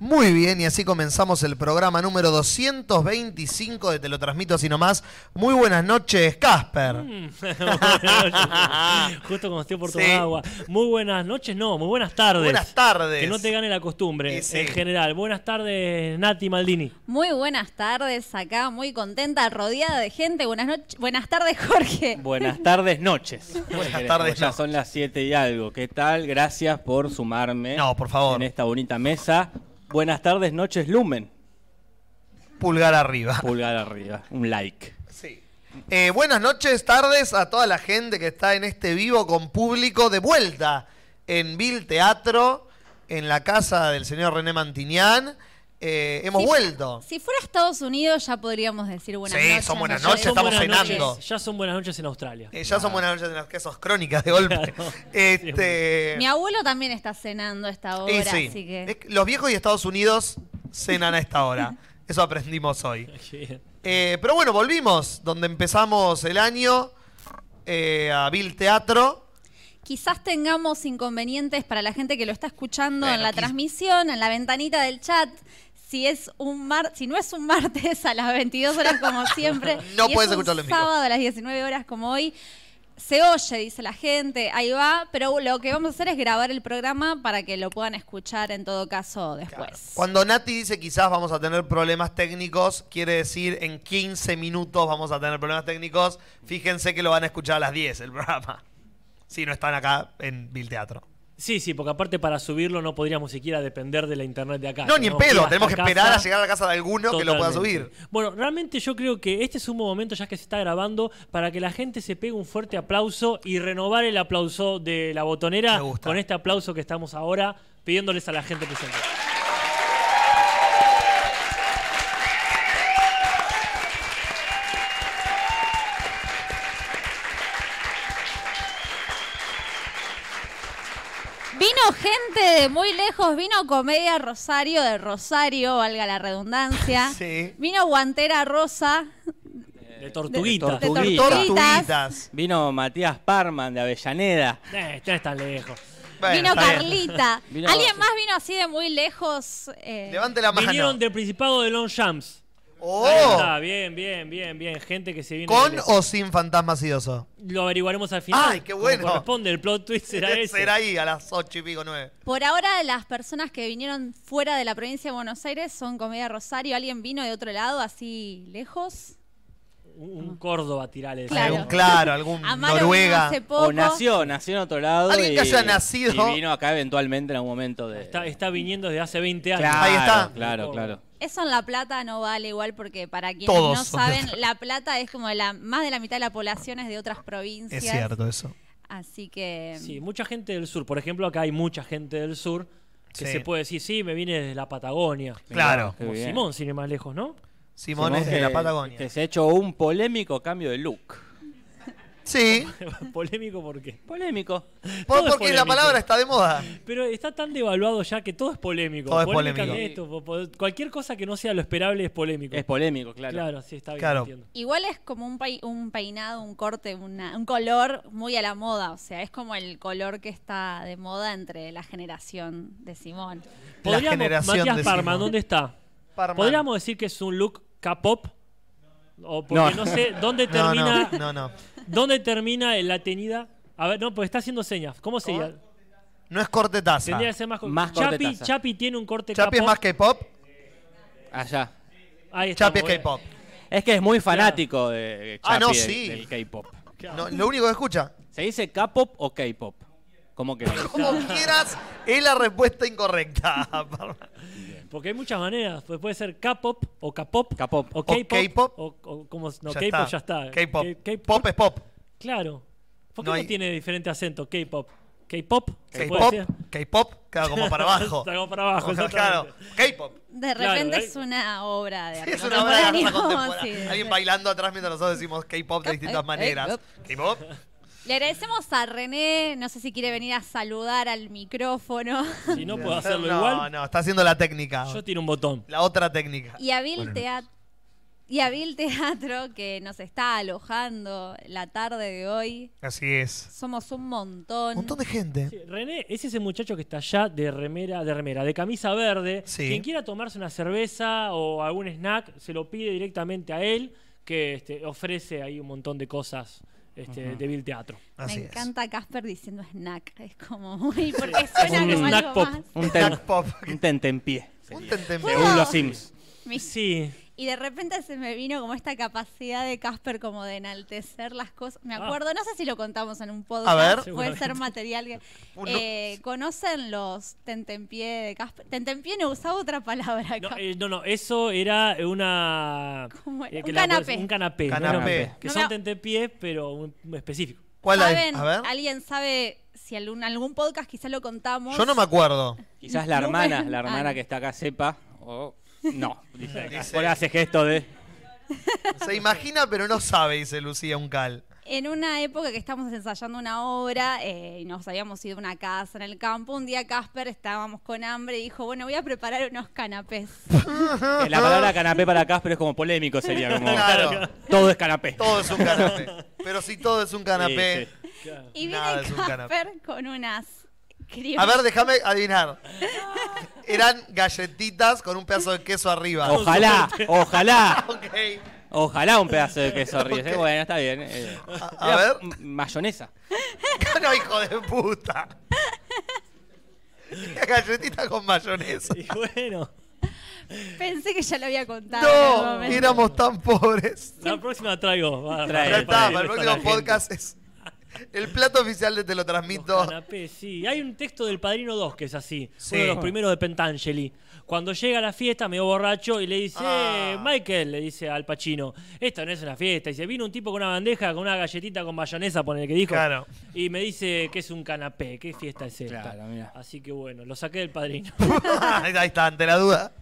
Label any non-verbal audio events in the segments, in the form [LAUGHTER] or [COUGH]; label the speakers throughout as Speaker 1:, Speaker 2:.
Speaker 1: Muy bien, y así comenzamos el programa número 225 de Te lo transmito así nomás. Muy buenas noches, Casper.
Speaker 2: Mm. [LAUGHS] Justo cuando estoy por
Speaker 1: Sí.
Speaker 2: tomar agua. Muy buenas noches, no, muy buenas tardes.
Speaker 1: Buenas tardes.
Speaker 2: Que no te gane la costumbre
Speaker 1: Y sí.
Speaker 2: en general. Buenas tardes, Nati Maldini.
Speaker 3: Muy buenas tardes, acá muy contenta, rodeada de gente. Buenas noches, buenas tardes, Jorge.
Speaker 4: Buenas tardes, noches.
Speaker 1: Buenas
Speaker 4: Porque
Speaker 1: tardes,
Speaker 4: Ya
Speaker 1: noches.
Speaker 4: son las 7 y algo. ¿Qué tal? Gracias por sumarme.
Speaker 1: No, por favor.
Speaker 4: En esta bonita mesa. Buenas tardes, noches, Lumen.
Speaker 1: Pulgar arriba.
Speaker 4: Pulgar arriba. Un like.
Speaker 1: Sí. Eh, buenas noches, tardes a toda la gente que está en este vivo con público de vuelta en Vil Teatro, en la casa del señor René Mantinián. Eh, hemos
Speaker 3: Si-
Speaker 1: vuelto.
Speaker 3: Si fuera Estados Unidos ya podríamos decir buenas
Speaker 1: Sí,
Speaker 3: noches.
Speaker 1: son buenas
Speaker 3: ¿no?
Speaker 1: noches,
Speaker 3: Yo-
Speaker 2: son
Speaker 1: estamos
Speaker 2: buenas
Speaker 1: cenando.
Speaker 2: noches- ya son buenas noches en Australia.
Speaker 1: Eh, ya son buenas noches en las que sos crónicas de golpe.
Speaker 2: Claro.
Speaker 1: este,
Speaker 3: Mi abuelo también está cenando a esta hora,
Speaker 1: Y sí,
Speaker 3: así
Speaker 1: es
Speaker 3: que
Speaker 1: que los viejos y Estados Unidos cenan a esta
Speaker 2: [LAUGHS]
Speaker 1: hora. Eso aprendimos hoy.
Speaker 2: Bien.
Speaker 1: Eh, pero bueno, volvimos donde empezamos el año eh, a Bill Teatro.
Speaker 3: quizás tengamos inconvenientes para la gente que lo está escuchando
Speaker 1: Bueno,
Speaker 3: en la
Speaker 1: quiz-
Speaker 3: transmisión, en la ventanita del chat. Si es un mar, si no es un martes a las 22 horas
Speaker 1: [LAUGHS]
Speaker 3: como siempre,
Speaker 1: No
Speaker 3: y
Speaker 1: puedes
Speaker 3: es un
Speaker 1: escucharlo en vivo.
Speaker 3: sábado a las 19 horas como hoy. Se oye, dice la gente, ahí va, pero lo que vamos a hacer es grabar el programa para que lo puedan escuchar en todo caso después.
Speaker 1: Cuando Nati dice quizás vamos a tener problemas técnicos, quiere decir en 15 minutos vamos a tener problemas técnicos. Fíjense que lo van a escuchar a las 10 el programa. Si no están acá en Bill Teatro.
Speaker 2: Sí, sí, porque aparte para subirlo no podríamos siquiera depender de la internet de acá.
Speaker 1: No, ni en
Speaker 2: Tenemos que ir
Speaker 1: pedo.
Speaker 2: hasta
Speaker 1: Tenemos que esperar
Speaker 2: casa.
Speaker 1: a llegar a la casa de alguno que lo pueda
Speaker 2: Totalmente.
Speaker 1: subir.
Speaker 2: Bueno, realmente yo creo que este es un momento, ya que se está grabando, para que la gente se pegue un fuerte aplauso y renovar el aplauso de la botonera
Speaker 1: Me gusta.
Speaker 2: con este aplauso que estamos ahora pidiéndoles a la gente presente.
Speaker 3: Vino gente de muy lejos, vino Comedia Rosario de Rosario, valga la redundancia.
Speaker 1: [LAUGHS] Sí.
Speaker 3: Vino Guantera Rosa
Speaker 2: De tortuguita.
Speaker 4: de tortuguita. Tortuguitas.
Speaker 1: Tortuguitas.
Speaker 4: Vino Matías Parman de Avellaneda.
Speaker 2: Eh, ya está lejos.
Speaker 1: Bueno,
Speaker 3: vino
Speaker 1: está bien. [LAUGHS]
Speaker 3: Carlita.
Speaker 4: Vino-
Speaker 3: ¿Alguien más vino así de muy lejos? Eh,
Speaker 1: Levante la mano.
Speaker 2: Vinieron del Principado de Longchamps. Ahí
Speaker 1: Oh,
Speaker 2: está, bien, bien, bien, bien. Gente que se vino.
Speaker 1: ¿Con
Speaker 2: del-
Speaker 1: o sin fantasma sidoso?
Speaker 2: Lo averiguaremos al final.
Speaker 1: ¡Ay, qué bueno!
Speaker 2: Como corresponde, el plot twist será
Speaker 1: [LAUGHS]
Speaker 2: ese.
Speaker 1: Será ahí a las ocho y pico, nueve.
Speaker 3: Por ahora, las personas que vinieron fuera de la provincia de Buenos Aires son Comedia Rosario. ¿Alguien vino de otro lado, así lejos?
Speaker 2: Un, un Córdoba tirales.
Speaker 3: Claro.
Speaker 1: Algún claro, algún
Speaker 3: Amaro vino
Speaker 1: Noruega.
Speaker 3: hace poco.
Speaker 4: O nació, nació en otro lado.
Speaker 1: Alguien que
Speaker 4: y-
Speaker 1: haya nacido.
Speaker 4: Y vino acá eventualmente en algún momento de.
Speaker 2: Está, está viniendo desde hace 20 años.
Speaker 4: Claro,
Speaker 1: Ahí está.
Speaker 4: Claro, claro.
Speaker 3: Eso en La Plata no vale igual porque para quienes
Speaker 1: Todos
Speaker 3: no
Speaker 1: son de
Speaker 3: saben, La Plata es como la más de la mitad de la población es de otras provincias.
Speaker 1: Es cierto eso.
Speaker 3: Así que
Speaker 2: Sí, mucha gente del sur. Por ejemplo, acá hay mucha gente del sur que
Speaker 1: Sí.
Speaker 2: se puede decir, sí, me vine desde la Patagonia.
Speaker 1: Claro.
Speaker 4: Qué
Speaker 2: Como
Speaker 4: bien.
Speaker 2: Simón, sin ir más lejos, ¿no?
Speaker 1: Simón
Speaker 4: Simón
Speaker 1: es de
Speaker 4: que-
Speaker 1: la Patagonia.
Speaker 4: Que se ha hecho un polémico cambio de look.
Speaker 1: [LAUGHS] Sí,
Speaker 2: [LAUGHS] Polémico porque.
Speaker 4: Polémico.
Speaker 1: por-
Speaker 2: Todo
Speaker 1: porque
Speaker 2: es
Speaker 1: la
Speaker 2: polémico.
Speaker 1: palabra está de moda.
Speaker 2: Pero está tan devaluado ya que todo es polémico.
Speaker 1: Todo es
Speaker 2: Polémica
Speaker 1: polémico.
Speaker 2: de esto, po- po- cualquier cosa que no sea lo esperable es polémico.
Speaker 4: Es polémico, claro.
Speaker 2: Claro, sí, está bien.
Speaker 1: Claro.
Speaker 2: entiendo.
Speaker 3: igual es como un, pei- un peinado, un corte, una- un color muy a la moda. O sea, es como el color que está de moda entre la generación de Simón.
Speaker 2: Podríamos-
Speaker 1: generación
Speaker 2: Matías
Speaker 1: de
Speaker 2: Parman,
Speaker 1: Simón.
Speaker 2: ¿dónde está?
Speaker 1: Parman.
Speaker 2: ¿Podríamos decir que es un look K-pop? O porque no,
Speaker 4: No.
Speaker 2: sé
Speaker 1: [LAUGHS]
Speaker 2: dónde
Speaker 1: No, no,
Speaker 2: termina,
Speaker 1: no, no.
Speaker 2: dónde termina la tenida. A ver, no, porque está haciendo señas. ¿Cómo sería?
Speaker 1: No es corte taza.
Speaker 2: Tendría que ser más, co-
Speaker 4: Más corte
Speaker 2: Chapi,
Speaker 4: taza.
Speaker 2: Chapi tiene un corte
Speaker 1: Chapi es
Speaker 2: K-pop.
Speaker 1: más K-pop,
Speaker 4: Allá.
Speaker 2: Ahí está,
Speaker 1: Chapi es
Speaker 2: muy bien.
Speaker 1: K-pop.
Speaker 4: Es que es muy fanático de
Speaker 1: Ah,
Speaker 4: Chapi,
Speaker 1: no,
Speaker 4: del-
Speaker 1: sí.
Speaker 4: del K-pop.
Speaker 1: No, lo único que escucha.
Speaker 4: ¿Se dice K-pop o K-pop? ¿Cómo
Speaker 1: [LAUGHS]
Speaker 4: que
Speaker 1: Como quieras, es la respuesta incorrecta. Parman.
Speaker 2: Porque hay muchas maneras. Pues puede ser K-pop o K-pop.
Speaker 4: K-pop.
Speaker 2: O
Speaker 4: O
Speaker 2: K-pop.
Speaker 1: K-pop.
Speaker 2: O, o como, no,
Speaker 1: Ya
Speaker 2: K-pop
Speaker 1: está.
Speaker 2: ya está.
Speaker 1: K-pop.
Speaker 2: K-
Speaker 1: Pop es pop.
Speaker 2: Claro. ¿Por qué
Speaker 1: No
Speaker 2: no,
Speaker 1: hay-
Speaker 2: tiene diferente acento K-pop? ¿K-pop? ¿Se puede
Speaker 1: K-pop,
Speaker 2: decir?
Speaker 1: K-pop, claro, como
Speaker 2: [LAUGHS]
Speaker 1: para abajo.
Speaker 2: Está como para abajo,
Speaker 1: [LAUGHS] Claro, K-pop.
Speaker 3: De
Speaker 2: Claro,
Speaker 3: repente
Speaker 2: ¿eh?
Speaker 3: es una obra de arte
Speaker 1: Es una obra de arte
Speaker 3: contemporáneo,
Speaker 1: contemporánea.
Speaker 3: sí, de
Speaker 1: Alguien bailando atrás mientras nosotros decimos K-pop de distintas
Speaker 3: eh,
Speaker 1: maneras.
Speaker 2: [LAUGHS]
Speaker 1: K-pop.
Speaker 3: Le agradecemos a René, no sé si quiere venir a saludar al
Speaker 1: [LAUGHS]
Speaker 3: micrófono.
Speaker 2: Si no puedo hacerlo
Speaker 1: no,
Speaker 2: igual,
Speaker 1: no, está haciendo la técnica.
Speaker 2: yo tiro un botón.
Speaker 1: La otra técnica.
Speaker 3: Y a Bill Teatro. Y a Vil Teatro, que nos está alojando la tarde de hoy.
Speaker 1: Así es.
Speaker 3: Somos un montón.
Speaker 1: Un montón de gente.
Speaker 2: Sí, René es ese muchacho que está allá de remera, de remera, de camisa verde.
Speaker 1: Sí.
Speaker 2: Quien quiera tomarse una cerveza o algún snack, se lo pide directamente a él, que este, ofrece ahí un montón de cosas este, de Bill Teatro.
Speaker 1: Así
Speaker 3: Me
Speaker 1: es.
Speaker 3: encanta Casper diciendo snack. Es como muy. Porque suena
Speaker 2: un
Speaker 3: como
Speaker 2: snack
Speaker 3: algo
Speaker 2: pop.
Speaker 3: más.
Speaker 4: Un,
Speaker 1: Snack
Speaker 4: ten,
Speaker 1: pop.
Speaker 4: un tentempié.
Speaker 1: Un
Speaker 4: sería.
Speaker 1: tentempié.
Speaker 3: Wow.
Speaker 4: Según los Sims.
Speaker 3: Mi-
Speaker 2: Sí,
Speaker 3: Y de repente se me vino como esta capacidad de Casper como de enaltecer las cosas. Me
Speaker 2: Ah.
Speaker 3: acuerdo, no sé si lo contamos en un podcast.
Speaker 1: A ver.
Speaker 3: Puede
Speaker 2: Seguramente.
Speaker 3: ser material
Speaker 1: [LAUGHS]
Speaker 3: que...
Speaker 1: No.
Speaker 3: Eh, ¿Conocen los tentempié de Casper? Tentempié no usaba otra palabra
Speaker 2: no,
Speaker 3: acá.
Speaker 2: eh, no, no, eso era una. eh,
Speaker 3: ¿Cómo era?
Speaker 2: que
Speaker 3: Un
Speaker 2: la-
Speaker 3: canapé.
Speaker 2: Un canapé. un
Speaker 1: Canapé.
Speaker 2: Que
Speaker 3: No me-
Speaker 2: son tentepiés, pero un- un específico.
Speaker 1: ¿Cuál es?
Speaker 3: ¿Saben?
Speaker 1: A ver.
Speaker 3: ¿Alguien sabe si algún, algún podcast quizá lo contamos?
Speaker 1: Yo no me acuerdo.
Speaker 4: Quizás la
Speaker 3: No,
Speaker 4: hermana,
Speaker 3: bueno.
Speaker 4: la
Speaker 3: [LAUGHS] Ah.
Speaker 4: hermana que está acá sepa. O...
Speaker 1: Oh.
Speaker 4: No, dice.
Speaker 1: Dice-
Speaker 4: Ahora hace gesto de.
Speaker 1: Se imagina, pero no sabe, dice Lucía Uncal.
Speaker 3: En una época que estábamos ensayando una obra eh, y nos habíamos ido a una casa en el campo, un día Casper estábamos con hambre y dijo, bueno, voy a preparar unos
Speaker 1: [LAUGHS]
Speaker 3: canapés.
Speaker 4: Eh, La palabra canapé para Casper es como polémico, sería como.
Speaker 1: Claro.
Speaker 4: Todo es canapé.
Speaker 1: Todo es un canapé.
Speaker 4: [LAUGHS]
Speaker 1: Pero si todo es un canapé.
Speaker 4: Sí,
Speaker 3: Y
Speaker 1: Nada,
Speaker 3: viene
Speaker 1: es un
Speaker 3: Casper con unas cremas.
Speaker 1: A ver, déjame adivinar. Eran galletitas con un pedazo de queso arriba. [LAUGHS]
Speaker 4: Ojalá, ojalá,
Speaker 1: Ok.
Speaker 4: ojalá un pedazo de
Speaker 1: [LAUGHS]
Speaker 4: queso ríos. Eh, Bueno, está bien. eh.
Speaker 1: A- a
Speaker 4: Era
Speaker 1: ver.
Speaker 4: m- Mayonesa.
Speaker 1: [LAUGHS] No, hijo de puta. Galletita con mayonesa.
Speaker 2: Y bueno,
Speaker 3: Pensé que ya lo había contado. en algún
Speaker 1: No,
Speaker 3: momento.
Speaker 1: éramos tan pobres.
Speaker 2: la próxima traigo. va,
Speaker 4: Trae.
Speaker 1: Ya
Speaker 4: Para
Speaker 1: está,
Speaker 2: ir
Speaker 1: para el
Speaker 2: con la
Speaker 1: próximo
Speaker 2: gente.
Speaker 1: podcast es. El plato oficial de Te lo
Speaker 2: Los
Speaker 1: transmito.
Speaker 2: canapés, sí. Hay un texto del Padrino 2 que es así.
Speaker 1: Sí.
Speaker 2: Uno de los primeros de Pentangeli. Cuando llega a la fiesta, medio borracho, y le dice,
Speaker 1: Ah.
Speaker 2: "Eh, Michael, le dice al Pachino, esta no es una fiesta. Y dice, vino un tipo con una bandeja, con una galletita con mayonesa, pone el que dijo.
Speaker 1: Claro.
Speaker 2: Y me dice que es un canapé, qué fiesta es esta.
Speaker 4: Claro, mirá.
Speaker 2: Así que bueno, lo saqué del Padrino.
Speaker 1: [LAUGHS] Ahí está, ante la duda.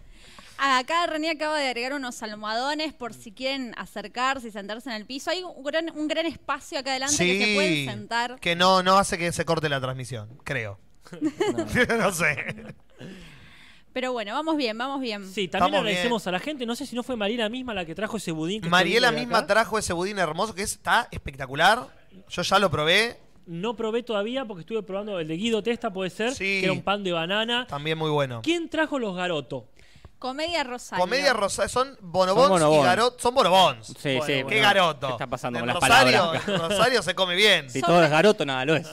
Speaker 3: Ah, Acá René acaba de agregar unos almohadones por si quieren acercarse y sentarse en el piso. Hay un gran, un gran espacio acá adelante que se pueden sentar.
Speaker 1: que no, no hace que se corte la transmisión, creo. [LAUGHS] No, sé.
Speaker 3: Pero bueno, vamos bien, vamos bien.
Speaker 2: Sí, también
Speaker 1: Estamos
Speaker 2: agradecemos a la gente. No sé si no fue Mariela misma la que trajo ese budín. que
Speaker 1: Mariela
Speaker 2: estoy viendo de
Speaker 1: misma
Speaker 2: acá.
Speaker 1: trajo ese budín hermoso que está espectacular. Yo ya lo probé,
Speaker 2: No probé todavía porque estuve probando el de Guido Testa, puede ser,
Speaker 1: Sí.
Speaker 2: que era un pan de banana.
Speaker 1: también muy bueno.
Speaker 2: ¿Quién trajo los garotos?
Speaker 3: Comedia Rosario.
Speaker 1: Comedia Rosario, son bonobons,
Speaker 4: Son bonobons.
Speaker 1: y garot, son bonobons.
Speaker 4: Sí,
Speaker 2: Bueno,
Speaker 4: sí.
Speaker 2: bueno.
Speaker 1: Qué
Speaker 4: bueno,
Speaker 1: garoto.
Speaker 4: ¿Qué está pasando
Speaker 1: En
Speaker 4: con las
Speaker 1: Rosario,
Speaker 4: palabras?
Speaker 1: en Rosario se come bien.
Speaker 4: Si todo es garoto, nada lo es.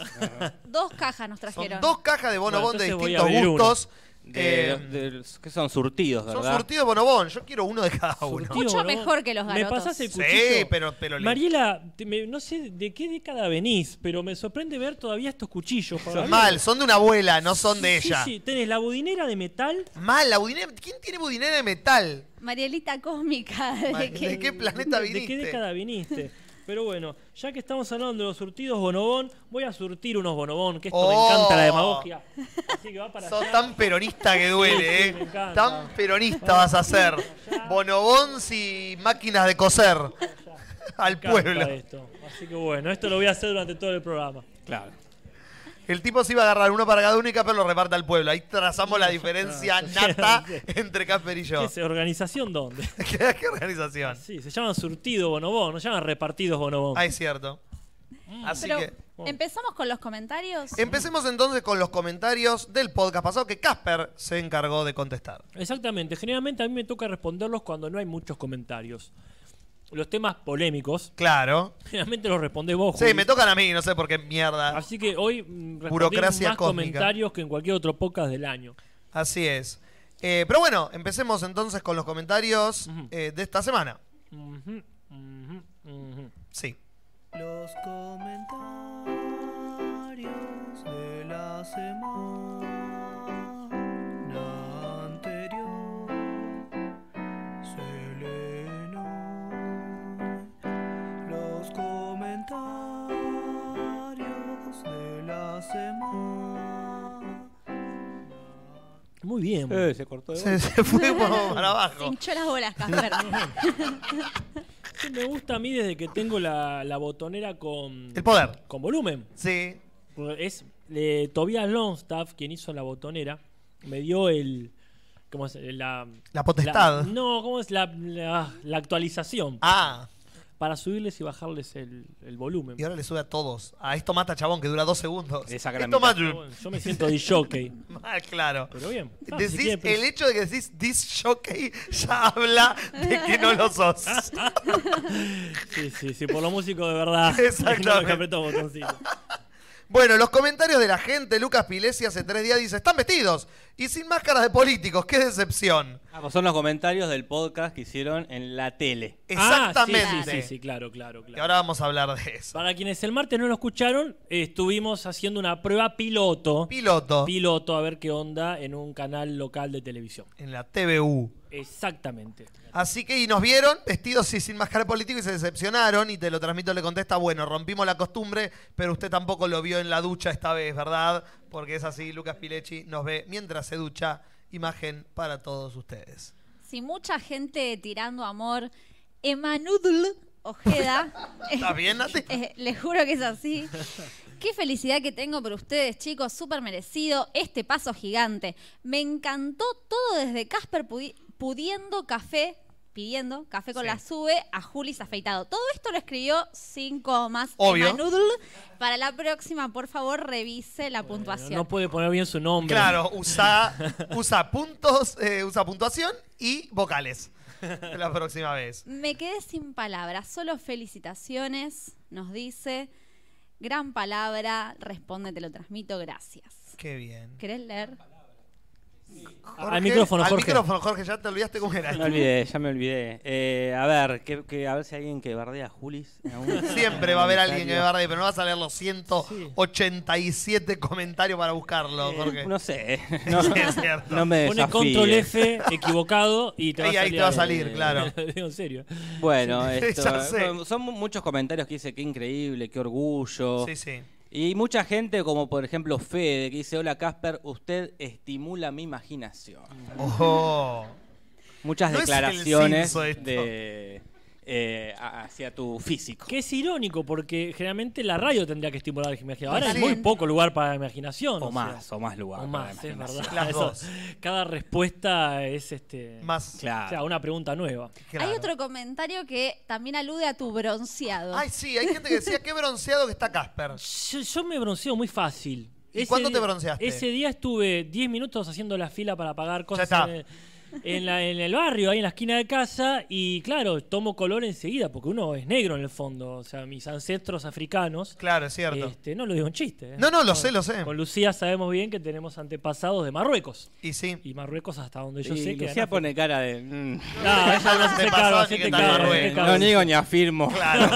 Speaker 3: Dos cajas nos
Speaker 1: Son
Speaker 3: trajeron.
Speaker 1: dos cajas de bonobón
Speaker 2: Bueno,
Speaker 1: de
Speaker 2: entonces voy a
Speaker 1: distintos
Speaker 2: abrir uno.
Speaker 1: gustos.
Speaker 4: De-
Speaker 1: Eh,
Speaker 4: de los que son surtidos,
Speaker 1: son
Speaker 4: ¿verdad?
Speaker 1: surtidos bonobón, yo quiero uno de cada uno.
Speaker 2: Surtido,
Speaker 3: Mucho
Speaker 2: ¿no?
Speaker 3: mejor que los
Speaker 2: Me
Speaker 3: garotos.
Speaker 2: pasás el cuchillo.
Speaker 1: Sí, pero, pero le-
Speaker 2: Mariela, te- me- no sé de qué década venís, pero me sorprende ver todavía estos cuchillos. Fabián.
Speaker 1: mal, son de una abuela, no son de
Speaker 2: Sí,
Speaker 1: ella.
Speaker 2: sí, tenés la budinera de metal.
Speaker 1: Mal, la budinera- ¿quién tiene budinera de metal?
Speaker 3: Marielita cósmica. de
Speaker 1: Ma- ¿De,
Speaker 3: que-
Speaker 1: qué planeta
Speaker 2: ¿De qué
Speaker 1: viniste?
Speaker 2: década viniste? Pero bueno, ya que estamos hablando de los surtidos bonobón, voy a surtir unos bonobón, que esto
Speaker 1: Oh.
Speaker 2: me encanta la demagogia. Así que va para
Speaker 1: Sos
Speaker 2: allá.
Speaker 1: tan peronista que duele,
Speaker 2: Sí, sí, me
Speaker 1: ¿eh?
Speaker 2: encanta.
Speaker 1: Tan peronista vas a ser. Bonobons y máquinas de coser. [LAUGHS] Al
Speaker 2: Me encanta
Speaker 1: pueblo.
Speaker 2: esto. Así que bueno, esto lo voy a hacer durante todo el programa.
Speaker 4: Claro.
Speaker 1: El tipo se iba a agarrar uno para cada uno y Casper lo reparte al pueblo. Ahí trazamos
Speaker 2: [LAUGHS]
Speaker 1: la
Speaker 2: Ah,
Speaker 1: diferencia nata entre Casper y
Speaker 2: ¿Qué
Speaker 1: yo.
Speaker 2: es? ¿Organización dónde?
Speaker 1: [LAUGHS] ¿Qué, qué organización?
Speaker 2: Sí, se llaman surtido bonobón, no se llaman repartidos bonobón.
Speaker 1: Ah, es cierto. Mm. Así
Speaker 3: Pero
Speaker 1: que
Speaker 2: Oh.
Speaker 3: empezamos con los comentarios.
Speaker 1: empecemos entonces con los comentarios del podcast pasado que Casper se encargó de contestar.
Speaker 2: Exactamente, generalmente a mí me toca responderlos cuando no hay muchos comentarios. Los temas polémicos,
Speaker 1: Claro.
Speaker 2: generalmente los responde vos.
Speaker 1: Sí,
Speaker 2: Juli.
Speaker 1: me tocan a mí, no sé por qué mierda.
Speaker 2: Así que hoy mm, respondí
Speaker 1: Burocracia
Speaker 2: más
Speaker 1: cósmica.
Speaker 2: comentarios que en cualquier otro podcast del año.
Speaker 1: Así es. Eh, pero bueno, empecemos entonces con los comentarios eh, de esta semana.
Speaker 2: Ujú, ujú, ujú.
Speaker 1: Sí.
Speaker 5: Los comentarios de la semana anterior. Selena. Los comentarios de la semana.
Speaker 2: Muy bien.
Speaker 4: Eh, se cortó
Speaker 1: Se, se fue como para
Speaker 3: Se
Speaker 1: abajo.
Speaker 3: hinchó las bolas, Casper.
Speaker 2: [LAUGHS] Sí, Me gusta a mí desde que tengo la, la botonera con,
Speaker 1: El poder.
Speaker 2: con volumen.
Speaker 1: Sí.
Speaker 2: Es eh, Tobias Longstaff quien hizo la botonera. Me dio el. ¿Cómo es? La,
Speaker 1: La potestad.
Speaker 2: la- no, ¿cómo es? La, la- la actualización.
Speaker 1: Ah,
Speaker 2: Para subirles y bajarles el, el volumen.
Speaker 1: y ahora le sube a todos. A Ah, esto mata chabón, que dura dos segundos.
Speaker 4: Esa gran
Speaker 1: esto mata.
Speaker 2: Pero bueno, yo me siento de jockey.
Speaker 1: Ah, claro.
Speaker 2: Pero bien. Ah, si
Speaker 1: Decís-
Speaker 2: quieren, pero-
Speaker 1: el hecho de que decís disc jockey ya habla de que no lo sos.
Speaker 2: [LAUGHS] Sí, sí, sí, por los músicos de verdad.
Speaker 1: [LAUGHS] Exactamente.
Speaker 2: No los que apretó botoncito.
Speaker 1: Bueno, los comentarios de la gente, Lucas Pilesi hace tres días dice, están vestidos y sin máscaras de políticos, qué decepción.
Speaker 4: Ah, pues son los comentarios del podcast que hicieron en la tele.
Speaker 1: Exactamente.
Speaker 2: Ah, sí, sí, sí, sí, claro, claro,
Speaker 1: Y
Speaker 2: claro.
Speaker 1: ahora vamos a hablar de eso.
Speaker 2: Para quienes el martes no lo escucharon, eh, estuvimos haciendo una prueba piloto.
Speaker 1: Piloto
Speaker 2: Piloto, a ver qué onda en un canal local de televisión.
Speaker 1: en la TVU.
Speaker 2: Exactamente.
Speaker 1: Así que y nos vieron vestidos y sin máscara de político y se decepcionaron y te lo transmito, le contesta, bueno, rompimos la costumbre, pero usted tampoco lo vio en la ducha esta vez, ¿verdad? Porque es así, Lucas Pilechi nos ve mientras se ducha, imagen para todos ustedes.
Speaker 3: Si mucha gente tirando amor, Emanudl Ojeda.
Speaker 1: ¿Está bien,
Speaker 3: [LAUGHS]
Speaker 1: Nati?
Speaker 3: Eh, les juro que es así. Qué felicidad que tengo por ustedes, chicos. Súper merecido este paso gigante. Me encantó todo desde Casper pudi- pudiendo café, pidiendo café con
Speaker 1: Sí.
Speaker 3: la sube a Julis afeitado. Todo esto lo escribió sin comas.
Speaker 1: Obvio.
Speaker 3: Emanudl. Para la próxima, por favor, revise la puntuación.
Speaker 2: No puede poner bien su nombre.
Speaker 1: Claro,
Speaker 2: [LAUGHS]
Speaker 1: usa, usa puntos, eh, usa puntuación y vocales la próxima vez.
Speaker 3: Me quedé sin palabras, solo felicitaciones, nos dice. Gran palabra, responde, te lo transmito, gracias.
Speaker 1: Qué bien.
Speaker 3: ¿Querés leer?
Speaker 2: al micrófono,
Speaker 1: al
Speaker 2: Jorge.
Speaker 1: micrófono, Jorge, ya te olvidaste cómo era.
Speaker 4: Me olvidé, ya me olvidé. Eh, a ver, que, que- a ver si hay alguien que bardea a Julis. en algún-
Speaker 1: Siempre va a haber alguien que me
Speaker 4: comentario.
Speaker 1: bardee, pero no vas a leer los 187 comentarios para buscarlo,
Speaker 4: Eh,
Speaker 1: Jorge.
Speaker 4: No
Speaker 1: [LAUGHS]
Speaker 4: sé. No,
Speaker 1: [LAUGHS] Sí, es cierto.
Speaker 4: no me
Speaker 2: Pone
Speaker 4: desafíe.
Speaker 2: control F equivocado y te va a
Speaker 1: Y
Speaker 2: salir.
Speaker 1: ahí te va a
Speaker 2: algo.
Speaker 1: salir,
Speaker 2: [LAUGHS]
Speaker 1: claro.
Speaker 2: Digo, en serio.
Speaker 4: Bueno,
Speaker 1: Sí,
Speaker 4: esto-
Speaker 1: [LAUGHS] ya sé.
Speaker 4: bueno, son mu- muchos comentarios que dice qué increíble, qué orgullo.
Speaker 1: Sí, sí.
Speaker 4: Y mucha gente, como por ejemplo Fede, que dice, hola Casper, usted estimula mi imaginación.
Speaker 1: Ojo.
Speaker 4: Muchas
Speaker 1: No es el
Speaker 4: declaraciones
Speaker 1: Simpson esto.
Speaker 4: de, eh, a- hacia tu físico.
Speaker 2: Que es irónico porque generalmente la radio tendría que estimular la imaginación. Ahora hay
Speaker 1: Sí.
Speaker 2: muy poco lugar para la imaginación.
Speaker 4: O
Speaker 2: sea.
Speaker 4: más, o más lugar.
Speaker 2: O
Speaker 4: para
Speaker 2: más,
Speaker 4: la
Speaker 2: es
Speaker 4: imaginación.
Speaker 2: verdad.
Speaker 1: Las
Speaker 2: Eso-
Speaker 1: dos.
Speaker 2: cada respuesta es este.
Speaker 1: Más.
Speaker 4: Claro.
Speaker 2: O sea, una pregunta nueva.
Speaker 1: claro.
Speaker 3: Hay otro comentario que también alude a tu bronceado.
Speaker 1: Ay, sí,
Speaker 3: [LAUGHS]
Speaker 1: hay gente que decía qué bronceado que está Casper.
Speaker 2: Yo, yo me bronceo muy fácil.
Speaker 1: ¿Y cuándo te
Speaker 2: día-
Speaker 1: bronceaste?
Speaker 2: Ese día estuve 10 minutos haciendo la fila para pagar cosas
Speaker 1: está.
Speaker 2: en el, en la- en el barrio, ahí en la esquina de casa, y claro, tomo color enseguida, porque uno es negro en el fondo. O sea, mis ancestros africanos.
Speaker 1: Claro, es cierto.
Speaker 2: Este, no lo digo en chiste. ¿eh?
Speaker 1: No, no, lo sé, lo sé.
Speaker 2: Con Lucía sabemos bien que tenemos antepasados de Marruecos.
Speaker 1: Y sí.
Speaker 2: Y Marruecos hasta donde yo
Speaker 4: Y
Speaker 2: sé que...
Speaker 4: Lucía
Speaker 2: ganó-
Speaker 4: pone cara de... "Mm,
Speaker 2: No,
Speaker 1: [LAUGHS]
Speaker 2: ella no se hace cargo,
Speaker 1: Antepasados
Speaker 2: se
Speaker 1: ni que
Speaker 2: hace
Speaker 1: tal
Speaker 2: cargo, se
Speaker 1: Marruecos.
Speaker 2: hace cargo.
Speaker 4: No niego ni afirmo. [LAUGHS]
Speaker 1: Claro.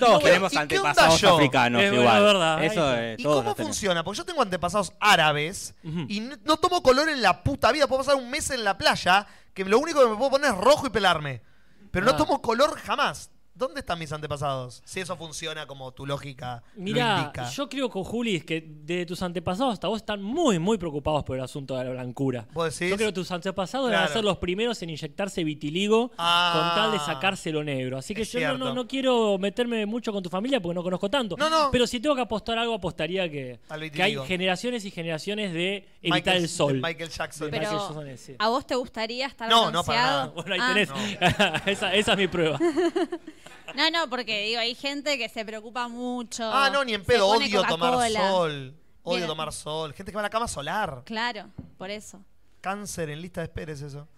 Speaker 4: Todos
Speaker 1: ¿Y qué
Speaker 4: tenemos
Speaker 1: onda
Speaker 4: antepasados
Speaker 1: yo?
Speaker 4: africanos
Speaker 2: Es
Speaker 4: igual.
Speaker 2: verdad, ahí
Speaker 4: Eso
Speaker 2: está.
Speaker 4: eh,
Speaker 1: ¿Y
Speaker 4: todos
Speaker 1: cómo
Speaker 4: los tenemos.
Speaker 1: funciona? Porque yo tengo antepasados árabes
Speaker 2: Ujú.
Speaker 1: y n- no tomo color en la puta vida. Puedo pasar un mes en la playa que lo único que me puedo poner es rojo y pelarme. Pero no
Speaker 2: Ah.
Speaker 1: tomo color jamás. ¿Dónde están mis antepasados? Si eso funciona como tu lógica lo
Speaker 2: Mirá,
Speaker 1: indica.
Speaker 2: yo creo con Juli es que de tus antepasados hasta vos están muy, muy preocupados por el asunto de la blancura.
Speaker 1: ¿Vos decís?
Speaker 2: Yo creo que tus antepasados van
Speaker 1: Claro.
Speaker 2: a ser los primeros en inyectarse vitiligo
Speaker 1: Ah.
Speaker 2: con tal de sacárselo negro. Así que
Speaker 1: Es
Speaker 2: yo no- no,
Speaker 1: cierto.
Speaker 2: no quiero meterme mucho con tu familia porque no conozco tanto.
Speaker 1: No, no.
Speaker 2: Pero si tengo que apostar algo, apostaría que,
Speaker 1: Al
Speaker 2: que hay
Speaker 1: vitiligo.
Speaker 2: generaciones y generaciones de evitar
Speaker 1: Michael-
Speaker 2: el sol.
Speaker 1: de Michael Jackson.
Speaker 2: De Michael
Speaker 3: Pero,
Speaker 2: Jackson, sí.
Speaker 3: ¿a vos te gustaría estar
Speaker 1: No,
Speaker 3: bronceado?
Speaker 1: no, para nada.
Speaker 2: Bueno, ahí
Speaker 3: Ah,
Speaker 2: tenés. [LAUGHS] esa, esa es mi prueba.
Speaker 3: No, no, porque digo, hay gente que se preocupa mucho.
Speaker 1: Ah, no, ni en
Speaker 3: se
Speaker 1: pedo.
Speaker 3: pone
Speaker 1: Odio tomar
Speaker 3: Coca-Cola.
Speaker 1: sol. Odio
Speaker 3: Bien.
Speaker 1: tomar sol. Gente que va a la cama solar.
Speaker 3: Claro, por eso.
Speaker 1: Cáncer en lista de espera es eso.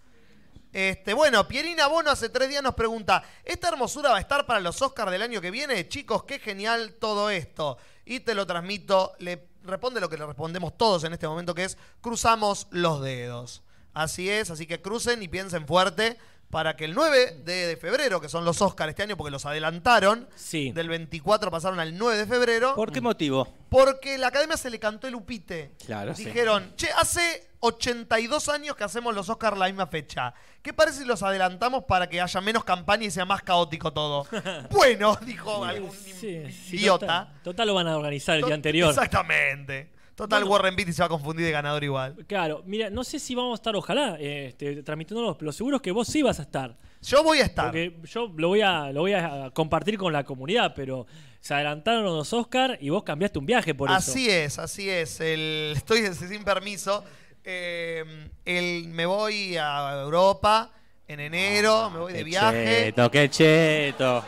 Speaker 1: Este, bueno, Pierina Bono hace tres días nos pregunta, ¿esta hermosura va a estar para los Oscars del año que viene? Chicos, qué genial todo esto. Y te lo transmito, le responde lo que le respondemos todos en este momento, que es cruzamos los dedos. Así es, así que crucen y piensen fuerte para que el 9 de, de febrero, que son los Oscars este año, porque los adelantaron,
Speaker 2: Sí.
Speaker 1: del 24 pasaron al 9 de febrero,
Speaker 4: ¿Por qué motivo?
Speaker 1: porque la academia se le cantó el upite.
Speaker 4: Claro, sí.
Speaker 1: Dijeron, che, hace 82 años que hacemos los Oscars la misma fecha. ¿Qué parece si los adelantamos para que haya menos campaña y sea más caótico
Speaker 2: [LAUGHS]
Speaker 1: todo? bueno, [LAUGHS] [LAUGHS] dijo algún
Speaker 2: Sí, sí,
Speaker 1: idiota.
Speaker 2: Total, total lo van a organizar el
Speaker 1: Tot-
Speaker 2: día anterior.
Speaker 1: Exactamente. Total,
Speaker 2: Bueno.
Speaker 1: Warren Beatty se va a confundir de ganador igual.
Speaker 2: Claro, mira, no sé si vamos a estar, ojalá, eh, este, transmitiéndonos, pero seguro es que vos sí vas a estar.
Speaker 1: Yo voy a estar.
Speaker 2: Porque yo lo voy a, lo voy a compartir con la comunidad, pero se adelantaron los [LAUGHS] Oscar y vos cambiaste un viaje por
Speaker 1: [LAUGHS]
Speaker 2: eso.
Speaker 1: Así es, así es. El, estoy desde sin permiso. eh, el, me voy a Europa en enero, me voy de
Speaker 6: Qué
Speaker 1: viaje
Speaker 6: Cheto, qué cheto.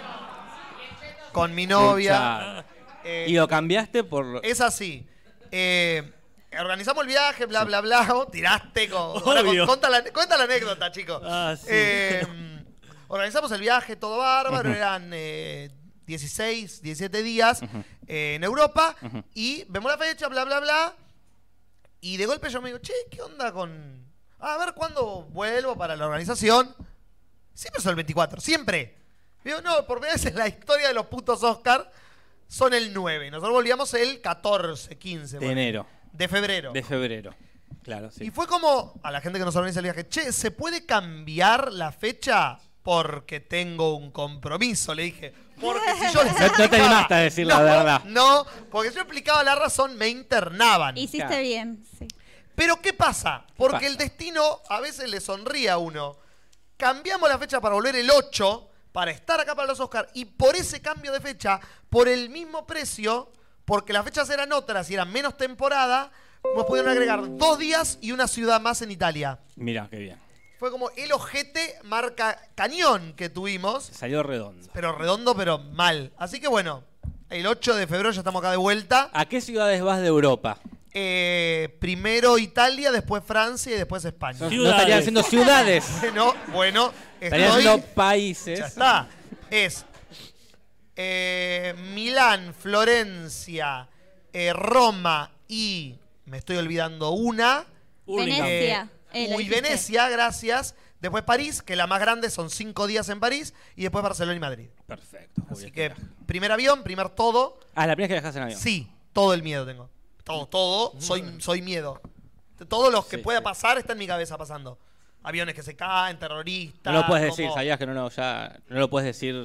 Speaker 1: con mi novia.
Speaker 4: Escuchá.
Speaker 1: Eh,
Speaker 4: Y lo cambiaste por.
Speaker 1: es así. Eh, organizamos el viaje, bla, bla, [LAUGHS] bla. Vos tiraste con. ahora con-
Speaker 2: Obvio.
Speaker 1: Conta la, cuenta la anécdota, chicos.
Speaker 2: Ah, sí.
Speaker 1: Eh, organizamos el viaje, todo bárbaro. Eran eh, 16, 17 días eh, en Europa. Y vemos la fecha, bla, bla, bla. Y de golpe yo me digo, che, ¿qué onda con.? Ah, a ver cuándo vuelvo para la organización. Siempre son el 24, siempre. Digo, no, por primera vez en la historia de los putos Oscar son el 9. Nosotros volvíamos el 14, 15.
Speaker 4: De
Speaker 1: bueno,
Speaker 4: enero,
Speaker 1: de febrero.
Speaker 4: de febrero. Claro, sí.
Speaker 1: Y fue como a la gente que nos organiza el viaje, che, ¿se puede cambiar la fecha? Porque tengo un compromiso, le dije. Porque si
Speaker 6: [LAUGHS]
Speaker 1: yo les
Speaker 6: No- no te
Speaker 1: explicaba-
Speaker 6: animaste a decir
Speaker 1: [LAUGHS]
Speaker 6: la
Speaker 1: No,
Speaker 6: verdad.
Speaker 1: No, porque si yo explicaba la razón, me internaban.
Speaker 3: Hiciste
Speaker 4: Claro.
Speaker 3: bien, sí.
Speaker 1: Pero ¿qué pasa? Porque
Speaker 4: pasa?
Speaker 1: el destino a veces le sonríe a uno. Cambiamos la fecha para volver el 8, para estar acá para los Oscars, y por ese cambio de fecha, por el mismo precio, porque las fechas eran otras y eran menos temporada, nos pudieron agregar dos días y una ciudad más en Italia.
Speaker 4: Mirá, qué bien.
Speaker 1: Fue como el ojete marca cañón que tuvimos,
Speaker 4: Se salió redondo.
Speaker 1: pero redondo, pero mal. Así que bueno, el 8 de febrero ya estamos acá de vuelta.
Speaker 4: ¿A qué ciudades vas de Europa?
Speaker 1: Eh, primero Italia, después Francia y después España.
Speaker 4: No, no
Speaker 2: Ciudades.
Speaker 4: estarían siendo ciudades.
Speaker 1: [LAUGHS] Bueno, bueno,
Speaker 4: Estarían
Speaker 1: estoy...
Speaker 4: siendo
Speaker 1: Ya
Speaker 4: países.
Speaker 1: está. Es eh, Milán, Florencia, eh, Roma y... Me estoy olvidando una.
Speaker 2: Hurlingham.
Speaker 3: Venecia. Eh, lo
Speaker 1: y
Speaker 3: dijiste.
Speaker 1: Venecia, gracias. Después París, que la más grande son cinco días en París. Y después Barcelona y Madrid.
Speaker 4: Perfecto. muy
Speaker 1: Así
Speaker 4: bien.
Speaker 1: que primer avión, primer todo.
Speaker 4: Ah, la primera vez que viajas en avión.
Speaker 1: Sí, todo el miedo tengo. Todo, todo. Soy, soy miedo. Todos los que
Speaker 4: Sí,
Speaker 1: pueda
Speaker 4: sí.
Speaker 1: pasar está en mi cabeza pasando. Aviones que se caen, terroristas.
Speaker 4: No lo puedes decir,
Speaker 1: como-
Speaker 4: sabías que no, no, ya, no lo puedes decir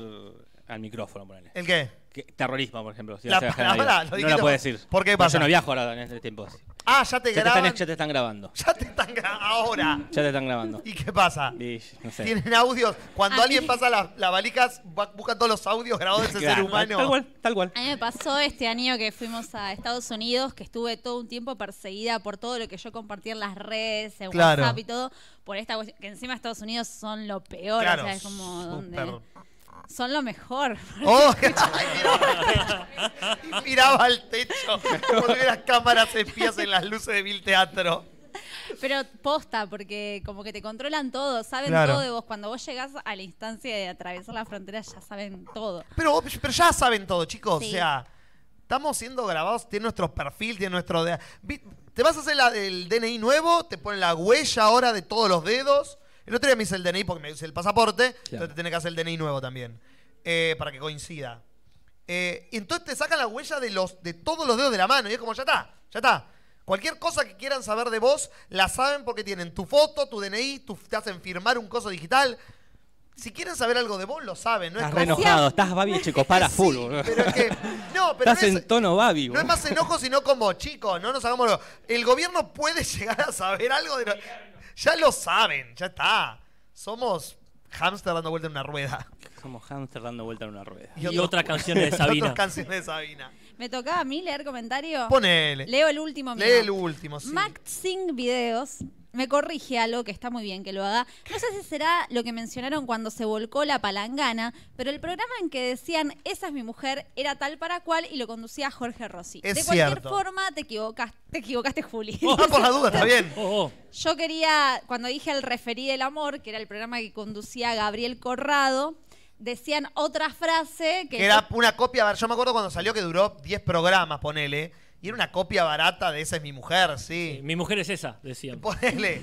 Speaker 4: al micrófono, ponele.
Speaker 1: ¿El qué?
Speaker 4: Que- terrorismo, por ejemplo. si
Speaker 1: La
Speaker 4: vas a viajar
Speaker 1: [LAUGHS]
Speaker 4: en avión.
Speaker 1: palabra, lo
Speaker 4: no la
Speaker 1: dijiste.
Speaker 4: puedes decir.
Speaker 1: ¿Por qué
Speaker 4: No,
Speaker 1: pasa?
Speaker 4: Yo no viajo ahora en este tiempo. Ya
Speaker 1: Ah, ya te
Speaker 4: te, están,
Speaker 1: graban.
Speaker 4: ya te están grabando.
Speaker 1: [LAUGHS] Ya te están gra- ahora.
Speaker 4: Ya te están grabando.
Speaker 1: [LAUGHS] ¿Y qué pasa?
Speaker 4: Y, no sé.
Speaker 1: Tienen audios. Cuando
Speaker 3: A
Speaker 1: alguien
Speaker 3: mí-
Speaker 1: pasa las, las valijas, va- busca todos los audios grabados
Speaker 4: [LAUGHS]
Speaker 1: de ese
Speaker 4: Claro,
Speaker 1: ser
Speaker 4: Tal
Speaker 1: humano.
Speaker 4: cual, tal cual.
Speaker 3: A mí me pasó este año que fuimos a Estados Unidos, que estuve todo un tiempo perseguida por todo lo que yo compartía en las redes, en
Speaker 1: Claro.
Speaker 3: WhatsApp y todo, por esta cuestión, que encima Estados Unidos son lo peor, o
Speaker 1: Claro.
Speaker 3: sea, es como donde-
Speaker 1: súper.
Speaker 3: son lo mejor. [LAUGHS]
Speaker 1: Oh, ay, miraba al techo. Y miraba al techo [LAUGHS] como si hubiera cámaras espías en las luces de Vil Teatro.
Speaker 3: Pero posta, porque como que te controlan todo, saben
Speaker 1: Claro.
Speaker 3: todo de vos. Cuando vos llegás a la instancia de atravesar la frontera, ya saben todo.
Speaker 1: Pero, vos- pero ya saben todo, chicos. O
Speaker 3: Sí.
Speaker 1: sea, estamos siendo grabados, tiene nuestro perfil, tiene nuestro... de- Vi- Te vas a hacer la- el DNI nuevo, te ponen la huella ahora de todos los dedos. El otro día me hice el DNI porque me hice el pasaporte, entonces te tenés que hacer el DNI nuevo también, eh, para que coincida. Eh, y entonces te sacan la huella de, los, de todos los dedos de la mano y es como, ya está, ya está. Cualquier cosa que quieran saber de vos, la saben porque tienen tu foto, tu DNI, tu- te hacen firmar un coso digital. Si quieren saber algo de vos, lo saben. No es
Speaker 4: Estás re
Speaker 1: como-
Speaker 4: enojado, estás babi, chicos, para
Speaker 1: Sí,
Speaker 4: full. boludo.
Speaker 1: pero
Speaker 4: [LAUGHS]
Speaker 1: es que- no, pero
Speaker 4: estás
Speaker 1: no es,
Speaker 4: en tono babi.
Speaker 1: no es
Speaker 4: boludo. [LAUGHS]
Speaker 1: más enojo, sino como, chicos, no nos hagamos lo- El gobierno puede [LAUGHS] llegar a saber algo de... lo- ya lo saben, ya está. Somos hamster dando vuelta en una rueda.
Speaker 4: Como hamster dando vuelta en una rueda.
Speaker 2: Y otras canciones
Speaker 1: [LAUGHS]
Speaker 2: de
Speaker 1: Y
Speaker 2: Sabina.
Speaker 1: otras canciones de Sabina.
Speaker 3: ¿Me tocaba a mí leer comentarios?
Speaker 1: Ponele.
Speaker 3: Leo el último.
Speaker 1: Lee
Speaker 3: mío.
Speaker 1: el último, sí.
Speaker 3: Maxing Videos me corrige algo que está muy bien que lo haga. No sé si será lo que mencionaron cuando se volcó la palangana, pero el programa en que decían Esa es mi mujer era tal para cual y lo conducía Jorge Rossi.
Speaker 1: Es
Speaker 3: de cualquier
Speaker 1: cierto.
Speaker 3: forma, te equivocaste, te equivocaste, Juli.
Speaker 1: No, Ah, por la duda, está bien.
Speaker 2: Oh, oh.
Speaker 3: [LAUGHS] Yo quería, cuando dije El referí del amor, que era el programa que conducía Gabriel Corrado, decían otra frase que
Speaker 1: Que era una copia, bar- yo me acuerdo cuando salió que duró 10 programas, ponele. Y era una copia barata de Esa es mi mujer, sí.
Speaker 2: Mi mujer es esa,
Speaker 1: [LAUGHS]
Speaker 2: decían.
Speaker 1: Ponele.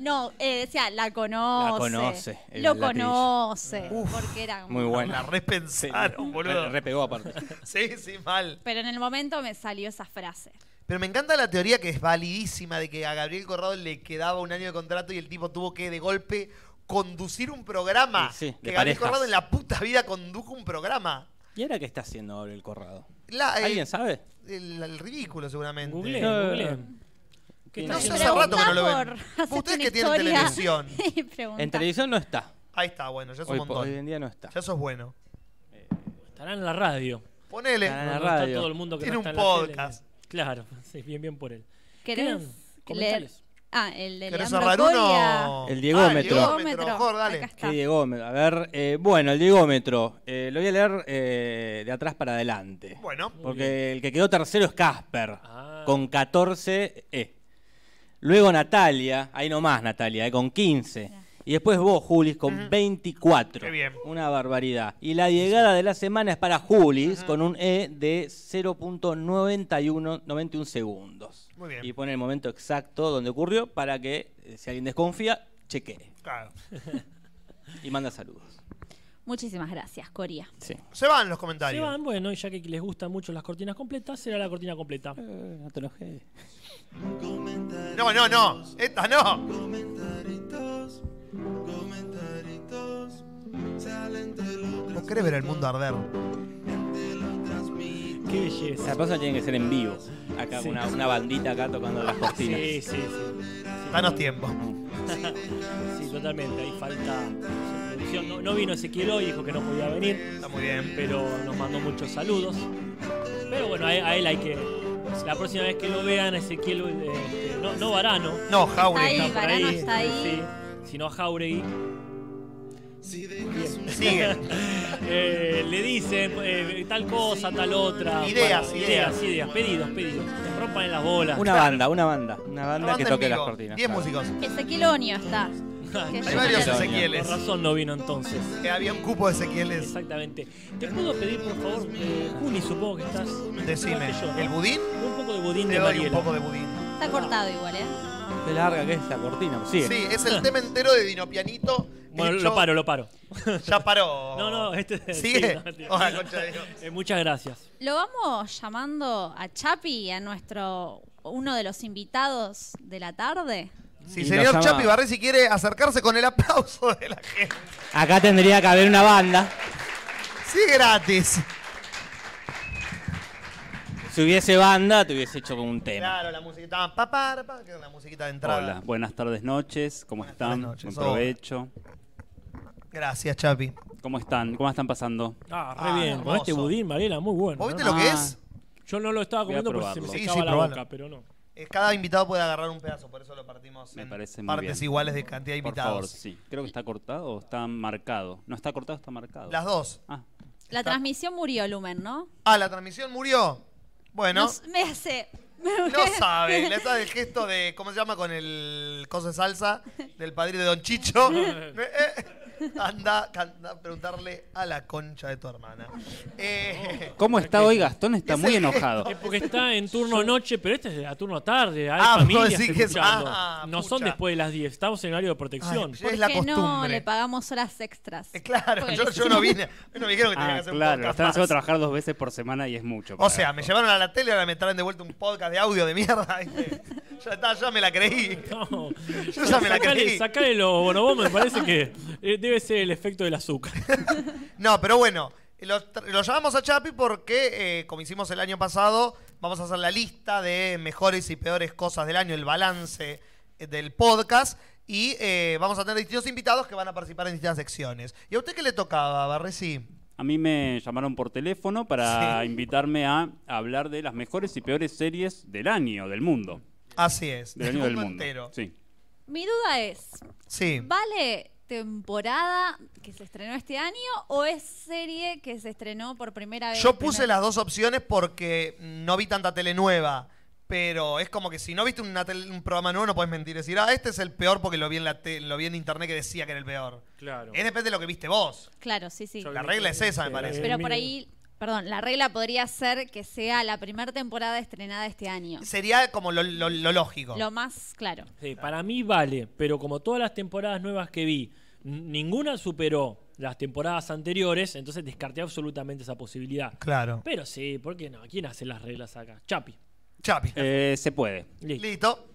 Speaker 3: No, eh, decía, la conoce.
Speaker 4: La conoce, el
Speaker 3: Lo
Speaker 4: latiguillo.
Speaker 3: conoce. porque era como-
Speaker 4: Muy bueno.
Speaker 1: La repensaron, boludo.
Speaker 4: Repegó aparte.
Speaker 1: Sí, sí, mal.
Speaker 3: Pero en el momento me salió esa frase.
Speaker 1: Pero me encanta la teoría que es validísima de que a Gabriel Corrado le quedaba un año de contrato y el tipo tuvo que de golpe conducir un programa.
Speaker 4: Sí, sí, de
Speaker 1: que Gabriel
Speaker 4: parejas.
Speaker 1: Corrado en la puta vida condujo un programa.
Speaker 4: ¿Y ahora qué está haciendo Gabriel Corrado?
Speaker 1: La- eh,
Speaker 4: ¿Alguien sabe?
Speaker 1: El, el ridículo seguramente.
Speaker 2: Google,
Speaker 4: No.
Speaker 2: Google. ¿Qué
Speaker 1: eh, No,
Speaker 2: tal?
Speaker 1: yo
Speaker 3: Y
Speaker 1: hace rato que no lo
Speaker 3: preguntá
Speaker 1: ven.
Speaker 3: por hacerte
Speaker 1: Em, Ustedes
Speaker 3: una
Speaker 1: que tienen
Speaker 3: historia
Speaker 1: televisión.
Speaker 3: [LAUGHS] y preguntá.
Speaker 4: En televisión no está.
Speaker 1: Ahí está, bueno, ya es un
Speaker 4: Hoy, po-
Speaker 1: montón.
Speaker 4: hoy en día no está.
Speaker 1: Ya sos bueno.
Speaker 2: Estará en la radio.
Speaker 1: Ponele.
Speaker 4: Ah,
Speaker 2: No, no
Speaker 4: la
Speaker 2: está
Speaker 4: radio.
Speaker 2: todo el mundo que
Speaker 1: Tiene
Speaker 2: no
Speaker 1: un
Speaker 2: [LAUGHS] está en la tele.
Speaker 1: podcast.
Speaker 2: Claro, sí, bien, bien por él.
Speaker 3: ¿Querés
Speaker 2: Eran
Speaker 3: leer?
Speaker 2: comentarios.
Speaker 3: Ah, el de
Speaker 1: ¿Querés
Speaker 3: Leandro
Speaker 1: cerrar
Speaker 3: Coria.
Speaker 1: uno?
Speaker 4: El diegómetro.
Speaker 1: Ah, el diegómetro, mejor,
Speaker 3: Acá
Speaker 1: dale.
Speaker 3: está.
Speaker 4: ¿Qué diegómetro? A ver, eh, bueno, el diegómetro. eh, lo voy a leer eh, de atrás para adelante.
Speaker 1: Bueno,
Speaker 4: Porque el que quedó tercero es Casper,
Speaker 2: Ah.
Speaker 4: con 14 E. Luego Natalia, ahí nomás Natalia, eh, con 15. Y después vos, Julis, con 24.
Speaker 1: Qué bien.
Speaker 4: Una barbaridad. Y la llegada de la semana es para Julis, con un E de 0.91 segundos.
Speaker 1: Muy bien.
Speaker 4: Y pone el momento exacto donde ocurrió para que, eh, si alguien desconfía, chequee.
Speaker 1: claro.
Speaker 4: Y manda saludos.
Speaker 3: Muchísimas gracias, Coria.
Speaker 4: Sí.
Speaker 1: Se van los
Speaker 2: Se
Speaker 1: comentarios.
Speaker 2: van, bueno, y ya que les gustan mucho las cortinas completas, será la cortina completa.
Speaker 4: Eh, no te enojes.
Speaker 1: No, no, no. Esta no.
Speaker 6: Comentaritos, comentaritos, salen, te lo,
Speaker 1: ¿Vos querés ver el mundo arder?
Speaker 6: te lo transmito.
Speaker 2: Qué belleza.
Speaker 4: La próxima tiene que ser en vivo. Acá,
Speaker 2: Sí.
Speaker 4: una, una bandita acá tocando las cortinas.
Speaker 2: Sí, sí, sí.
Speaker 1: Danos tiempo.
Speaker 2: [LAUGHS] Sí, totalmente. Ahí falta producción. No, no vino Ezequiel hoy, dijo que no podía venir,
Speaker 1: Está muy bien.
Speaker 2: pero nos mandó muchos saludos. Pero bueno, a, a él hay que. pues, La próxima vez que lo vean, a Ezequiel, eh, este, no, no Varano.
Speaker 1: No,
Speaker 2: está
Speaker 1: Jauregui.
Speaker 3: Ahí.
Speaker 2: por
Speaker 3: Varano está ahí.
Speaker 2: sí, sino a Jauregui. [LAUGHS]
Speaker 1: Sigue.
Speaker 2: Eh, le dicen eh, tal cosa, tal otra.
Speaker 1: Ideas,
Speaker 2: Bueno,
Speaker 1: ideas.
Speaker 2: ideas, ideas, pedidos, pedidos. Rompan en las bolas.
Speaker 4: Una banda, una banda. Una banda
Speaker 1: Banda
Speaker 4: que
Speaker 1: en
Speaker 4: toque
Speaker 1: vivo.
Speaker 4: las cortinas.
Speaker 1: Diez
Speaker 4: claro.
Speaker 1: músicos.
Speaker 3: Ezequiel Oño está. Que
Speaker 1: Hay
Speaker 3: yo
Speaker 1: varios
Speaker 3: también.
Speaker 1: Ezequieles.
Speaker 2: Por razón no vino entonces.
Speaker 1: Eh, había un cupo de Ezequieles.
Speaker 2: Exactamente. Te puedo pedir, por favor, eh, Juli, supongo que estás.
Speaker 1: Decime,
Speaker 2: igual que yo, ¿no?
Speaker 1: ¿el budín?
Speaker 2: Un poco de budín
Speaker 1: Te
Speaker 2: de
Speaker 1: doy un
Speaker 2: Mariela.
Speaker 1: poco de budín.
Speaker 3: Está cortado igual, ¿eh?
Speaker 4: Qué larga que es la cortina. pues, Sigue.
Speaker 1: Sí, es el tema entero de Dinopianito.
Speaker 2: Bueno,
Speaker 1: hecho-
Speaker 2: lo paro, lo paro.
Speaker 1: [LAUGHS] Ya paró.
Speaker 2: No,
Speaker 1: [LAUGHS]
Speaker 2: no, este. sí,
Speaker 1: ¿Sigue?
Speaker 2: no, mentira.
Speaker 1: Ojalá, concha de Dios.
Speaker 2: Eh, muchas gracias.
Speaker 3: Lo vamos llamando a Chapi, a nuestro uno de los invitados de la tarde.
Speaker 1: Si
Speaker 4: Y
Speaker 1: señor
Speaker 4: nos llama-
Speaker 1: Chapi Barré, si quiere acercarse con el aplauso de la gente.
Speaker 4: Acá tendría que haber una banda.
Speaker 1: Sí, gratis.
Speaker 4: Si hubiese banda, te hubiese hecho un tema.
Speaker 1: Claro, la musiquita. ah, Pa, pa, ra, pa, que es la musiquita de entrada.
Speaker 7: Hola, buenas tardes, noches, ¿cómo
Speaker 1: Buenas
Speaker 7: están?
Speaker 1: tardes, noches.
Speaker 7: Buen
Speaker 1: Hola.
Speaker 7: provecho.
Speaker 1: Gracias, Chapi.
Speaker 7: ¿Cómo están? ¿Cómo están pasando?
Speaker 2: Ah, re
Speaker 1: Ah,
Speaker 2: bien. Con
Speaker 1: hermoso.
Speaker 2: este budín, Mariela, muy bueno.
Speaker 1: ¿Vos viste
Speaker 2: ¿no?
Speaker 1: lo que
Speaker 7: Ah.
Speaker 1: es?
Speaker 2: Yo no lo estaba
Speaker 7: Voy a
Speaker 2: comiendo porque se me
Speaker 7: probarlo.
Speaker 1: Sí,
Speaker 2: secaba
Speaker 1: sí,
Speaker 2: la
Speaker 1: probalo.
Speaker 2: boca, pero no.
Speaker 1: Eh, Cada invitado puede agarrar un pedazo, por eso lo partimos
Speaker 7: Me
Speaker 1: en
Speaker 7: parece muy
Speaker 1: partes
Speaker 7: bien.
Speaker 1: iguales de cantidad de
Speaker 7: Por favor,
Speaker 1: invitados.
Speaker 7: sí. Creo que está cortado o está marcado. No está cortado, está marcado.
Speaker 1: Las dos.
Speaker 7: Ah,
Speaker 3: La
Speaker 1: Está-
Speaker 3: transmisión murió, Lumen, ¿no?
Speaker 1: Ah, la transmisión murió. Bueno,
Speaker 3: Nos- me hace.
Speaker 1: no sabe. Le está el gesto de, ¿cómo se llama? Con el coso de salsa del padrino de Don Chicho. Eh, eh. Anda, anda a preguntarle a la concha de tu hermana. Eh,
Speaker 7: ¿Cómo está hoy Gastón? Está
Speaker 1: Es
Speaker 7: muy
Speaker 1: el-
Speaker 7: enojado. Ah,
Speaker 2: Es porque está en
Speaker 1: [LAUGHS]
Speaker 2: turno noche, pero este es a turno tarde. Hay
Speaker 1: Ah, [LAUGHS] vos
Speaker 2: familias
Speaker 1: decís que es-
Speaker 2: escuchando.
Speaker 1: ah,
Speaker 2: no son
Speaker 1: pucha.
Speaker 2: después de las 10. Estamos en horario de protección.
Speaker 1: Ay,
Speaker 3: Porque
Speaker 1: es la
Speaker 3: no
Speaker 1: costumbre.
Speaker 3: le pagamos horas extras.
Speaker 1: Eh, claro,
Speaker 3: Porque
Speaker 1: yo,
Speaker 3: le-
Speaker 1: yo no vine. [LAUGHS] No me dijeron que tenía que
Speaker 7: Ah,
Speaker 1: hacer
Speaker 7: claro,
Speaker 1: un
Speaker 7: lo
Speaker 1: podcast
Speaker 7: están haciendo
Speaker 1: más.
Speaker 7: trabajar dos veces por semana y es mucho.
Speaker 1: O
Speaker 7: para
Speaker 1: sea, me
Speaker 7: Gastón.
Speaker 1: llevaron a la tele, ahora me traen de vuelta un podcast de audio de mierda. [LAUGHS] ¿viste? ya está, ya me la creí.
Speaker 2: No.
Speaker 1: Yo ya me la
Speaker 2: Sacale-
Speaker 1: creí.
Speaker 2: sacale lo bonobón, me parece que eh, debe ser el efecto del azúcar.
Speaker 1: No, pero bueno, lo, tra- lo llamamos a Chapi porque, eh, como hicimos el año pasado, vamos a hacer la lista de mejores y peores cosas del año, el balance eh, del podcast. Y eh, vamos a tener distintos invitados que van a participar en distintas secciones. ¿Y a usted qué le tocaba, Barresi?
Speaker 7: A mí me llamaron por teléfono para
Speaker 1: Sí.
Speaker 7: invitarme a hablar de las mejores y peores series del año, del mundo.
Speaker 1: Así es.
Speaker 7: Del año del mundo.
Speaker 1: entero. Sí.
Speaker 7: Sí.
Speaker 3: [LAUGHS] Mi duda es: ¿vale temporada que se estrenó este año o es serie que se estrenó por primera vez?
Speaker 1: Yo puse
Speaker 3: Primera-
Speaker 1: las dos opciones porque no vi tanta tele nueva. Pero es como que si no viste una tele- un programa nuevo no puedes mentir. Decir, ah, este es el peor porque lo vi en, la te- lo vi en internet que decía que era el peor.
Speaker 2: Claro.
Speaker 1: Es depende de lo que viste vos.
Speaker 3: Claro, sí, sí.
Speaker 1: La regla es esa, me parece.
Speaker 3: Pero por ahí, perdón, la regla podría ser que sea la primera temporada estrenada este año.
Speaker 1: Sería como lo, lo- lo lógico.
Speaker 3: Lo más claro.
Speaker 2: Sí, para mí vale, pero como todas las temporadas nuevas que vi, n- ninguna superó las temporadas anteriores, entonces descarté absolutamente esa posibilidad.
Speaker 1: Claro.
Speaker 2: Pero sí, ¿por qué no? ¿Quién hace las reglas acá? Chapi.
Speaker 1: Chapi.
Speaker 7: Eh, se puede.
Speaker 2: Listo.
Speaker 1: Listo.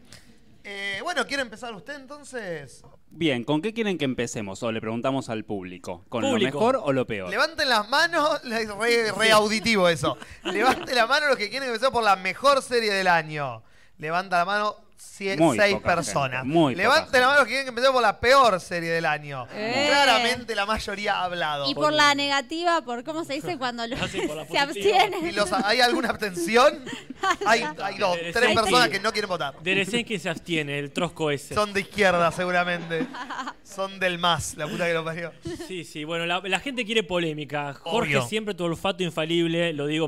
Speaker 1: Eh, bueno, ¿quiere empezar usted entonces?
Speaker 7: Bien, ¿con qué quieren que empecemos? O le preguntamos al público. ¿Con lo
Speaker 2: Público.
Speaker 7: mejor o lo peor?
Speaker 1: Levanten las manos. [LAUGHS] le- Re, re auditivo
Speaker 7: [LAUGHS]
Speaker 1: eso. Levanten la mano los que quieren empezar por la mejor serie del año. Levanta la mano sie-
Speaker 7: Muy
Speaker 1: seis
Speaker 7: poca
Speaker 1: personas.
Speaker 7: gente, muy poca
Speaker 1: Levanten la
Speaker 7: gente.
Speaker 1: mano los que quieren que empecemos por la peor serie del año.
Speaker 3: Eh.
Speaker 1: Claramente la mayoría ha hablado.
Speaker 3: Y por la negativa, por cómo se dice cuando lo-
Speaker 2: [LAUGHS] Ah, sí, por
Speaker 3: [LAUGHS]
Speaker 2: la
Speaker 3: se
Speaker 2: positiva.
Speaker 1: ¿Y
Speaker 3: abstienen.
Speaker 1: los- ¿Hay
Speaker 3: [LAUGHS]
Speaker 1: alguna abstención? hay, hay dos, tres
Speaker 2: Eh, Sí.
Speaker 1: personas que no quieren votar.
Speaker 2: Deresenki se abstiene, el trosco ese.
Speaker 1: Son de izquierda,
Speaker 3: [LAUGHS]
Speaker 1: seguramente. Son del MAS, la puta que lo parió.
Speaker 2: Sí, sí, bueno, la, la gente quiere polémica. Jorge
Speaker 1: Obvio.
Speaker 2: siempre tu olfato infalible, lo digo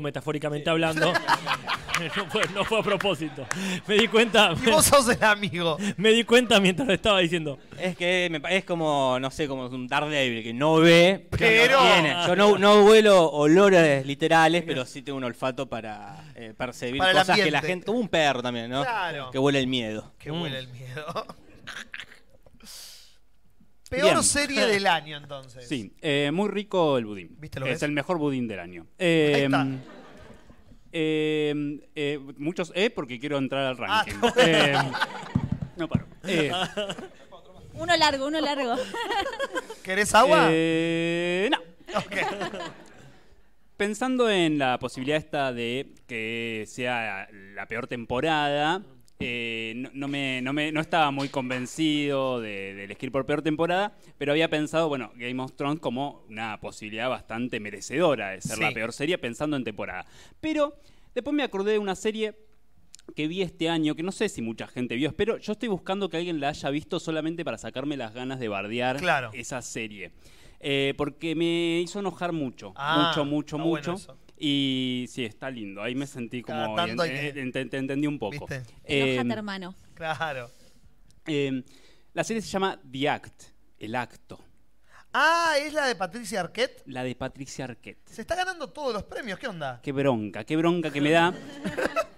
Speaker 1: [LAUGHS]
Speaker 2: metafóricamente hablando. [LAUGHS] no, fue, no fue a propósito. Me di cuenta,
Speaker 1: Y vos sos el amigo.
Speaker 2: me di cuenta mientras lo estaba diciendo.
Speaker 4: Es que me pa- es como, no sé, como un Daredevil que no ve,
Speaker 1: Pero-
Speaker 4: pero no tiene. Yo no, no vuelo olores literales, pero sí tengo un olfato para eh, percibir
Speaker 1: Para el
Speaker 4: cosas que la
Speaker 1: ambiente.
Speaker 4: gente. Hubo un perro también, ¿no?
Speaker 1: Claro.
Speaker 4: Que huele el miedo.
Speaker 1: Que
Speaker 4: Mm.
Speaker 1: huele el miedo. [LAUGHS] Peor
Speaker 4: Bien.
Speaker 2: [LAUGHS]
Speaker 1: serie del año, entonces.
Speaker 7: Sí, eh, muy rico el budín.
Speaker 1: ¿Viste lo que
Speaker 7: es
Speaker 1: es?
Speaker 7: el mejor budín del año.
Speaker 1: Ahí está.
Speaker 7: Em, em, eh, muchos E porque quiero entrar al
Speaker 1: Ah,
Speaker 7: ranking.
Speaker 1: está
Speaker 7: Em, no paro.
Speaker 1: [LAUGHS]
Speaker 7: Eh,
Speaker 3: Uno largo, uno largo.
Speaker 1: ¿Querés agua?
Speaker 7: eh, no.
Speaker 1: Ok.
Speaker 7: [LAUGHS] Pensando en la posibilidad esta de que sea la peor temporada, eh, no, no me, no, me- no estaba muy convencido de, de elegir por peor temporada, pero había pensado, bueno, Game of Thrones como una posibilidad bastante merecedora de ser la
Speaker 1: Sí.
Speaker 7: peor serie pensando en temporada. Pero después me acordé de una serie que vi este año, que no sé si mucha gente vio, espero, yo estoy buscando que alguien la haya visto solamente para sacarme las ganas de bardear
Speaker 1: Claro.
Speaker 7: esa serie. Eh, porque me hizo enojar mucho,
Speaker 1: Ah,
Speaker 7: mucho, mucho,
Speaker 1: está bueno
Speaker 7: mucho.
Speaker 1: eso.
Speaker 7: y sí, está lindo, ahí me sentí
Speaker 1: Cada
Speaker 7: como...
Speaker 1: tanto hay
Speaker 7: eh,
Speaker 1: que-
Speaker 7: eh, te- te entendí un poco.
Speaker 1: ¿Viste?
Speaker 7: Eh,
Speaker 3: Enojate, hermano.
Speaker 1: Claro.
Speaker 7: eh, la serie se llama The Act, el acto,
Speaker 1: Ah, es la de Patricia Arquette.
Speaker 7: la de Patricia Arquette.
Speaker 1: Se está ganando todos los premios, ¿qué onda?
Speaker 7: Qué bronca, qué bronca que
Speaker 1: [LAUGHS]
Speaker 7: me da.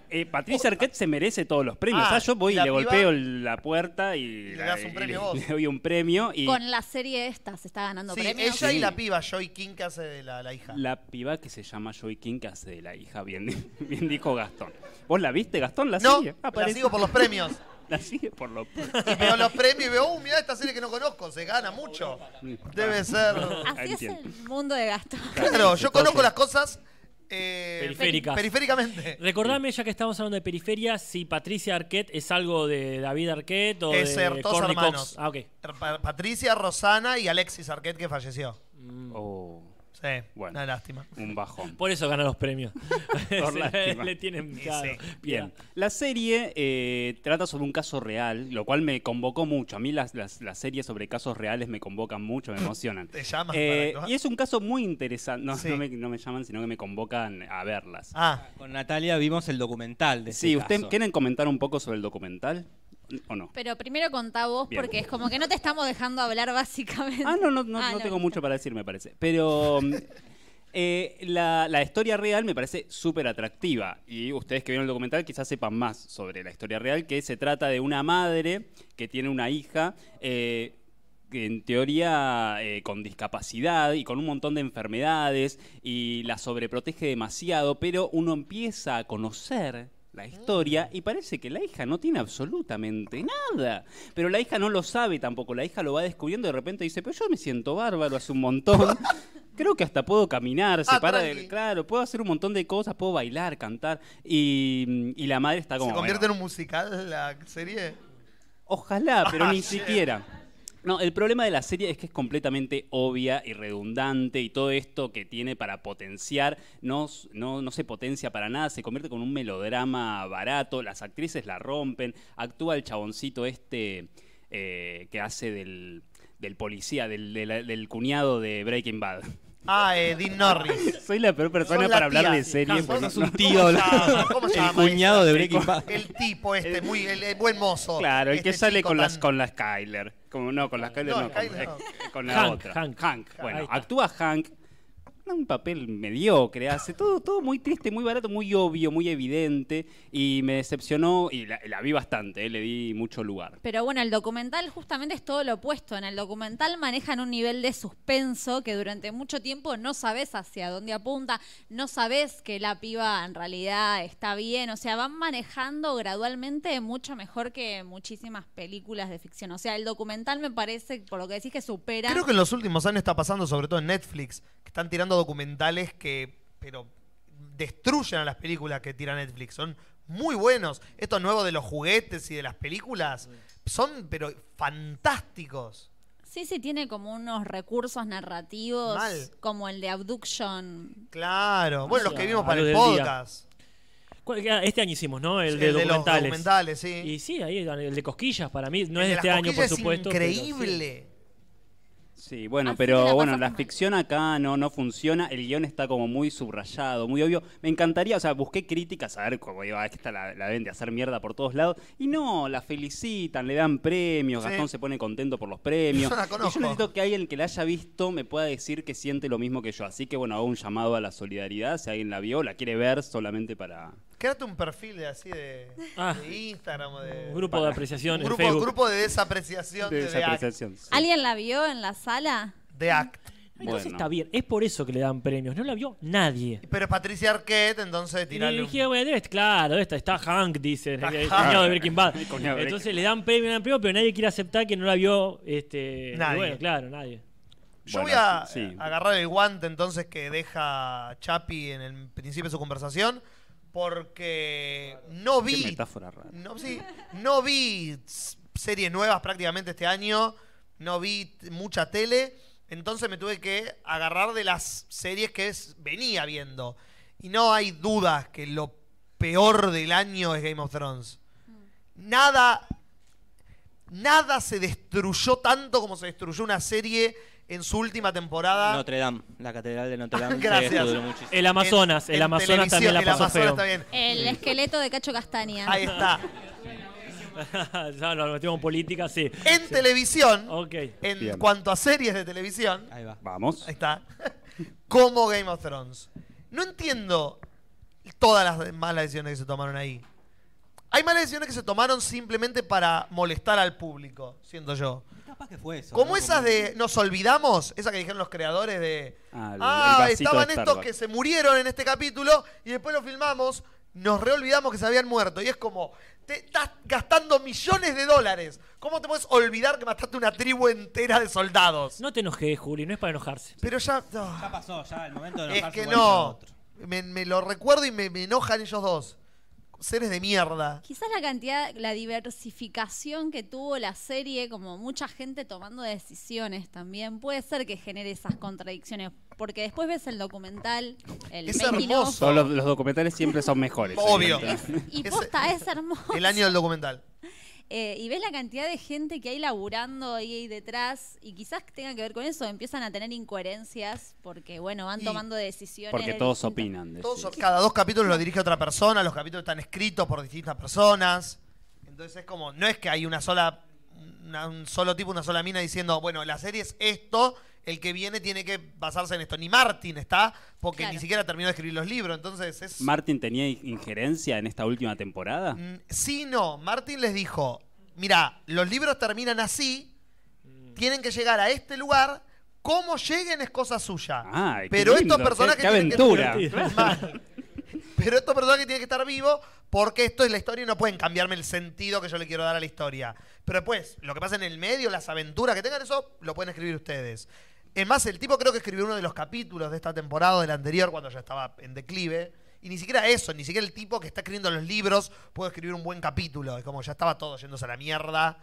Speaker 7: Eh, Patricia Arquette se merece todos los premios.
Speaker 1: Ah,
Speaker 7: o sea, yo
Speaker 1: ¿y
Speaker 7: voy y
Speaker 1: la
Speaker 7: le
Speaker 1: piba?
Speaker 7: golpeo la puerta y
Speaker 1: Le
Speaker 7: la-
Speaker 1: das un
Speaker 7: y
Speaker 1: premio
Speaker 7: [LAUGHS] le-
Speaker 1: vos.
Speaker 7: le doy un premio y
Speaker 3: Con la serie esta se está ganando
Speaker 1: sí,
Speaker 3: premios.
Speaker 1: ella y
Speaker 7: Sí.
Speaker 1: la piba, Joy King, que hace de la, la hija.
Speaker 7: la piba que se llama Joy King que hace de la hija, bien, [LAUGHS] bien dijo Gastón. ¿Vos la viste, Gastón? ¿La
Speaker 1: no,
Speaker 7: sigue? Ah,
Speaker 1: la
Speaker 7: parece-
Speaker 1: sigo por los premios.
Speaker 7: [LAUGHS] La sigue por lo...
Speaker 1: Y veo los premios y veo, uh, mirá esta serie que no conozco, se gana mucho. Debe ser.
Speaker 3: Así es
Speaker 7: Entiendo.
Speaker 3: el mundo de Gastón.
Speaker 1: Claro, yo
Speaker 7: Entonces-
Speaker 1: conozco las cosas. eh,
Speaker 2: Periféricas.
Speaker 1: Periféricamente.
Speaker 2: Recordame, ya que estamos hablando de periferia, si Patricia Arquette es algo de David Arquette o
Speaker 1: Es
Speaker 2: de
Speaker 1: ser dos
Speaker 2: Courtney Cox.
Speaker 1: hermanos.
Speaker 2: Ah, ok.
Speaker 1: Pa- Patricia, Rosana y Alexis Arquette que falleció.
Speaker 7: Oh,
Speaker 1: Sí,
Speaker 7: Bueno.
Speaker 1: una lástima.
Speaker 7: un
Speaker 1: [LAUGHS]
Speaker 7: bajón.
Speaker 2: Ah, Por eso gana los premios. Se-
Speaker 7: lástima.
Speaker 2: le tienen claro.
Speaker 7: Bien, la serie eh, trata sobre un caso real, lo cual me convocó mucho. A mí las, las, las series sobre casos reales me convocan mucho, me
Speaker 1: [LAUGHS]
Speaker 7: emocionan.
Speaker 1: Te llaman
Speaker 7: Eh,
Speaker 1: para actuar.
Speaker 7: y es un caso muy interesante. No,
Speaker 1: Sí.
Speaker 7: no me, no me llaman, sino que me convocan a verlas.
Speaker 1: Ah,
Speaker 4: Con Natalia vimos el documental de
Speaker 7: sí,
Speaker 4: este
Speaker 7: ¿usted
Speaker 4: caso.
Speaker 7: quieren comentar un poco sobre el documental? ¿O no?
Speaker 3: Pero primero contá vos,
Speaker 7: Bien.
Speaker 3: porque es como que no te estamos dejando hablar básicamente.
Speaker 7: Ah, no, no, no,
Speaker 3: Ah, no,
Speaker 7: no tengo
Speaker 3: listo.
Speaker 7: mucho para decir, me parece. Pero mm, [LAUGHS] eh, la, la historia real me parece súper atractiva. Y ustedes que vieron el documental quizás sepan más sobre la historia real, que se trata de una madre que tiene una hija. eh, que en teoría eh, con discapacidad y con un montón de enfermedades y la sobreprotege demasiado, pero uno empieza a conocer la historia y parece que la hija no tiene absolutamente nada. Pero la hija no lo sabe tampoco, la hija lo va descubriendo y de repente dice, pero yo me siento bárbaro hace un montón. [LAUGHS] Creo que hasta puedo caminar, se
Speaker 1: Ah,
Speaker 7: para
Speaker 1: tranqui.
Speaker 7: de- Claro, puedo hacer un montón de cosas, puedo bailar, cantar. Y, y la madre está como...
Speaker 1: ¿se convierte
Speaker 7: bueno,
Speaker 1: en un musical la serie?
Speaker 7: Ojalá, [LAUGHS] pero
Speaker 1: Ah,
Speaker 7: ni
Speaker 1: shit.
Speaker 7: siquiera. No, el problema de la serie es que es completamente obvia y redundante y todo esto que tiene para potenciar no, s- no, no se potencia para nada, se convierte con un melodrama barato, las actrices la rompen, actúa el chaboncito este eh, que hace del, del policía, del, del- del cuñado de Breaking Bad.
Speaker 1: Ah, eh, Dean Norris.
Speaker 7: Soy la peor persona
Speaker 1: Sos la
Speaker 7: para hablar
Speaker 1: tía.
Speaker 7: de series.
Speaker 1: Sos-
Speaker 7: porque
Speaker 1: sos
Speaker 7: no-
Speaker 1: un
Speaker 7: no-
Speaker 4: tío, ¿no?
Speaker 1: ¿Cómo
Speaker 7: [LAUGHS]
Speaker 1: llama? ¿Cómo
Speaker 4: El
Speaker 1: se llama
Speaker 4: cuñado
Speaker 1: esa?
Speaker 4: de Breaking Bad.
Speaker 1: El tipo este, muy, el, el buen mozo.
Speaker 7: Claro, el
Speaker 1: Este
Speaker 7: que sale
Speaker 1: chico
Speaker 7: con las
Speaker 1: tan-
Speaker 7: con las Skyler. Como no, con las Skyler
Speaker 1: No,
Speaker 7: no,
Speaker 1: Skyler
Speaker 7: con, eh,
Speaker 1: no.
Speaker 7: con la
Speaker 2: Hank,
Speaker 7: otra.
Speaker 2: Hank. Ahí
Speaker 7: Bueno,
Speaker 2: está.
Speaker 7: actúa Hank. Un papel mediocre, hace todo, todo muy triste, muy barato, muy obvio, muy evidente. Y me decepcionó y la, la vi bastante, eh, le di mucho lugar.
Speaker 3: Pero bueno, el documental justamente es todo lo opuesto. En el documental manejan un nivel de suspenso que durante mucho tiempo no sabes hacia dónde apunta, no sabes que la piba en realidad está bien. O sea, van manejando gradualmente mucho mejor que muchísimas películas de ficción. O sea, el documental me parece, por lo que decís, que supera.
Speaker 1: Creo que en los últimos años está pasando, sobre todo en Netflix, que están tirando documentales que, pero destruyen a las películas que tira Netflix. Son muy buenos. Estos nuevos de los juguetes y de las películas son, pero fantásticos.
Speaker 3: Sí, sí, tiene como unos recursos narrativos,
Speaker 1: Mal.
Speaker 3: como el de Abduction.
Speaker 1: Claro. Bueno, los
Speaker 2: Sí,
Speaker 1: que vimos
Speaker 2: a
Speaker 1: para
Speaker 2: luz
Speaker 1: el
Speaker 2: Ah, del día.
Speaker 1: podcast.
Speaker 2: ¿Cuál- ah, Este año hicimos, ¿no? El
Speaker 1: El
Speaker 2: de
Speaker 1: de los
Speaker 2: documentales.
Speaker 1: documentales, sí.
Speaker 2: Y sí, ahí el de cosquillas para mí. No
Speaker 1: El
Speaker 2: es de
Speaker 1: las
Speaker 2: este año, por
Speaker 1: cosquillas es
Speaker 2: supuesto. pero sí.
Speaker 1: Increíble.
Speaker 7: Sí, bueno,
Speaker 3: Así que
Speaker 7: pero
Speaker 3: la
Speaker 7: bueno,
Speaker 3: pasamos
Speaker 7: la
Speaker 3: mal.
Speaker 7: ficción acá no, no funciona, el guión está como muy subrayado, muy obvio. Me encantaría, o sea, busqué críticas a ver cómo iba, esta la, la deben de hacer mierda por todos lados. Y no, la felicitan, le dan premios,
Speaker 1: Sí.
Speaker 7: Gastón se pone contento por los premios.
Speaker 1: [LAUGHS] Yo la
Speaker 7: Y
Speaker 1: conozco.
Speaker 7: necesito que alguien que la haya visto me pueda decir que siente lo mismo que yo. Así que bueno, hago un llamado a la solidaridad, si alguien la vio, la quiere ver solamente para...
Speaker 1: Créate un perfil de así de,
Speaker 2: Ah.
Speaker 1: de Instagram o de.
Speaker 2: Un grupo de apreciación
Speaker 1: un
Speaker 2: en
Speaker 1: grupo,
Speaker 2: Facebook.
Speaker 1: grupo de desapreciación de,
Speaker 7: de
Speaker 1: de, act,
Speaker 7: desapreciación. sí.
Speaker 3: ¿Alguien la vio en la sala?
Speaker 1: de act.
Speaker 2: Entonces
Speaker 7: Bueno.
Speaker 2: está bien. Es por eso que le dan premios. No la vio nadie.
Speaker 1: Pero es Patricia Arquette, entonces
Speaker 2: Y
Speaker 1: tirarle
Speaker 2: dije, bueno, debe estar- este-". claro, esta está Hank, dicen,
Speaker 1: Está
Speaker 2: el, el
Speaker 1: Hank.
Speaker 2: cuñado de Breaking Bad.
Speaker 7: El cuñado de Breaking
Speaker 2: Entonces le dan premio, le dan premio, pero nadie quiere aceptar que no la vio. Este, y
Speaker 1: Nadie.
Speaker 2: Bueno, claro, nadie.
Speaker 1: Yo
Speaker 7: Bueno,
Speaker 1: voy a
Speaker 7: sí.
Speaker 1: eh, agarrar el guante entonces que deja Chapi en el principio de su conversación, porque no
Speaker 7: Qué
Speaker 1: vi,
Speaker 7: metáfora rara.
Speaker 1: no, sí, no vi s- series nuevas prácticamente este año, no vi t- mucha tele, entonces me tuve que agarrar de las series que es- venía viendo. Y no hay dudas que lo peor del año es Game of Thrones. Nada nada se destruyó tanto como se destruyó una serie en su última temporada.
Speaker 4: Ah. Notre Dame, la catedral de Notre
Speaker 1: [LAUGHS]
Speaker 4: Dame.
Speaker 1: Gracias.
Speaker 4: que duró muchísimo.
Speaker 2: El Amazonas,
Speaker 1: En-
Speaker 2: el
Speaker 1: en
Speaker 2: Amazonas también la
Speaker 1: televisión,
Speaker 2: pasó
Speaker 1: El
Speaker 2: feo.
Speaker 1: Amazonas también.
Speaker 3: El esqueleto de Cacho Castaña.
Speaker 1: Ahí está.
Speaker 2: [LAUGHS] ya nos metimos en política, sí.
Speaker 1: En televisión,
Speaker 2: Ok.
Speaker 1: en
Speaker 7: Bien.
Speaker 1: cuanto a series de televisión,
Speaker 4: Ahí va.
Speaker 7: Vamos.
Speaker 1: ahí está, [LAUGHS] como Game of Thrones. No entiendo todas las malas decisiones que se tomaron ahí. Hay malas decisiones que se tomaron simplemente para molestar al público, siento yo.
Speaker 4: Capaz que fue eso.
Speaker 1: Como
Speaker 4: ¿no?
Speaker 1: esas de nos olvidamos, esas que dijeron los creadores de.
Speaker 7: Ah, el- el
Speaker 1: Ah,
Speaker 7: vasito
Speaker 1: estaban
Speaker 7: de
Speaker 1: estos
Speaker 7: Starbucks".
Speaker 1: que se murieron en este capítulo y después lo filmamos, nos reolvidamos que se habían muerto. Y es como, te estás gastando millones de dólares. ¿Cómo te puedes olvidar que mataste una tribu entera de soldados?
Speaker 2: No te enojes, Juli, no es para enojarse.
Speaker 1: Pero ya. ah,
Speaker 4: Ya pasó, ya el momento de
Speaker 1: es
Speaker 4: enojarse
Speaker 1: que
Speaker 4: igual para
Speaker 1: no.
Speaker 4: otro.
Speaker 1: Me, me lo recuerdo y me, me enojan ellos dos. Seres de mierda.
Speaker 3: Quizás la cantidad, la diversificación que tuvo la serie, como mucha gente tomando decisiones también, puede ser que genere esas contradicciones. Porque después ves el documental, el
Speaker 1: Es
Speaker 3: making of,
Speaker 1: hermoso.
Speaker 7: Todos los, los documentales siempre son mejores.
Speaker 1: Obvio.
Speaker 7: evidentemente.
Speaker 3: y
Speaker 1: Es-
Speaker 3: posta, es hermoso.
Speaker 1: El año del documental.
Speaker 3: Eh, y ves la cantidad de gente que hay laburando ahí, ahí detrás, y quizás tenga que ver con eso, empiezan a tener incoherencias, porque bueno, van
Speaker 1: Y-
Speaker 3: tomando decisiones.
Speaker 7: Porque todos
Speaker 3: distintas.
Speaker 7: opinan. de
Speaker 1: Todos-
Speaker 7: sí.
Speaker 1: cada dos capítulos lo dirige otra persona, los capítulos están escritos por distintas personas. Entonces es como, no es que hay una sola, una- un solo tipo, una sola mina diciendo, bueno, la serie es esto, el que viene tiene que basarse en esto. Ni Martin está, porque
Speaker 3: Claro.
Speaker 1: ni siquiera terminó de escribir los libros. Entonces es.
Speaker 7: ¿Martin tenía injerencia en esta última temporada?
Speaker 1: Mm, Sí, no. Martin les dijo, mira, los libros terminan así, tienen que llegar a este lugar, cómo lleguen es cosa suya.
Speaker 7: Ay, Ah, qué
Speaker 1: Pero
Speaker 7: lindo,
Speaker 1: estos personajes
Speaker 7: qué- qué
Speaker 1: tienen que-
Speaker 7: aventura.
Speaker 1: Mal. Pero estos personajes tienen que estar vivos porque esto es la historia y no pueden cambiarme el sentido que yo le quiero dar a la historia. Pero después, lo que pasa en el medio, las aventuras que tengan, eso lo pueden escribir ustedes. Es más, el tipo creo que escribió uno de los capítulos de esta temporada o del anterior cuando ya estaba en declive. Y ni siquiera eso, ni siquiera el tipo que está escribiendo los libros puede escribir un buen capítulo. Es como ya estaba todo yéndose a la mierda.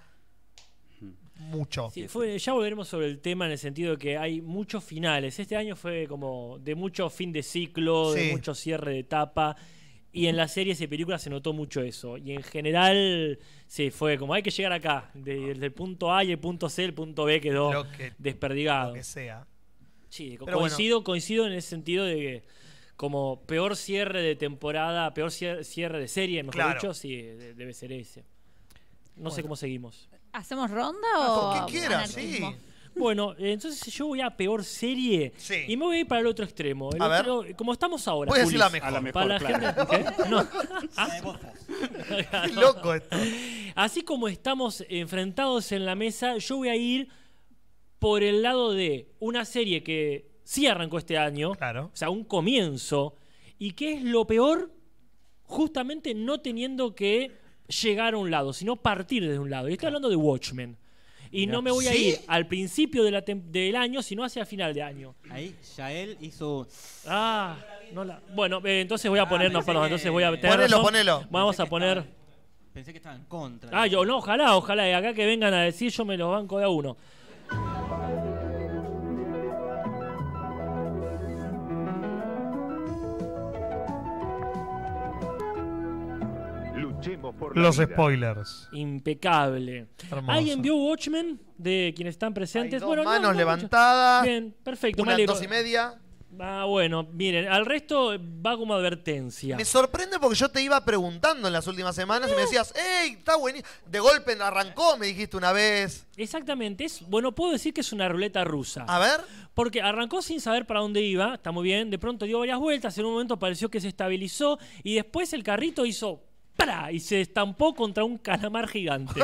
Speaker 1: Mucho.
Speaker 2: Sí, fue- ya volveremos sobre el tema en el sentido de que hay muchos finales. Este año fue como de mucho fin de ciclo,
Speaker 1: Sí.
Speaker 2: de mucho cierre de etapa. Y en las series y películas se notó mucho eso. Y en general, sí, fue como hay que llegar acá. de- Desde el punto A y el punto C, el punto B quedó
Speaker 1: Lo que-
Speaker 2: desperdigado.
Speaker 1: Lo que sea.
Speaker 2: Sí, co-
Speaker 1: Pero bueno.
Speaker 2: coincido, coincido en el sentido de que como peor cierre de temporada, peor cier- cierre de serie, mejor
Speaker 1: Claro.
Speaker 2: dicho, sí, de- debe ser ese. No sé cómo seguimos.
Speaker 3: ¿Hacemos ronda o.?
Speaker 1: Lo que quieras,
Speaker 3: anarquismo?
Speaker 1: Ah, sí.
Speaker 2: Bueno, eh, entonces yo voy a peor serie
Speaker 1: Sí.
Speaker 2: y me voy a ir para el otro extremo. El
Speaker 1: A ver.
Speaker 2: otro- como estamos ahora.
Speaker 1: Voy a decir
Speaker 2: Julis,
Speaker 1: la mejor. Ah.
Speaker 7: A la mejor,
Speaker 2: para la
Speaker 7: claro.
Speaker 2: gente-
Speaker 1: [LAUGHS]
Speaker 2: ¿Qué? No.
Speaker 4: La de Bozas.
Speaker 1: Qué loco esto.
Speaker 2: Así como estamos enfrentados en la mesa, yo voy a ir por el lado de una serie que sí arrancó este año,
Speaker 1: Claro.
Speaker 2: o sea, un comienzo, y que es lo peor justamente no teniendo que llegar a un lado, sino partir desde un lado. Y estoy hablando de Watchmen. Y no me voy a ir al principio de la tem- del año, sino hacia final de año.
Speaker 4: Ahí, Yael hizo.
Speaker 2: Ah, no la- Bueno, eh, entonces voy a ponernos,
Speaker 4: pensé
Speaker 2: perdón,
Speaker 4: que-
Speaker 2: entonces voy a tener
Speaker 1: Ponelo,
Speaker 2: razón.
Speaker 1: ponelo.
Speaker 2: Vamos
Speaker 4: Pensé
Speaker 2: a
Speaker 4: que
Speaker 2: poner.
Speaker 4: estaba- Pensé que estaba en contra.
Speaker 2: Ah, yo no, ojalá, ojalá, de acá que vengan a decir yo me los banco de a uno.
Speaker 8: Luchemos por la
Speaker 1: Los
Speaker 8: vida.
Speaker 1: spoilers.
Speaker 2: Impecable.
Speaker 1: Hermoso.
Speaker 2: ¿Alguien vio Watchmen de quienes están presentes?
Speaker 1: Hay dos
Speaker 2: bueno, no,
Speaker 1: manos
Speaker 2: no mucho.
Speaker 1: levantadas.
Speaker 2: Bien, perfecto. me
Speaker 1: Una
Speaker 2: alegro.
Speaker 1: dos y media.
Speaker 2: Ah, bueno, miren, al resto eh, va como advertencia.
Speaker 1: Me sorprende porque yo te iba preguntando en las últimas semanas y me decías, ¡Ey, está buenísimo! De golpe arrancó, me dijiste una vez.
Speaker 2: Exactamente, es, bueno, puedo decir que es una ruleta rusa.
Speaker 1: A ver,
Speaker 2: Porque arrancó sin saber para dónde iba, está muy bien, de pronto dio varias vueltas, en un momento pareció que se estabilizó y después el carrito hizo ¡para! y se estampó contra un
Speaker 1: [LAUGHS]
Speaker 2: calamar gigante.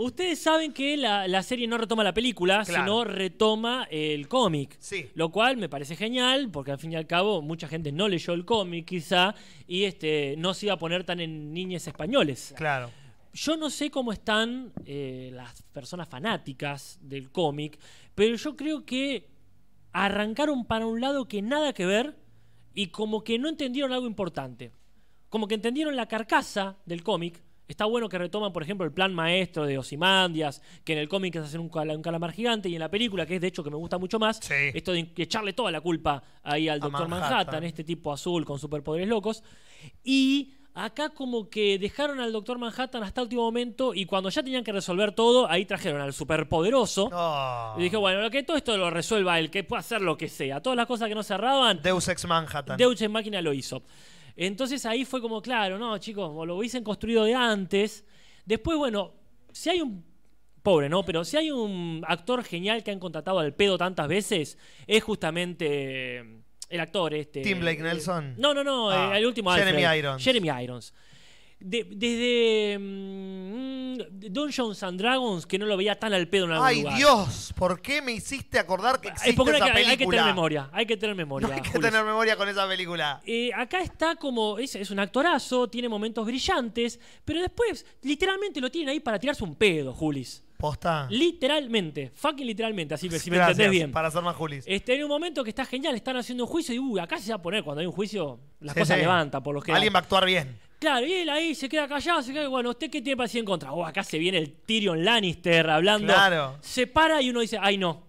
Speaker 2: Ustedes saben que la, la serie no retoma la película,
Speaker 1: Claro.
Speaker 2: sino retoma el cómic.
Speaker 1: Sí.
Speaker 2: Lo cual me parece genial, porque al fin y al cabo mucha gente no leyó el cómic quizá y este, no se iba a poner tan en niñes españoles.
Speaker 1: claro.
Speaker 2: Yo no sé cómo están eh, las personas fanáticas del cómic, pero yo creo que arrancaron para un lado que nada que ver y como que no entendieron algo importante. Como que entendieron la carcasa del cómic. Está bueno que retoman, por ejemplo, el plan maestro de Osimandias, que en el cómic es hacer un, cala- un calamar gigante y en la película, que es de hecho que me gusta mucho más,
Speaker 1: Sí.
Speaker 2: esto de echarle toda la culpa ahí al
Speaker 1: A
Speaker 2: Doctor
Speaker 1: Manhattan.
Speaker 2: Manhattan, este tipo azul con superpoderes locos. Y acá como que dejaron al Doctor Manhattan hasta el último momento y cuando ya tenían que resolver todo, ahí trajeron al superpoderoso.
Speaker 1: No.
Speaker 2: Y dije, bueno, lo que todo esto lo resuelva él, que pueda hacer lo que sea. Todas las cosas que no cerraban,
Speaker 1: Deus Ex Manhattan.
Speaker 2: Deutsche Máquina lo hizo. Entonces ahí fue como, claro, no, chicos, o lo hubiesen construido de antes. Después, bueno, si hay un. Pobre, ¿no? Pero si hay un actor genial que han contratado al pedo tantas veces, es justamente eh, el actor este.
Speaker 1: Tim Blake
Speaker 2: eh,
Speaker 1: Nelson.
Speaker 2: No, no, no,
Speaker 1: Ah,
Speaker 2: eh, el último
Speaker 1: Jeremy
Speaker 2: Alfred.
Speaker 1: Irons.
Speaker 2: Jeremy Irons. De- desde. mm, Dungeons and Dragons, que no lo veía tan al pedo en algún
Speaker 1: Ay,
Speaker 2: lugar.
Speaker 1: Dios, ¿por qué me hiciste acordar que existe
Speaker 2: Es porque
Speaker 1: esa
Speaker 2: hay, que-
Speaker 1: película?
Speaker 2: hay que tener memoria. Hay que tener
Speaker 1: No
Speaker 2: memoria.
Speaker 1: hay que
Speaker 2: Julio.
Speaker 1: tener memoria con esa película.
Speaker 2: Eh, acá está como. Es, es un actorazo, tiene momentos brillantes, pero después, literalmente lo tienen ahí para tirarse un pedo, Julis.
Speaker 1: Posta.
Speaker 2: Literalmente, fucking literalmente, así que si me
Speaker 1: Ah. Gracias,
Speaker 2: entendés bien.
Speaker 1: Para ser más Julis.
Speaker 2: Este, en un momento que está genial, están haciendo un juicio y uy, acá se va a poner cuando hay un juicio, las
Speaker 1: Sí,
Speaker 2: cosas
Speaker 1: sí.
Speaker 2: levantan por los que.
Speaker 1: Alguien va a actuar bien.
Speaker 2: Claro, y él ahí se queda callado, se queda, bueno, ¿usted qué tiene para decir en contra? Oh, acá se viene el Tyrion Lannister hablando.
Speaker 1: Claro.
Speaker 2: Se para y uno dice, ay no.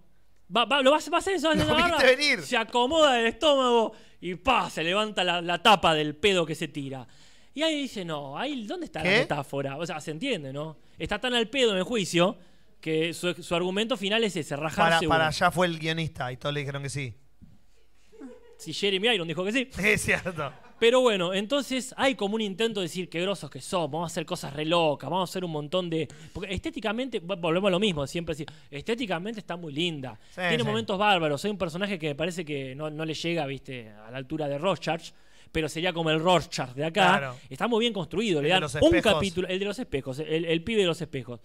Speaker 2: Va, va- lo vas a hacer
Speaker 1: [LAUGHS]
Speaker 2: eso,
Speaker 1: Lo
Speaker 2: Lo agarra,
Speaker 1: viste venir.
Speaker 2: se acomoda del estómago y pa, se levanta la, la tapa del pedo que se tira. Y ahí dice, no, ahí, ¿dónde está la
Speaker 1: ¿Qué?
Speaker 2: metáfora? O sea, se entiende, ¿no? Está tan al pedo en el juicio que su, su argumento final es ese,
Speaker 1: Para,
Speaker 2: rajarse
Speaker 1: para
Speaker 2: uno.
Speaker 1: allá fue el guionista y todos le dijeron que sí.
Speaker 2: Si Jeremy Iron dijo que sí.
Speaker 1: [LAUGHS] Es cierto.
Speaker 2: Pero bueno, entonces hay como un intento de decir qué grosos que somos, vamos a hacer cosas re locas, vamos a hacer un montón de. Porque estéticamente, vo- volvemos a lo mismo, siempre decir, estéticamente está muy linda.
Speaker 1: Sí,
Speaker 2: Tiene
Speaker 1: sí.
Speaker 2: momentos bárbaros. Hay un personaje que me parece que no, no le llega, viste, a la altura de Rorschach, pero sería como el Rorschach de acá.
Speaker 1: Claro.
Speaker 2: Está muy bien construido, le
Speaker 1: de
Speaker 2: dan
Speaker 1: los
Speaker 2: un
Speaker 1: espejos.
Speaker 2: capítulo, el de los espejos, el, el pibe de los espejos.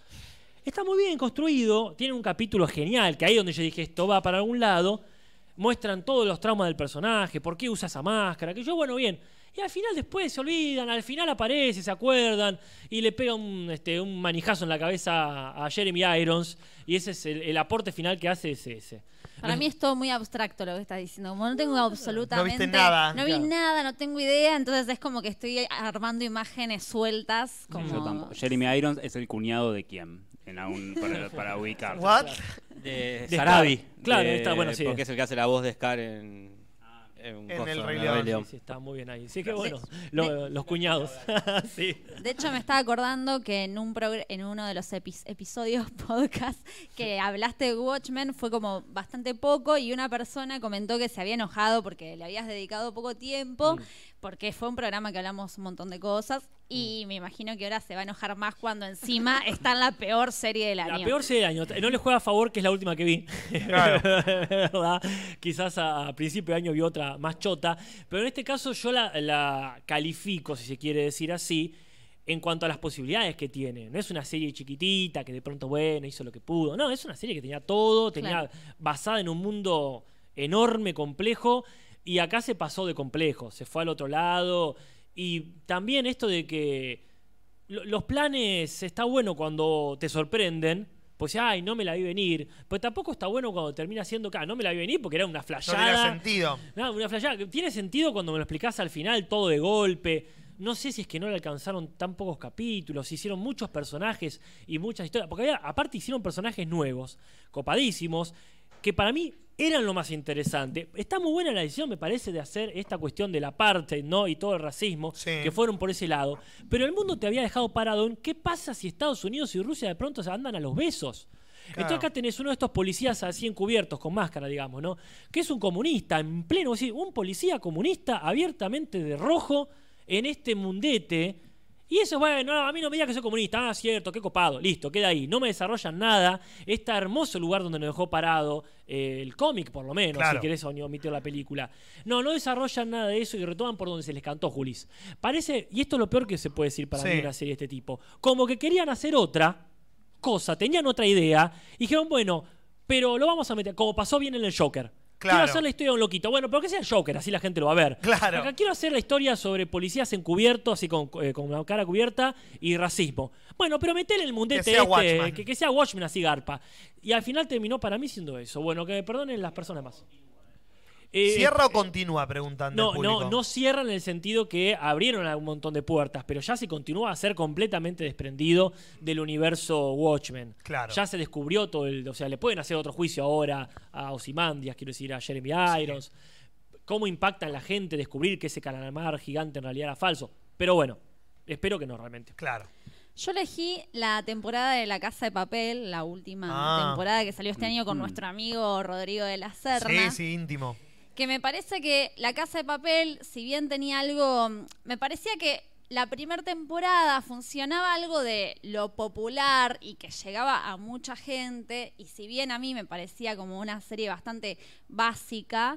Speaker 2: Está muy bien construido, tiene un capítulo genial, que ahí donde yo dije, esto va para algún lado. Muestran todos los traumas del personaje, por qué usa esa máscara, que yo, bueno, bien. Y al final después se olvidan, al final aparece, se acuerdan, y le pega un, este, un manijazo en la cabeza a a Jeremy Irons, y ese es el, el aporte final que hace es ese.
Speaker 3: Para mí es todo muy abstracto lo que estás diciendo. Como no tengo absolutamente.
Speaker 1: nada.
Speaker 3: No vi
Speaker 1: Claro.
Speaker 3: nada, no tengo idea. Entonces es como que estoy armando imágenes sueltas. Como...
Speaker 7: Yo tampoco. Jeremy Irons es el cuñado de quién, en aún- para, para
Speaker 3: Ah,
Speaker 7: ubicar.
Speaker 1: What?
Speaker 4: De
Speaker 2: De
Speaker 4: Sarabi.
Speaker 2: Scar. Claro, está, bueno, sí.
Speaker 4: Porque es el que hace la voz de Scar en.
Speaker 3: Ah.
Speaker 4: un
Speaker 1: En
Speaker 4: coso,
Speaker 1: el Rey
Speaker 4: en
Speaker 1: León.
Speaker 2: Sí, sí, está muy bien ahí. Sí, que bueno, lo-
Speaker 3: De-
Speaker 2: los
Speaker 1: [LAUGHS]
Speaker 2: cuñados. sí.
Speaker 3: De hecho, me estaba acordando que en, un progr- en uno de los epi- episodios [LAUGHS] podcast que hablaste de Watchmen fue como bastante poco y una persona comentó que se había enojado porque le habías dedicado poco tiempo, porque fue un programa que hablamos un montón de cosas y me imagino que ahora se va a enojar más cuando encima está en la peor serie del
Speaker 2: La
Speaker 3: año.
Speaker 2: peor serie del año. No le juega a favor, que es la última que vi. [LAUGHS] ¿Verdad? Quizás a, a principio de año vi otra más chota. Pero en este caso yo la, la califico, si se quiere decir así, en cuanto a las posibilidades que tiene. No es una serie chiquitita que de pronto, bueno, hizo lo que pudo. No, es una serie que tenía todo, tenía
Speaker 3: Claro.
Speaker 2: basada en un mundo enorme, complejo. Y acá se pasó de complejo, se fue al otro lado. Y también esto de que lo- los planes está bueno cuando te sorprenden. Pues, ay, no me la vi venir. Pero tampoco está bueno cuando termina siendo acá. No me la vi venir porque era una
Speaker 1: No
Speaker 2: flashada.
Speaker 1: tiene sentido.
Speaker 2: Nada, una flasheada que Tiene sentido cuando me lo explicás al final todo de golpe. No sé si es que no le alcanzaron tan pocos capítulos, hicieron muchos personajes y muchas historias. Porque había- aparte hicieron personajes nuevos, copadísimos, que para mí eran lo más interesante. Está muy buena la decisión, me parece, de hacer esta cuestión de la parte ¿no? y todo el racismo,
Speaker 1: Sí.
Speaker 2: que fueron por ese lado. Pero el mundo te había dejado parado en qué pasa si Estados Unidos y Rusia de pronto se andan a los besos. Entonces
Speaker 1: Claro.
Speaker 2: acá tenés uno de estos policías así encubiertos, con máscara, digamos, ¿no? Que es un comunista, en pleno, es decir, un policía comunista abiertamente de rojo en este mundete. Y eso, bueno, no, a mí no me digas que soy comunista, ah, cierto, qué copado, listo, queda ahí. No me desarrollan nada. Este hermoso lugar donde nos dejó parado eh, el cómic, por lo menos,
Speaker 1: Claro.
Speaker 2: si querés o- omitir la película. No, no desarrollan nada de eso y retoman por donde se les cantó, Julis. Parece, y esto es lo peor que se puede decir para
Speaker 1: Sí.
Speaker 2: mí de una serie de este tipo, como que querían hacer otra, cosa, tenían otra idea, y dijeron, bueno, pero lo vamos a meter, como pasó bien en el Joker.
Speaker 1: Claro.
Speaker 2: Quiero hacer la historia de un loquito. Bueno, pero que sea el Joker, así la gente lo va a ver.
Speaker 1: Claro.
Speaker 2: Acá quiero hacer la historia sobre policías encubiertos, así con, eh, con la cara cubierta, y racismo. Bueno, pero metele el mundete
Speaker 1: Que sea
Speaker 2: este,
Speaker 1: Watchmen.
Speaker 2: que, que sea Watchmen así garpa. Y al final terminó para mí siendo eso. Bueno, que me perdonen las personas más. Eh,
Speaker 1: ¿Cierra o continúa? Preguntando
Speaker 2: no,
Speaker 1: el público.
Speaker 2: no, no cierra en el sentido que abrieron a un montón de puertas, pero ya se continúa a ser completamente desprendido del universo Watchmen.
Speaker 1: Claro.
Speaker 2: Ya se descubrió todo el. O sea, le pueden hacer otro juicio ahora a Osimandias, quiero decir, a Jeremy Irons. ¿Cómo impacta en la gente descubrir que ese calamar gigante en realidad era falso? Pero bueno, espero que no realmente.
Speaker 1: Claro.
Speaker 3: Yo elegí la temporada de La Casa de Papel, la última
Speaker 1: Ah. Mm-hmm.
Speaker 3: temporada que salió este año con
Speaker 7: Mm.
Speaker 3: nuestro amigo Rodrigo de la Serna.
Speaker 1: Sí, sí, íntimo.
Speaker 3: Que me parece que La Casa de Papel, si bien tenía algo, mm, me parecía que la primera temporada funcionaba algo de lo popular y que llegaba a mucha gente, y si bien a mí me parecía como una serie bastante básica,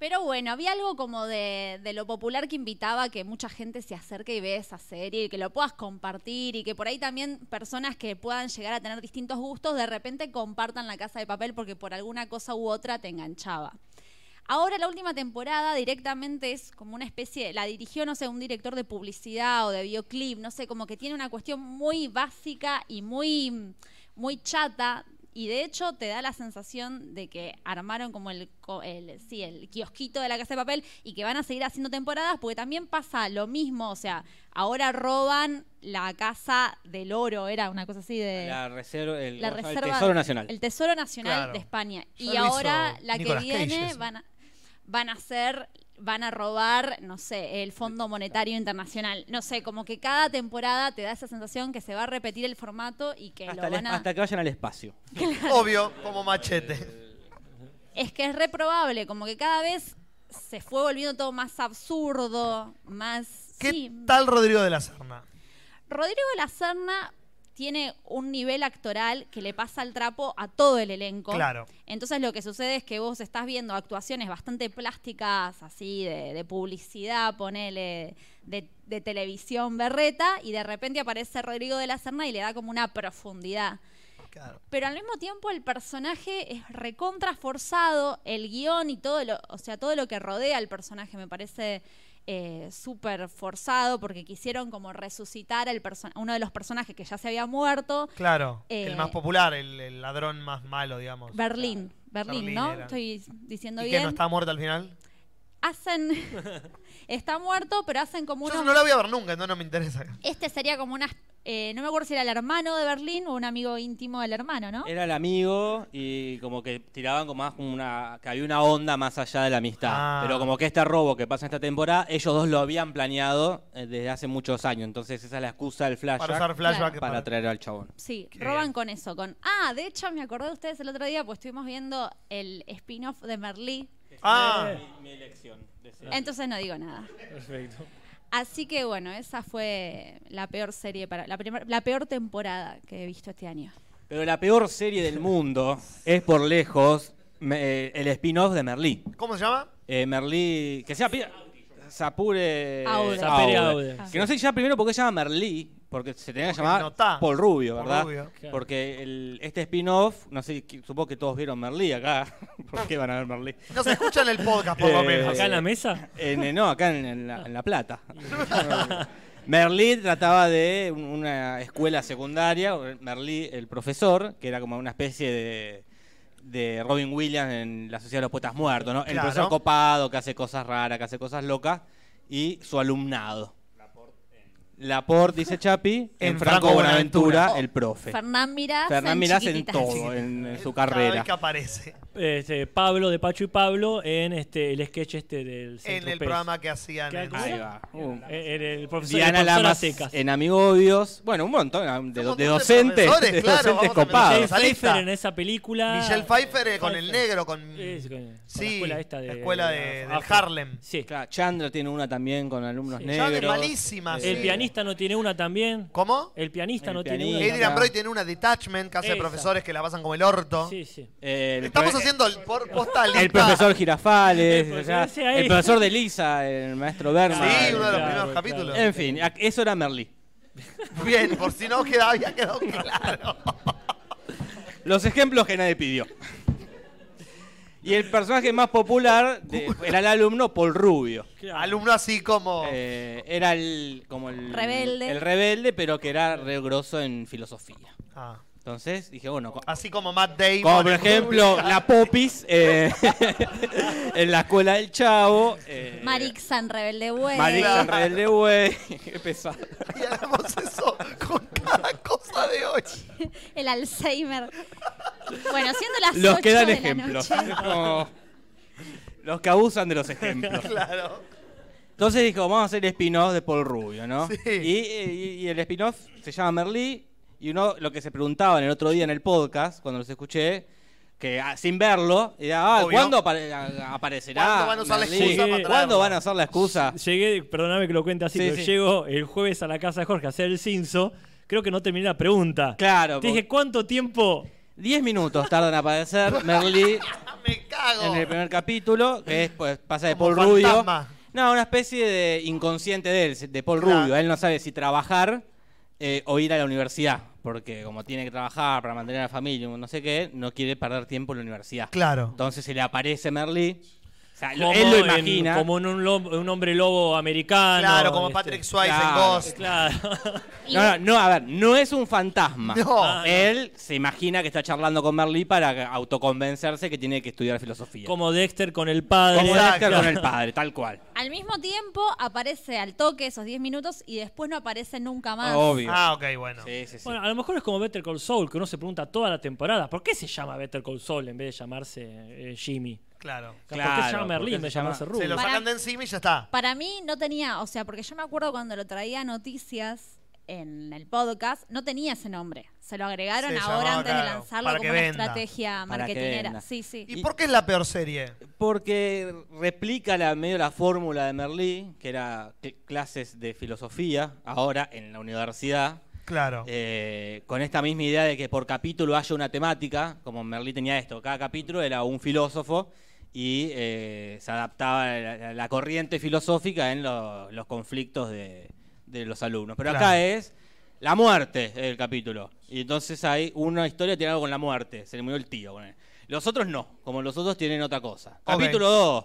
Speaker 3: pero bueno, había algo como de, de lo popular que invitaba a que mucha gente se acerque y vea esa serie y que lo puedas compartir y que por ahí también personas que puedan llegar a tener distintos gustos de repente compartan la casa de papel porque por alguna cosa u otra te enganchaba. Ahora la última temporada directamente es como una especie, la dirigió, no sé, un director de publicidad o de videoclip, no sé, como que tiene una cuestión muy básica y muy, muy chata. Y de hecho te da la sensación de que armaron como el, co- el, sí, el kiosquito de la casa de papel y que van a seguir haciendo temporadas porque también pasa lo mismo, o sea, ahora roban la casa del oro, era una cosa así de
Speaker 4: La reserva, el,
Speaker 3: Eh, la
Speaker 4: ¿cómo se llama?
Speaker 3: reserva
Speaker 4: El Tesoro Nacional.
Speaker 3: el Tesoro Nacional
Speaker 1: Claro.
Speaker 3: de España.
Speaker 1: Ya
Speaker 3: y
Speaker 1: lo
Speaker 3: ahora
Speaker 1: hizo
Speaker 3: la que
Speaker 1: Nicolas Cage
Speaker 3: viene
Speaker 1: eso.
Speaker 3: van a, van a ser van a robar, no sé, el Fondo Monetario Internacional. No sé, como que cada temporada te da esa sensación que se va a repetir el formato y que
Speaker 4: hasta,
Speaker 3: lo
Speaker 4: el
Speaker 3: van
Speaker 4: esp-
Speaker 3: a...
Speaker 4: hasta que vayan al espacio.
Speaker 1: Obvio, como machete.
Speaker 3: Es que es reprobable, como que cada vez se fue volviendo todo más absurdo, más...
Speaker 1: ¿Qué
Speaker 3: sí,
Speaker 1: tal Rodrigo de la Serna?
Speaker 3: Rodrigo de la Serna tiene un nivel actoral que le pasa el trapo a todo el elenco.
Speaker 1: Claro.
Speaker 3: Entonces lo que sucede es que vos estás viendo actuaciones bastante plásticas, así de, de publicidad, ponele, de, de televisión berreta, y de repente aparece Rodrigo de la Serna y le da como una profundidad.
Speaker 1: Claro.
Speaker 3: Pero al mismo tiempo el personaje es recontra forzado, el guión y todo lo, o sea, todo lo que rodea al personaje me parece eh, súper forzado porque quisieron como resucitar al perso- uno de los personajes que ya se había muerto,
Speaker 1: Claro.
Speaker 3: Eh,
Speaker 1: el más popular, el, el ladrón más malo, digamos.
Speaker 3: Berlín, Berlín,
Speaker 1: Berlín
Speaker 3: ¿no?
Speaker 1: era.
Speaker 3: Estoy diciendo
Speaker 1: ¿Y que
Speaker 3: bien.
Speaker 1: no está muerto al final?
Speaker 3: Hacen
Speaker 1: [LAUGHS]
Speaker 3: está muerto, pero hacen como
Speaker 1: Yo
Speaker 3: unos
Speaker 1: no la voy a ver nunca, no, no me interesa.
Speaker 3: este sería como unas eh, no me acuerdo si era el hermano de Berlín o un amigo íntimo del hermano, ¿no?
Speaker 4: Era el amigo y como que tiraban como más como una que había una onda más allá de la amistad.
Speaker 1: Ah.
Speaker 4: Pero como que este robo que pasa en esta temporada, ellos dos lo habían planeado eh, desde hace muchos años. Entonces esa es la excusa del flashback
Speaker 1: Para
Speaker 4: para,
Speaker 1: usar flashback. para-
Speaker 4: traer al chabón.
Speaker 3: Sí,
Speaker 1: Qué
Speaker 3: roban
Speaker 1: bien.
Speaker 3: con eso, con... Ah, de hecho me acordé de ustedes el otro día, pues estuvimos viendo el spin-off de Merlí,
Speaker 1: Ah,
Speaker 4: Mi elección.
Speaker 3: entonces no digo nada.
Speaker 2: Perfecto.
Speaker 3: Así que bueno, esa fue la peor serie, para la, primer- la peor temporada que he visto este año.
Speaker 4: Pero la peor serie del mundo es por lejos me- eh, el spin-off de Merlí.
Speaker 1: ¿cómo se llama?
Speaker 4: Eh, Merlí, que sea pi- Sapure
Speaker 3: Aude.
Speaker 2: Sapere Aude.
Speaker 4: Que no sé ya primero por qué se llama Merlí, porque se tenía que
Speaker 1: Porque
Speaker 4: llamar
Speaker 1: no está.
Speaker 4: Paul Rubio,
Speaker 1: Paul
Speaker 4: ¿verdad?
Speaker 1: Rubio.
Speaker 2: Claro.
Speaker 4: Porque el- este spin-off, no sé, que- supongo que todos vieron Merlí acá. [LAUGHS] ¿Por qué van a ver Merlí?
Speaker 1: Nos escuchan el podcast, por lo
Speaker 4: Eh,
Speaker 1: [LAUGHS] menos.
Speaker 2: ¿Acá en la mesa?
Speaker 4: En- eh, no, acá en, en la, en La Plata. Merlí trataba de un- una escuela secundaria, Merlí el profesor, que era como una especie de, de Robin Williams en La Sociedad de los Poetas Muertos, ¿no? El
Speaker 1: Claro.
Speaker 4: profesor copado, que hace cosas raras, que hace cosas locas, y su alumnado. Laporte, dice Chapi, en,
Speaker 1: En
Speaker 4: Franco, oh.
Speaker 1: Franco
Speaker 4: Bonaventura,
Speaker 3: Bonaventura.
Speaker 4: el profe.
Speaker 3: Fernán Mirás.
Speaker 4: Fernán Mirás en
Speaker 3: chiquititas.
Speaker 4: todo, en, en su
Speaker 1: Cada
Speaker 4: carrera.
Speaker 1: vez que aparece
Speaker 2: Este, Pablo de Pacho y Pablo en este, el sketch este del Centro
Speaker 1: en el
Speaker 2: Pez.
Speaker 1: programa que hacían.
Speaker 2: ¿Qué
Speaker 1: en-
Speaker 2: hay?
Speaker 4: Ahí va. Uh,
Speaker 2: Eh, en el profesor
Speaker 4: Diana
Speaker 2: el profesor
Speaker 4: Lamas
Speaker 2: Acecas.
Speaker 4: en Amigo Odios. Bueno, un montón ah, de,
Speaker 1: Un montón
Speaker 4: de
Speaker 1: de
Speaker 4: docentes.
Speaker 1: profesores,
Speaker 4: de
Speaker 1: claro,
Speaker 4: docentes
Speaker 1: vamos a meter-
Speaker 4: copados.
Speaker 2: Michelle
Speaker 1: esa
Speaker 2: Pfeiffer
Speaker 1: lista.
Speaker 2: en esa película.
Speaker 1: Michelle Pfeiffer eh, con el
Speaker 2: Pfeiffer.
Speaker 1: negro, con.
Speaker 2: Eh, sí, con- con la
Speaker 1: Sí,
Speaker 2: escuela esta de.
Speaker 1: la escuela de-
Speaker 2: ah,
Speaker 1: del
Speaker 2: afro.
Speaker 1: Harlem.
Speaker 2: Sí.
Speaker 4: Claro, Chandra tiene una también con alumnos
Speaker 2: Sí.
Speaker 4: negros.
Speaker 1: Chandra es malísima,
Speaker 4: Eh,
Speaker 1: sí.
Speaker 2: El pianista no tiene una también.
Speaker 1: ¿Cómo?
Speaker 2: El pianista
Speaker 4: El
Speaker 2: no
Speaker 4: pianista.
Speaker 2: tiene
Speaker 1: Adrian
Speaker 2: una.
Speaker 4: Edgar-
Speaker 1: Broy tiene una detachment que hace
Speaker 2: Esa.
Speaker 1: profesores que la pasan como el orto.
Speaker 2: Sí, sí.
Speaker 4: eh, el
Speaker 1: Estamos
Speaker 4: pro-
Speaker 1: haciendo el por postal.
Speaker 4: El profesor Girafales,
Speaker 2: El
Speaker 4: o
Speaker 2: profesor
Speaker 4: sea,
Speaker 2: ese ahí.
Speaker 4: el profesor de Lisa, el maestro Berman.
Speaker 1: Sí, uno de los
Speaker 2: Claro,
Speaker 1: primeros
Speaker 2: claro.
Speaker 1: capítulos.
Speaker 4: En fin, ac- eso era Merlí.
Speaker 1: [LAUGHS] Bien, por si no queda, había quedado claro.
Speaker 4: Los ejemplos que nadie pidió. Y el personaje más popular de- era el alumno Paul Rubio.
Speaker 1: Alumno así como.
Speaker 4: Eh, era el como el
Speaker 3: Rebelde.
Speaker 4: el rebelde, pero que era re grosso en filosofía.
Speaker 1: Ah,
Speaker 4: Entonces dije, bueno, co-
Speaker 1: así como Matt Damon.
Speaker 4: como por ejemplo la Popis eh, [LAUGHS] en la escuela del Chavo. eh,
Speaker 3: Marixan, rebelde bueno.
Speaker 4: Marixan Rebelde Güey. [LAUGHS] Qué pesado.
Speaker 1: Y hagamos eso con cada cosa de hoy.
Speaker 3: [LAUGHS] El Alzheimer. Bueno, siendo las
Speaker 4: Los
Speaker 3: 8
Speaker 4: que dan
Speaker 3: de
Speaker 4: ejemplos. [LAUGHS]
Speaker 3: la noche.
Speaker 4: Como los que abusan de los ejemplos.
Speaker 1: Claro.
Speaker 4: Entonces dijo, vamos a hacer el spin-off de Paul Rubio, ¿no?
Speaker 1: Sí.
Speaker 4: Y, y- y el spin-off se llama Merlí. Y uno lo que se preguntaban el otro día en el podcast, cuando los escuché, que ah, sin verlo, era, ah,
Speaker 1: Obvio.
Speaker 4: ¿cuándo apare- a- aparecerá?
Speaker 1: ¿Cuándo van a usar la
Speaker 4: Merlí?
Speaker 1: excusa
Speaker 2: para
Speaker 4: ¿Cuándo
Speaker 1: traerlo?
Speaker 4: van a usar la excusa?
Speaker 2: Llegué, perdóname que lo cuente así,
Speaker 4: Sí,
Speaker 2: pero
Speaker 4: sí.
Speaker 2: llego el jueves a la casa de Jorge a hacer el cinzo. Creo que no terminé la pregunta.
Speaker 4: Claro,
Speaker 2: Te dije, ¿cuánto tiempo?
Speaker 4: Diez minutos tardan en aparecer Merlí
Speaker 1: [LAUGHS] Me
Speaker 4: en
Speaker 1: cago.
Speaker 4: el primer capítulo, que es, pues, pasa de
Speaker 1: Como
Speaker 4: Paul Rubio.
Speaker 1: fantasma.
Speaker 4: No, una especie de inconsciente de él, de Paul
Speaker 1: Claro.
Speaker 4: Rubio. Él no sabe si trabajar eh, o ir a la universidad, porque como tiene que trabajar para mantener a la familia, no sé qué, no quiere perder tiempo en la universidad.
Speaker 1: Claro.
Speaker 4: Entonces se le aparece Merlí. O sea, lo-
Speaker 2: Como
Speaker 4: él lo
Speaker 2: en-
Speaker 4: imagina.
Speaker 2: como en un, lo- un hombre lobo americano.
Speaker 1: Claro, como
Speaker 2: este.
Speaker 1: Patrick Swayze
Speaker 4: Claro.
Speaker 1: en Ghost.
Speaker 2: Claro.
Speaker 3: Y-
Speaker 4: No, no, no, a ver, no es un fantasma.
Speaker 1: No.
Speaker 2: Ah,
Speaker 4: Él se imagina que está charlando con Merlí para autoconvencerse que tiene que estudiar filosofía.
Speaker 2: como Dexter con el padre.
Speaker 4: Como
Speaker 1: Exacto.
Speaker 4: Dexter con el padre, tal cual.
Speaker 3: Al mismo tiempo aparece al toque esos 10 minutos y después no aparece nunca más.
Speaker 4: Obvio.
Speaker 1: Ah, ok, bueno.
Speaker 4: Sí, sí, sí.
Speaker 2: Bueno, a lo mejor es como Better Call Saul, que uno se pregunta toda la temporada, ¿por qué se llama Better Call Saul en vez de llamarse eh, Jimmy?
Speaker 1: Claro.
Speaker 2: ¿Por qué
Speaker 4: Claro,
Speaker 2: se llama
Speaker 4: ¿por qué
Speaker 2: Merlín en
Speaker 4: se
Speaker 2: vez de
Speaker 4: llama-
Speaker 2: llamarse Rubio?
Speaker 1: Se lo
Speaker 3: Para-
Speaker 1: sacan de encima y ya está.
Speaker 3: Para mí no tenía, o sea, porque yo me acuerdo cuando lo traía a noticias en el podcast, no tenía ese nombre. Se lo agregaron
Speaker 1: Se
Speaker 3: ahora
Speaker 1: llamaba,
Speaker 3: antes de
Speaker 1: claro,
Speaker 3: lanzarlo
Speaker 1: para
Speaker 3: como
Speaker 1: que
Speaker 3: una
Speaker 1: venda.
Speaker 3: estrategia
Speaker 4: Para que venda.
Speaker 3: marketinera. Sí, sí.
Speaker 1: ¿Y, por qué es la peor serie?
Speaker 4: Porque replica la, medio la fórmula de Merlí, que era cl- clases de filosofía, ahora en la universidad,
Speaker 1: Claro.
Speaker 4: eh, con esta misma idea de que por capítulo haya una temática, como Merlí tenía esto, cada capítulo era un filósofo y eh, se adaptaba a la, a la corriente filosófica en lo- los conflictos de, de los alumnos. Pero
Speaker 1: Claro.
Speaker 4: acá es la muerte el capítulo. Y entonces hay una historia que tiene algo con la muerte, se le murió el tío. con él. Los otros no, como los otros tienen otra cosa.
Speaker 1: Ok.
Speaker 4: Capítulo 2,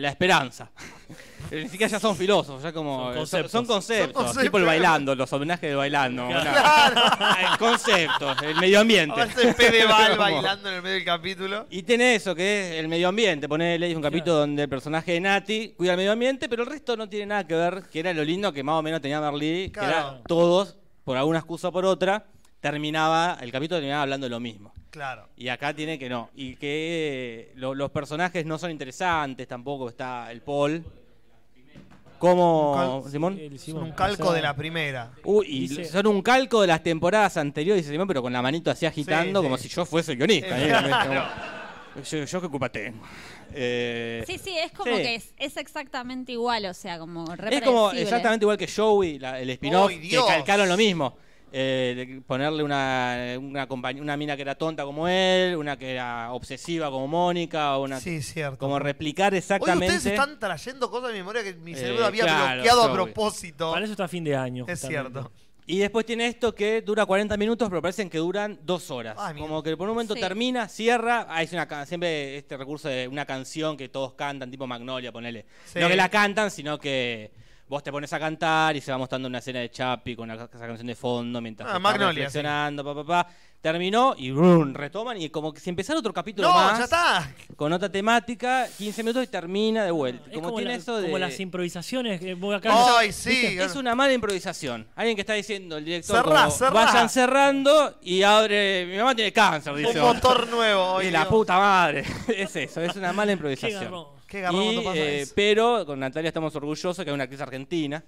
Speaker 4: la esperanza. [LAUGHS] Ni siquiera ya son filósofos, ya como...
Speaker 2: Son
Speaker 4: eh,
Speaker 2: conceptos.
Speaker 4: son conceptos,
Speaker 1: Son
Speaker 4: tipo el
Speaker 1: conceptos.
Speaker 4: bailando, los homenajes de bailando.
Speaker 2: Claro.
Speaker 4: [LAUGHS] Una- Conceptos, el medio ambiente.
Speaker 1: Ahora está
Speaker 4: [LAUGHS]
Speaker 1: el Fedeval
Speaker 4: Como-
Speaker 1: bailando en el medio del capítulo.
Speaker 4: Y tiene eso, que es el medio ambiente. Ponele, es un capítulo donde el personaje de Nati cuida el medio ambiente, pero el resto no tiene nada que ver, que era lo lindo que más o menos tenía Merlí,
Speaker 1: Claro.
Speaker 4: que era todos, por alguna excusa o por otra, terminaba, el capítulo terminaba hablando de lo mismo.
Speaker 1: Claro.
Speaker 4: Y acá tiene que no. Y que eh, lo- los personajes no son interesantes tampoco, está el Paul. ¿Cómo,
Speaker 1: Cal-
Speaker 4: Simón?
Speaker 2: El Simón.
Speaker 1: Son un calco de la primera.
Speaker 4: Uy, y
Speaker 2: Dice-
Speaker 4: son un calco de las temporadas anteriores, dice Simón, pero con la manito así agitando,
Speaker 1: Sí,
Speaker 4: como
Speaker 1: sí.
Speaker 4: si yo fuese el guionista.
Speaker 1: Eh,
Speaker 4: ¿eh?
Speaker 1: claro.
Speaker 4: Como, yo, yo qué culpa tengo. Eh,
Speaker 3: Sí, sí, es como
Speaker 4: Sí.
Speaker 3: que es, es exactamente igual, o sea, como
Speaker 4: es como
Speaker 3: repredecible.
Speaker 4: exactamente igual que Joey, la- el spin-off,
Speaker 1: ¡Ay,
Speaker 4: que
Speaker 1: Dios!
Speaker 4: calcaron lo mismo. Eh, de ponerle una, una, compañ- una mina que era tonta como él, una que era obsesiva como Mónica, una
Speaker 1: Sí, cierto.
Speaker 4: como replicar
Speaker 1: Hoy
Speaker 4: exactamente.
Speaker 1: ustedes están trayendo cosas de memoria que mi
Speaker 4: Eh,
Speaker 1: cerebro había
Speaker 4: claro,
Speaker 1: bloqueado a
Speaker 4: Joey.
Speaker 1: propósito.
Speaker 2: Para eso está fin de año.
Speaker 1: Es
Speaker 2: justamente.
Speaker 1: cierto.
Speaker 4: Y después tiene esto que dura 40 minutos, pero parecen que duran dos horas.
Speaker 1: Ay, mira.
Speaker 4: Como que por un momento
Speaker 3: Sí.
Speaker 4: termina, cierra. Ah, es una ca- siempre este recurso de una canción que todos cantan, tipo Magnolia, ponele.
Speaker 1: Sí.
Speaker 4: No que la cantan, sino que vos te pones a cantar y se va mostrando una escena de Chapi con una- esa canción de fondo mientras
Speaker 1: Ah,
Speaker 4: estás
Speaker 1: Magnolia, sí.
Speaker 4: reflexionando, pa, pa, pa. Terminó y brum, retoman y como que si empezara otro capítulo
Speaker 1: No,
Speaker 4: más
Speaker 1: ya está.
Speaker 4: con otra temática, 15 minutos y termina de vuelta.
Speaker 2: Es
Speaker 4: Como,
Speaker 2: como,
Speaker 4: tiene
Speaker 2: la-
Speaker 4: eso de...
Speaker 2: como las improvisaciones. que vos acá-
Speaker 1: Ay, sí.
Speaker 4: Es una mala improvisación. Alguien que está diciendo, el director,
Speaker 1: Cerrá,
Speaker 4: como,
Speaker 1: cerrá.
Speaker 4: vayan cerrando y abre. Mi mamá tiene cáncer, dice.
Speaker 1: Un
Speaker 4: otro. [LAUGHS]
Speaker 1: motor nuevo.
Speaker 4: y
Speaker 1: hoy,
Speaker 4: la
Speaker 1: Dios.
Speaker 4: puta madre. [LAUGHS] es eso, es una mala
Speaker 2: Qué
Speaker 4: improvisación.
Speaker 2: garrón.
Speaker 1: Qué garrón
Speaker 4: Y,
Speaker 1: cuando pasa
Speaker 4: eh,
Speaker 1: eso.
Speaker 4: pero con Natalia estamos orgullosos que hay una actriz argentina,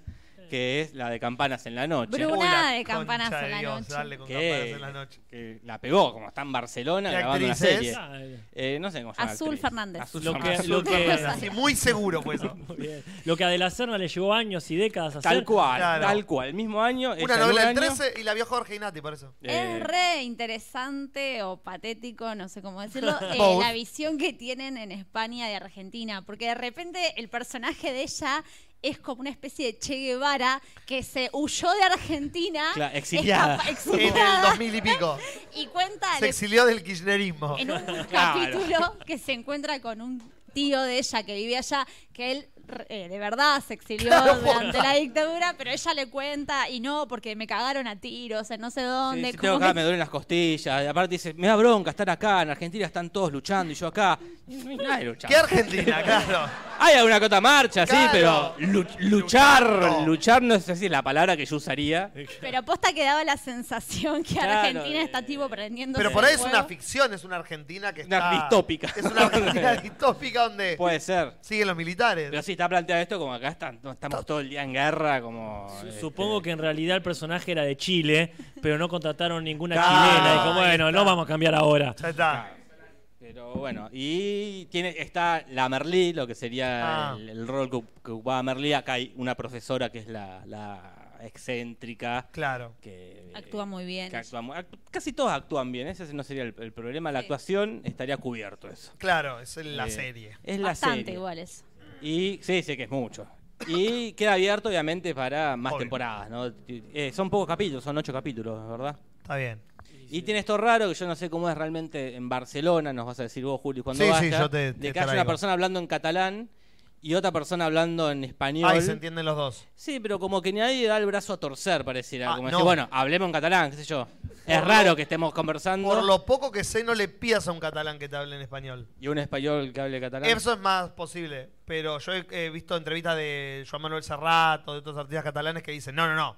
Speaker 4: que es la de Campanas en la Noche.
Speaker 3: Bruna
Speaker 1: la
Speaker 3: de campanas
Speaker 1: concha
Speaker 3: en
Speaker 1: de
Speaker 3: la
Speaker 1: Dios,
Speaker 3: noche.
Speaker 1: dale con
Speaker 4: ¿Qué?
Speaker 1: campanas en la noche.
Speaker 4: Que la pegó, como está en Barcelona
Speaker 1: ¿Qué
Speaker 4: grabando una
Speaker 1: actriz es?
Speaker 4: serie.
Speaker 2: Ah, bien.
Speaker 4: Eh, no sé cómo se llama la
Speaker 3: Azul
Speaker 4: actriz.
Speaker 3: Fernández.
Speaker 4: Azul
Speaker 2: Lo
Speaker 4: Fernández.
Speaker 2: que, lo que,
Speaker 1: Así, muy seguro, pues. eso.
Speaker 2: muy bien. Lo que a De la Serna le llevó años y décadas hacer.
Speaker 4: Tal cual,
Speaker 1: Claro.
Speaker 4: tal cual. El mismo año. ella
Speaker 1: Una
Speaker 4: en
Speaker 1: novela
Speaker 4: un
Speaker 1: del
Speaker 4: año,
Speaker 1: 13 y la vio Jorge Inati, por eso.
Speaker 4: eh,
Speaker 3: Es re interesante o patético, no sé cómo decirlo, eh,
Speaker 1: Both.
Speaker 3: la visión que tienen en España y Argentina, porque de repente el personaje de ella es como una especie de Che Guevara que se huyó de Argentina,
Speaker 4: [LAUGHS] Claro,
Speaker 3: [LAUGHS]
Speaker 4: exiliada.
Speaker 3: escapa-
Speaker 1: En
Speaker 3: exiliada,
Speaker 1: el 2000 y pico.
Speaker 3: y cuenta
Speaker 1: Se
Speaker 3: de-
Speaker 1: exilió del kirchnerismo.
Speaker 3: en un
Speaker 4: [LAUGHS] Claro.
Speaker 3: capítulo que se encuentra con un tío de ella que vive allá, que él eh, de verdad se exilió
Speaker 1: Claro,
Speaker 3: durante
Speaker 1: posta.
Speaker 3: la dictadura, pero ella le cuenta y no, porque me cagaron a tiros en no sé
Speaker 4: Sí,
Speaker 3: dónde.
Speaker 4: sí,
Speaker 3: como
Speaker 4: tengo acá,
Speaker 3: que-
Speaker 4: me duelen las costillas. Y aparte dice, me da bronca estar acá, en Argentina están todos luchando y yo acá.
Speaker 2: [LAUGHS]
Speaker 4: No hay nada de luchar.
Speaker 1: ¿Qué
Speaker 4: [LAUGHS]
Speaker 1: Argentina? Claro.
Speaker 4: Hay alguna que otra marcha, sí,
Speaker 1: Claro.
Speaker 4: pero lu- luchar,
Speaker 1: Luchando.
Speaker 4: luchar no sé si es la palabra que yo usaría.
Speaker 3: Pero aposta que daba la sensación que
Speaker 4: Claro,
Speaker 3: Argentina
Speaker 4: eh,
Speaker 3: está tipo prendiendo.
Speaker 1: Pero por ahí es una ficción, es una Argentina que
Speaker 4: Una
Speaker 1: está...
Speaker 4: distópica.
Speaker 1: Es
Speaker 4: [LAUGHS]
Speaker 1: una Argentina distópica donde
Speaker 4: Puede ser.
Speaker 1: siguen los militares.
Speaker 4: Pero sí, está planteado esto como acá están- no estamos todo el día en guerra, como... este,
Speaker 2: Supongo que en realidad el personaje era de Chile, pero no contrataron ninguna
Speaker 1: Claro,
Speaker 2: chilena. Dijo,
Speaker 1: ahí
Speaker 2: bueno,
Speaker 1: está.
Speaker 2: no vamos a cambiar ahora.
Speaker 1: Ya está.
Speaker 4: Pero bueno, y tiene está la Merlí, lo que sería
Speaker 1: Ah.
Speaker 4: el, el rol que, oc- que ocupaba Merlí. Acá hay una profesora que es la, la excéntrica.
Speaker 1: Claro.
Speaker 4: Que,
Speaker 3: Actúa muy bien.
Speaker 4: que actúa mu- act- casi todos actúan bien, ese no sería el, el problema. La
Speaker 3: Sí.
Speaker 4: actuación estaría cubierto eso.
Speaker 1: Claro, es en la
Speaker 4: Eh,
Speaker 1: serie.
Speaker 4: Es la
Speaker 3: Bastante
Speaker 4: serie.
Speaker 3: igual eso.
Speaker 4: Y sí, sí que es mucho. Y queda abierto, obviamente, para más
Speaker 1: Obvio.
Speaker 4: temporadas, ¿no? Eh, son pocos capítulos, son ocho capítulos, ¿verdad?
Speaker 1: Está bien.
Speaker 4: Y tiene esto raro, que yo no sé cómo es realmente en Barcelona, nos vas a decir vos, Julio, cuando
Speaker 1: Sí, sí,
Speaker 4: vayas,
Speaker 1: yo te- te
Speaker 4: de que haya una
Speaker 1: traigo.
Speaker 4: persona hablando en catalán y otra persona hablando en español.
Speaker 1: Ahí se entienden los dos.
Speaker 4: Sí, pero como que nadie da el brazo a torcer, pareciera.
Speaker 1: Ah,
Speaker 4: como
Speaker 1: no.
Speaker 4: decir, bueno, hablemos en catalán, qué sé yo. es
Speaker 1: lo-
Speaker 4: raro que estemos conversando
Speaker 1: Por lo poco que sé, no le pidas a un catalán que te hable en español.
Speaker 4: y un español que hable catalán.
Speaker 1: Eso es más posible. Pero yo he, he visto entrevistas de Joan Manuel Serrat o de otros artistas catalanes que dicen, no, no, no.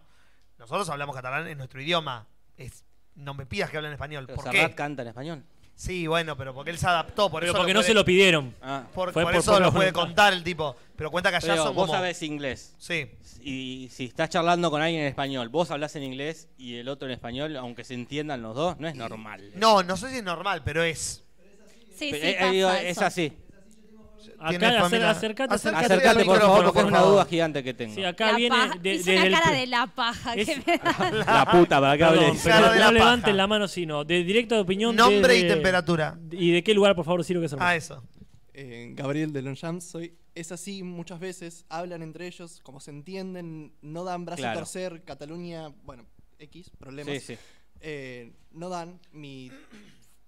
Speaker 1: Nosotros hablamos catalán en nuestro idioma. Es, no me pidas que hable en español.
Speaker 4: Pero
Speaker 1: ¿Por
Speaker 4: Serrat
Speaker 1: qué?
Speaker 4: canta en español.
Speaker 1: Sí, bueno, pero porque él se adaptó. Por
Speaker 2: Pero
Speaker 1: eso
Speaker 2: porque no
Speaker 1: puede-
Speaker 2: se lo pidieron.
Speaker 4: Ah,
Speaker 1: Por,
Speaker 2: Fue
Speaker 1: por
Speaker 2: por
Speaker 1: eso
Speaker 2: poca
Speaker 1: lo puede
Speaker 2: voluntad.
Speaker 1: contar el tipo. Pero cuenta que allá
Speaker 4: pero
Speaker 1: son
Speaker 4: vos
Speaker 1: como...
Speaker 4: sabés inglés.
Speaker 1: Sí.
Speaker 4: Y si estás charlando con alguien en español, vos hablas en inglés y el otro en español, aunque se entiendan los dos, no es normal.
Speaker 1: No, no sé si es normal, pero es.
Speaker 3: Sí, sí,
Speaker 4: Eh, eh,
Speaker 3: pasa
Speaker 4: digo,
Speaker 3: eso.
Speaker 4: es así.
Speaker 1: Tiene
Speaker 2: Acá acer-
Speaker 1: familia-
Speaker 2: acercate, acercate.
Speaker 1: al
Speaker 4: Acércate, por
Speaker 1: micrófono,
Speaker 4: favor, porque es una duda gigante que tengo.
Speaker 2: Sí, acá
Speaker 3: La
Speaker 2: viene
Speaker 3: paja-
Speaker 2: de-
Speaker 3: hice
Speaker 2: desde el
Speaker 3: una cara
Speaker 2: pr-
Speaker 3: de la paja que
Speaker 2: Es-
Speaker 3: me da.
Speaker 4: La puta, para que
Speaker 2: Perdón,
Speaker 4: hables.
Speaker 2: pero
Speaker 1: Cara de la
Speaker 2: no levanten
Speaker 1: paja.
Speaker 2: la mano, sino de directo de opinión.
Speaker 1: Nombre y
Speaker 2: desde-
Speaker 1: temperatura.
Speaker 2: ¿Y de qué lugar, por favor, Ciro, que se
Speaker 1: Ah, eso.
Speaker 8: Eh, Gabriel de Lonjam, soy. Es así, muchas veces hablan entre ellos, como se entienden, no dan brazo
Speaker 4: Claro.
Speaker 8: a torcer. Cataluña, bueno, X, problemas.
Speaker 4: Sí, sí.
Speaker 8: Eh, no dan. Mi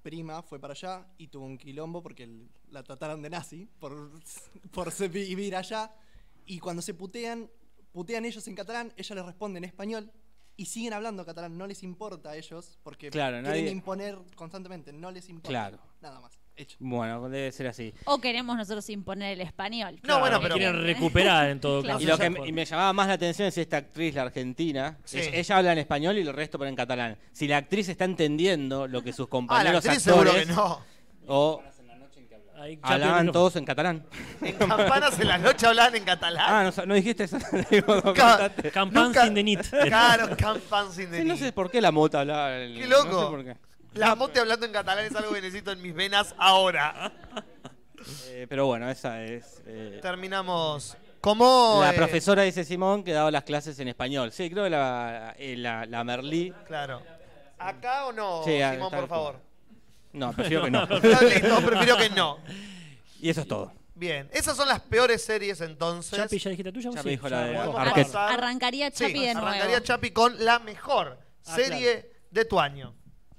Speaker 8: prima fue para allá y tuvo un quilombo porque el- la trataron de nazi por, [LAUGHS] por se- vivir allá. Y cuando se putean, putean ellos en catalán, ella les responde en español y siguen hablando catalán. No les importa a ellos porque
Speaker 4: Claro,
Speaker 8: quieren
Speaker 4: nadie-
Speaker 8: imponer constantemente. No les importa.
Speaker 4: Claro.
Speaker 8: Nada más. Hecho.
Speaker 4: Bueno, debe ser así.
Speaker 3: [LAUGHS] O queremos nosotros imponer el español.
Speaker 1: No, bueno, pero- [LAUGHS]
Speaker 2: Quieren recuperar en
Speaker 3: [LAUGHS]
Speaker 2: todo
Speaker 3: Claro.
Speaker 2: caso.
Speaker 4: Y lo
Speaker 2: ya
Speaker 4: que
Speaker 2: por-
Speaker 4: me, y me llamaba más la atención es esta actriz, la argentina.
Speaker 1: Sí.
Speaker 4: Es- ella habla en español y el resto pero en catalán. Si la actriz está entendiendo lo que sus
Speaker 1: Ah, la
Speaker 4: compañeros
Speaker 1: actriz seguro que
Speaker 4: actores
Speaker 1: no.
Speaker 4: o
Speaker 2: Ahí, ya tienen
Speaker 4: hablaban
Speaker 2: los-
Speaker 4: todos en catalán.
Speaker 1: En campanas en la noche hablaban en
Speaker 4: Ah,
Speaker 1: catalán.
Speaker 4: no, sa- no dijiste eso. [LAUGHS] Digo, no
Speaker 1: Ca-
Speaker 4: contaste.
Speaker 2: Campán
Speaker 1: Nunca-
Speaker 2: sin denit.
Speaker 1: Claro, campanas sin
Speaker 4: Sí, no sé
Speaker 1: denit.
Speaker 4: por qué la mota hablaba. el-
Speaker 1: Qué
Speaker 4: No sé
Speaker 1: loco.
Speaker 4: por qué.
Speaker 1: La mote hablando en catalán es algo que necesito en mis venas
Speaker 4: [LAUGHS]
Speaker 1: ahora.
Speaker 4: Eh, pero bueno, esa es. eh,
Speaker 1: Terminamos. ¿Cómo?
Speaker 4: la
Speaker 1: eh,
Speaker 4: profesora dice Simón que daba las clases en español. Sí, creo que la, eh, la, la Merlí.
Speaker 1: Claro. ¿Acá o no,
Speaker 4: Sí, ah,
Speaker 1: Oh, Simón,
Speaker 4: tal
Speaker 1: por favor?
Speaker 4: No, prefiero que no.
Speaker 1: [LAUGHS] No, listo, prefiero que no.
Speaker 4: y eso es todo.
Speaker 1: Bien. Esas son las peores series entonces.
Speaker 2: Chapi, ¿ya dijiste la tuya? vos?
Speaker 4: Chapi
Speaker 2: Sí,
Speaker 4: dijo la de
Speaker 2: bueno.
Speaker 1: Podemos
Speaker 4: Arquette.
Speaker 1: pasar-
Speaker 3: Arrancaría Chapi
Speaker 1: Sí,
Speaker 3: de nuevo.
Speaker 1: arrancaría Chapi con la mejor
Speaker 2: Ah,
Speaker 1: serie de tu año.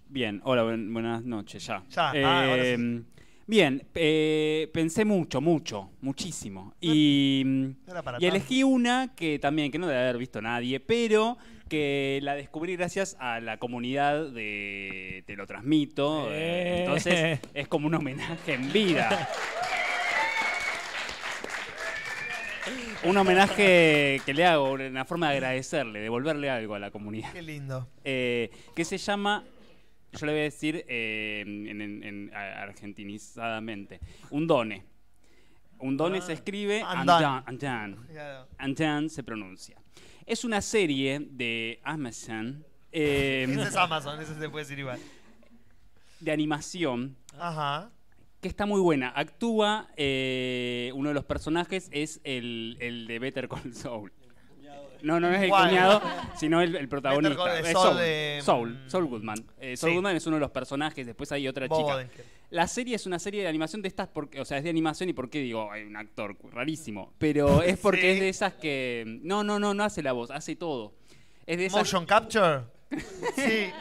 Speaker 7: Bien, hola, buen- buenas noches, ya. Em,
Speaker 1: Ya, ah, ahora sí.
Speaker 7: Bien, eh, pensé mucho, mucho, muchísimo. Y, mm,
Speaker 1: No era para
Speaker 7: y
Speaker 1: tanto.
Speaker 7: elegí una que también, que no debe haber visto nadie, pero que la descubrí gracias a la comunidad de Te lo transmito. eh,
Speaker 2: Eh.
Speaker 7: Entonces es como un homenaje
Speaker 1: [LAUGHS]
Speaker 7: en vida. Un homenaje que le hago, una forma de agradecerle, devolverle algo a la comunidad
Speaker 1: Qué lindo.
Speaker 7: eh, que se llama, yo le voy a decir eh, en, en- en- a- argentinizadamente, un done. Un done se escribe
Speaker 1: Andán.
Speaker 7: andan, andan,
Speaker 1: Claro.
Speaker 7: andan se pronuncia. Es una serie de Amazon eh,
Speaker 1: Ese es Amazon, ese se puede decir igual.
Speaker 7: de animación
Speaker 1: Ajá.
Speaker 7: que está muy buena. Actúa eh, uno de los personajes es el, el de Better Call Saul. No, no es el
Speaker 1: ¿Cuál?
Speaker 7: cuñado, sino el, el protagonista.
Speaker 1: Call
Speaker 7: Eh,
Speaker 1: Saul
Speaker 7: Saul,
Speaker 1: de- mm,
Speaker 7: Saul, Saul Goodman. Eh, Saul
Speaker 1: Sí.
Speaker 7: Goodman es uno de los personajes, después hay otra
Speaker 1: Bob
Speaker 7: chica.
Speaker 1: Odenkirk.
Speaker 7: La serie es una serie de animación de estas, porque, o sea, es de animación y por qué digo, hay un actor cu- rarísimo,
Speaker 1: [LAUGHS]
Speaker 7: pero es porque
Speaker 1: Sí.
Speaker 7: es de esas que... No, no, no, no hace la voz, hace todo. Es de esas...
Speaker 1: Motion
Speaker 7: [LAUGHS]
Speaker 1: capture. sí.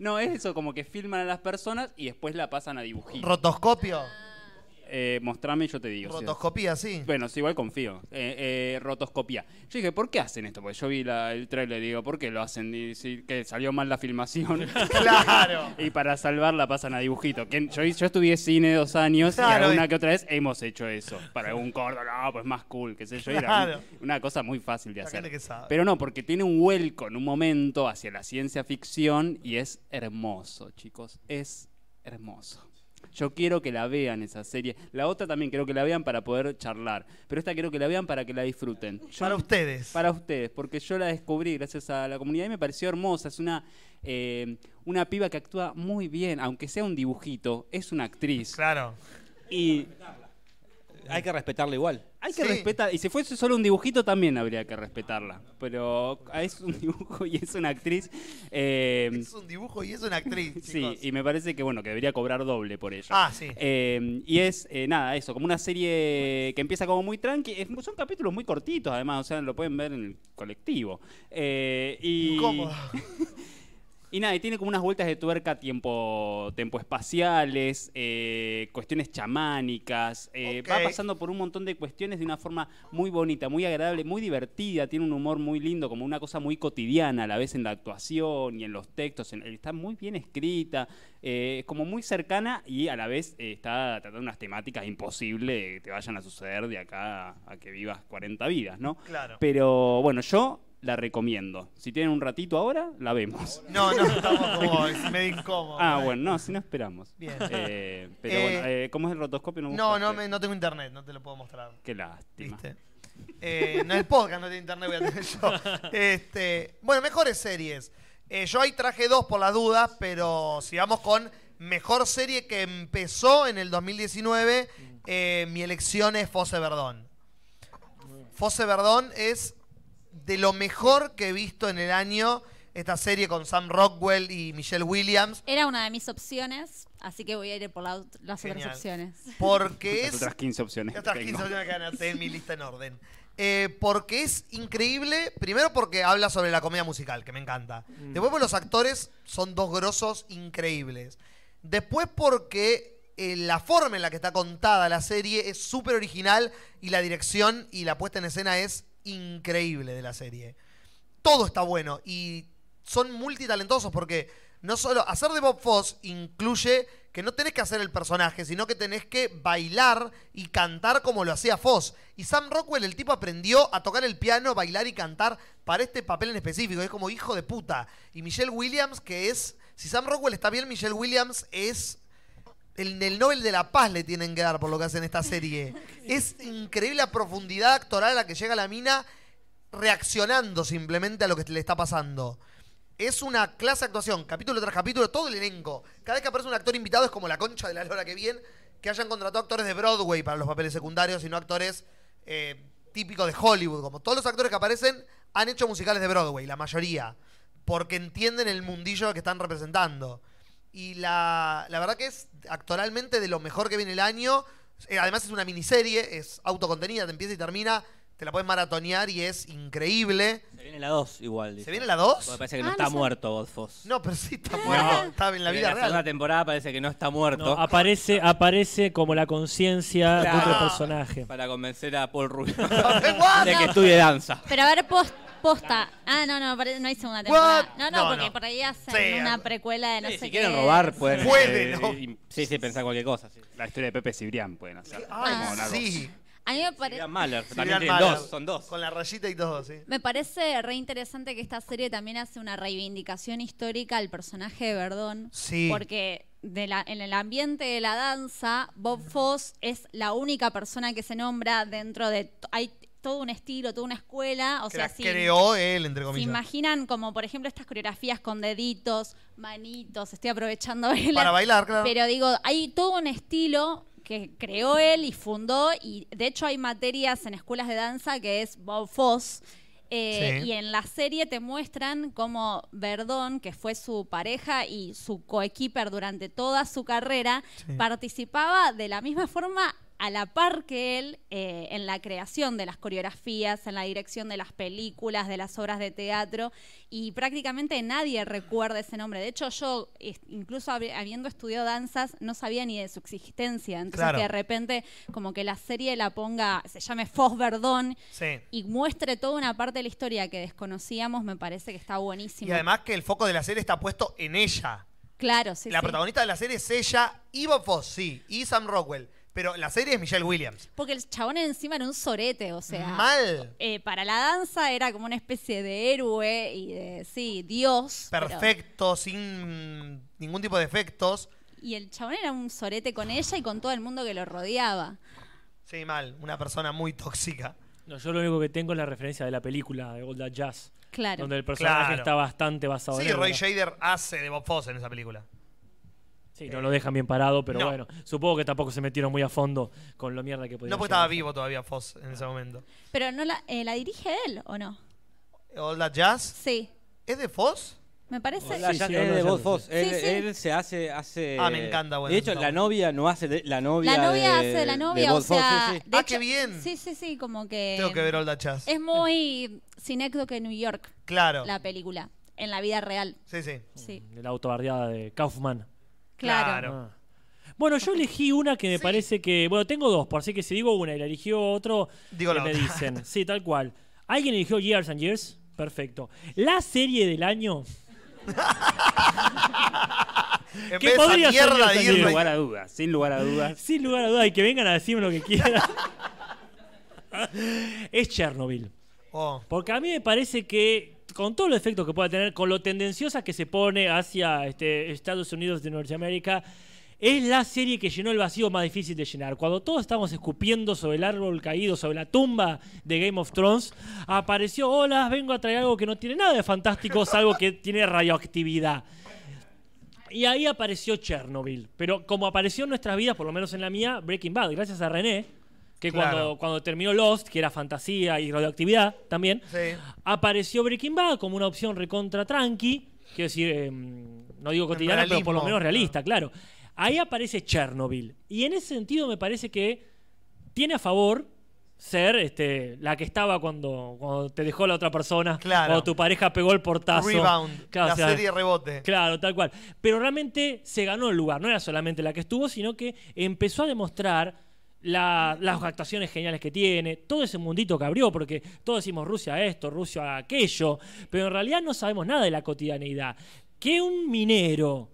Speaker 7: No, es eso, como que filman a las personas y después la pasan a dibujitos.
Speaker 1: Rotoscopio.
Speaker 7: Eh, mostrame y yo te digo. sí.
Speaker 1: Rotoscopía, sí.
Speaker 7: Bueno, sí, igual confío. Eh, eh, rotoscopía. Yo dije, ¿por qué hacen esto? Porque yo vi la- el trailer y digo, ¿por qué lo hacen? Y sí, que salió mal la filmación.
Speaker 1: Claro.
Speaker 7: Y para salvarla pasan a dibujito. Que Yo, yo estudié cine dos años
Speaker 1: Claro,
Speaker 7: y alguna
Speaker 1: y-
Speaker 7: que otra vez hemos hecho eso. Para un corto, no, pues más cool, qué sé yo. y era
Speaker 1: Claro.
Speaker 7: un- una cosa muy fácil de
Speaker 1: La
Speaker 7: hacer.
Speaker 1: gente que sabe.
Speaker 7: Pero no, porque tiene un vuelco en un momento hacia la ciencia ficción y es hermoso, chicos. Es hermoso. Yo quiero que la vean esa serie. La otra también quiero que la vean para poder charlar. Pero esta quiero que la vean para que la disfruten. Yo-
Speaker 1: Para ustedes.
Speaker 7: para ustedes, porque yo la descubrí gracias a la comunidad y me pareció hermosa. Es una, eh, una piba que actúa muy bien, aunque sea un dibujito, es una actriz.
Speaker 1: Claro.
Speaker 7: Y
Speaker 4: Hay que respetarlo igual.
Speaker 7: hay que
Speaker 1: Sí.
Speaker 7: respetar, y si fuese solo un dibujito también habría que respetarla, pero es un dibujo y es una actriz. eh,
Speaker 1: Es un dibujo y es una actriz.
Speaker 7: Sí,
Speaker 1: chicos.
Speaker 7: y me parece que bueno, que debería cobrar doble por ello.
Speaker 1: Ah, sí.
Speaker 7: Eh, y es, eh, nada, eso, como una serie que empieza como muy tranqui. Es- son capítulos muy cortitos, además, o sea, lo pueden ver en el colectivo. Eh, y,
Speaker 1: Incómodo.
Speaker 7: y nada, y tiene como unas vueltas de tuerca tiempo, tiempo espaciales, eh, cuestiones chamánicas. eh, Va
Speaker 1: Ok.
Speaker 7: pasando por un montón de cuestiones de una forma muy bonita, muy agradable, muy divertida. Tiene un humor muy lindo, como una cosa muy cotidiana a la vez en la actuación y en los textos. en- está muy bien escrita, eh, es como muy cercana y a la vez eh, está tratando unas temáticas imposibles que te vayan a suceder de acá a que vivas 40 vidas, ¿no?
Speaker 1: Claro.
Speaker 7: Pero bueno, yo la recomiendo. Si tienen un ratito ahora, la vemos.
Speaker 1: [LAUGHS] No, no, estamos
Speaker 7: [LAUGHS]
Speaker 1: como es medio incómodo.
Speaker 7: Ah, bueno, no, si no esperamos.
Speaker 1: Bien.
Speaker 7: Eh, pero
Speaker 1: Eh,
Speaker 7: bueno, eh, ¿cómo es el rotoscopio?
Speaker 1: No, no,
Speaker 7: buscaste?
Speaker 1: me- no tengo internet, no te lo puedo mostrar.
Speaker 7: Qué lástima.
Speaker 1: ¿Viste? Eh, no es podcast, no tiene internet, voy a tener yo. Este, bueno, mejores series. Eh, yo ahí traje dos por las dudas, pero sigamos con mejor serie que empezó en el 2019. eh, mi elección es Fosse Verdón. Fosse Verdón es de lo mejor que he visto en el año. Esta serie con Sam Rockwell y Michelle Williams.
Speaker 3: Era una de mis opciones, así que voy a ir por la ot- las
Speaker 1: Genial.
Speaker 3: otras opciones.
Speaker 1: Porque
Speaker 7: Las
Speaker 1: es
Speaker 7: otras 15 opciones.
Speaker 1: Estas
Speaker 7: que
Speaker 1: 15
Speaker 7: tengo.
Speaker 1: opciones que van a tener en mi lista en orden. Eh, porque es increíble, primero porque habla sobre la comedia musical, que me encanta. Después porque los actores son dos grosos increíbles. Después porque eh, la forma en la que está contada la serie es súper original y la dirección y la puesta en escena es increíble de la serie todo está bueno y son multitalentosos porque no solo hacer de Bob Foss incluye que no tenés que hacer el personaje, sino que tenés que bailar y cantar como lo hacía Foss. Y Sam Rockwell, el tipo aprendió a tocar el piano, bailar y cantar para este papel en específico. Es como hijo de puta. Y Michelle Williams, que es... Si Sam Rockwell está bien, Michelle Williams es el, el Nobel de la Paz le tienen que dar por lo que hacen esta serie. Es increíble la profundidad actoral a la que llega la mina reaccionando simplemente a lo que le está pasando. Es una clase de actuación, capítulo tras capítulo, todo el elenco. Cada vez que aparece un actor invitado es como la concha de la lora que bien que hayan contratado actores de Broadway para los papeles secundarios y no actores eh, típicos de Hollywood. Como todos los actores que aparecen han hecho musicales de Broadway, la mayoría, porque entienden el mundillo que están representando. Y la, la verdad que es actoralmente de lo mejor que viene el año. Eh, Además es una miniserie, es autocontenida, te empieza y termina. te la puedes maratonear y es increíble.
Speaker 4: Se viene la 2 igual. dice.
Speaker 1: ¿Se viene la 2?
Speaker 4: Porque parece que no
Speaker 3: Ah,
Speaker 4: está
Speaker 3: no sé.
Speaker 4: muerto Godfos.
Speaker 1: No, pero sí está muerto. Está en la vida
Speaker 4: segunda
Speaker 1: real.
Speaker 4: temporada parece que no está muerto.
Speaker 2: No, aparece, aparece como la conciencia
Speaker 4: Claro.
Speaker 2: de otro personaje.
Speaker 4: para convencer a Paul Rubio
Speaker 1: What?
Speaker 4: de que estudie danza.
Speaker 3: Pero a ver, pos- posta. Ah, no, no, pare- no hay segunda temporada.
Speaker 1: What?
Speaker 3: No, no,
Speaker 1: No,
Speaker 3: porque
Speaker 1: no.
Speaker 3: por ahí hacen
Speaker 1: Sí,
Speaker 3: una
Speaker 1: algo.
Speaker 3: precuela de no
Speaker 4: Sí,
Speaker 3: sé
Speaker 4: si quieren
Speaker 3: qué.
Speaker 4: robar, pueden.
Speaker 1: Puede,
Speaker 4: eh,
Speaker 1: ¿no?
Speaker 4: y- sí, sí, pensar cualquier cosa. Sí.
Speaker 7: La historia de Pepe Cibrián pueden hacer.
Speaker 1: Ay,
Speaker 7: Como una cosa.
Speaker 1: ah, sí.
Speaker 3: A mí me
Speaker 4: Sería
Speaker 3: parece.
Speaker 4: Mahler,
Speaker 1: Sí,
Speaker 4: también
Speaker 1: Gran
Speaker 4: tienen
Speaker 1: Mahler.
Speaker 4: dos, son dos.
Speaker 1: Con la rayita y todo, sí.
Speaker 3: Me parece re interesante que esta serie también hace una reivindicación histórica al personaje de Verdón.
Speaker 1: Sí.
Speaker 3: Porque de la- en el ambiente de la danza, Bob Foss es la única persona que se nombra dentro de. t- Hay todo un estilo, toda una escuela. O
Speaker 1: que
Speaker 3: sea,
Speaker 1: la
Speaker 3: sí.
Speaker 1: creó él, entre
Speaker 3: ¿Se
Speaker 1: comillas.
Speaker 3: imaginan como, por ejemplo, estas coreografías con deditos, manitos? Estoy aprovechando [LAUGHS] el-
Speaker 1: Para bailar, claro.
Speaker 3: Pero digo, hay todo un estilo que creó él y fundó, y de hecho hay materias en escuelas de danza que es Bob Foss. eh,
Speaker 1: Sí.
Speaker 3: Y en la serie te muestran cómo Verdón, que fue su pareja y su coequiper durante toda su carrera, participaba de la misma forma a la par que él eh, en la creación de las coreografías, en la dirección de las películas, de las obras de teatro, y prácticamente nadie recuerda ese nombre. De hecho, yo, es- incluso habi- habiendo estudiado danzas, no sabía ni de su existencia. Entonces,
Speaker 1: Claro.
Speaker 3: que de repente, como que la serie la ponga, se llame Fos Verdón,
Speaker 1: Sí.
Speaker 3: y muestre toda una parte de la historia que desconocíamos, me parece que está buenísimo.
Speaker 1: Y además que el foco de la serie está puesto en ella.
Speaker 3: claro, sí,
Speaker 1: la
Speaker 3: sí.
Speaker 1: protagonista de la serie es ella, y Bob Foss, sí, y Sam Rockwell. Pero la serie es Michelle Williams.
Speaker 3: Porque el chabón encima era un sorete, o sea.
Speaker 1: Mal.
Speaker 3: eh, para la danza era como una especie de héroe y de, sí, dios. pero-
Speaker 1: Perfecto, sin ningún tipo de efectos.
Speaker 3: y el chabón era un sorete con ella y con todo el mundo que lo rodeaba.
Speaker 1: Sí, mal. Una persona muy tóxica.
Speaker 2: No, yo lo único que tengo es la referencia de la película de Golda Jazz.
Speaker 3: Claro.
Speaker 2: Donde el personaje
Speaker 1: Claro.
Speaker 2: está bastante basado en
Speaker 1: Sí,
Speaker 2: él,
Speaker 1: Roy
Speaker 2: ¿verdad?
Speaker 1: Shader hace de Bob Foss en esa película.
Speaker 2: Sí, no lo dejan bien parado, pero
Speaker 1: No.
Speaker 2: bueno. Supongo que tampoco se metieron muy a fondo con lo mierda que podía
Speaker 1: No porque
Speaker 2: llegar a
Speaker 1: estaba
Speaker 2: ser.
Speaker 1: vivo todavía Foss en ese momento.
Speaker 3: Pero no la, eh, la dirige él, ¿o no?
Speaker 1: All That Jazz.
Speaker 3: Sí.
Speaker 1: ¿Es de Foss?
Speaker 3: Me parece.
Speaker 4: La
Speaker 2: Sí,
Speaker 4: ya-
Speaker 2: sí,
Speaker 4: él
Speaker 2: hablo
Speaker 4: de
Speaker 2: de
Speaker 4: Bob
Speaker 2: Jackson,
Speaker 4: Foss.
Speaker 2: sí.
Speaker 4: Él,
Speaker 3: Sí, sí.
Speaker 4: él se hace, hace.
Speaker 1: Ah, me encanta, bueno,
Speaker 4: De hecho,
Speaker 1: está
Speaker 4: la
Speaker 1: bueno.
Speaker 4: novia no hace. de- la novia.
Speaker 3: La novia
Speaker 4: de-
Speaker 3: hace de la novia,
Speaker 4: Bob
Speaker 3: o
Speaker 4: Foss,
Speaker 3: sea.
Speaker 4: sí, sí.
Speaker 3: de
Speaker 1: Ah, qué bien.
Speaker 3: Sí, sí, sí, como que.
Speaker 1: Tengo que ver All That Jazz.
Speaker 3: Es muy sinécdoque New York,
Speaker 1: Claro.
Speaker 3: la película, en la vida real.
Speaker 1: Sí, sí.
Speaker 3: Sí.
Speaker 2: La autobardeada de Kaufman.
Speaker 3: Claro.
Speaker 2: Ah. Bueno, yo elegí una que me parece que. Bueno, tengo dos, por así que si digo una y la eligió otro,
Speaker 1: Digo
Speaker 2: eh,
Speaker 1: la
Speaker 2: me
Speaker 1: otra. [LAUGHS]
Speaker 2: dicen. Sí, tal cual. ¿Alguien eligió Years and Years? Perfecto. La serie del año.
Speaker 1: En
Speaker 2: ¿Qué
Speaker 1: vez de esa
Speaker 2: podría ser
Speaker 1: mierda
Speaker 2: Dios
Speaker 1: de
Speaker 2: en
Speaker 7: Sin
Speaker 1: irme-
Speaker 2: Dios?
Speaker 7: lugar a dudas, sin lugar a dudas.
Speaker 2: Sin lugar a dudas, y que vengan a decirme lo que quieran. es Chernobyl.
Speaker 1: Oh,
Speaker 2: Porque a mí me parece que con todos los efectos que pueda tener, con lo tendenciosa que se pone hacia este, Estados Unidos de Norteamérica, es la serie que llenó el vacío más difícil de llenar. Cuando todos estábamos escupiendo sobre el árbol caído, sobre la tumba de Game of Thrones, apareció, hola, vengo a traer algo que no tiene nada de fantástico, salvo que tiene radioactividad. Y ahí apareció Chernobyl. Pero como apareció en nuestras vidas, por lo menos en la mía, Breaking Bad, gracias a René, que
Speaker 1: Claro.
Speaker 2: cuando, cuando terminó Lost, que era fantasía y radioactividad también,
Speaker 1: sí.
Speaker 2: apareció Breaking Bad como una opción recontra tranqui, quiero decir, eh, no digo cotidiana, pero por
Speaker 1: realismo,
Speaker 2: lo
Speaker 1: Ah.
Speaker 2: menos realista, claro. Ahí aparece Chernobyl. Y en ese sentido me parece que tiene a favor ser este, la que estaba cuando, cuando te dejó la otra persona,
Speaker 1: Claro.
Speaker 2: cuando tu pareja pegó el portazo.
Speaker 1: Rebound.
Speaker 2: [LAUGHS] Claro,
Speaker 1: la
Speaker 2: o sea,
Speaker 1: serie rebote.
Speaker 2: Claro, tal cual. Pero realmente se ganó el lugar. No era solamente la que estuvo, sino que empezó a demostrar la- las actuaciones geniales que tiene, todo ese mundito que abrió, porque todos decimos Rusia esto, Rusia aquello, pero en realidad no sabemos nada de la cotidianeidad. Que un minero,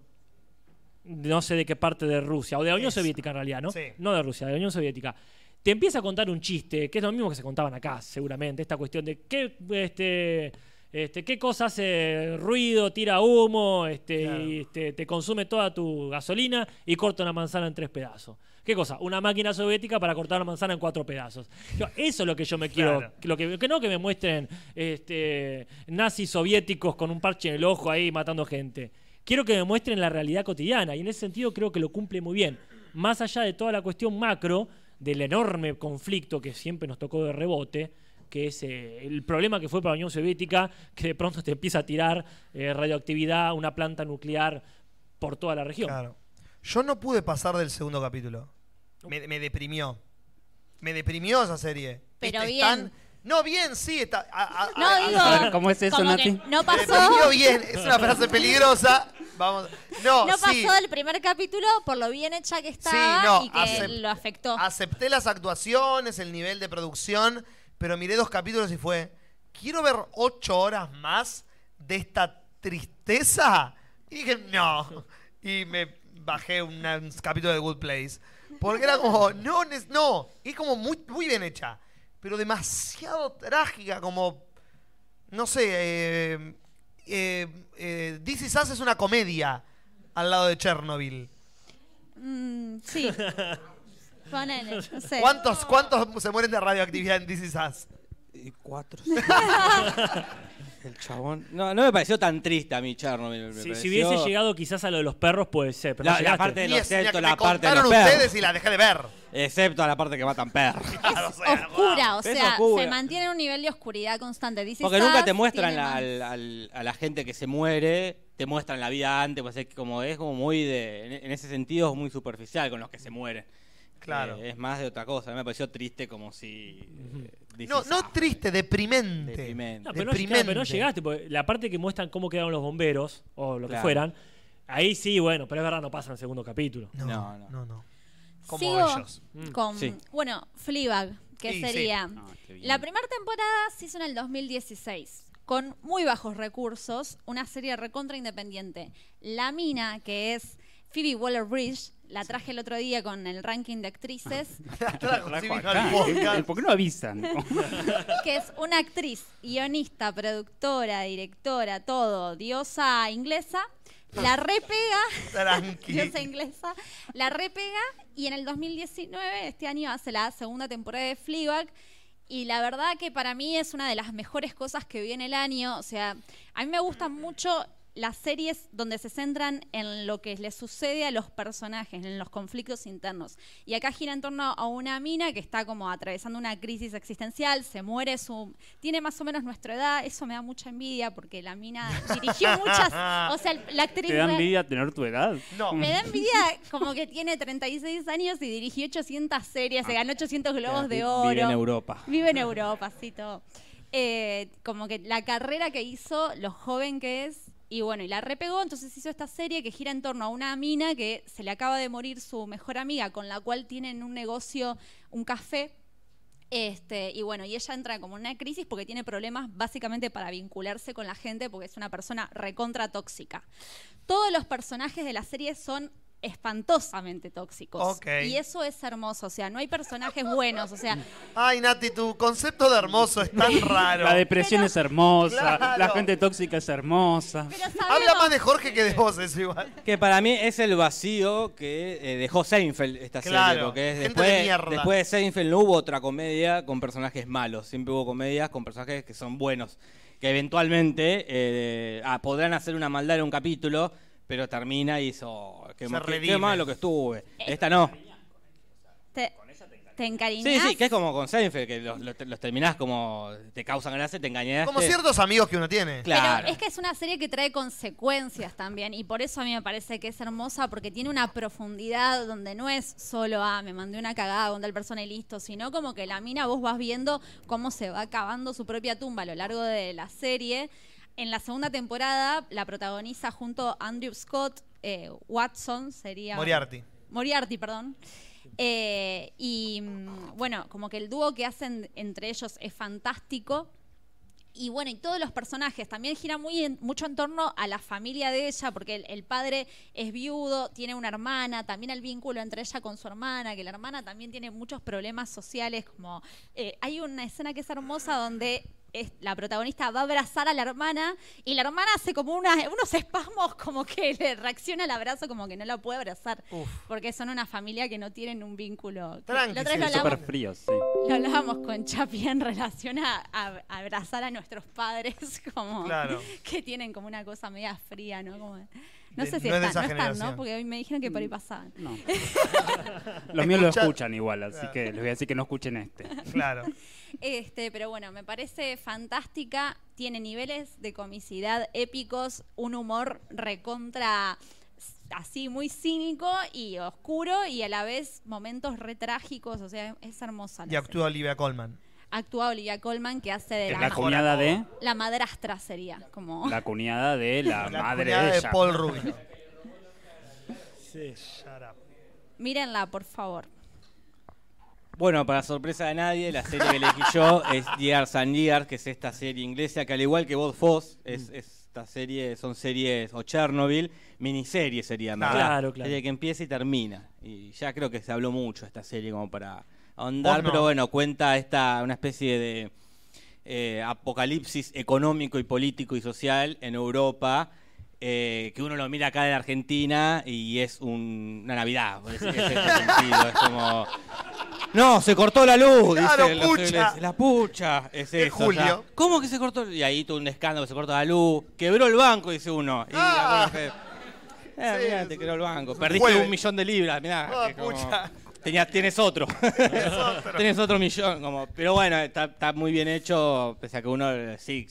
Speaker 2: no sé de qué parte de Rusia, o de la Unión
Speaker 1: Eso.
Speaker 2: Soviética en realidad, ¿no?
Speaker 1: Sí.
Speaker 2: No de Rusia, de la Unión Soviética. Te empieza a contar un chiste, que es lo mismo que se contaban acá, seguramente, esta cuestión de qué, este, este, qué cosa hace ruido, tira humo, este, y, este, te consume toda tu gasolina y corta una manzana en tres pedazos. ¿Qué cosa? Una máquina soviética para cortar una manzana en cuatro pedazos. Yo- eso es lo que yo me quiero.
Speaker 1: Claro.
Speaker 2: Lo que, que no que me muestren este, nazis soviéticos con un parche en el ojo ahí matando gente. Quiero que me muestren la realidad cotidiana y en ese sentido creo que lo cumple muy bien. Más allá de toda la cuestión macro, del enorme conflicto que siempre nos tocó de rebote, que es eh, el problema que fue para la Unión Soviética, [LAUGHS] que de pronto te empieza a tirar eh, radioactividad, una planta nuclear por toda la región.
Speaker 1: Claro. Yo no pude pasar del segundo capítulo. Me, me deprimió. Me deprimió esa serie.
Speaker 3: Pero
Speaker 1: Es- es
Speaker 3: bien.
Speaker 1: tan- No, bien, sí. Está, a- a- a-
Speaker 3: No, digo.
Speaker 7: A ver, ¿cómo es eso,
Speaker 3: como
Speaker 7: Nati?
Speaker 3: que No
Speaker 1: Eh, definió
Speaker 3: pasó.
Speaker 1: bien, es una frase peligrosa. Vamos. No,
Speaker 3: No
Speaker 1: sí.
Speaker 3: pasó el primer capítulo por lo bien hecha que estaba
Speaker 1: no,
Speaker 3: Ah, y que
Speaker 1: acep-
Speaker 3: lo afectó.
Speaker 1: Acepté las actuaciones, el nivel de producción, pero miré dos capítulos y fue, quiero ver ocho horas más de esta tristeza. Y dije, no. Y me bajé una- un capítulo de Good Place. Porque era como, no, nes- no. Y es como muy, muy bien hecha, pero demasiado trágica, como, no sé, eh, eh, eh, This Is Us es una comedia al lado de Chernobyl.
Speaker 3: Mm, sí. Ponele, no sé.
Speaker 1: ¿Cuántos, ¿Cuántos se mueren de radioactividad en This Is Us?
Speaker 4: Y cuatro. el chabón. No, no me pareció tan triste a mí Chernobyl. me
Speaker 2: Si, si
Speaker 4: pareció-
Speaker 2: hubiese llegado quizás a lo de los perros, puede ser. Pero no
Speaker 4: La, la
Speaker 2: llegaste.
Speaker 4: parte de los
Speaker 1: Diez, mira,
Speaker 4: excepto
Speaker 1: que
Speaker 4: la
Speaker 1: me
Speaker 4: parte de
Speaker 1: contaron
Speaker 4: los perros.
Speaker 1: ustedes y la dejé de ver.
Speaker 4: Excepto la parte que matan perros.
Speaker 1: Claro, o sea,
Speaker 3: Oscura, o
Speaker 4: Es
Speaker 3: sea,
Speaker 4: oscura.
Speaker 3: se mantiene en un nivel de oscuridad constante. Dice
Speaker 4: Porque nunca
Speaker 3: Sass,
Speaker 4: te muestran
Speaker 3: tiene
Speaker 4: la-
Speaker 3: más-
Speaker 4: al- al- a la gente que se muere, te muestran la vida antes, pues es como es como muy de, en, en ese sentido es muy superficial con los que se mueren.
Speaker 1: Claro.
Speaker 4: Eh, es más de otra cosa. Me pareció triste como si. eh, This
Speaker 1: No,
Speaker 4: Is
Speaker 1: no
Speaker 4: Us.
Speaker 1: triste, Este deprimente.
Speaker 4: Deprimente.
Speaker 2: No, pero, no,
Speaker 1: Deprimente.
Speaker 2: claro, pero no llegaste, porque la parte que muestran cómo quedaron los bomberos, o lo que
Speaker 4: Claro.
Speaker 2: fueran, ahí sí, bueno, pero es verdad, no pasa en el segundo capítulo.
Speaker 1: No,
Speaker 4: No,
Speaker 1: no,
Speaker 4: no.
Speaker 1: no. Como
Speaker 3: Sigo
Speaker 1: ellos.
Speaker 3: Con,
Speaker 4: Mm. Sí.
Speaker 3: Bueno, Fleabag, que
Speaker 1: Sí, sí.
Speaker 3: sería...
Speaker 4: No, qué bien.
Speaker 3: La primera temporada se hizo en el 2016, con muy bajos recursos, una serie recontra independiente. La mina, que es Phoebe Waller-Bridge, la traje el otro día con el ranking de actrices, [LAUGHS]
Speaker 1: Trajo, sí,
Speaker 7: Trajo
Speaker 1: vino
Speaker 7: acá.
Speaker 1: al podcast.
Speaker 7: ¿Por qué no avisan?
Speaker 3: que es una actriz, guionista, productora, directora, todo, diosa inglesa,
Speaker 4: [LAUGHS]
Speaker 3: la repega...
Speaker 1: Tranqui.
Speaker 3: diosa inglesa, la repega y en el 2019, este año, hace la segunda temporada de Fleabag y la verdad que para mí es una de las mejores cosas que vi en el año, o sea, a mí me gustan mucho las series donde se centran en lo que les sucede a los personajes, en los conflictos internos. Y acá gira en torno a una mina que está como atravesando una crisis existencial, se muere, su tiene más o menos nuestra edad, eso me da mucha envidia porque la mina dirigió muchas, o sea, la actriz
Speaker 7: ¿Te da
Speaker 3: re-
Speaker 7: envidia tener tu edad?
Speaker 1: No.
Speaker 3: [LAUGHS] me da envidia como que tiene 36 años y dirigió 800 series, se ganó 800 globos de
Speaker 4: Vi-
Speaker 3: oro.
Speaker 4: Vive en Europa.
Speaker 3: Vive en Europa, sí, todo. Eh, como que la carrera que hizo, lo joven que es, y bueno, y la repegó, entonces hizo esta serie que gira en torno a una mina que se le acaba de morir su mejor amiga, con la cual tienen un negocio, un café. Este, y bueno, y ella entra como en una crisis porque tiene problemas básicamente para vincularse con la gente porque es una persona recontra tóxica. Todos los personajes de la serie son espantosamente tóxicos.
Speaker 1: Ok.
Speaker 3: Y eso es hermoso, o sea, no hay personajes buenos, o sea,
Speaker 1: Ay, Nati, tu concepto de hermoso es tan raro.
Speaker 7: La depresión
Speaker 3: Pero-
Speaker 7: es hermosa,
Speaker 1: Claro.
Speaker 7: la gente tóxica es hermosa.
Speaker 3: Pero sabemos-
Speaker 1: Habla más de Jorge que de vos, eso igual.
Speaker 4: Que para mí es el vacío que eh, dejó Seinfeld esta serie.
Speaker 1: Claro,
Speaker 4: Porque es
Speaker 1: gente
Speaker 4: después,
Speaker 1: de mierda.
Speaker 4: después de Seinfeld no hubo otra comedia con personajes malos. Siempre hubo comedias con personajes que son buenos. Que eventualmente eh, ah, podrán hacer una maldad en un capítulo, pero termina y eso qué,
Speaker 1: Se
Speaker 4: ma- qué- qué
Speaker 1: redime.
Speaker 4: malo que estuve. Esta no.
Speaker 3: te, te encariñás.
Speaker 4: Sí, sí, que es como con Seinfeld, que los, los- los terminás como te causan gracia, te engañaste.
Speaker 1: Como ciertos amigos que uno tiene.
Speaker 4: Claro.
Speaker 3: Pero es que es una serie que trae consecuencias también y por eso a mí me parece que es hermosa porque tiene una profundidad donde no es solo, ah, me mandé una cagada con tal persona y listo, sino como que la mina vos vas viendo cómo se va cavando su propia tumba a lo largo de la serie. En la segunda temporada la protagoniza junto a Andrew Scott, eh, Watson sería...
Speaker 1: Moriarty.
Speaker 3: Moriarty, perdón. Eh, y mm, bueno, como que el dúo que hacen entre ellos es fantástico. Y bueno, y todos los personajes también giran muy en- mucho en torno a la familia de ella, porque el, el padre es viudo, tiene una hermana, también el vínculo entre ella con su hermana, que la hermana también tiene muchos problemas sociales, como eh, hay una escena que es hermosa donde es- la protagonista va a abrazar a la hermana y la hermana hace como una- unos espasmos como que [LAUGHS] le reacciona al abrazo como que no la puede abrazar,
Speaker 1: Uf.
Speaker 3: porque son una familia que no tienen un vínculo.
Speaker 1: Tranqui,
Speaker 3: La otra vez
Speaker 1: sí,
Speaker 3: lo hablamos-
Speaker 7: Súper frío, sí.
Speaker 3: lo hablábamos con Chapi en relación a, a- a abrazar a nuestros padres, [LAUGHS] como
Speaker 1: Claro.
Speaker 3: que tienen como una cosa media fría, ¿no? Como- no
Speaker 1: De-
Speaker 3: sé si
Speaker 1: no es de
Speaker 3: están,
Speaker 1: esa
Speaker 3: no están,
Speaker 1: generación.
Speaker 3: ¿no? Porque hoy me dijeron que por ahí pasaban.
Speaker 7: No. Los míos lo
Speaker 1: Escucha-
Speaker 7: escuchan igual, así
Speaker 1: Claro.
Speaker 7: que les voy a decir que no escuchen este. [LAUGHS]
Speaker 1: Claro.
Speaker 3: Este, pero bueno, me parece fantástica. Tiene niveles de comicidad épicos, un humor recontra así muy cínico y oscuro y a la vez momentos re trágicos, o sea, es hermosa. la
Speaker 1: Y
Speaker 3: serie.
Speaker 1: actúa Olivia Colman.
Speaker 3: actúa Olivia Colman, que hace de
Speaker 7: Es
Speaker 3: la,
Speaker 7: la
Speaker 3: ma-
Speaker 7: cuñada de.
Speaker 3: la madrastra, sería. Como...
Speaker 7: La cuñada de la,
Speaker 1: La
Speaker 7: madre
Speaker 1: cuñada
Speaker 7: de
Speaker 1: de
Speaker 7: ella.
Speaker 1: Paul Rubin.
Speaker 2: [LAUGHS] Sí.
Speaker 1: Shut up.
Speaker 3: Mírenla, por favor.
Speaker 4: Bueno, para sorpresa de nadie, la serie que elegí yo es Years and Years, que es esta serie inglesa que al igual que Bob Foss,
Speaker 2: Mm.
Speaker 4: es, es- esta serie, son series, o Chernobyl, miniserie sería más.
Speaker 2: Claro, claro.
Speaker 4: Serie que empieza y termina. Y ya creo que se habló mucho esta serie como para ahondar, pero bueno, cuenta esta, una especie de eh, apocalipsis económico y político y social en Europa. eh, que uno lo mira acá de Argentina y es un- una Navidad, por decir que es
Speaker 2: [LAUGHS]
Speaker 4: ese sentido, es como no, se cortó la luz.
Speaker 1: Claro,
Speaker 4: dicen los
Speaker 1: pucha.
Speaker 4: ingleses. La pucha. Es
Speaker 1: Es
Speaker 4: eso,
Speaker 1: julio.
Speaker 4: ya. ¿Cómo que se cortó? Y ahí tuvo un escándalo, se cortó la luz. Quebró el banco, dice uno. Y
Speaker 1: Ah.
Speaker 4: algunos que- eh,
Speaker 1: Sí,
Speaker 4: mirá,
Speaker 1: es
Speaker 4: te
Speaker 1: un-
Speaker 4: quebró el banco.
Speaker 1: un
Speaker 4: Perdiste
Speaker 1: jueves.
Speaker 4: un millón de libras, mirá.
Speaker 1: Ah,
Speaker 4: que como-
Speaker 1: pucha.
Speaker 4: Tenías- tienes otro.
Speaker 1: [LAUGHS]
Speaker 4: tienes otro millón. Como, pero bueno, está, está muy bien hecho, pese a que uno eh, sí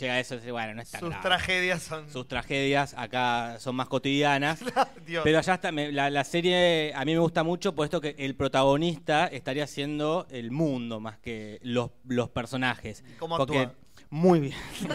Speaker 4: llega a eso y dice, bueno, no es tan
Speaker 1: Sus
Speaker 4: grave.
Speaker 1: tragedias son.
Speaker 4: Sus tragedias acá son más
Speaker 1: [LAUGHS]
Speaker 4: cotidianas.
Speaker 1: Dios.
Speaker 4: Pero allá está, me- la, la serie a mí me gusta mucho, puesto que el protagonista estaría siendo el mundo más que los, los personajes.
Speaker 1: ¿Cómo
Speaker 4: Porque-
Speaker 1: actúa?
Speaker 4: Muy bien. [LAUGHS]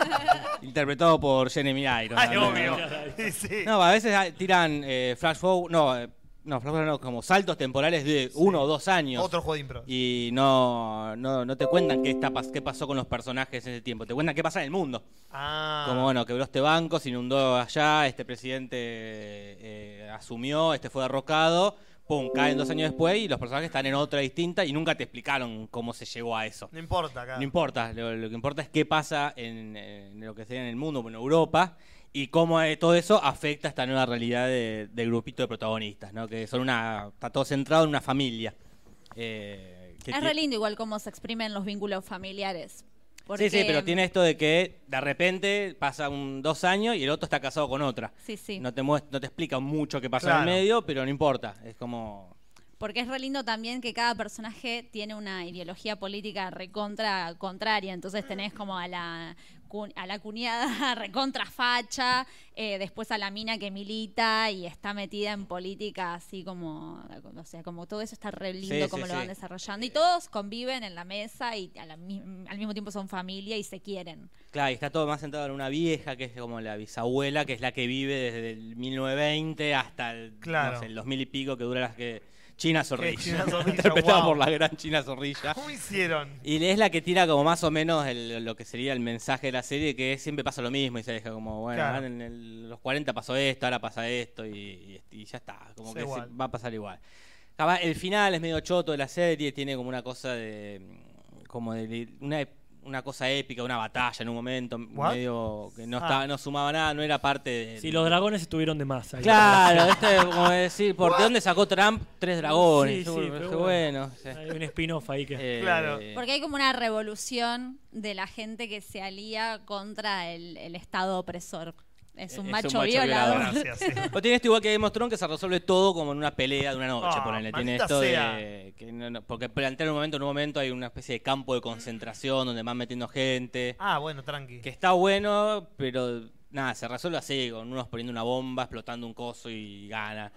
Speaker 4: Interpretado por Jeremy Irons.
Speaker 1: Ay,
Speaker 4: ¿no?
Speaker 1: obvio. Y sí.
Speaker 4: No, a veces ah, tiran eh, flash forward, no, eh, no, flash forward no, como saltos temporales de uno o dos años.
Speaker 1: Otro juego de impro.
Speaker 4: Y no, no, no te cuentan qué, está, pas- qué pasó con los personajes en ese tiempo, te cuentan qué pasa en el mundo.
Speaker 1: Ah.
Speaker 4: Como bueno, quebró este banco, se inundó allá, este presidente eh, asumió, este fue derrocado, pum, caen dos años después y los personajes están en otra distinta y nunca te explicaron cómo se llegó a eso.
Speaker 1: No importa acá.
Speaker 4: No importa, lo, lo que importa es qué pasa en, en lo que sería en el mundo, en Europa, y cómo eh, todo eso afecta esta nueva realidad de- del grupito de protagonistas, ¿no? Que son una, está todo centrado en una familia. eh, que
Speaker 3: Es
Speaker 4: tie-
Speaker 3: re lindo igual cómo se exprimen los vínculos familiares.
Speaker 4: Sí, sí,
Speaker 3: porque-
Speaker 4: pero tiene esto de que de repente pasa un, dos años y el otro está casado con otra.
Speaker 3: Sí, sí.
Speaker 4: No te, muest- no te explica mucho qué pasa en
Speaker 1: Claro.
Speaker 4: el medio, pero no importa. Es como.
Speaker 3: Porque es re lindo también que cada personaje tiene una ideología política recontra contraria. Entonces tenés como a la, cu- a la cuñada [LAUGHS] recontra facha, eh, después a la mina que milita y está metida en política así como, o sea, como todo eso está re lindo
Speaker 4: Sí, sí,
Speaker 3: como lo
Speaker 4: sí.
Speaker 3: van desarrollando. Y todos conviven en la mesa y a la mi- al mismo tiempo son familia y se quieren.
Speaker 4: Claro, y está todo más centrado en una vieja, que es como la bisabuela, que es la que vive desde el 1920 hasta el,
Speaker 1: Claro.
Speaker 4: no sé, el 2000 y pico que dura las que. China Zorrilla. [LAUGHS]
Speaker 1: China Zorrilla,
Speaker 4: Interpretada
Speaker 1: guau.
Speaker 4: por la gran China Zorrilla.
Speaker 1: ¿Cómo hicieron?
Speaker 4: Y es la que tira como más o menos el- lo que sería el mensaje de la serie, que es siempre pasa lo mismo y se deja como, bueno,
Speaker 1: Claro.
Speaker 4: ahora en el- los 40 pasó esto, ahora pasa esto y, y- y ya está, como
Speaker 1: Es
Speaker 4: que se-
Speaker 1: igual.
Speaker 4: va a pasar igual. Capaz, El final es medio choto de la serie, tiene como una cosa de, mm, como de li- una, ep- una cosa épica, una batalla en un momento,
Speaker 1: What?
Speaker 4: medio que no,
Speaker 1: Ah.
Speaker 4: estaba, no sumaba nada, no era parte de...
Speaker 2: Sí, los dragones estuvieron de más. ahí. [LAUGHS]
Speaker 4: Claro, este es como decir, ¿por de dónde sacó Trump tres dragones?
Speaker 2: Sí, sí,
Speaker 4: Yo-
Speaker 2: pero
Speaker 4: yo,
Speaker 2: bueno.
Speaker 4: bueno, sí.
Speaker 2: Hay un spin-off ahí que.
Speaker 4: Eh,
Speaker 1: Claro.
Speaker 3: Porque hay como una revolución de la gente que se alía contra el, el Estado opresor. Es un, macho, violador.
Speaker 1: Gracias. sí.
Speaker 4: O tiene esto igual que Game of Thrones, que se resuelve todo como en una pelea de una noche,
Speaker 1: Ah,
Speaker 4: ponele. Tiene
Speaker 1: maldita
Speaker 4: esto
Speaker 1: sea.
Speaker 4: de. que no- no- porque plantea en un momento, en un momento hay una especie de campo de concentración donde van metiendo gente.
Speaker 1: Ah, bueno, tranqui.
Speaker 4: Que está bueno, pero nada, se resuelve así, con unos poniendo una bomba, explotando un coso y gana.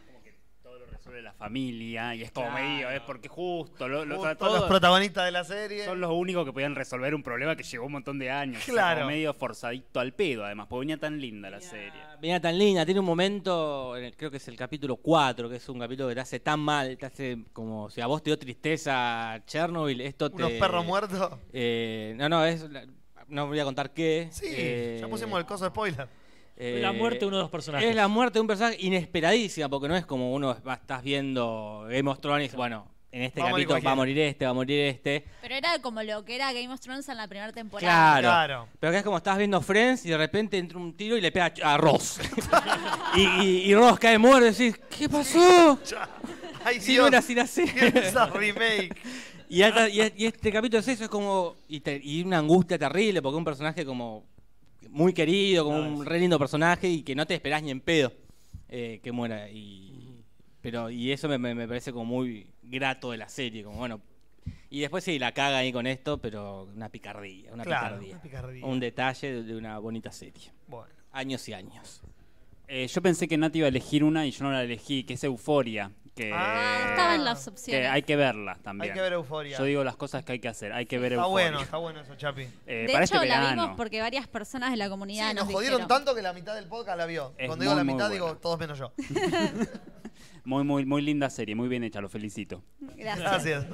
Speaker 7: Todo lo resuelve la familia y es como
Speaker 4: Claro.
Speaker 7: medio, es porque justo, lo, lo-
Speaker 1: Justo
Speaker 7: todo-
Speaker 1: los protagonistas de la serie.
Speaker 7: son los únicos que podían resolver un problema que llevó un montón de años. O sea,
Speaker 1: Claro.
Speaker 7: como medio forzadito al pedo, además, porque venía tan linda la serie.
Speaker 4: Mira tan linda, tiene un momento, en el- creo que es el capítulo 4, que es un capítulo que te hace tan mal, te hace como si a vos te dio tristeza Chernobyl, esto te.
Speaker 1: Unos perros muertos.
Speaker 4: Eh, no, no, es. la- No voy a contar qué.
Speaker 1: Sí,
Speaker 4: Eh,
Speaker 1: ya pusimos el coso spoiler.
Speaker 4: eh,
Speaker 2: la muerte de uno de los personajes.
Speaker 4: Es la muerte de un personaje inesperadísima, porque no es como uno va- estás viendo Game of Thrones, bueno, en este
Speaker 1: Va a morir
Speaker 4: capítulo va
Speaker 1: cualquiera.
Speaker 4: a morir este, va a morir este.
Speaker 3: Pero era como lo que era Game of Thrones en la primera temporada.
Speaker 4: Claro.
Speaker 1: Claro.
Speaker 4: Pero acá es como estás viendo Friends y de repente entra un tiro y le pega a Ross. [LAUGHS] y, y- y Ross cae muerto y decís, ¿qué pasó?
Speaker 1: Ay,
Speaker 4: Si no
Speaker 1: Dios.
Speaker 4: era así la serie".
Speaker 1: Esa remake.
Speaker 4: Y, ata- y- y este capítulo es eso, es como. Y, te- y una angustia terrible, porque un personaje como. Muy querido, como
Speaker 2: No,
Speaker 4: un
Speaker 2: es-
Speaker 4: re lindo personaje y que no te esperás ni en pedo eh, que muera. Y, pero, y eso me, me- me parece como muy grato de la serie, como bueno. Y después sí, la caga ahí con esto, pero una picardía, una
Speaker 1: Claro,
Speaker 4: picardía.
Speaker 1: una picardía.
Speaker 4: Un detalle de, de una bonita serie.
Speaker 1: Bueno.
Speaker 4: Años y años.
Speaker 7: Eh, yo pensé que Nati iba a elegir una y yo no la elegí, que es Euforia, que,
Speaker 1: Ah,
Speaker 3: Estaba en las
Speaker 7: que
Speaker 3: opciones.
Speaker 7: hay que verlas también.
Speaker 1: Hay que ver Euforia.
Speaker 7: Yo digo las cosas que hay que hacer, hay que ver
Speaker 1: está
Speaker 7: euforia.
Speaker 1: bueno, está bueno eso, Chapi.
Speaker 3: de
Speaker 7: Eh, para
Speaker 3: hecho,
Speaker 7: este
Speaker 3: la
Speaker 7: verano.
Speaker 3: vimos porque varias personas de la comunidad
Speaker 1: Sí, nos jodieron
Speaker 3: dijeron.
Speaker 1: tanto que la mitad del podcast la vio.
Speaker 7: Es
Speaker 1: Cuando digo
Speaker 7: muy,
Speaker 1: la
Speaker 7: muy
Speaker 1: mitad,
Speaker 7: buena.
Speaker 1: digo todos menos yo.
Speaker 7: Muy, muy, muy linda serie, muy bien hecha, lo felicito.
Speaker 3: Gracias.
Speaker 1: Gracias.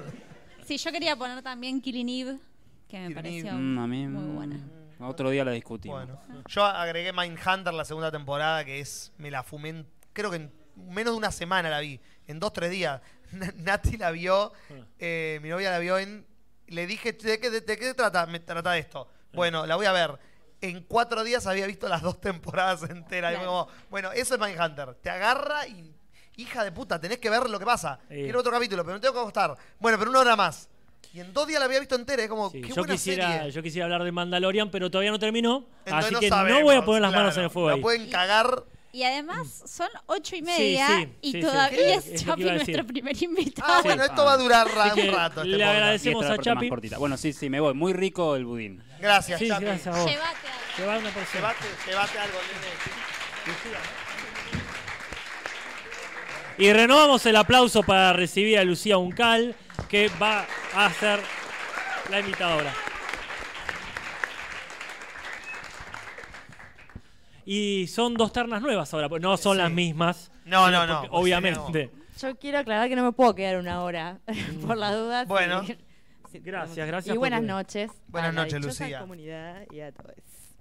Speaker 3: Sí, yo quería poner también Killing Eve, que me
Speaker 1: Killing
Speaker 3: pareció
Speaker 7: Mm, a mí,
Speaker 3: muy buena.
Speaker 7: mm, Otro día la discutimos. Ah.
Speaker 1: bueno, yo agregué Mindhunter la segunda temporada, que es. Me la fumé, en- creo que en menos de una semana la vi. En dos, tres días. [LAUGHS] Na- Nati la vio,
Speaker 2: Hmm.
Speaker 1: eh, mi novia la vio en. Le dije, ¿de qué, de, de qué trata? Me trata de esto.
Speaker 2: Hmm.
Speaker 1: Bueno, la voy a ver. En cuatro días había visto las dos temporadas enteras. Y fue
Speaker 3: Claro.
Speaker 1: como, bueno, eso es Mindhunter. Te agarra y. Hija de puta, tenés que ver lo que pasa.
Speaker 2: Sí.
Speaker 1: Quiero otro capítulo, pero me tengo que acostar. Bueno, pero una hora más. Y en dos días la había visto entera. Es como,
Speaker 2: Sí,
Speaker 1: qué
Speaker 2: yo,
Speaker 1: buena
Speaker 2: quisiera,
Speaker 1: serie.
Speaker 2: yo quisiera hablar de Mandalorian, pero todavía no terminó.
Speaker 1: Entonces
Speaker 2: así que no
Speaker 1: sabemos,
Speaker 2: voy a poner las manos
Speaker 1: claro.
Speaker 2: en el fuego.
Speaker 1: La
Speaker 2: ahí.
Speaker 1: pueden cagar.
Speaker 3: Y además son ocho y
Speaker 2: Sí,
Speaker 3: media
Speaker 2: sí,
Speaker 3: y
Speaker 2: sí, sí.
Speaker 3: todavía
Speaker 2: ¿Qué?
Speaker 3: es
Speaker 2: Es lo que
Speaker 3: Chapi
Speaker 2: iba a
Speaker 3: nuestro
Speaker 2: decir.
Speaker 3: primer
Speaker 1: Ah,
Speaker 3: invitado.
Speaker 1: bueno,
Speaker 7: sí.
Speaker 1: esto va a durar ra-
Speaker 2: Así que
Speaker 1: un rato. Este podcast.
Speaker 2: le
Speaker 7: Y esta
Speaker 2: agradecemos
Speaker 7: es
Speaker 2: a
Speaker 7: la parte más
Speaker 2: Chapi.
Speaker 7: cortita. Bueno, sí, sí, me voy. Muy rico el budín.
Speaker 1: Gracias,
Speaker 2: Sí,
Speaker 1: Chapi.
Speaker 2: gracias a vos.
Speaker 3: Llévate a-
Speaker 2: Llevar una porción.
Speaker 1: Llevate, llevate algo, nene.
Speaker 2: Y renovamos el aplauso para recibir a Lucía Uncal, que va a ser la invitadora. Y son dos ternas nuevas ahora, pues no son las mismas.
Speaker 1: No, no, no,
Speaker 2: porque-
Speaker 1: pues
Speaker 2: Obviamente.
Speaker 9: Yo quiero aclarar que no me puedo quedar una hora, por las dudas.
Speaker 1: Bueno.
Speaker 9: Sí. Sí,
Speaker 2: Gracias,
Speaker 9: tenemos-
Speaker 2: Mm. gracias
Speaker 9: Y buenas
Speaker 2: porque-
Speaker 9: noches.
Speaker 1: Buenas
Speaker 9: a la
Speaker 1: noches,
Speaker 9: dichosa
Speaker 1: Lucía.
Speaker 9: comunidad y a todos.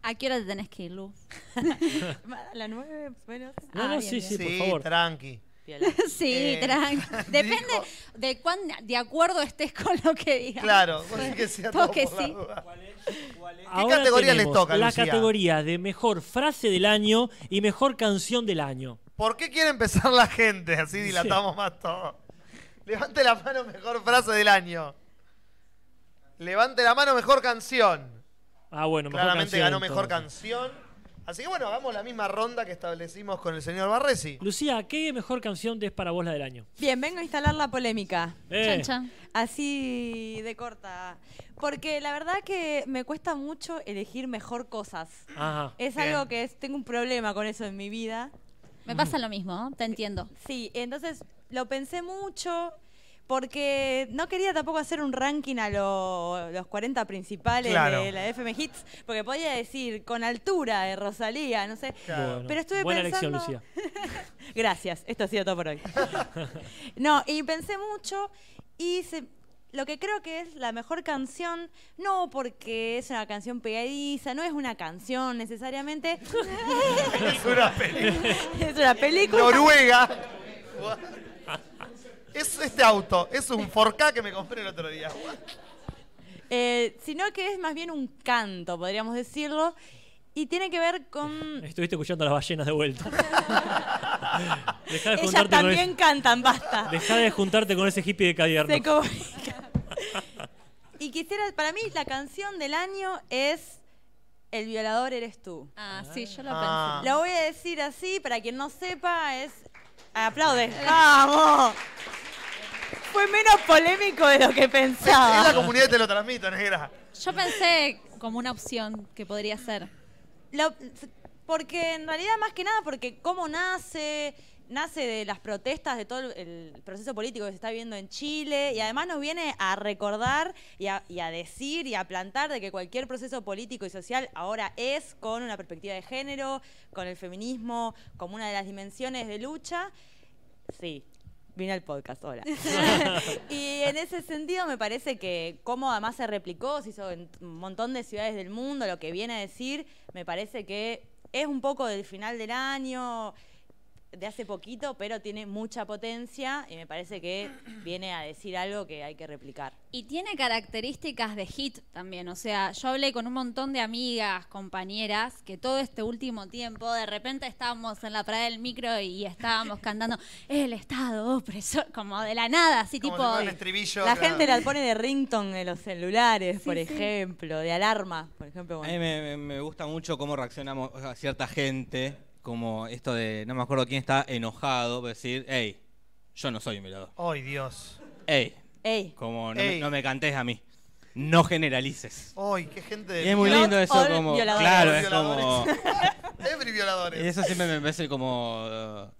Speaker 3: ¿A qué hora te tenés que ir, Lu?
Speaker 9: A las nueve menos.
Speaker 2: No,
Speaker 9: Ah,
Speaker 2: no,
Speaker 9: bien,
Speaker 2: sí,
Speaker 9: bien.
Speaker 2: sí. por
Speaker 1: Sí,
Speaker 2: favor.
Speaker 1: tranqui.
Speaker 2: [LAUGHS]
Speaker 9: Piola.
Speaker 3: [LAUGHS] Sí,
Speaker 1: Eh,
Speaker 3: tranqui. Depende
Speaker 1: [LAUGHS] dijo-
Speaker 3: de cuán de acuerdo estés [LAUGHS] con lo que digas.
Speaker 1: Claro, así que sea
Speaker 3: Todos
Speaker 1: todo
Speaker 3: que
Speaker 1: por la
Speaker 3: sí.
Speaker 1: duda.
Speaker 2: Ahora
Speaker 1: categoría les
Speaker 2: tenemos
Speaker 1: toca,
Speaker 2: La
Speaker 1: Lucía?
Speaker 2: categoría de mejor frase del año y mejor canción del año.
Speaker 1: ¿Por qué quiere empezar la gente? Así dilatamos más todo. Levante la mano, mejor frase del año. Levante la mano, mejor canción.
Speaker 2: Ah, bueno, mejor
Speaker 1: Claramente
Speaker 2: canción,
Speaker 1: ganó mejor
Speaker 2: entonces.
Speaker 1: canción. Así que bueno, hagamos la misma ronda que establecimos con el señor Barresi. [LAUGHS]
Speaker 2: Lucía, ¿qué mejor canción es para vos la del año?
Speaker 9: Bien, vengo a instalar la polémica.
Speaker 3: Chan,
Speaker 2: Eh,
Speaker 3: chan.
Speaker 9: Así de corta. Porque la verdad que me cuesta mucho elegir mejor cosas.
Speaker 2: Ajá.
Speaker 9: Es
Speaker 1: Bien.
Speaker 9: algo que es- tengo un problema con eso en mi vida.
Speaker 3: Me pasa lo mismo, ¿eh? te entiendo.
Speaker 9: Sí, entonces lo pensé mucho porque no quería tampoco hacer un ranking a lo- los 40 principales
Speaker 1: Claro.
Speaker 9: de la FM Hits, porque podía decir con altura de Rosalía, no sé.
Speaker 1: Claro.
Speaker 2: Bueno,
Speaker 9: Pero estuve
Speaker 2: buena
Speaker 9: pensando-
Speaker 2: elección, Lucía.
Speaker 9: Gracias, esto ha sido todo por
Speaker 2: [LAUGHS]
Speaker 9: hoy. no, y pensé mucho y se- lo que creo que es la mejor canción, no porque es una canción pegadiza, no es una canción
Speaker 2: [LAUGHS]
Speaker 9: necesariamente,
Speaker 1: Es una película.
Speaker 9: [LAUGHS] es una película.
Speaker 1: Noruega. Es este auto, es un 4K que me compré el otro día.
Speaker 9: Eh, sino que es más bien un canto, podríamos decirlo, y tiene que ver con...
Speaker 2: Estuviste escuchando a las ballenas de vuelta.
Speaker 9: [LAUGHS]
Speaker 2: Dejá de
Speaker 9: Ellas
Speaker 2: juntarte con
Speaker 9: también
Speaker 2: ese-
Speaker 9: cantan, basta.
Speaker 2: dejá de juntarte con ese hippie de cadierno.
Speaker 9: Se comunica. Y quisiera, para mí la canción del año es El violador eres tú.
Speaker 3: Ah, sí, yo lo
Speaker 1: Ah.
Speaker 9: Lo voy a decir así, para quien no sepa, es... Aplaude. ¡Vamos! Fue menos polémico de lo que
Speaker 1: Es la
Speaker 9: pensaba.
Speaker 1: comunidad que te lo transmito, negra.
Speaker 3: pensé. Yo pensé como una opción que podría ser.
Speaker 9: Lo- porque en realidad, más que nada, porque cómo nace, nace de las protestas, de todo el el proceso político que se está viviendo en Chile, y además nos viene a recordar y a, y a decir y a plantar de que cualquier proceso político y social ahora es con una perspectiva de género, con el feminismo, como una de las dimensiones de lucha. Sí. Vine al
Speaker 1: [LAUGHS]
Speaker 9: podcast, hola. y en ese sentido me parece que cómo además se replicó, se hizo en un montón de ciudades del mundo, lo que viene a decir, me parece que es un poco del final del año, de hace poquito, pero tiene mucha potencia y me parece que viene a decir algo que hay que replicar.
Speaker 3: Y tiene características de hit también. O sea, yo hablé con un montón de amigas, compañeras, que todo este último tiempo de repente estábamos en la parada del micro y estábamos cantando el Estado opresor, como de la nada, así
Speaker 1: Como
Speaker 3: tipo.
Speaker 1: si fuera un estribillo.
Speaker 9: La
Speaker 1: claro.
Speaker 9: gente la pone de ringtone en los celulares, por ejemplo, de alarma, por ejemplo.
Speaker 4: A
Speaker 9: bueno.
Speaker 4: mí me, me- me gusta mucho cómo reaccionamos a cierta gente, como esto de, no me acuerdo quién está enojado, pero decir, hey, yo no soy un violador.
Speaker 1: Ay, Dios.
Speaker 4: Hey,
Speaker 9: Oh. Ey,
Speaker 4: como no, me-
Speaker 1: Ey.
Speaker 4: no me cantes a mí, no generalices.
Speaker 1: Ay, qué gente
Speaker 4: Y
Speaker 1: de
Speaker 4: es muy
Speaker 1: mierda.
Speaker 4: lindo eso,
Speaker 9: All
Speaker 4: como,
Speaker 9: violadores.
Speaker 4: claro,
Speaker 1: All
Speaker 4: es como,
Speaker 1: Every violadores. [LAUGHS]
Speaker 4: Eso siempre me parece como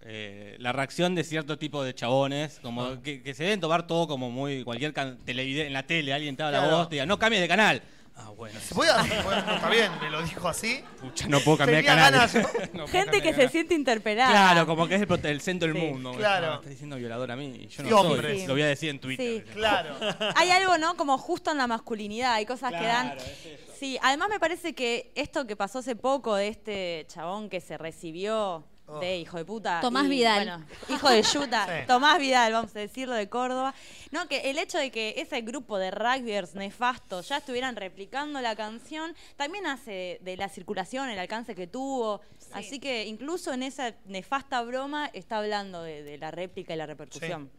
Speaker 4: eh, la reacción de cierto tipo de chabones, como
Speaker 1: Ah.
Speaker 4: que, que se deben tomar todo como muy cualquier can- televide- en la tele, alguien te da la
Speaker 1: Claro.
Speaker 4: voz, te diga, no cambies de canal. Ah, bueno.
Speaker 1: Voy a,
Speaker 4: [LAUGHS]
Speaker 1: bueno, no, está bien, me lo dijo así.
Speaker 4: Pucha, no puedo cambiar de
Speaker 1: Tenía
Speaker 4: canal. [LAUGHS]
Speaker 1: ganas, ¿no?
Speaker 4: No puedo
Speaker 9: [LAUGHS]
Speaker 4: cambiar
Speaker 9: Gente que
Speaker 4: de
Speaker 9: se
Speaker 4: canal.
Speaker 9: siente interpelada.
Speaker 4: Claro, como que es el, prote- el centro del
Speaker 9: Sí,
Speaker 4: mundo.
Speaker 1: claro.
Speaker 4: Ah, está diciendo violador a mí. y Yo no
Speaker 1: Sí,
Speaker 4: soy.
Speaker 1: hombres.
Speaker 4: Lo voy a decir en Twitter.
Speaker 9: Sí.
Speaker 1: Claro.
Speaker 9: [LAUGHS] Hay algo, ¿no? Como justo en la masculinidad, hay cosas que dan... Sí, además me parece que esto que pasó hace poco de este chabón que se recibió de hijo de puta.
Speaker 3: Tomás
Speaker 9: y,
Speaker 3: Vidal.
Speaker 9: bueno, hijo de Yuta,
Speaker 1: Oh. [LAUGHS] Sí.
Speaker 9: Tomás Vidal, vamos a decirlo, de Córdoba. No, que el hecho de que ese grupo de rugbyers nefastos ya estuvieran replicando la canción, también hace de la circulación el alcance que tuvo. Así que incluso en esa nefasta broma está hablando de, de la réplica y la repercusión.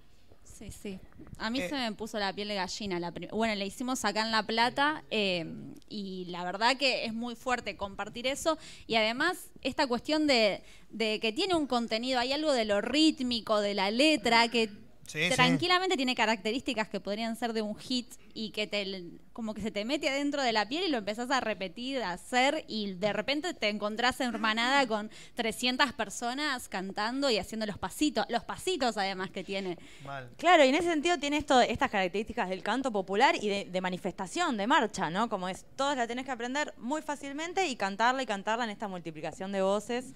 Speaker 3: Sí, sí. A mí
Speaker 1: Eh.
Speaker 3: se me puso la piel de gallina. La prim- bueno, la hicimos acá en La Plata eh, y la verdad que es muy fuerte compartir eso. Y además, esta cuestión de, de que tiene un contenido, hay algo de lo rítmico, de la letra, que
Speaker 1: Sí, sí.
Speaker 3: tranquilamente tiene características que podrían ser de un hit y que te como que se te mete adentro de la piel y lo empezás a repetir, a hacer y de repente te encontrás hermanada con 300 personas cantando y haciendo los pasitos, los pasitos además que tiene.
Speaker 1: Mal.
Speaker 9: Claro, y en ese sentido tiene esto, estas características del canto popular y de, de manifestación, de marcha, ¿no? Como es, todos la tenés que aprender muy fácilmente y cantarla y cantarla en esta multiplicación de voces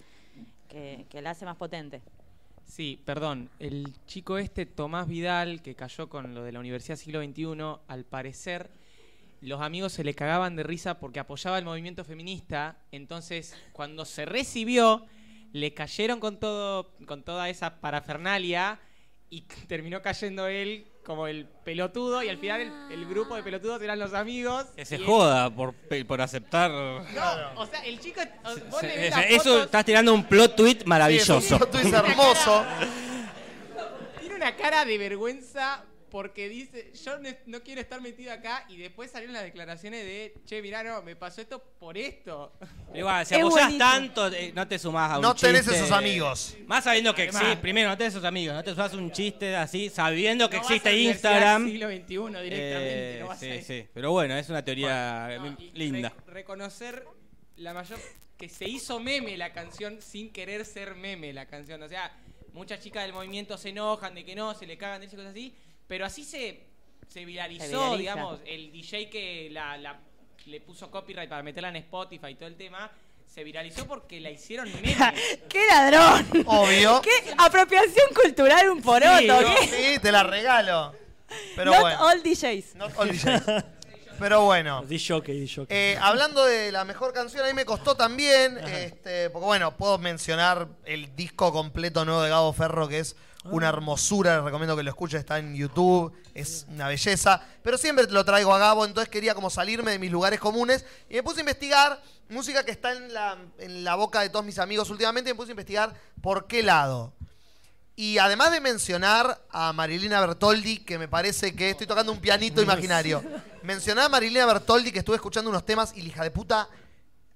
Speaker 9: que, que la hace más
Speaker 1: [LAUGHS]
Speaker 9: potente.
Speaker 10: Sí, perdón. El chico este, Tomás Vidal, que cayó con lo de la Universidad Siglo XXI, al parecer los amigos se le cagaban de risa porque apoyaba el movimiento feminista. Entonces, cuando se recibió, le cayeron con, todo, con toda esa parafernalia y [LAUGHS] terminó cayendo él como el pelotudo. Y al final, el, el grupo de pelotudos eran los amigos.
Speaker 4: Que se
Speaker 10: y él-
Speaker 4: joda por, pe- por aceptar.
Speaker 10: No, o sea, el chico. o- vos le
Speaker 4: Se-
Speaker 10: ves
Speaker 4: es-
Speaker 10: las
Speaker 4: eso
Speaker 10: fotos-
Speaker 4: estás tirando un plot tweet
Speaker 1: Sí, es
Speaker 4: maravilloso.
Speaker 1: un plot twist hermoso.
Speaker 10: Tiene una cara de vergüenza porque dice, yo no, no quiero estar metido acá y después salieron las declaraciones de, che, mirá, no, me pasó esto por esto.
Speaker 4: Pero [LAUGHS] Igual, si
Speaker 9: Es
Speaker 4: apoyás
Speaker 9: buenísimo.
Speaker 4: tanto, eh, no te sumás a un
Speaker 1: No tenés
Speaker 4: chiste
Speaker 1: esos
Speaker 4: de-
Speaker 1: amigos.
Speaker 4: Más sabiendo que
Speaker 10: Además.
Speaker 4: existe. Primero, no tenés esos amigos. No te sumás a un chiste así, sabiendo que
Speaker 10: No vas a
Speaker 4: existe
Speaker 10: la universidad
Speaker 4: Instagram.
Speaker 10: siglo XXI directamente,
Speaker 4: Eh,
Speaker 10: no vas a
Speaker 4: sí,
Speaker 10: ir.
Speaker 4: sí. Pero bueno, es una teoría
Speaker 10: No,
Speaker 4: eh,
Speaker 10: y
Speaker 4: linda.
Speaker 10: re- reconocer la mayor... que se hizo meme la canción sin querer ser meme la canción. O sea, muchas chicas del movimiento se enojan de que no, se le cagan de esas cosas así, pero así se, se
Speaker 9: Se
Speaker 10: viralizó,
Speaker 9: viraliza.
Speaker 10: digamos, el DJ que la, la- le puso copyright para meterla en Spotify y todo el tema, se viralizó porque la hicieron meme.
Speaker 9: ¡Qué ladrón!
Speaker 1: Obvio.
Speaker 9: ¡Qué apropiación cultural un poroto!
Speaker 10: Sí,
Speaker 9: ¿qué?
Speaker 1: Sí, te la regalo. Pero
Speaker 9: Not
Speaker 1: bueno.
Speaker 9: all DJs.
Speaker 1: Not all DJs. Pero bueno.
Speaker 2: Di jockey, di jockey.
Speaker 1: Eh, hablando de la mejor canción, a mí me costó también, este, porque bueno, puedo mencionar el disco completo nuevo de Gabo Ferro, que es una hermosura, les recomiendo que lo escuchen, está en YouTube, es una belleza, pero siempre lo traigo a Gabo, entonces quería como salirme de mis lugares comunes y me puse a investigar música que está en la, en la boca de todos mis amigos últimamente, y me puse a investigar por qué lado. Y además de mencionar a Marilina Bertoldi, que me parece que estoy tocando un pianito imaginario, mencionar a Marilina Bertoldi que estuve escuchando unos temas y la hija de puta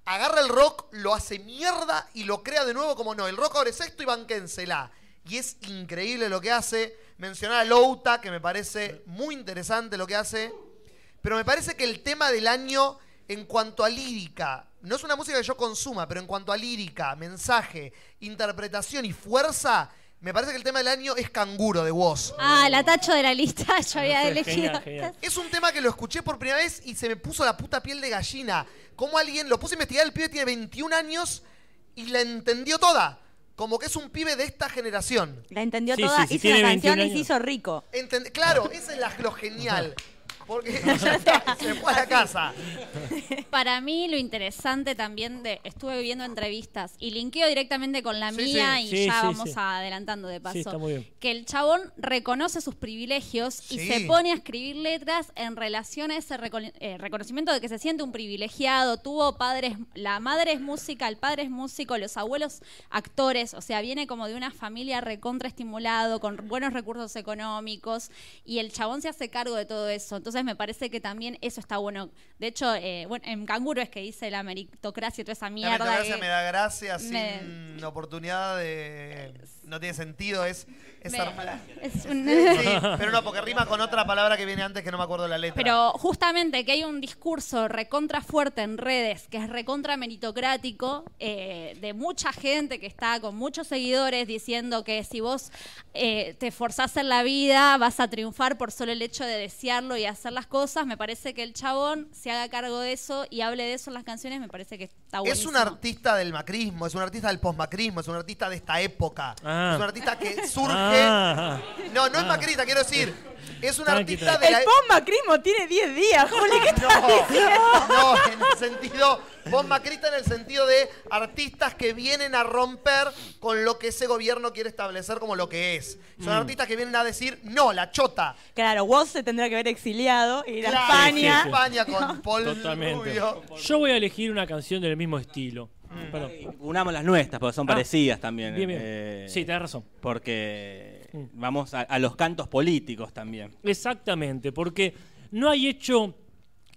Speaker 1: agarra el rock, lo hace mierda y lo crea de nuevo como no. El rock ahora es esto y banquénsela. Y es increíble lo que hace. Mencionar a Louta, que me parece muy interesante lo que hace. Pero me parece que el tema del año, en cuanto a lírica, no es una música que yo consuma, pero en cuanto a lírica, mensaje, interpretación y fuerza, me parece que el tema del año es Canguro de
Speaker 9: [LAUGHS]
Speaker 1: Woz.
Speaker 3: Ah, la tacho de la lista,
Speaker 9: Ah,
Speaker 3: yo había
Speaker 2: Genial,
Speaker 3: elegido.
Speaker 2: genial.
Speaker 1: Es un tema que lo escuché por primera vez y se me puso la puta piel de gallina. Como alguien lo puse a investigar, el pibe tiene 21 años y la entendió toda. Como que es un pibe de esta generación.
Speaker 9: La entendió
Speaker 2: Sí,
Speaker 9: toda,
Speaker 2: sí, sí,
Speaker 9: hizo
Speaker 2: tiene
Speaker 9: la canción
Speaker 2: 21
Speaker 9: y se
Speaker 2: años.
Speaker 9: hizo rico.
Speaker 1: Entend- claro, eso es la- lo genial. Porque ya está, [LAUGHS] se fue a la casa.
Speaker 3: [LAUGHS] Para mí lo interesante también de estuve viendo entrevistas y linkeo directamente con la
Speaker 1: Sí,
Speaker 3: mía
Speaker 2: sí.
Speaker 3: y
Speaker 2: Sí,
Speaker 3: ya
Speaker 2: sí,
Speaker 3: vamos
Speaker 2: sí.
Speaker 3: adelantando de paso.
Speaker 2: está muy bien.
Speaker 3: Que el chabón reconoce sus privilegios
Speaker 1: Sí.
Speaker 3: y se pone a escribir letras en relación a ese recono- eh, reconocimiento de que se siente un privilegiado, tuvo padres, la madre es música, el padre es músico, los abuelos actores, o sea, viene como de una familia recontraestimulado, con buenos recursos económicos, y el chabón se hace cargo de todo eso. Entonces Entonces me parece que también eso está bueno. De hecho, eh, bueno, en Canguro es que hice la meritocracia y toda esa
Speaker 1: La
Speaker 3: mierda.
Speaker 1: meritocracia
Speaker 3: que-
Speaker 1: me da gracia
Speaker 3: me-
Speaker 1: sin Mm, oportunidad de. No tiene sentido, es. es
Speaker 3: me-
Speaker 1: armar-
Speaker 3: es un-
Speaker 1: Sí, pero no, porque rima con otra palabra que viene antes que no me acuerdo la letra.
Speaker 3: Pero justamente que hay un discurso recontra fuerte en redes, que es recontra meritocrático, eh, de mucha gente que está con muchos seguidores diciendo que si vos eh, te esforzás en la vida vas a triunfar por solo el hecho de desearlo y hacer las cosas, me parece que el chabón se haga cargo de eso y hable de eso en las canciones, me parece que está
Speaker 1: Es
Speaker 3: buenísimo.
Speaker 1: un artista del macrismo, es un artista del posmacrismo, es un artista de esta época.
Speaker 2: Ah.
Speaker 1: Es un artista que surge.
Speaker 2: Ah.
Speaker 1: No, no es macrista, quiero decir. Es un
Speaker 2: Tranqui,
Speaker 1: artista de
Speaker 9: El
Speaker 1: la.
Speaker 9: post-macrismo tiene 10
Speaker 1: [LAUGHS]
Speaker 9: días, Juli, ¿qué estás diciendo?
Speaker 1: No, no, en el sentido, posmacrista en el sentido de artistas que vienen a romper con lo que ese gobierno quiere establecer como lo que es. Son artistas que vienen a decir, no, la chota.
Speaker 9: Claro, Woz se tendrá que ver exiliado y ir a
Speaker 1: Claro,
Speaker 9: [LAUGHS] España.
Speaker 1: España con Paul
Speaker 2: Totalmente.
Speaker 1: Rubio. Mm.
Speaker 2: Yo voy a elegir una canción del mismo estilo. Perdón.
Speaker 4: Unamos las nuestras, porque son
Speaker 2: Ah,
Speaker 4: parecidas también.
Speaker 2: Bien, bien.
Speaker 4: eh,
Speaker 2: Sí, tenés razón. Mm.
Speaker 4: Porque vamos a, a los cantos políticos también.
Speaker 2: Exactamente, porque no hay hecho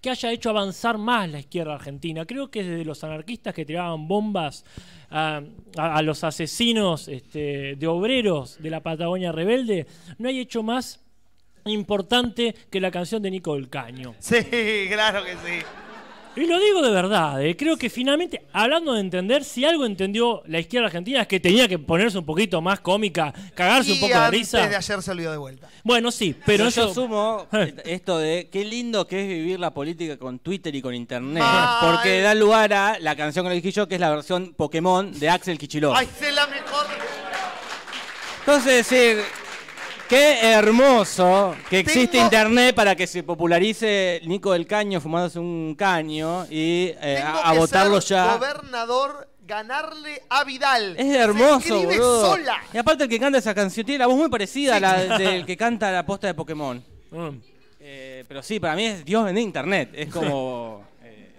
Speaker 2: que haya hecho avanzar más la izquierda argentina. Creo que desde los anarquistas que tiraban bombas a, a- a los asesinos este, de obreros de la Patagonia rebelde, no hay hecho más importante que la canción de Nico del Caño.
Speaker 1: Sí, claro que sí.
Speaker 2: Y lo digo de verdad, eh, creo que finalmente, hablando de entender, si algo entendió la izquierda argentina es que tenía que ponerse un poquito más cómica, cagarse un
Speaker 1: Y
Speaker 2: poco de
Speaker 1: antes
Speaker 2: risa.
Speaker 1: de ayer se olvidó de vuelta.
Speaker 2: Bueno, sí, pero
Speaker 4: yo,
Speaker 2: eso... [LAUGHS]
Speaker 4: sumo esto de qué lindo que es vivir la política con Twitter y con Internet.
Speaker 1: Mal.
Speaker 4: Porque da lugar a la canción que le dije yo, que es la versión Pokémon de Axel Kichilov.
Speaker 1: Ay, es la mejor.
Speaker 4: Entonces, decir, qué hermoso que existe
Speaker 1: Tengo-
Speaker 4: Internet para que se popularice Nico del Caño fumándose un caño y eh,
Speaker 1: Tengo
Speaker 4: a, a
Speaker 1: que
Speaker 4: votarlo
Speaker 1: ser
Speaker 4: ya.
Speaker 1: Gobernador, ganarle a Vidal.
Speaker 4: Es hermoso,
Speaker 1: Se escribe
Speaker 4: boludo.
Speaker 1: sola.
Speaker 4: Y aparte el que canta esa canción tiene la voz muy parecida a
Speaker 1: [LAUGHS]
Speaker 4: la del que canta la posta de Pokémon.
Speaker 2: Mm.
Speaker 4: Eh, pero sí, para mí es Dios en internet. Es como eh,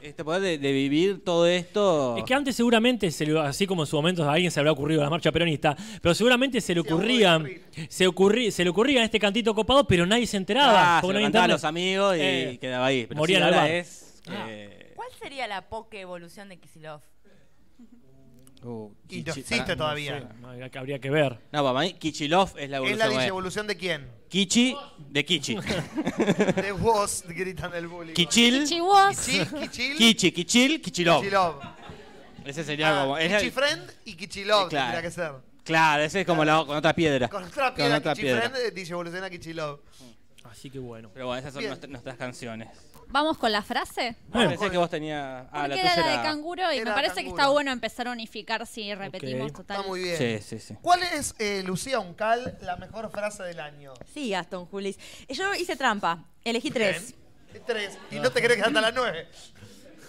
Speaker 4: este poder de, de vivir todo esto.
Speaker 2: Es que antes seguramente, se le- así como en su momento a alguien se le habrá ocurrido la marcha peronista, pero seguramente se le
Speaker 1: Se
Speaker 2: ocurría,
Speaker 1: ocurría.
Speaker 2: se, ocurrí, se le ocurría este cantito copado, pero nadie se enteraba.
Speaker 4: Ah, se lo
Speaker 2: porque no había
Speaker 4: cantaba a
Speaker 2: internet.
Speaker 4: los amigos y
Speaker 2: Eh,
Speaker 4: quedaba ahí. Pero
Speaker 2: morían
Speaker 4: sí,
Speaker 2: al
Speaker 4: ahora
Speaker 2: bar.
Speaker 4: es. eh,
Speaker 11: ¿Cuál sería la poke evolución de Kisilov?
Speaker 4: uh,
Speaker 1: Y no
Speaker 4: Kichi-
Speaker 1: existe
Speaker 4: para-
Speaker 1: todavía.
Speaker 2: No, habría que- habría que ver.
Speaker 4: No, para mí Kichilov es la
Speaker 1: ¿Es
Speaker 4: evolución.
Speaker 1: la
Speaker 4: eh.
Speaker 1: disevolución
Speaker 4: [LAUGHS]
Speaker 1: de quién?
Speaker 4: Kichi de
Speaker 1: [LAUGHS]
Speaker 4: Kichi. [LAUGHS]
Speaker 1: De vos, gritan el bullying.
Speaker 4: Kichil.
Speaker 3: Chihuahua.
Speaker 1: Kichil, Kichil,
Speaker 4: Kichi, Kichil, Kichilov.
Speaker 1: Kichilov.
Speaker 4: Ese sería como.
Speaker 1: Ah,
Speaker 4: es la-
Speaker 1: Kichifriend y Kichilov
Speaker 4: Eh, claro.
Speaker 1: tendría que ser.
Speaker 4: Claro, ese es como la, con otra piedra.
Speaker 1: Con otra
Speaker 4: Con
Speaker 1: piedra,
Speaker 4: otra
Speaker 1: Kichifriend
Speaker 4: piedra.
Speaker 1: eh, disevoluciona Kichilov.
Speaker 2: Así que bueno.
Speaker 4: Pero bueno, esas son
Speaker 1: Bien.
Speaker 4: nuestra- nuestras canciones.
Speaker 3: Vamos con la frase.
Speaker 2: Eh,
Speaker 4: Pensé que vos tenías. Ah, la
Speaker 3: Porque
Speaker 4: tuya
Speaker 3: era la de
Speaker 4: era-
Speaker 3: canguro y
Speaker 1: Era
Speaker 3: me parece que
Speaker 1: canguro.
Speaker 3: está bueno empezar a unificar si repetimos
Speaker 2: Ok.
Speaker 3: total.
Speaker 1: Está muy bien.
Speaker 4: Sí, sí, sí.
Speaker 1: ¿Cuál es, eh, Lucía Uncal, la mejor frase del año?
Speaker 9: Sí, Gastón Julis. Yo hice trampa, elegí tres.
Speaker 1: Bien. Tres. Y no te crees que hasta las nueve. [LAUGHS]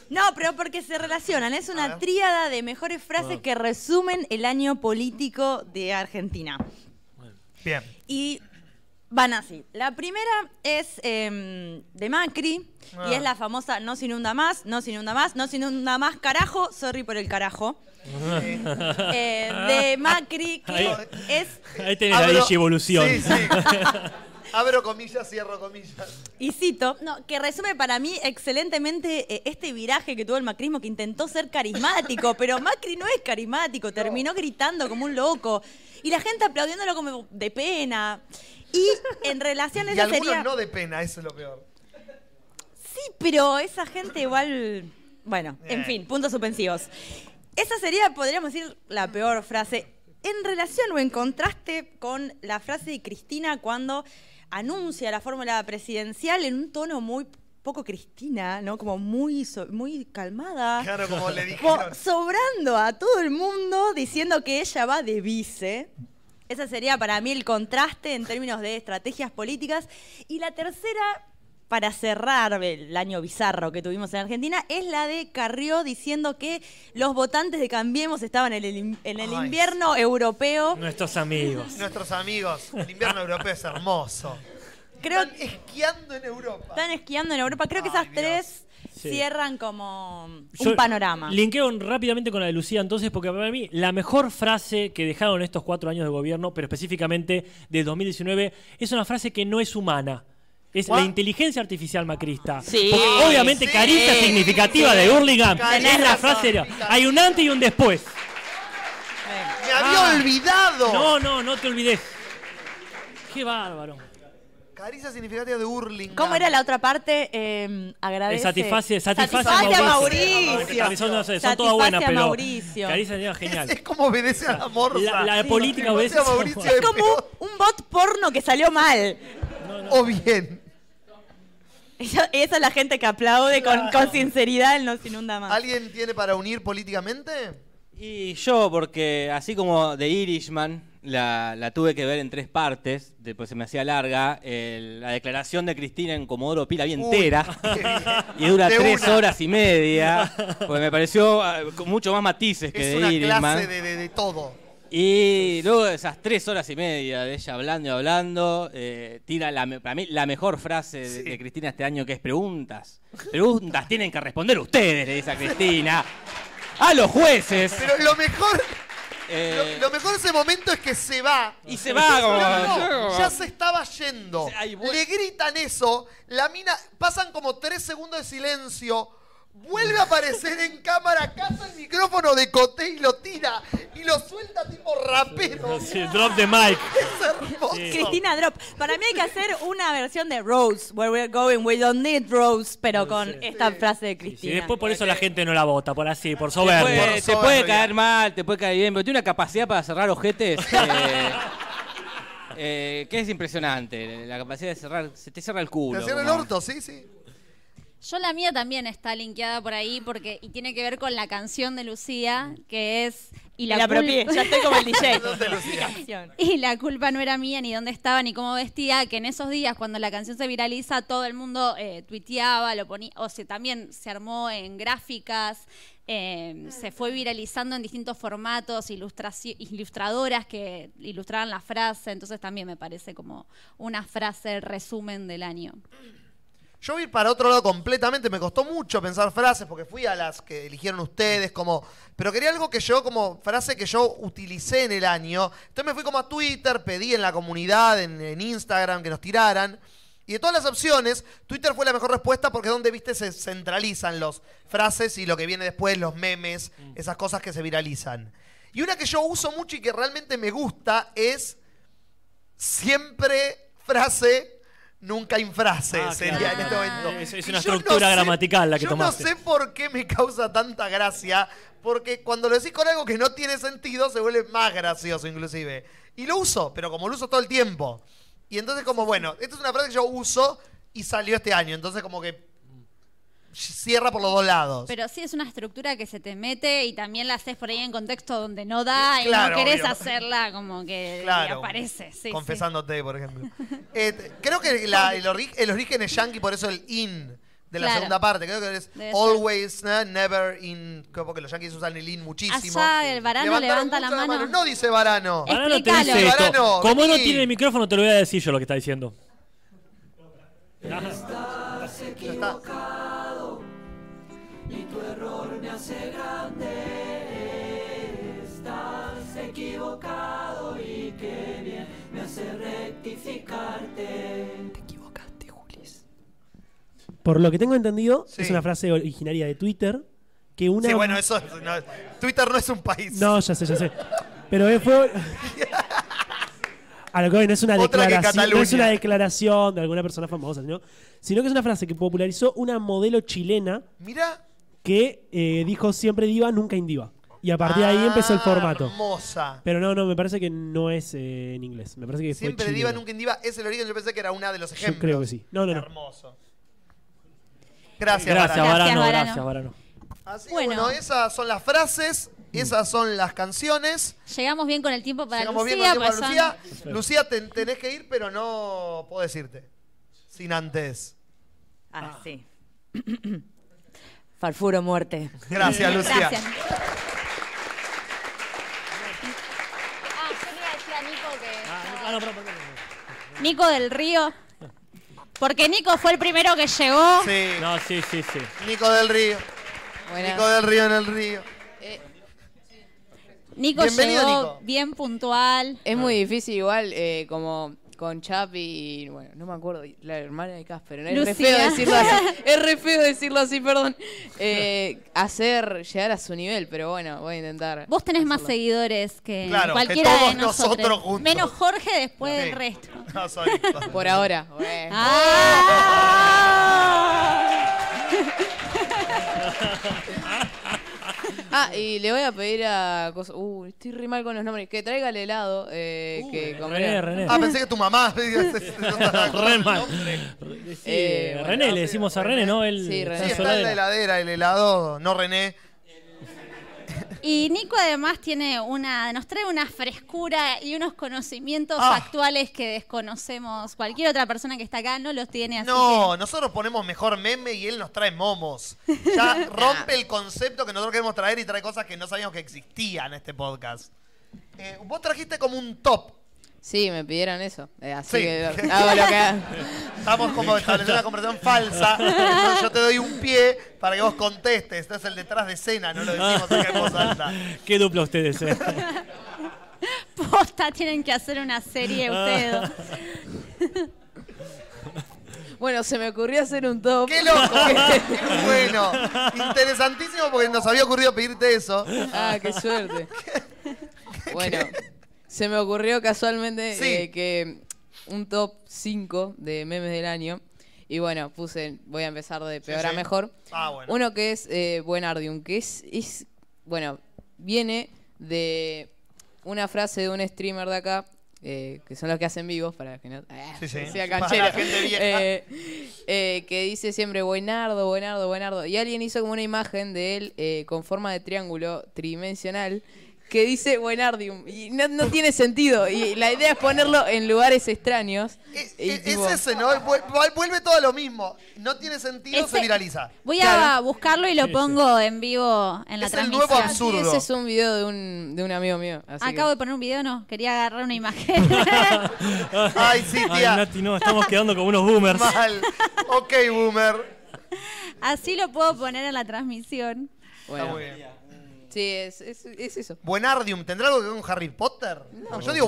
Speaker 9: No, pero porque se relacionan. Es
Speaker 1: A
Speaker 9: una
Speaker 1: ver.
Speaker 9: tríada de mejores frases que resumen el año político de Argentina.
Speaker 1: Bien.
Speaker 9: Y van así. La primera es em, de Macri
Speaker 1: Ah.
Speaker 9: y es la famosa no se inunda más, no se inunda más, no se inunda más, carajo, sorry por
Speaker 1: [LAUGHS]
Speaker 9: el carajo.
Speaker 2: [LAUGHS]
Speaker 9: Eh, de Macri, que
Speaker 2: Ahí.
Speaker 9: es
Speaker 2: Ahí tenés la disevolución.
Speaker 1: Sí, sí. Abro comillas, cierro comillas.
Speaker 9: Y cito, no, que resume para mí excelentemente eh, este viraje que tuvo el macrismo, que intentó ser
Speaker 1: [LAUGHS]
Speaker 9: carismático, pero Macri no es carismático, terminó gritando como un loco y la gente aplaudiéndolo como de pena. Y en relación a
Speaker 1: Y
Speaker 9: eso
Speaker 1: algunos
Speaker 9: sería...
Speaker 1: no de pena, eso es lo peor.
Speaker 9: Sí, pero esa gente igual... Bueno, en
Speaker 1: Eh.
Speaker 9: fin, puntos suspensivos. Esa sería, podríamos decir, la peor frase. En relación o en contraste con la frase de Cristina cuando anuncia la fórmula presidencial en un tono muy poco Cristina, ¿no? Como muy, so- muy calmada.
Speaker 1: Claro, como le
Speaker 9: Como
Speaker 1: dijeron.
Speaker 9: sobrando a todo el mundo diciendo que ella va de vice. Ese sería para mí el contraste en términos de estrategias políticas. Y la tercera, para cerrar el año bizarro que tuvimos en Argentina, es la de Carrió diciendo que los votantes de Cambiemos estaban en el, in- en el
Speaker 1: Ay,
Speaker 9: invierno europeo.
Speaker 2: Nuestros amigos.
Speaker 1: Nuestros amigos, el invierno europeo es hermoso.
Speaker 9: Creo
Speaker 1: Están esquiando en Europa.
Speaker 9: están esquiando en Europa. Creo que esas
Speaker 1: Ay, Dios.
Speaker 9: tres
Speaker 2: Sí.
Speaker 9: cierran como un
Speaker 2: Yo
Speaker 9: panorama.
Speaker 2: Linkeo rápidamente con la de Lucía entonces, porque para mí la mejor frase que dejaron estos cuatro años de gobierno, pero específicamente de 2019, es una frase que no es humana. Es
Speaker 1: ¿Cuá?
Speaker 2: la inteligencia artificial macrista.
Speaker 11: Sí.
Speaker 2: Porque obviamente
Speaker 1: Sí.
Speaker 2: carita significativa de Hurlingham.
Speaker 1: Tenés
Speaker 2: Es la
Speaker 1: razón.
Speaker 2: frase. Hay un antes y un después.
Speaker 1: Me había
Speaker 2: Ah.
Speaker 1: olvidado.
Speaker 2: No, no, no te olvides. Qué bárbaro.
Speaker 1: Caricia significativa de Hurling.
Speaker 9: ¿Cómo era la otra parte? Eh, agradece.
Speaker 2: Satisface, satisface,
Speaker 9: a
Speaker 2: a
Speaker 9: Mauricio.
Speaker 2: Son- Son, son
Speaker 9: Satisface
Speaker 2: todas buenas,
Speaker 9: a
Speaker 2: pero.
Speaker 9: Mauricio.
Speaker 2: Caricia es genial.
Speaker 1: Es como obedece a la morsa.
Speaker 2: La, la de
Speaker 9: Sí.
Speaker 2: política
Speaker 1: Obedece
Speaker 2: obedece
Speaker 1: a
Speaker 2: a
Speaker 1: Mauricio
Speaker 2: Juan.
Speaker 1: de
Speaker 9: Es como
Speaker 1: pedo.
Speaker 9: un, un bot porno que salió mal.
Speaker 1: O bien.
Speaker 9: Esa, esa es la gente que aplaude con, con sinceridad, él nos inunda más.
Speaker 1: ¿Alguien tiene para unir políticamente?
Speaker 4: Y yo, porque así como The Irishman, la, la tuve que ver en tres partes, después se me hacía larga, el- la declaración de Cristina en Comodoro Pi la vi entera,
Speaker 1: [LAUGHS]
Speaker 4: y dura
Speaker 1: De
Speaker 4: tres
Speaker 1: una.
Speaker 4: horas y media, pues me pareció ah, con mucho más matices que
Speaker 1: Es
Speaker 4: The
Speaker 1: una
Speaker 4: Irishman.
Speaker 1: clase de, de- de todo.
Speaker 4: Y luego de esas tres horas y media de ella hablando y hablando, eh, tira la, me- para mí la mejor frase de, de Cristina este año que es preguntas. Preguntas tienen que responder ustedes, le dice a Cristina. A los jueces.
Speaker 1: Pero lo mejor,
Speaker 4: Eh,
Speaker 1: lo, lo mejor de ese momento es que se va.
Speaker 4: y se va como...
Speaker 1: No, no, ya se estaba yendo.
Speaker 4: Ay, voy.
Speaker 1: Le gritan eso, la mina, pasan como tres segundos de silencio, vuelve a aparecer en cámara, caza el micrófono de Coté y lo tira, y lo suelta
Speaker 2: Oh,
Speaker 1: tipo rapero.
Speaker 2: Sí, drop the mic.
Speaker 1: Es hermoso.
Speaker 9: Cristina Drop. Para mí hay que hacer una versión de Rose, Where We're Going, We Don't Need Rose, pero con esta frase de
Speaker 2: Y
Speaker 9: Cristina.
Speaker 2: después por eso
Speaker 1: eh,
Speaker 2: la gente no la vota, por así, por
Speaker 4: Te
Speaker 2: soberbia.
Speaker 4: puede, te puede caer mal, te puede caer bien, pero tiene una capacidad para cerrar ojetes eh, eh, que es impresionante. La capacidad de cerrar, se te cierra el
Speaker 1: Te
Speaker 4: culo.
Speaker 1: hacían el
Speaker 4: como-
Speaker 1: orto, sí, sí.
Speaker 3: Yo la mía también está linkeada por ahí porque y tiene que ver con la canción de Lucía, que es y
Speaker 9: la,
Speaker 3: la,
Speaker 9: la
Speaker 3: cul-
Speaker 9: apropié. Ya estoy como el
Speaker 1: [LAUGHS]
Speaker 9: DJ.
Speaker 3: [LAUGHS] y la culpa no era mía ni dónde estaba ni cómo vestía, que en esos días cuando la canción se viraliza todo el mundo eh, tuiteaba, lo ponía, o sea, también se armó en gráficas, eh, se fue viralizando en distintos formatos, ilustraci- ilustradoras que ilustraban la frase, entonces también me parece como una frase resumen del año.
Speaker 1: Yo vi para otro lado completamente, me costó mucho pensar frases porque fui a las que eligieron ustedes, como, pero quería algo que yo como frase que yo utilicé en el año. Entonces me fui como a Twitter, pedí en la comunidad, en, en Instagram que nos tiraran. Y de todas las opciones, Twitter fue la mejor respuesta porque es donde, viste, se centralizan las frases y lo que viene después, los memes,
Speaker 2: Mm.
Speaker 1: esas cosas que se viralizan. Y una que yo uso mucho y que realmente me gusta es siempre frase, nunca infrase.
Speaker 2: Ah,
Speaker 1: sería
Speaker 2: claro.
Speaker 1: en este momento.
Speaker 2: Es- es
Speaker 1: Y
Speaker 2: una
Speaker 1: yo no
Speaker 2: estructura
Speaker 1: sé-
Speaker 2: gramatical la que
Speaker 1: yo
Speaker 2: tomaste.
Speaker 1: No sé por qué me causa tanta gracia, porque cuando lo decís con algo que no tiene sentido, se vuelve más gracioso inclusive. Y lo uso, pero como lo uso todo el tiempo. Y entonces como, bueno, esta es una frase que yo uso y salió este año, entonces como que cierra por los dos lados.
Speaker 3: Pero sí es una estructura que se te mete y también la haces por ahí en contexto donde no da y
Speaker 1: Claro,
Speaker 3: no querés
Speaker 1: obvio.
Speaker 3: hacerla como que
Speaker 1: Claro.
Speaker 3: aparece. Sí, sí.
Speaker 1: confesándote, por ejemplo. [LAUGHS] Eh, t- creo que la- el, ori- el origen es yankee, por eso el in de la
Speaker 3: Claro.
Speaker 1: segunda parte. Creo que es
Speaker 3: Debe ser.
Speaker 1: always, ne- never in. creo Porque los yankees usan el in muchísimo.
Speaker 3: Allá el varano
Speaker 1: Levantaron
Speaker 3: levanta la
Speaker 1: mucho
Speaker 3: mano.
Speaker 1: No dice varano.
Speaker 3: Eh.
Speaker 2: Varano te
Speaker 3: Explícalo.
Speaker 2: dice esto.
Speaker 1: Varano,
Speaker 2: Como no
Speaker 1: vení.
Speaker 2: tiene el micrófono, te lo voy a decir yo lo que está diciendo.
Speaker 1: Ya está.
Speaker 12: Por lo que tengo entendido,
Speaker 1: Sí.
Speaker 12: es una frase originaria de Twitter. Que una.
Speaker 1: Sí, bueno, eso. es- no, Twitter no es un país.
Speaker 12: No, ya sé, ya sé. Pero es-
Speaker 1: [LAUGHS]
Speaker 12: fue. A lo que voy, no es una
Speaker 1: Otra que
Speaker 12: declaración. No es
Speaker 1: Cataluña.
Speaker 12: una declaración de alguna persona famosa, sino, sino que es una frase que popularizó una modelo chilena
Speaker 1: Mira.
Speaker 12: que eh, dijo siempre diva, nunca indiva. Y a partir de ahí empezó el formato.
Speaker 1: Ah, Hermosa.
Speaker 12: Pero no, no, me parece que no es eh, en inglés. Me parece que fue
Speaker 1: Siempre diva,
Speaker 12: chilena.
Speaker 1: nunca indiva. Es el origen. Yo pensé que era una de los ejemplos.
Speaker 12: Yo creo que sí. No, no, no.
Speaker 1: Hermoso. Gracias,
Speaker 2: Gracias,
Speaker 1: varano.
Speaker 2: Varano,
Speaker 3: Varano.
Speaker 2: gracias, Varano.
Speaker 1: Así que,
Speaker 3: Bueno.
Speaker 1: bueno, esas son las frases, esas son las canciones.
Speaker 3: Llegamos bien con el tiempo para
Speaker 1: Llegamos
Speaker 3: Lucía.
Speaker 1: bien con el
Speaker 3: pues
Speaker 1: tiempo a
Speaker 3: son-
Speaker 1: Lucía. Lucía, te- tenés que ir, pero no puedo decirte. Sin antes.
Speaker 9: Ah, sí. Farfuro muerte.
Speaker 1: Gracias, Lucía.
Speaker 3: Gracias. Ah, yo le iba a decir a Nico que-
Speaker 2: Ah, no, pero- pero-
Speaker 3: Nico del Río. Porque Nico fue el primero que llegó.
Speaker 1: Sí.
Speaker 2: No, sí, sí, sí.
Speaker 1: Nico del Río. Nico del Río en el Río.
Speaker 3: Nico
Speaker 1: Bienvenido,
Speaker 3: llegó
Speaker 1: Nico.
Speaker 3: bien puntual.
Speaker 11: Es muy difícil igual eh, como
Speaker 13: con Chapi y, bueno, no me acuerdo, y la hermana de Casper. ¿no? Es re
Speaker 3: Lucía.
Speaker 13: feo decirlo
Speaker 3: [LAUGHS]
Speaker 13: así, es re feo decirlo así, perdón. Eh, hacer llegar a su nivel, pero bueno, voy a intentar. [LAUGHS]
Speaker 3: Vos tenés más seguidores que
Speaker 13: Claro, que
Speaker 3: cualquiera
Speaker 13: todos
Speaker 3: de nosotros.
Speaker 13: nosotros juntos.
Speaker 3: Menos Jorge después del resto.
Speaker 1: [LAUGHS]
Speaker 3: Ah,
Speaker 1: No
Speaker 3: [LAUGHS]
Speaker 1: soy.
Speaker 13: Por ahora. bueno. [LAUGHS] Ah, y le voy a pedir a. cosa- Uh, estoy re mal con los nombres. Que traiga el helado. eh, que comeré.
Speaker 1: Ah, pensé que tu mamá. [LAUGHS]
Speaker 2: Re mal. Sí,
Speaker 13: Eh,
Speaker 2: René, le decimos a René, ¿no? Él
Speaker 1: Sí,
Speaker 2: está en su
Speaker 1: está en la
Speaker 2: heladera.
Speaker 1: heladera, el helado, no René.
Speaker 3: Y Nico además tiene una, nos trae una frescura y unos conocimientos
Speaker 1: Ah.
Speaker 3: actuales que desconocemos. Cualquier otra persona que está acá no los tiene así.
Speaker 1: No, nosotros ponemos mejor meme y él nos trae momos.
Speaker 13: [LAUGHS]
Speaker 1: Ya rompe el concepto que nosotros queremos traer y trae cosas que no sabíamos que existían en este podcast. Eh, vos trajiste como un top.
Speaker 13: Sí, me pidieron eso. eh, así
Speaker 1: Sí. [LAUGHS]
Speaker 13: que hago lo que.
Speaker 1: Estamos como estableciendo una conversación falsa. Entonces yo te doy un pie para que vos contestes. Este es el detrás de escena, no lo decimos acá en voz alta.
Speaker 2: Qué dupla ustedes, eh. [LAUGHS]
Speaker 3: que [LAUGHS] posta tienen que hacer una
Speaker 1: Ah.
Speaker 3: serie ustedes. dos.
Speaker 13: Bueno, se me ocurrió hacer un top.
Speaker 1: ¡Qué
Speaker 13: [LAUGHS]
Speaker 1: loco! ¡Qué bueno! Interesantísimo porque nos había ocurrido pedirte eso.
Speaker 13: Ah,
Speaker 1: [LAUGHS]
Speaker 13: qué suerte. Bueno, se me ocurrió casualmente
Speaker 1: Sí.
Speaker 13: eh, que un top 5 de memes del año. Y bueno, puse, voy a empezar de peor a
Speaker 14: sí.
Speaker 13: mejor.
Speaker 14: Ah, bueno.
Speaker 13: Uno que es eh, Buenardium, que es, es- bueno, viene de una frase de un streamer de acá, eh, que son los que hacen vivos, para que no... ah,
Speaker 14: Sí, sí.
Speaker 13: [LAUGHS] sea
Speaker 14: Para la
Speaker 13: canchero.
Speaker 14: gente vieja.
Speaker 13: Eh, eh, que dice siempre buenardo, buenardo, buenardo. Y alguien hizo como una imagen de él eh, con forma de triángulo tridimensional que dice buenardium. Y
Speaker 1: [LAUGHS]
Speaker 13: no, no tiene sentido. Y la idea es ponerlo en lugares extraños. Y
Speaker 1: Es
Speaker 13: tipo-
Speaker 1: E, ese, ¿no? Vuel- vuel- Vuelve todo lo mismo. No tiene sentido, se
Speaker 3: Ese-
Speaker 1: viraliza.
Speaker 3: Voy a
Speaker 13: Claro.
Speaker 3: buscarlo y lo
Speaker 13: Sí,
Speaker 3: pongo en vivo en la
Speaker 1: Es el
Speaker 3: transmisión.
Speaker 1: nuevo absurdo.
Speaker 13: Ese es un video de un, de un amigo mío. así que-
Speaker 3: Acabo de poner un video, no, quería agarrar una imagen.
Speaker 1: [LAUGHS] Ay, sí, tía.
Speaker 2: Ay, Nati, no, estamos quedando como unos
Speaker 3: [LAUGHS]
Speaker 2: boomers.
Speaker 1: Mal. Ok, boomer.
Speaker 3: Así lo puedo poner en la transmisión.
Speaker 1: Está
Speaker 13: Bueno.
Speaker 1: muy bien.
Speaker 13: Sí, es, es- es eso.
Speaker 1: Buenardium, ¿tendrá algo que ver con Harry Potter? No, yo digo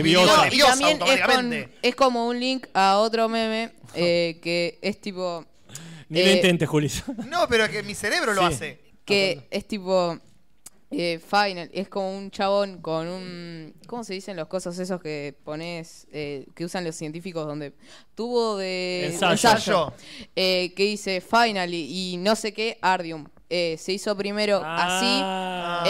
Speaker 1: Buenardium,
Speaker 2: y
Speaker 1: y digo
Speaker 2: Viola.
Speaker 13: Y
Speaker 1: Dios
Speaker 13: también [LAUGHS] es, con-
Speaker 1: automáticamente.
Speaker 13: es como un link a otro meme eh, que es tipo...
Speaker 2: Ni lo
Speaker 13: eh,
Speaker 2: intentes, Julio.
Speaker 1: [LAUGHS] No, pero que mi cerebro lo
Speaker 2: Sí.
Speaker 1: hace.
Speaker 13: Que es tipo. eh, final. Es como un chabón con un. ¿Cómo se dicen los cosas esos que pones. eh, que usan los científicos donde. Tubo de.
Speaker 14: Ensayo.
Speaker 13: Eh, que dice finally y no sé qué, Ardium. Eh, se hizo primero así.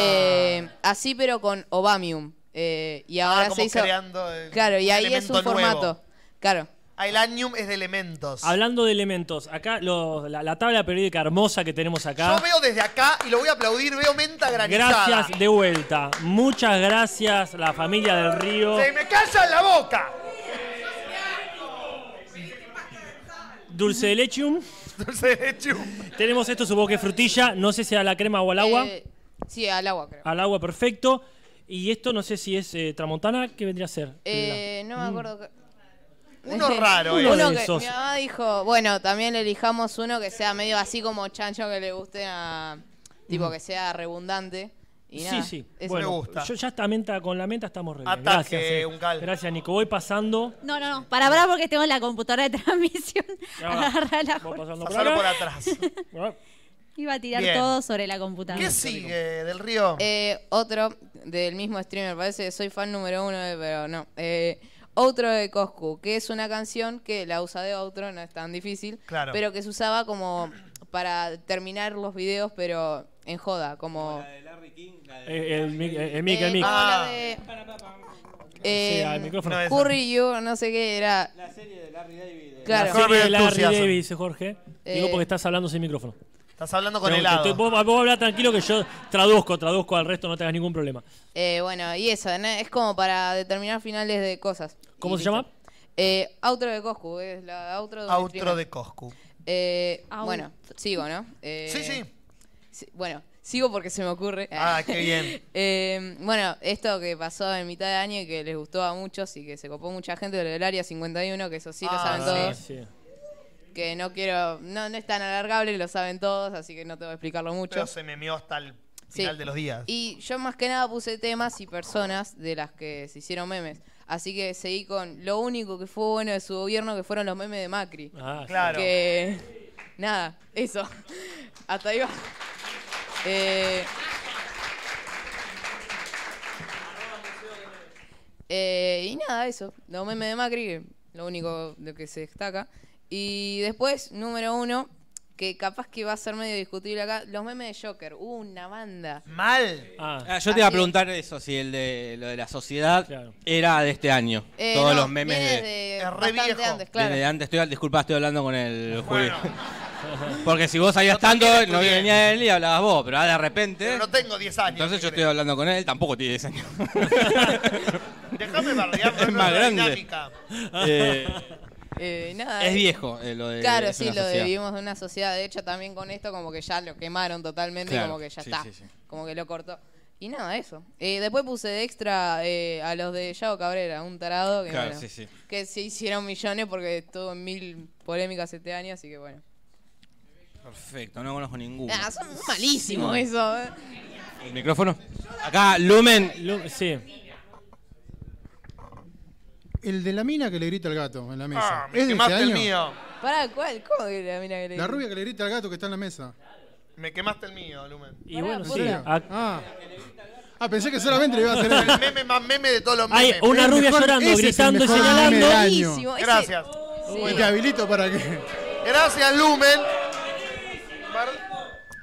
Speaker 13: eh, así, pero con Obamium. Eh, y ahora
Speaker 1: Ah, como
Speaker 13: se hizo.
Speaker 1: creando el-
Speaker 13: claro, y
Speaker 1: un
Speaker 13: ahí es un
Speaker 1: elemento nuevo.
Speaker 13: formato. Claro.
Speaker 1: Ah, El Anium es de elementos.
Speaker 2: Hablando de elementos, acá lo- la, la tabla periódica hermosa que tenemos acá.
Speaker 1: Yo veo desde acá y lo voy a aplaudir, veo menta granizada.
Speaker 2: Gracias de vuelta. Muchas gracias, la familia del río.
Speaker 1: ¡Se me calla la boca!
Speaker 2: Dulce de lechium.
Speaker 1: [LAUGHS] Dulce de lechium.
Speaker 2: Tenemos esto, supongo que es frutilla. No sé si a la crema o al agua.
Speaker 13: Eh, sí, al agua creo.
Speaker 2: Al agua, perfecto. Y esto no sé si es eh, tramontana. ¿Qué vendría a ser?
Speaker 13: Eh, no me acuerdo. qué-
Speaker 1: Mm. Uno raro,
Speaker 2: Uno
Speaker 1: eh.
Speaker 2: de
Speaker 13: que-
Speaker 2: esos.
Speaker 13: mi mamá dijo, bueno, también le elijamos uno que sea medio así como chancho que le guste a. Tipo
Speaker 2: Ujú.
Speaker 13: que sea redundante. Y
Speaker 2: Sí,
Speaker 13: nada,
Speaker 2: sí.
Speaker 13: eso.
Speaker 2: Bueno,
Speaker 1: Me gusta.
Speaker 2: Yo ya esta menta, con la menta estamos re bien.
Speaker 1: Ataque,
Speaker 2: Gracias, eh.
Speaker 1: Uncal.
Speaker 2: Gracias, Nico. Voy pasando.
Speaker 3: No, no, no, para ahora porque tengo la computadora de transmisión.
Speaker 2: Ya va.
Speaker 3: Agarrala.
Speaker 2: Voy pasando por
Speaker 1: Pasalo
Speaker 2: acá.
Speaker 1: por atrás.
Speaker 3: Iba a tirar
Speaker 1: Bien.
Speaker 3: todo sobre la computadora.
Speaker 1: ¿Qué sigue del río?
Speaker 13: Eh, otro del mismo streamer, parece que soy fan número uno, de- pero no. Eh, otro de Coscu, que es una canción que la usa de otro, no es tan difícil.
Speaker 14: Claro.
Speaker 13: Pero que se usaba como para terminar los videos, pero en joda, como.
Speaker 2: Eh, el mic, eh, el mic. el
Speaker 13: Eh,
Speaker 2: mic.
Speaker 13: como la de- Eh,
Speaker 2: Sí, al micrófono. No, esa.
Speaker 13: Curry You, no sé qué era. La serie de Larry David. Claro.
Speaker 2: La serie de Larry
Speaker 1: entusiasmo.
Speaker 2: Davis, dice Jorge. Digo
Speaker 13: Eh.
Speaker 2: porque estás hablando sin micrófono.
Speaker 1: Estás hablando con
Speaker 2: No, te
Speaker 1: helado.
Speaker 2: estoy- vos, vos hablá tranquilo que yo traduzco, traduzco al resto, no tengas ningún problema.
Speaker 13: Eh, bueno, y eso, ¿no? es como para determinar finales de cosas.
Speaker 2: ¿Cómo
Speaker 13: Y
Speaker 2: se
Speaker 13: listo.
Speaker 2: llama?
Speaker 13: Eh, outro de Coscu, es la outro de un
Speaker 1: Outro
Speaker 13: streamer.
Speaker 1: de Coscu.
Speaker 13: Eh,
Speaker 1: Out-
Speaker 13: bueno, sigo, ¿no? Eh,
Speaker 1: Sí, sí.
Speaker 13: si- Bueno, sigo porque se me ocurre.
Speaker 1: Ah, qué bien.
Speaker 13: [LAUGHS] Eh, bueno, esto que pasó en mitad de año y que les gustó a muchos y que se copó mucha gente del área 51, que eso sí lo
Speaker 1: Ah,
Speaker 13: saben
Speaker 1: sí.
Speaker 13: todos.
Speaker 2: Sí.
Speaker 13: Que no quiero, no, no es tan alargable, lo saben todos, así que no te voy a explicarlo mucho.
Speaker 1: Pero se me meó hasta el final
Speaker 13: Sí.
Speaker 1: de los días.
Speaker 13: Y yo más que nada puse temas y personas de las que se hicieron memes. Así que seguí con lo único que fue bueno de su gobierno, que fueron los memes de Macri.
Speaker 2: Ah, sí.
Speaker 1: Claro.
Speaker 13: Que, nada, eso. [LAUGHS] Hasta ahí va. Eh, Eh, y nada, eso. Los memes de Macri, que lo único de que se destaca. Y después, número uno, que capaz que va a ser medio discutible acá, los memes de Joker. Hubo una banda.
Speaker 1: Mal.
Speaker 4: Ah, yo te iba a
Speaker 13: Así es.
Speaker 4: preguntar eso, si el de lo de la sociedad era de este año.
Speaker 13: Eh,
Speaker 4: Todos
Speaker 13: no,
Speaker 4: los memes
Speaker 13: viene
Speaker 4: de,
Speaker 13: de
Speaker 1: Es re
Speaker 13: bastante
Speaker 1: viejo.
Speaker 13: antes, claro.
Speaker 4: desde antes. Eh, Estoy, disculpa, estoy hablando con el Julio. Porque si vos sabías tanto, no
Speaker 1: estudié.
Speaker 4: venía él y hablabas vos, pero ahora de repente.
Speaker 1: Pero no tengo 10 años.
Speaker 4: entonces yo estoy hablando con él, tampoco tiene 10 [LAUGHS] años.
Speaker 1: Déjame bardear,
Speaker 4: [LAUGHS]
Speaker 1: pero
Speaker 4: Es
Speaker 1: no
Speaker 4: más
Speaker 1: la
Speaker 4: grande.
Speaker 1: dinámica.
Speaker 4: Eh,
Speaker 13: Eh, nada,
Speaker 4: es viejo eh, lo de.
Speaker 13: Claro,
Speaker 4: es
Speaker 13: sí,
Speaker 4: una
Speaker 13: lo de
Speaker 4: sociedad.
Speaker 13: vivimos de una sociedad. De hecho, también con esto, como que ya lo quemaron totalmente,
Speaker 4: Claro,
Speaker 13: como que ya
Speaker 4: sí,
Speaker 13: está.
Speaker 4: sí, sí.
Speaker 13: Como que lo cortó. Y nada, eso. Eh, después puse de extra eh, a los de Yao Cabrera, un tarado que,
Speaker 4: Claro,
Speaker 13: bueno,
Speaker 4: sí, sí.
Speaker 13: que se hicieron millones porque estuvo en mil polémicas este año, así que bueno.
Speaker 4: Perfecto, no conozco ninguno.
Speaker 13: Nah, son malísimos eso. eh.
Speaker 4: ¿El micrófono? Ah, Acá, Lumen.
Speaker 2: sí.
Speaker 14: El de la mina que le grita al gato en la mesa.
Speaker 1: Ah, me
Speaker 14: ¿Es de este
Speaker 1: quemaste el
Speaker 14: año?
Speaker 1: mío.
Speaker 13: Pará, ¿cuál? ¿Cómo que la mina que le-
Speaker 14: La rubia que le grita al gato que está en la mesa.
Speaker 1: Me quemaste el mío, Lumen.
Speaker 2: Y bueno,
Speaker 14: ¿En
Speaker 2: sí.
Speaker 14: serio?
Speaker 2: ac-
Speaker 14: Ah. Ah, pensé que solamente le iba a hacer
Speaker 1: El
Speaker 14: el
Speaker 8: [LAUGHS]
Speaker 1: meme más meme de todos los
Speaker 2: Hay
Speaker 1: memes.
Speaker 2: una
Speaker 14: El
Speaker 2: rubia
Speaker 14: mejor-
Speaker 2: llorando,
Speaker 14: ese es el
Speaker 2: gritando y
Speaker 14: mejor meme
Speaker 2: señalando.
Speaker 14: del año.
Speaker 13: Buenísimo, ese-
Speaker 1: Gracias.
Speaker 13: Sí.
Speaker 14: Y te habilito para que.
Speaker 1: Gracias, Lumen. Bar-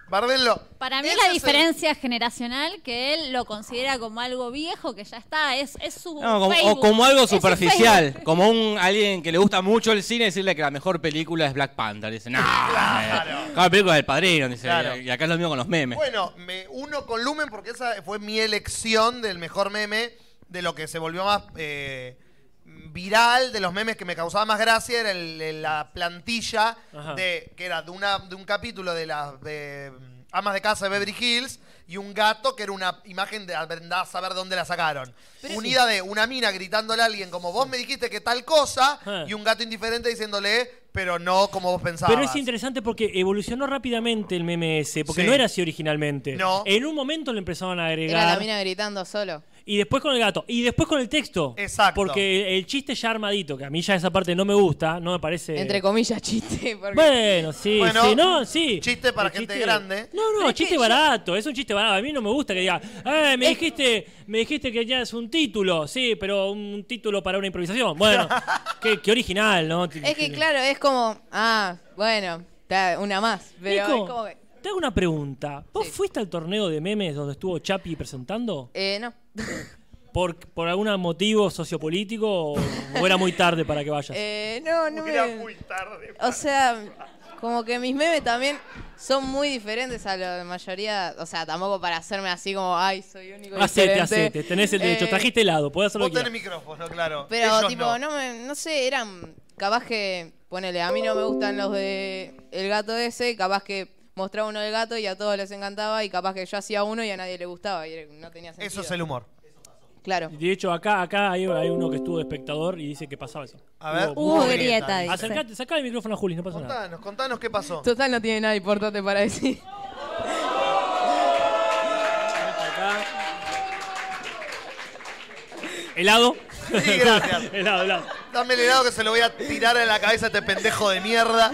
Speaker 1: Bardenlo.
Speaker 3: Para mí
Speaker 1: Ese
Speaker 3: la
Speaker 1: es el-
Speaker 3: diferencia generacional que él lo considera como algo viejo que ya está, es, es su
Speaker 4: No, como, o
Speaker 3: Facebook.
Speaker 4: como algo
Speaker 3: Es su
Speaker 4: superficial,
Speaker 3: Facebook.
Speaker 4: como un alguien que le gusta mucho el cine decirle que la mejor película es Black Panther. Dice, no,
Speaker 1: [LAUGHS]
Speaker 4: eh, la película del padrino, dice,
Speaker 1: Claro.
Speaker 4: y acá es lo mismo con los memes.
Speaker 1: Bueno, me uno con Lumen porque esa fue mi elección del mejor meme, de lo que se volvió más eh, viral, de los memes que me causaba más gracia, era el- el- la plantilla
Speaker 2: Ajá.
Speaker 1: de que era de, una, de un capítulo de las de, mm, amas de casa de Beverly Hills y un gato que era una imagen de andá a saber dónde la sacaron. Unida de una mina gritándole a alguien como vos me dijiste que tal cosa
Speaker 2: Ah.
Speaker 1: y un gato indiferente diciéndole pero no como vos pensabas.
Speaker 2: Pero es interesante porque evolucionó rápidamente el meme ese, porque
Speaker 1: Sí.
Speaker 2: no era así originalmente.
Speaker 1: No.
Speaker 2: En un momento le empezaron a
Speaker 13: Era la
Speaker 14: Ah.
Speaker 2: agregar.
Speaker 13: mina gritando solo.
Speaker 2: Y después con el gato. Y después con el texto.
Speaker 1: Exacto.
Speaker 2: Porque el, el chiste ya armadito, que a mí ya esa parte no me gusta, no me parece.
Speaker 14: Eh.
Speaker 13: Entre comillas, [LAUGHS] chiste. Porque...
Speaker 2: Bueno, sí,
Speaker 1: Bueno,
Speaker 2: sí, no, sí.
Speaker 1: chiste para
Speaker 2: El
Speaker 1: gente grande.
Speaker 2: No,
Speaker 13: Pero
Speaker 2: no,
Speaker 13: es que
Speaker 2: chiste
Speaker 13: yo-
Speaker 2: barato, es un chiste barato. A mí no me gusta que diga, "Eh, me dijiste, me dijiste que ya es un título, sí, pero un título para una improvisación.
Speaker 1: [LAUGHS]
Speaker 2: Bueno, qué, qué original, ¿no?
Speaker 13: Es que claro, es como, ah, bueno, está una más. Pero
Speaker 2: Nico,
Speaker 13: es como que,
Speaker 2: te hago una pregunta. ¿Vos fuiste al torneo de memes donde estuvo Chapi presentando?
Speaker 13: eh, no.
Speaker 2: ¿Por, por algún motivo sociopolítico o, o era muy tarde para que
Speaker 13: [LAUGHS]
Speaker 2: vayas?
Speaker 13: Eh, no, no
Speaker 1: Era
Speaker 13: me...
Speaker 1: muy tarde.
Speaker 13: O sea, como que mis memes también son muy diferentes a la mayoría. O sea, tampoco para hacerme así como, ay, soy único. y
Speaker 2: hacete,
Speaker 13: diferente.
Speaker 2: hacete, tenés el derecho,
Speaker 13: Eh,
Speaker 2: trajiste helado, podés hacer lo
Speaker 1: Vos
Speaker 2: que
Speaker 1: tenés
Speaker 2: quieras.
Speaker 1: micrófono, claro.
Speaker 13: Pero
Speaker 1: Ellos
Speaker 13: tipo,
Speaker 1: no.
Speaker 13: no. me, no sé, eran capaz que, ponele, a mí no me gustan los de el gato ese, capaz que mostraba uno del gato y a todos les encantaba y capaz que yo hacía uno y a nadie le gustaba y era- no tenía sentido.
Speaker 1: Eso es el humor.
Speaker 13: Claro.
Speaker 2: De hecho, acá, acá hay, hay uno que estuvo de espectador y dice que pasaba eso.
Speaker 1: A ver.
Speaker 3: Hubo grieta, dice.
Speaker 2: Acercate, sacá el micrófono a Juli, no pasa nada.
Speaker 1: Contanos, contanos qué
Speaker 2: [LAUGHS]
Speaker 1: pasó.
Speaker 13: Total no tiene nada importante para decir.
Speaker 2: ¿Helado?
Speaker 1: Sí, gracias.
Speaker 2: helado, helado.
Speaker 1: Dame el helado que se lo voy a tirar en la cabeza a este pendejo de mierda.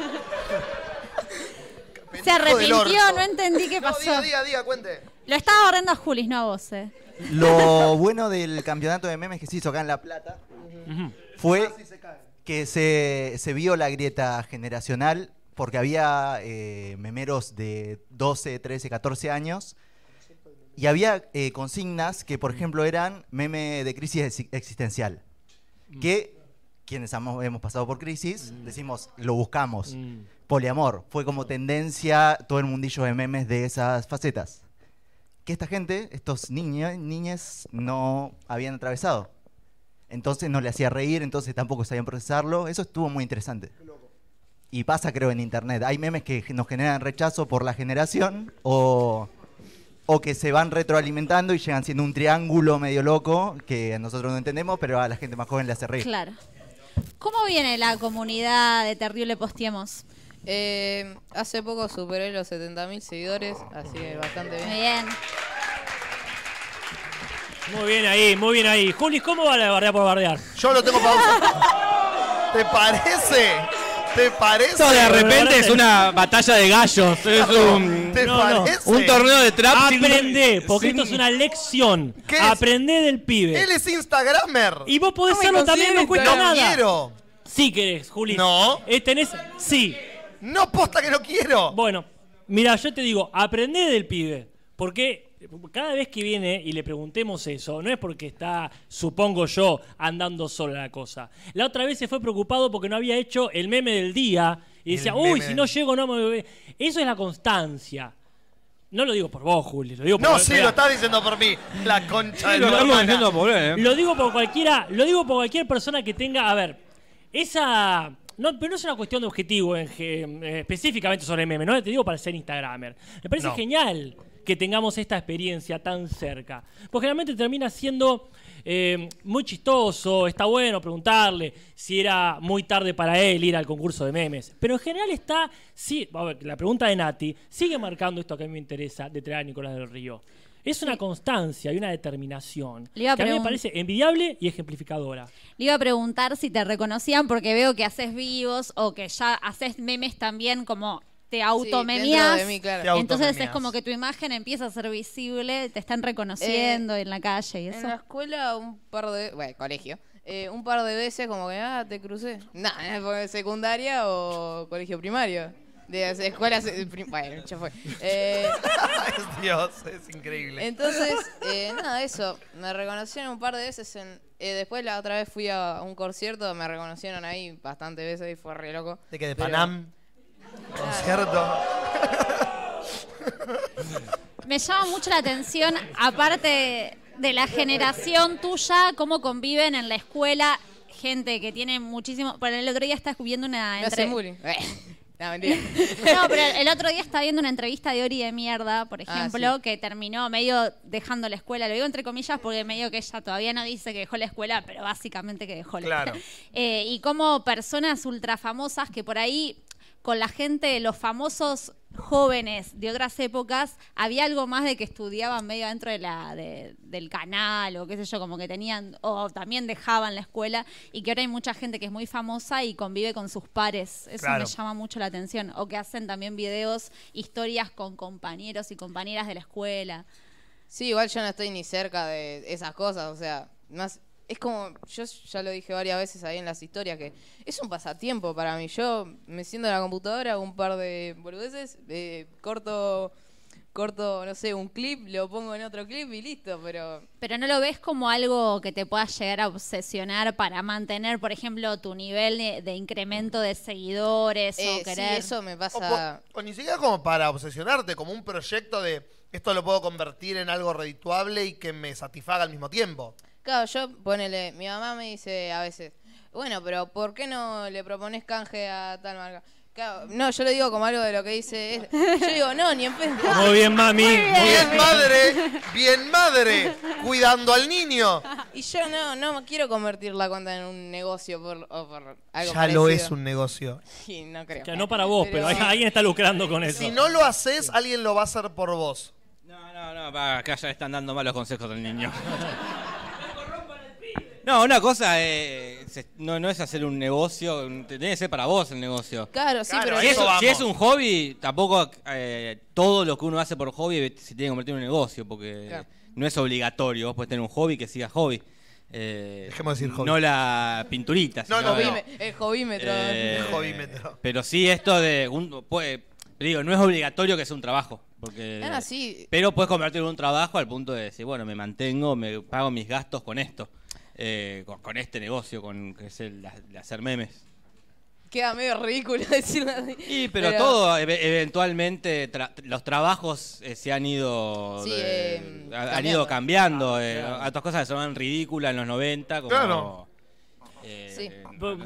Speaker 3: Se
Speaker 1: Pendejo del
Speaker 3: arrepintió,
Speaker 1: orto.
Speaker 3: no entendí qué
Speaker 1: No,
Speaker 3: pasó.
Speaker 1: diga, diga, diga, cuente.
Speaker 3: Lo estaba borrando a Julis, no a vos. eh.
Speaker 15: Lo bueno del campeonato de memes que se hizo acá en La Plata fue que se, se vio la grieta generacional porque había eh, memeros de 12, 13, 14 años y había eh, consignas que, por ejemplo, eran meme de crisis exi- existencial.
Speaker 2: Mm.
Speaker 15: Que quienes hemos, hemos pasado por crisis decimos, lo buscamos. Poliamor fue como tendencia todo el mundillo de memes de esas facetas que esta gente, estos niños, niñas, no habían atravesado. Entonces no le hacía reír, entonces tampoco sabían procesarlo. Eso estuvo muy interesante. Y pasa, creo, en internet. Hay memes que nos generan rechazo por la generación o, o que se van retroalimentando y llegan siendo un triángulo medio loco que nosotros no entendemos, pero a la gente más joven le hace reír.
Speaker 3: Claro. ¿Cómo viene la comunidad de Terrible Postiemos?
Speaker 13: Eh, hace poco superé los 70.000 seguidores, así que bastante
Speaker 3: Muy
Speaker 13: bien.
Speaker 3: bien.
Speaker 2: Muy bien ahí, muy bien ahí. Juli, ¿cómo va la de bardear por bardear?
Speaker 1: Yo lo tengo pausa.
Speaker 2: [LAUGHS]
Speaker 1: ¿Te parece? ¿Te parece?
Speaker 4: Esto de repente es una batalla de gallos. Es un,
Speaker 1: ¿Te parece?
Speaker 4: un torneo de trap. sin-
Speaker 2: Aprende, porque
Speaker 4: sin-
Speaker 2: esto es una lección.
Speaker 1: ¿Qué es?
Speaker 2: Aprende del pibe.
Speaker 1: Él es Instagramer.
Speaker 2: Y vos podés
Speaker 1: No me
Speaker 2: hacerlo también,
Speaker 1: considero
Speaker 2: no cuesta
Speaker 1: Instagram.
Speaker 2: nada.
Speaker 1: No quiero.
Speaker 2: Sí querés, Juli.
Speaker 1: No.
Speaker 2: Eh, tenés, sí.
Speaker 1: No, posta que no quiero.
Speaker 2: Bueno, mira, yo te digo, aprende del pibe. Porque cada vez que viene y le preguntemos eso, no es porque está, supongo yo, andando sola la cosa. La otra vez se fue preocupado porque no había hecho el meme del día y
Speaker 1: El
Speaker 2: decía,
Speaker 1: meme
Speaker 2: uy, si
Speaker 1: del-
Speaker 2: no llego, no me. Eso es la constancia. No lo digo por vos, Juli, lo digo por
Speaker 1: No, sí,
Speaker 2: mirá.
Speaker 1: lo estás diciendo por mí. La concha de
Speaker 4: lo
Speaker 1: tu
Speaker 4: estamos
Speaker 1: hermana.
Speaker 4: diciendo por él, ¿eh?
Speaker 2: Lo digo por cualquiera, lo digo por cualquier persona que tenga, a ver, esa no, pero no es una cuestión de objetivo en ge- eh, específicamente sobre meme, no te digo para ser instagramer. Me parece
Speaker 4: No.
Speaker 2: genial que tengamos esta experiencia tan cerca, porque realmente termina siendo eh, muy chistoso, está bueno preguntarle si era muy tarde para él ir al concurso de memes, pero en general está, sí, a ver, la pregunta de Nati sigue marcando esto que a mí me interesa de traer a Nicolás del Río. Es una constancia y una determinación
Speaker 3: Le iba a
Speaker 2: que a mí me
Speaker 3: pregun-
Speaker 2: parece envidiable y ejemplificadora.
Speaker 3: Le iba a preguntar si te reconocían porque veo que haces vivos o que ya haces memes también como te automemeás.
Speaker 13: dentro de mí, claro. Te
Speaker 3: Entonces es
Speaker 13: automemeás.
Speaker 3: como que tu imagen empieza a ser visible, te están reconociendo en la calle y eso.
Speaker 13: Eh, En la escuela un par de... Bueno, colegio. eh, un par de veces como que, ah, te crucé. Nada, fue secundaria o colegio primario. De las escuelas... eh, prim- Bueno, ya fue. Eh,
Speaker 1: Dios, es increíble.
Speaker 13: entonces, eh, nada, eso. Me reconocieron un par de veces. En, eh, después la otra vez fui a un concierto, me reconocieron ahí bastantes veces y fue re loco.
Speaker 1: ¿De qué? ¿De
Speaker 13: Pero-
Speaker 1: Panam? ¿Concierto?
Speaker 3: Me llama mucho la atención, aparte de la generación tuya, cómo conviven en la escuela gente que tiene muchísimo. Por el otro día estás viendo una
Speaker 13: Me
Speaker 3: entre-
Speaker 13: hacen bullying. [LAUGHS] no, mentira.
Speaker 3: No, pero el otro día estaba viendo una entrevista de Ori de mierda, por
Speaker 13: Ah,
Speaker 3: ejemplo,
Speaker 13: sí.
Speaker 3: que terminó medio dejando la escuela. Lo digo entre comillas porque medio que ella todavía no dice que dejó la escuela, pero básicamente que dejó la
Speaker 13: Claro.
Speaker 3: escuela. Eh, y como personas ultra famosas que por ahí con la gente, los famosos jóvenes de otras épocas, había algo más de que estudiaban medio dentro de la, de- del canal o qué sé yo, como que tenían, o también dejaban la escuela, y que ahora hay mucha gente que es muy famosa y convive con sus pares. Eso
Speaker 13: Claro.
Speaker 3: me llama mucho la atención. O que hacen también videos, historias con compañeros y compañeras de la escuela.
Speaker 13: Sí, igual yo no estoy ni cerca de esas cosas, o sea, más es como yo ya lo dije varias veces ahí en las historias que es un pasatiempo para mí. Yo me siento en la computadora hago un par de boludeces, eh, corto corto, no sé, un clip, lo pongo en otro clip y listo, pero
Speaker 3: Pero no lo ves como algo que te pueda llegar a obsesionar para mantener, por ejemplo, tu nivel de, de incremento de seguidores
Speaker 13: Eh,
Speaker 3: o
Speaker 13: sí,
Speaker 3: querer.
Speaker 13: eso me
Speaker 1: O, po- o ni siquiera como para obsesionarte, como un proyecto de esto lo puedo convertir en algo redituable y que me satisfaga al mismo tiempo.
Speaker 13: Claro, yo ponele, mi mamá me dice a veces, bueno, pero ¿por qué no le propones canje a tal marca? Claro, no, yo le digo como algo de lo que dice él. Yo digo, no, ni en pedo.
Speaker 2: Muy bien, mami. Muy
Speaker 1: Bien, madre, bien madre, cuidando al niño.
Speaker 13: [LAUGHS] Y yo no, no quiero convertir la cuenta en un negocio por, o por algo
Speaker 1: ya
Speaker 13: parecido.
Speaker 1: lo es un negocio.
Speaker 13: [LAUGHS] Y no creo.
Speaker 2: Que no
Speaker 13: [LAUGHS]
Speaker 2: para vos, pero, hay- alguien está lucrando con eso.
Speaker 1: Si no lo haces, alguien lo va a hacer por vos.
Speaker 4: No, no, pa, acá ya están dando malos consejos del
Speaker 2: [LAUGHS]
Speaker 4: niño. No, una cosa eh, se- no, no es hacer un negocio, un- tiene que ser para vos el negocio.
Speaker 13: Claro, sí, pero
Speaker 4: si, es, si es un hobby, tampoco eh, todo lo que uno hace por hobby se tiene que convertir en un negocio, porque
Speaker 13: Claro.
Speaker 4: no es obligatorio. Vos podés tener un hobby que siga hobby. Eh,
Speaker 1: Dejemos de decir hobby.
Speaker 4: No la pinturita.
Speaker 1: No,
Speaker 4: sino-
Speaker 1: no, no.
Speaker 13: El jovímetro.
Speaker 4: Eh,
Speaker 1: El jovímetro.
Speaker 4: Pero sí esto de... Un, puede- digo, no es obligatorio que sea un trabajo. Porque,
Speaker 13: Ah, sí.
Speaker 4: Pero puedes convertirlo en un trabajo al punto de decir, bueno, me mantengo, me pago mis gastos con esto. eh, con, con este negocio, con que es el de hacer memes.
Speaker 13: Queda medio ridículo [LAUGHS] decirlo así.
Speaker 4: Sí, pero, todo, eve- eventualmente, tra- los trabajos eh, se han ido
Speaker 13: Sí,
Speaker 4: de-
Speaker 13: eh,
Speaker 4: ha- han
Speaker 13: cambiando.
Speaker 4: ido cambiando.
Speaker 13: Ah,
Speaker 4: eh,
Speaker 13: claro.
Speaker 4: Otras cosas que se llaman ridículas en los 90, como
Speaker 2: Claro.
Speaker 13: Sí.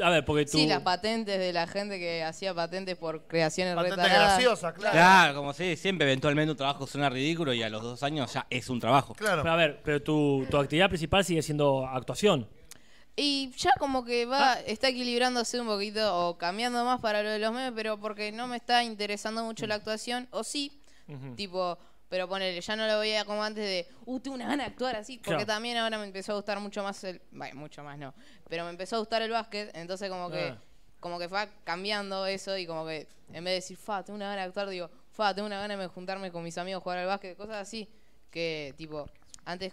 Speaker 2: A ver, porque tú.
Speaker 13: Sí, las patentes de la gente que hacía patentes por creaciones
Speaker 1: Patente
Speaker 13: retaradas.
Speaker 1: graciosa,
Speaker 4: Claro. como si siempre eventualmente un trabajo suena ridículo y a los dos años ya es un trabajo.
Speaker 1: Claro.
Speaker 2: Pero a ver, pero tu, tu actividad principal sigue siendo actuación.
Speaker 13: Y ya como que
Speaker 1: Ah.
Speaker 13: va, está equilibrándose un poquito o cambiando más para lo de los memes, pero porque no me está interesando mucho la actuación, o sí, tipo, Pero ponele, ya no lo veía como antes de, uh, tengo una gana de actuar así. Porque
Speaker 16: Claro.
Speaker 13: también ahora me empezó a gustar mucho más el. Bueno, mucho más no. Pero me empezó a gustar el básquet, entonces como que.
Speaker 16: Ah.
Speaker 13: Como que fue cambiando eso y como que en vez de decir, fa, tengo una gana de actuar, digo, fa, tengo una gana de juntarme con mis amigos a jugar al básquet, cosas así. Que tipo, antes.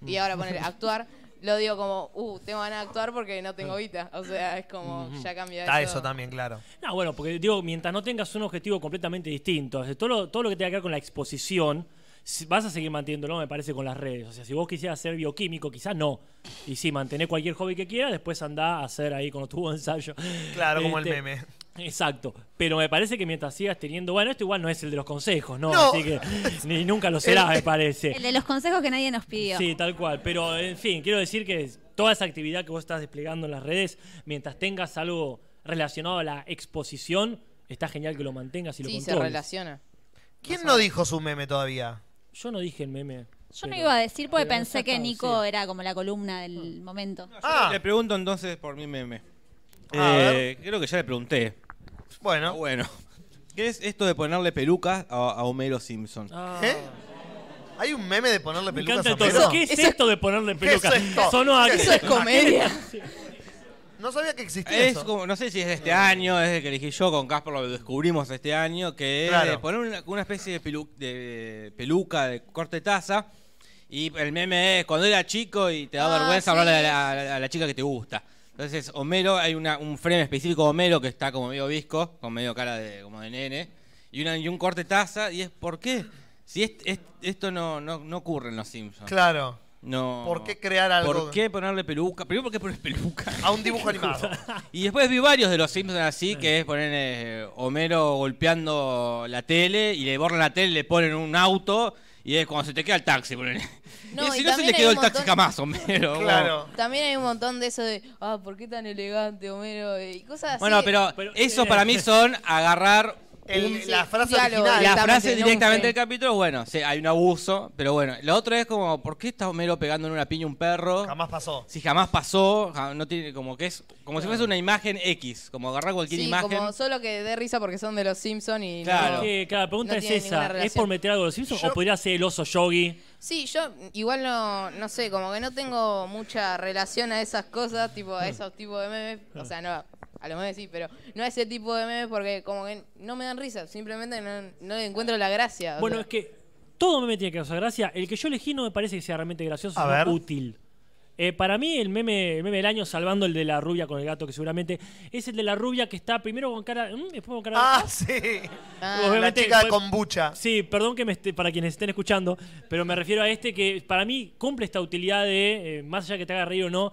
Speaker 4: Mm.
Speaker 13: Y ahora
Speaker 4: [LAUGHS]
Speaker 13: poner actuar, lo digo como, uh, tengo ganas de actuar porque no
Speaker 4: Ah.
Speaker 13: tengo guita. O sea, es como,
Speaker 2: Ujú.
Speaker 13: ya cambia
Speaker 1: Está eso también, claro.
Speaker 2: No, bueno, porque digo, mientras no tengas un objetivo completamente distinto, o sea, todo lo, todo lo que tenga que ver con la exposición, si- vas a seguir manteniéndolo, me parece, con las redes. O sea, si vos quisieras ser bioquímico, quizás no. Y sí, mantener cualquier hobby que quieras, después andá a hacer ahí con tu [LAUGHS] ensayo.
Speaker 1: Claro, como el
Speaker 2: Este.
Speaker 1: meme.
Speaker 2: Exacto. Pero me parece que mientras sigas teniendo. Bueno, esto igual no es el de los consejos, ¿no?
Speaker 3: No.
Speaker 2: Así que ni nunca lo será, me parece.
Speaker 3: El de los consejos que nadie nos pidió.
Speaker 2: Sí, tal cual. Pero, en fin, quiero decir que toda esa actividad que vos estás desplegando en las redes, mientras tengas algo relacionado a la exposición, está genial que lo mantengas y lo
Speaker 13: Sí, se
Speaker 2: controles.
Speaker 13: relaciona.
Speaker 1: ¿Quién no dijo su meme todavía?
Speaker 2: Yo no dije el meme.
Speaker 3: Yo no
Speaker 2: pero-
Speaker 3: iba a decir porque
Speaker 2: pero ya
Speaker 3: pensé que
Speaker 2: está, Ah.
Speaker 3: Nico era como la columna del momento.
Speaker 13: Ah.
Speaker 4: Le pregunto entonces por mi meme.
Speaker 1: A
Speaker 4: Eh, creo que ya le pregunté.
Speaker 1: Bueno.
Speaker 4: Bueno. ¿Qué es esto de ponerle pelucas a, a Homero Simpson?
Speaker 2: Ah.
Speaker 1: ¿Eh? ¿Hay un meme de ponerle
Speaker 2: Me
Speaker 1: pelucas
Speaker 2: encanta
Speaker 1: a
Speaker 2: el tono.
Speaker 1: Homero?
Speaker 2: ¿Qué es esto de ponerle
Speaker 1: ¿Qué es
Speaker 2: pelucas?
Speaker 1: esto?
Speaker 2: Sonó a-
Speaker 1: ¿Qué
Speaker 2: Eso es comedia.
Speaker 1: No sabía que existía
Speaker 4: Es
Speaker 1: eso.
Speaker 4: como, no sé si es de este año, es el que elegí yo, con Casper lo descubrimos este año, que
Speaker 1: Claro.
Speaker 4: es eh, poner una, una especie de, pelu- de peluca de corte taza. Y el meme es cuando era chico y te da
Speaker 13: Ah,
Speaker 4: vergüenza
Speaker 13: sí.
Speaker 4: hablar a la, a la- a la chica que te gusta. Entonces, Homero, hay una- un frame específico de Homero que está como medio visco, con medio cara de, como de nene, y, una, y un corte taza, y es ¿por qué? Si es- es- esto no, no, no ocurre en Los Simpsons.
Speaker 1: Claro.
Speaker 4: No.
Speaker 1: ¿Por qué crear algo?
Speaker 4: ¿Por qué ponerle peluca? Primero, ¿por qué pones peluca?
Speaker 1: A un
Speaker 2: [LAUGHS]
Speaker 1: dibujo animado.
Speaker 4: [LAUGHS] Y después vi varios de los Simpsons así, que es poner eh, Homero golpeando la tele y le borran la tele, le ponen un auto y es cuando se te queda el taxi. ponen.
Speaker 13: No,
Speaker 4: y
Speaker 13: y
Speaker 4: si no se
Speaker 13: también
Speaker 4: le
Speaker 13: hay
Speaker 4: quedó
Speaker 13: un
Speaker 4: el taxi
Speaker 13: montón-
Speaker 4: jamás,
Speaker 1: [LAUGHS]
Speaker 4: Homero.
Speaker 1: Claro.
Speaker 13: También hay un montón de eso de, ah, ¿por qué tan elegante, Homero? Y cosas así.
Speaker 4: Bueno, pero, eh, eso
Speaker 13: eh,
Speaker 4: para
Speaker 13: [LAUGHS]
Speaker 4: mí son agarrar un-
Speaker 1: la frase
Speaker 13: diálogo,
Speaker 1: original.
Speaker 4: la frase
Speaker 13: no un
Speaker 4: directamente
Speaker 13: frame.
Speaker 4: del capítulo. Bueno, sí, hay un abuso, pero bueno. Lo otro es como, ¿por qué está Homero pegando en una piña a un perro?
Speaker 1: Jamás pasó.
Speaker 4: Si jamás pasó, ja- no tiene como que es como si fuese una imagen X, como agarrar cualquier
Speaker 13: Sí,
Speaker 4: imagen.
Speaker 13: como solo que dé risa porque son de los Simpsons y
Speaker 4: Claro.
Speaker 13: no-
Speaker 2: Que, claro, la pregunta
Speaker 13: no
Speaker 2: es
Speaker 13: tiene ninguna
Speaker 2: esa. ¿Es
Speaker 13: relación.
Speaker 2: por meter algo de los Simpsons
Speaker 13: Yo-
Speaker 2: o podría ser el oso yogi?
Speaker 13: Sí, yo igual no, no sé, como que no tengo mucha relación a esas cosas, tipo a esos tipos de memes, o sea, no, a los memes sí, pero no a ese tipo de memes porque como que no me dan risa, simplemente no, no le encuentro la gracia. o
Speaker 2: Bueno,
Speaker 13: sea.
Speaker 2: es que todo meme tiene que causar gracia. El que yo elegí no me parece que sea realmente gracioso,
Speaker 1: A
Speaker 2: sino
Speaker 1: ver.
Speaker 2: útil. Eh, para mí, el meme, el meme del año, salvando el de la rubia con el gato, que seguramente es el de la rubia que está primero con cara. mm, después con cara.
Speaker 1: Ah, sí.
Speaker 2: Ah.
Speaker 1: la
Speaker 2: Obviamente,
Speaker 1: chica de
Speaker 2: fue-
Speaker 1: kombucha.
Speaker 2: Sí, perdón que me esté, para quienes estén escuchando, pero me refiero a este que para mí cumple esta utilidad de, eh, más allá que te haga reír o no,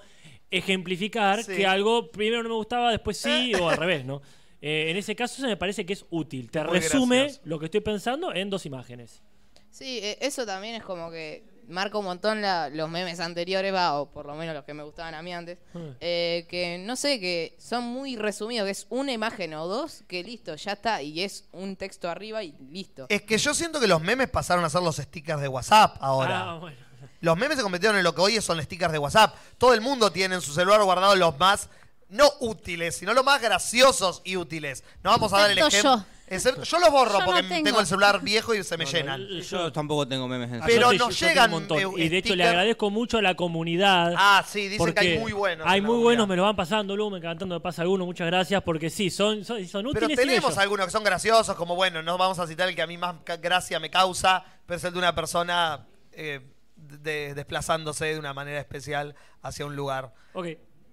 Speaker 2: ejemplificar
Speaker 1: Sí.
Speaker 2: que algo primero no me gustaba,
Speaker 1: [LAUGHS]
Speaker 2: después sí, o al revés, ¿no? Eh, en ese caso, eso me parece que es útil. Te
Speaker 1: Muy
Speaker 2: resume
Speaker 1: gracioso.
Speaker 2: lo que estoy pensando en dos imágenes.
Speaker 13: Sí, eh, eso también es como que marca un montón la- los memes anteriores, va, o por lo menos los que me gustaban a mí antes, eh, que no sé, que son muy resumidos, que es una imagen o dos, que listo, ya está, y es un texto arriba y listo.
Speaker 1: Es que yo siento que los memes pasaron a ser los stickers de WhatsApp ahora.
Speaker 2: Ah, bueno.
Speaker 1: Los memes se convirtieron en lo que hoy son stickers de WhatsApp. Todo el mundo tiene en su celular guardados los más no útiles, sino los más graciosos y útiles. No vamos a dar el
Speaker 3: Excepto
Speaker 1: ejemplo. Excepto- yo los borro
Speaker 3: Yo no
Speaker 1: porque
Speaker 3: tengo.
Speaker 1: tengo. el celular viejo y se me llenan.
Speaker 4: Yo tampoco tengo memes en
Speaker 1: Pero
Speaker 2: Ah, Yo te-
Speaker 1: nos
Speaker 2: yo tengo
Speaker 1: llegan,
Speaker 2: un montón.
Speaker 1: eh,
Speaker 2: y de hecho le
Speaker 1: stickers.
Speaker 2: agradezco mucho a la comunidad.
Speaker 1: Ah, sí, dicen que hay
Speaker 2: porque
Speaker 1: muy buenos
Speaker 2: Hay
Speaker 1: en la
Speaker 2: muy
Speaker 1: comunidad.
Speaker 2: buenos, me lo van pasando, luego me encantando, me pasa alguno, muchas gracias, porque sí, son, son, son útiles.
Speaker 1: Pero
Speaker 2: y
Speaker 1: tenemos
Speaker 2: bellos.
Speaker 1: algunos que son graciosos, como bueno, no vamos a citar el que a mí más ca- gracia me causa, pero es el de una persona eh, de- desplazándose de una manera especial hacia un lugar.
Speaker 2: Ok,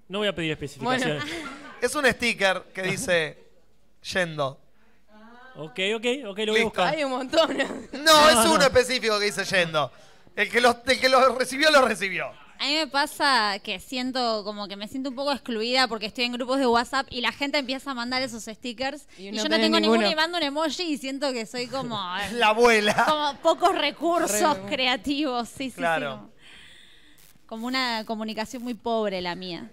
Speaker 2: no voy a pedir especificaciones.
Speaker 1: [LAUGHS] Es un sticker que dice yendo.
Speaker 2: Ok, ok, ok, lo voy a
Speaker 1: Listo.
Speaker 2: buscar.
Speaker 13: Hay un montón.
Speaker 1: No,
Speaker 13: [LAUGHS]
Speaker 1: es uno específico que dice yendo. El que, lo, el que lo recibió, lo recibió.
Speaker 3: A mí me pasa que siento como que me siento un poco excluida porque estoy en grupos de WhatsApp y la gente empieza a mandar esos stickers y,
Speaker 13: no
Speaker 3: yo no
Speaker 13: tenés
Speaker 3: tengo ninguno.
Speaker 13: ninguno.
Speaker 3: y mando un emoji y siento que soy
Speaker 2: [LAUGHS]
Speaker 3: como
Speaker 1: La abuela.
Speaker 3: como pocos recursos
Speaker 13: Re-
Speaker 3: creativos, sí, sí, sí.
Speaker 1: Claro.
Speaker 3: como- Como una comunicación muy pobre la mía.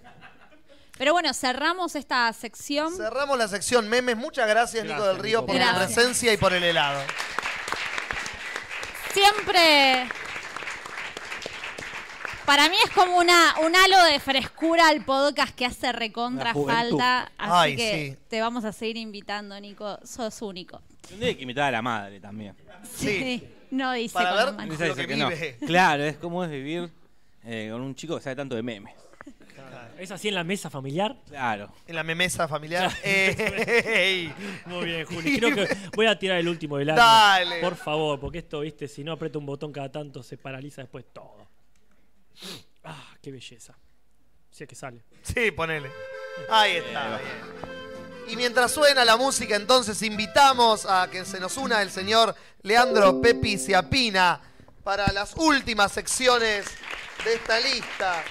Speaker 3: Pero bueno, cerramos esta sección.
Speaker 1: Cerramos la sección memes. Muchas gracias, Nico del Río, por tu
Speaker 3: Gracias.
Speaker 1: presencia y por el helado.
Speaker 3: Siempre. Para mí es como una, un halo de frescura al podcast que hace recontra
Speaker 4: La juventud.
Speaker 3: falta. Así
Speaker 4: Ay,
Speaker 3: que
Speaker 4: sí.
Speaker 3: te vamos a seguir invitando, Nico. Sos único.
Speaker 4: Tendría que imitar a la madre también.
Speaker 3: Sí. No dice.
Speaker 1: Para
Speaker 3: cuando
Speaker 1: ver
Speaker 3: mancha.
Speaker 4: Dice eso, que no. [LAUGHS] Claro, es como es vivir eh, con un chico que sabe tanto de memes.
Speaker 2: ¿Es así en la mesa familiar?
Speaker 4: Claro.
Speaker 1: En la memesa
Speaker 2: [LAUGHS]
Speaker 1: familiar. Eh, Ey.
Speaker 2: Muy bien, Juli. Creo que voy a tirar el último del año.
Speaker 1: Dale.
Speaker 2: Por favor, porque esto, viste, si no aprieto un botón cada tanto, se paraliza después todo. Ah, qué belleza. Si es que sale.
Speaker 1: Sí, ponele. Ahí está.
Speaker 2: [LAUGHS]
Speaker 1: bien. Y mientras suena la música, entonces invitamos a que se nos una el señor Leandro Pepi Ciapina para las últimas secciones de esta lista.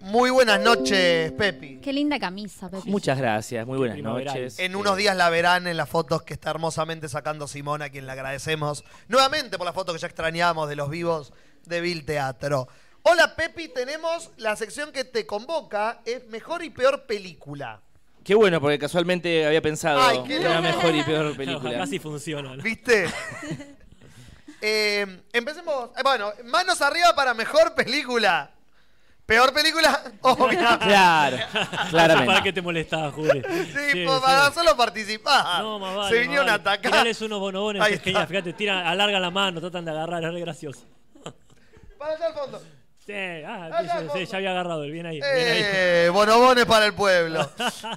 Speaker 1: Muy buenas noches, Pepi.
Speaker 3: Qué linda camisa, Pepe.
Speaker 17: Muchas gracias, muy buenas
Speaker 1: primaveral.
Speaker 17: noches.
Speaker 1: En unos días la verán en las fotos que está hermosamente sacando Simón, a quien le agradecemos nuevamente por la foto que ya extrañamos de los vivos de Vil Teatro. Hola Pepi, tenemos la sección que te convoca, es mejor y peor película.
Speaker 17: Qué bueno, porque casualmente había pensado
Speaker 1: Ay, qué
Speaker 17: una
Speaker 1: loco.
Speaker 17: mejor y peor película.
Speaker 2: Ojalá sí funciona. ¿no?
Speaker 1: ¿Viste? Eh, empecemos, eh, bueno, manos arriba para mejor película. Peor película, [LAUGHS] obvio.
Speaker 17: Claro, claramente.
Speaker 2: ¿Para qué te molestaba,
Speaker 1: [LAUGHS]
Speaker 2: Juli?
Speaker 1: Sí, po, para solo participar.
Speaker 2: No, más vale,
Speaker 1: Se
Speaker 2: más
Speaker 1: vinieron
Speaker 2: vale.
Speaker 1: a atacar.
Speaker 2: Tirales unos bonobones
Speaker 1: Ahí
Speaker 2: pequeñas,
Speaker 1: está.
Speaker 2: fíjate, tira, alarga la mano, tratan de agarrar, es re gracioso.
Speaker 1: Para allá al fondo.
Speaker 2: Sí, ah,
Speaker 1: Allá al
Speaker 2: sí,
Speaker 1: fondo.
Speaker 2: sí, ya había agarrado el bien ahí. bien ahí.
Speaker 1: Eh, bonobones para el
Speaker 2: [LAUGHS]
Speaker 1: pueblo.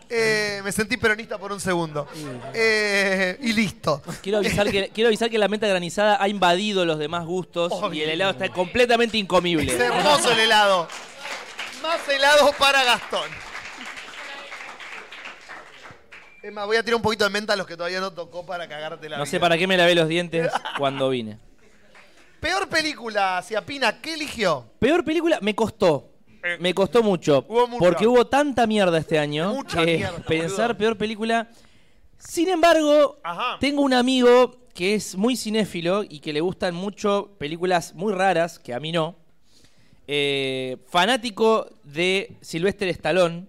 Speaker 1: Eh, me sentí peronista por un segundo. Eh, y listo.
Speaker 17: Quiero avisar,
Speaker 1: [LAUGHS]
Speaker 17: que, quiero avisar que la menta granizada ha invadido los demás gustos y el helado está completamente incomible.
Speaker 1: Es hermoso el helado. Más helado para Gastón. Es más, voy a tirar un poquito de menta a los que todavía no tocó para cagarte la
Speaker 17: No sé
Speaker 1: vida.
Speaker 17: para qué me lavé los
Speaker 1: [LAUGHS]
Speaker 17: dientes cuando vine.
Speaker 1: Peor película, Ciapina, ¿qué eligió?
Speaker 17: Peor película me costó. Me costó mucho.
Speaker 1: mucha.
Speaker 17: porque hubo tanta mierda este año que
Speaker 1: mierda, boludo.
Speaker 17: [LAUGHS] pensar peor película. Sin embargo, tengo un amigo que es muy cinéfilo y que le gustan mucho películas muy raras, que a mí no. Eh, fanático de Sylvester Stallone,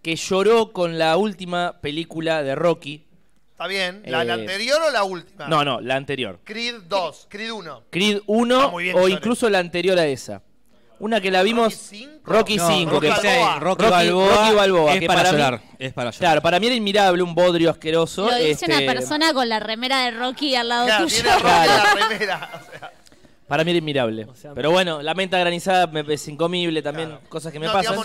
Speaker 17: que lloró con la última película de Rocky.
Speaker 1: Está bien. ¿La,
Speaker 17: Eh,
Speaker 1: la anterior o la última?
Speaker 17: No, no, la anterior.
Speaker 1: Creed 2, Creed 1.
Speaker 17: Creed
Speaker 1: Está
Speaker 17: 1
Speaker 1: muy bien
Speaker 17: o
Speaker 1: que llore.
Speaker 17: incluso la anterior a esa. Una que la vimos. Rocky 5.
Speaker 4: No, Rocky
Speaker 17: que
Speaker 4: seis, Rocky Balboa
Speaker 17: Rocky Balboa,
Speaker 4: es
Speaker 17: que
Speaker 4: para
Speaker 17: mí-
Speaker 4: llorar, es para llorar.
Speaker 17: Claro, para mí era inmirable, un bodrio asqueroso.
Speaker 3: Lo dice
Speaker 17: este,
Speaker 3: una persona con la remera de Rocky al lado
Speaker 1: Claro,
Speaker 3: tuyo.
Speaker 1: tiene roja la remera.
Speaker 17: Para mí era inmirable. Pero bueno, la menta granizada me, es incomible también. Cosas que me pasan.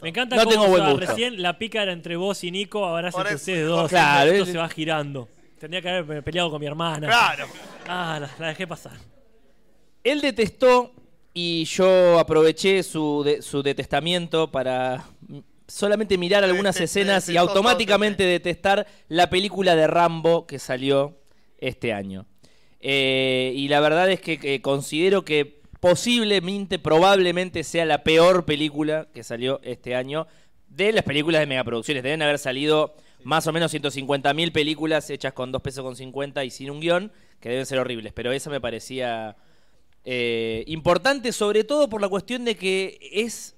Speaker 2: Me encanta
Speaker 17: No
Speaker 2: cómo
Speaker 17: tengo buen
Speaker 2: usa-
Speaker 17: gusto.
Speaker 2: recién la pica era entre vos y Nico, ahora es
Speaker 17: Ahora
Speaker 2: entre
Speaker 17: es-
Speaker 2: ustedes dos.
Speaker 17: Claro,
Speaker 2: Esto
Speaker 17: es-
Speaker 2: se va girando. Tendría que haber peleado con mi hermana.
Speaker 17: Claro.
Speaker 2: Ah, la, la dejé pasar.
Speaker 17: Él detestó y yo aproveché su, de- su detestamiento para mm, solamente mirar algunas escenas y
Speaker 4: detestó
Speaker 17: automáticamente detestar la película de Rambo que salió este año. Eh, y la verdad es que, que considero que posiblemente, probablemente sea la peor película que salió este año de las películas de megaproducciones. Deben haber salido más o menos 150.000 películas hechas con 2 pesos con 50 y sin un guión, que deben ser horribles. Pero esa me parecía eh, importante, sobre todo por la cuestión de que es.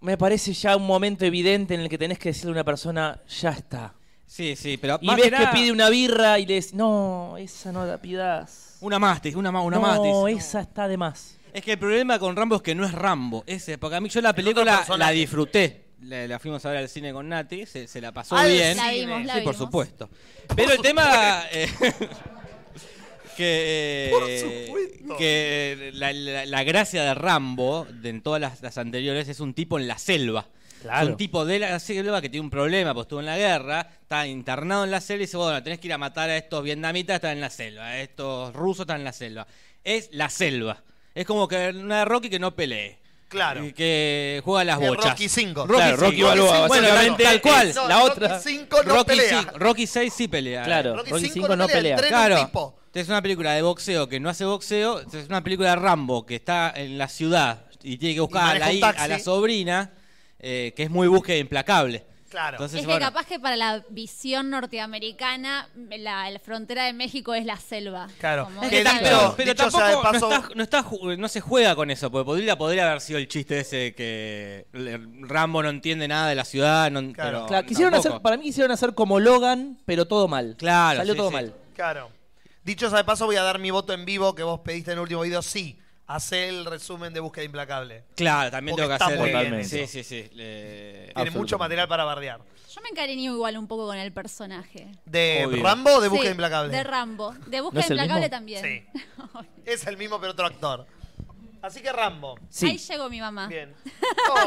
Speaker 17: Me parece ya un momento evidente en el que tenés que decirle a una persona, ya está.
Speaker 4: Sí, sí, pero
Speaker 17: Y
Speaker 4: más
Speaker 17: ves
Speaker 4: que nada-
Speaker 17: que pide una birra y le decís, no, esa no la pidas.
Speaker 4: Una más, te dije, una más, una
Speaker 17: no,
Speaker 4: más. te dije.
Speaker 17: esa está de más.
Speaker 4: Es que el problema con Rambo es que no es Rambo. Ese, porque a mí yo la película la
Speaker 17: personaje.
Speaker 4: disfruté. La, la fuimos a ver al cine con Nati, se, se la pasó
Speaker 17: Al
Speaker 4: bien.
Speaker 17: Ah, La cine. vimos, la
Speaker 4: sí, por
Speaker 17: vimos.
Speaker 4: supuesto. Pero el tema. eh, [LAUGHS] que. eh, Que eh, la, la- la gracia de Rambo, de en todas las, las anteriores, es un tipo en la selva.
Speaker 17: Claro.
Speaker 4: Es un tipo de la selva que tiene un problema, pues estuvo en la guerra, está internado en la selva y dice, bueno, tenés que ir a matar a estos vietnamitas, están en la selva, a estos rusos están en la selva. Es la selva. Es como que una de Rocky que no pelee.
Speaker 1: Claro.
Speaker 4: Y que juega a las
Speaker 1: Eh,
Speaker 4: bochas.
Speaker 1: Rocky cinco.
Speaker 4: Rocky
Speaker 1: Claro,
Speaker 4: cinco.
Speaker 1: Rocky Balboa,
Speaker 4: Bueno, tal,
Speaker 1: básicamente,
Speaker 4: tal cual.
Speaker 1: es- no,
Speaker 4: la
Speaker 1: Rocky
Speaker 4: otra.
Speaker 1: cinco no
Speaker 4: Rocky
Speaker 1: pelea.
Speaker 4: cinco- Rocky 6 sí pelea.
Speaker 17: Claro, Rocky Rocky cinco cinco no no pelea, pelea. entrena un
Speaker 4: Claro.
Speaker 17: tipo.
Speaker 4: Es una película de boxeo que no hace boxeo. Es una película de Rambo que está en la ciudad y tiene que
Speaker 1: Y
Speaker 4: buscar a
Speaker 1: maneja
Speaker 4: la,
Speaker 1: un
Speaker 4: hija-
Speaker 1: taxi.
Speaker 4: a la sobrina, eh, que es muy búsqueda implacable.
Speaker 1: Claro.
Speaker 4: Entonces,
Speaker 3: es que
Speaker 4: bueno,
Speaker 3: capaz que para la visión norteamericana la, la frontera de México es la selva.
Speaker 4: Claro.
Speaker 3: Como
Speaker 4: Es
Speaker 3: que
Speaker 4: que
Speaker 3: tal-
Speaker 4: tam-
Speaker 1: claro.
Speaker 4: pero, pero
Speaker 1: Dicho sea
Speaker 4: tampoco
Speaker 1: de
Speaker 4: no,
Speaker 1: paso-
Speaker 4: está- no está ju- no se juega con eso, porque podría, podría haber sido el chiste ese que le- Rambo no entiende nada de la ciudad. No, pero
Speaker 17: Claro, quisieron hacer,
Speaker 4: tampoco.
Speaker 17: para mí quisieron hacer como Logan, pero todo mal.
Speaker 4: Claro,
Speaker 17: Salió
Speaker 4: sí,
Speaker 17: todo
Speaker 4: sí.
Speaker 17: mal.
Speaker 1: Claro. Dicho sea de paso, voy a dar mi voto en vivo que vos pediste en el último video. Sí, hace el resumen de Búsqueda Implacable.
Speaker 18: Claro, también
Speaker 1: Porque
Speaker 18: tengo que
Speaker 1: está
Speaker 18: hacer.
Speaker 1: muy bien
Speaker 18: Totalmente.
Speaker 1: eso.
Speaker 18: Sí, sí, sí. eh,
Speaker 1: Tiene mucho material para bardear.
Speaker 3: Yo me encariño igual un poco con el personaje.
Speaker 1: ¿De
Speaker 18: Obvio.
Speaker 1: Rambo o de Búsqueda
Speaker 3: Sí,
Speaker 1: Implacable?
Speaker 3: De Rambo. De
Speaker 1: ¿No
Speaker 3: Búsqueda
Speaker 1: es el
Speaker 3: Implacable
Speaker 1: mismo?
Speaker 3: también.
Speaker 1: Sí.
Speaker 3: [LAUGHS]
Speaker 1: es el mismo, pero otro actor. Así que Rambo.
Speaker 3: Ahí llegó mi mamá. Ah,
Speaker 1: Bien.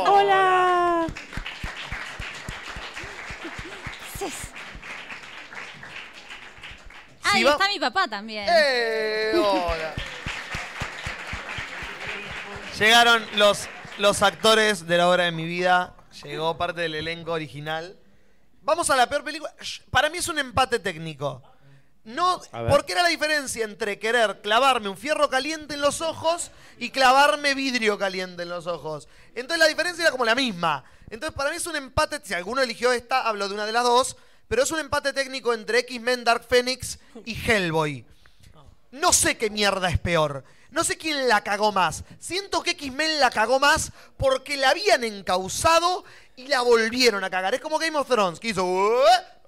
Speaker 1: Oh.
Speaker 3: ¡Hola! Ah,
Speaker 1: Si
Speaker 3: y
Speaker 1: va-
Speaker 3: está mi papá también.
Speaker 1: ¡Eh!
Speaker 3: [LAUGHS]
Speaker 1: Hola. Llegaron los, los actores de la obra de mi vida. Llegó parte del elenco original. Vamos a la peor película. Sh, Para mí es un empate técnico. No,
Speaker 19: A ver.
Speaker 1: porque era la diferencia entre querer clavarme un fierro caliente en los ojos y clavarme vidrio caliente en los ojos. Entonces la diferencia era como la misma. Entonces para mí es un empate, si alguno eligió esta, hablo de una de las dos, pero es un empate técnico entre X-Men, Dark Phoenix y Hellboy. No sé qué mierda es peor. No sé quién la cagó más. Siento que X-Men la cagó más porque la habían encauzado y la volvieron a cagar. Es como Game of Thrones, que hizo... "Uh,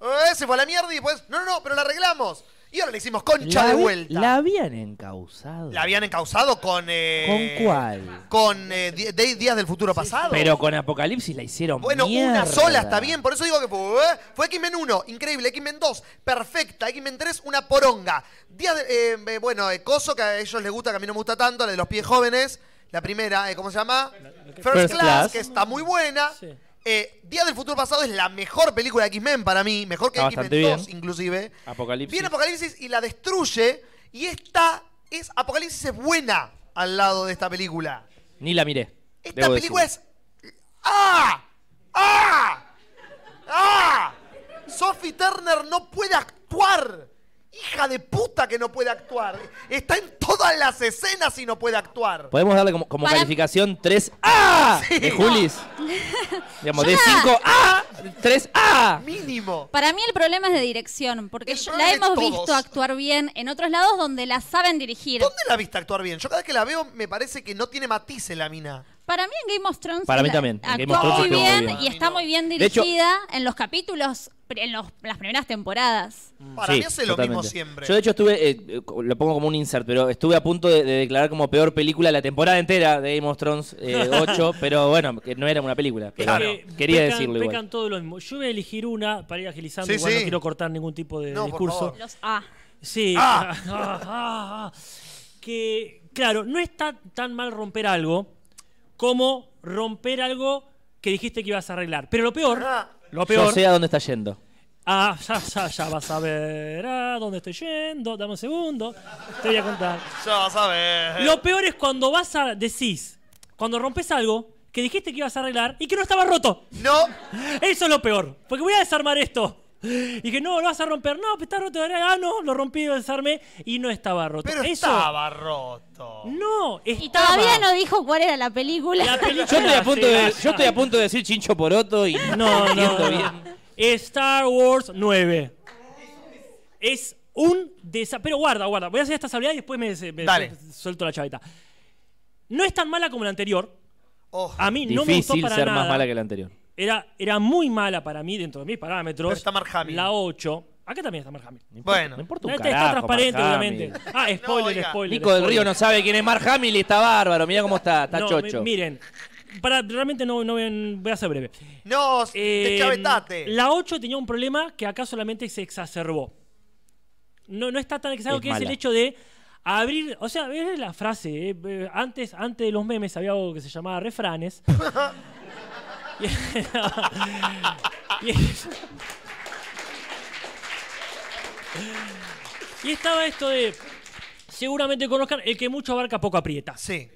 Speaker 1: uh", se fue a la mierda y después... No, no, no, pero la arreglamos. Y ahora le hicimos concha de
Speaker 19: habi-
Speaker 1: vuelta.
Speaker 19: la habían encausado.
Speaker 1: La habían encauzado con... eh,
Speaker 19: ¿Con cuál?
Speaker 1: Con eh, Die- Die- Días del Futuro Pasado.
Speaker 19: Pero con Apocalipsis la hicieron
Speaker 1: Bueno, una
Speaker 19: mierda.
Speaker 1: sola está bien, por eso digo que fue, ¿eh? fue X-Men 1, increíble, X-Men 2, perfecta, X-Men 3, una poronga. Día de- eh, eh, bueno, eh, Coso, que a ellos les gusta, que a mí no me gusta tanto, la de los pies jóvenes, la primera, eh, ¿cómo se llama? First,
Speaker 19: First
Speaker 1: Class,
Speaker 19: Class.
Speaker 1: que está muy buena. Eh, Día del Futuro Pasado es la mejor película de X-Men para mí, mejor que
Speaker 17: Está
Speaker 1: X-Men
Speaker 17: bastante
Speaker 1: 2
Speaker 17: bien.
Speaker 1: inclusive.
Speaker 17: Apocalipsis.
Speaker 1: Viene Apocalipsis y la destruye, y esta es, Apocalipsis es buena al lado de esta película.
Speaker 17: Ni la miré.
Speaker 1: Esta película es. ¡Ah! ¡Ah! ¡Ah! Sophie Turner no puede actuar. Hija de puta que no puede actuar. Está en todas las escenas y no puede actuar.
Speaker 17: Podemos darle como, como
Speaker 1: Para-
Speaker 17: calificación 3
Speaker 2: ¡Ah!
Speaker 17: A
Speaker 1: Sí.
Speaker 17: de Julis. Digamos, de
Speaker 3: Ya.
Speaker 17: 5
Speaker 1: Ah.
Speaker 17: A, 3 A.
Speaker 1: Mínimo.
Speaker 3: Para mí el problema es de dirección, porque yo-
Speaker 1: problema
Speaker 3: la
Speaker 1: es
Speaker 3: hemos
Speaker 1: todos.
Speaker 3: visto actuar bien en otros lados donde la saben dirigir.
Speaker 1: ¿Dónde la viste actuar bien? Yo cada vez que la veo me parece que no tiene matices la mina.
Speaker 3: Para mí en Game of Thrones
Speaker 17: Para mí
Speaker 3: la-
Speaker 17: también, en Game of
Speaker 3: actuó
Speaker 17: Thrones
Speaker 3: muy
Speaker 17: estuvo muy
Speaker 3: bien,
Speaker 17: bien.
Speaker 3: y está muy bien
Speaker 17: De hecho-
Speaker 3: dirigida en los capítulos, en los- las primeras temporadas.
Speaker 1: Mm. Para
Speaker 17: Sí,
Speaker 1: mí hace lo
Speaker 17: totalmente.
Speaker 1: mismo siempre.
Speaker 17: Yo de hecho estuve, eh, eh, co- lo pongo como un insert, pero estuve a punto de, de declarar como peor película la temporada entera de Game of Thrones
Speaker 1: [LAUGHS]
Speaker 17: eh, 8, pero bueno, que no era una película. pero
Speaker 2: Es que
Speaker 17: Quería
Speaker 2: pecan-
Speaker 17: decirlo igual.
Speaker 2: Pecan todo lo mismo. Yo voy a elegir una para ir agilizando,
Speaker 17: Sí,
Speaker 2: igual no
Speaker 17: sí.
Speaker 2: quiero cortar ningún tipo de
Speaker 17: No, por
Speaker 2: discurso.
Speaker 17: favor.
Speaker 3: Los A.
Speaker 2: Sí.
Speaker 17: Ah.
Speaker 2: ah, ah, ah. Que, claro, no está tan mal romper algo como romper algo que dijiste que ibas a arreglar. Pero lo peor, lo
Speaker 17: Yo
Speaker 2: peor.
Speaker 17: sé a dónde está yendo.
Speaker 2: Ah, ya, ya, ya vas a ver a dónde estoy yendo. Dame un segundo. Te voy a contar.
Speaker 1: Ya vas a ver.
Speaker 2: Lo peor es cuando vas a. decís, cuando rompes algo que dijiste que ibas a arreglar y que no estaba roto.
Speaker 1: No.
Speaker 2: Eso es lo peor. Porque voy a desarmar esto. Y que no, lo vas a romper. No, pero está roto. Ah, no, lo rompí y lo desarmé y no estaba roto.
Speaker 1: Pero
Speaker 2: Eso-
Speaker 1: estaba roto.
Speaker 2: No,
Speaker 3: Y todavía no dijo cuál era la película.
Speaker 17: Yo estoy a punto de, Eh, yo estoy a punto de decir Chincho Poroto y [LAUGHS]
Speaker 1: [LAUGHS]
Speaker 2: No, no,
Speaker 17: entiendo
Speaker 2: no.
Speaker 17: bien.
Speaker 2: Star Wars 9. Es un desastre. Pero guarda, guarda. Voy a hacer esta habilidad y después me, me-
Speaker 1: Dale.
Speaker 2: me suelto la chaveta. No es tan mala como la anterior.
Speaker 1: Oh.
Speaker 2: a mí no me gustó
Speaker 17: Difícil
Speaker 2: para
Speaker 17: ser
Speaker 2: nada.
Speaker 17: más mala que la anterior.
Speaker 2: Era, era muy mala para mí dentro de mis parámetros.
Speaker 1: Pero está Mark Hamill.
Speaker 2: La 8. Acá también está Mark Hamill.
Speaker 1: Bueno.
Speaker 17: No importa un
Speaker 2: Está- está
Speaker 17: carajo,
Speaker 2: transparente,
Speaker 17: Mark
Speaker 2: obviamente.
Speaker 17: Hamill.
Speaker 2: Ah, spoiler, spoiler.
Speaker 17: Nico del
Speaker 2: spoiler.
Speaker 17: Río no sabe quién es Mark Hamill y está bárbaro. Mirá cómo está, está
Speaker 2: No, mi-
Speaker 17: chocho.
Speaker 2: Miren, para, realmente no, no voy a- voy a ser breve. Eh,
Speaker 1: No, deschavetate.
Speaker 2: La 8 tenía un problema que acá solamente se exacerbó. No, no está tan exacerbado
Speaker 17: Es
Speaker 2: que es el
Speaker 17: mala.
Speaker 2: hecho de abrir. O sea, es la frase. eh, eh, antes, antes de los memes había algo que se llamaba refranes. [LAUGHS] Y- y estaba esto de. Seguramente conozcan el que mucho abarca poco aprieta.
Speaker 1: Sí.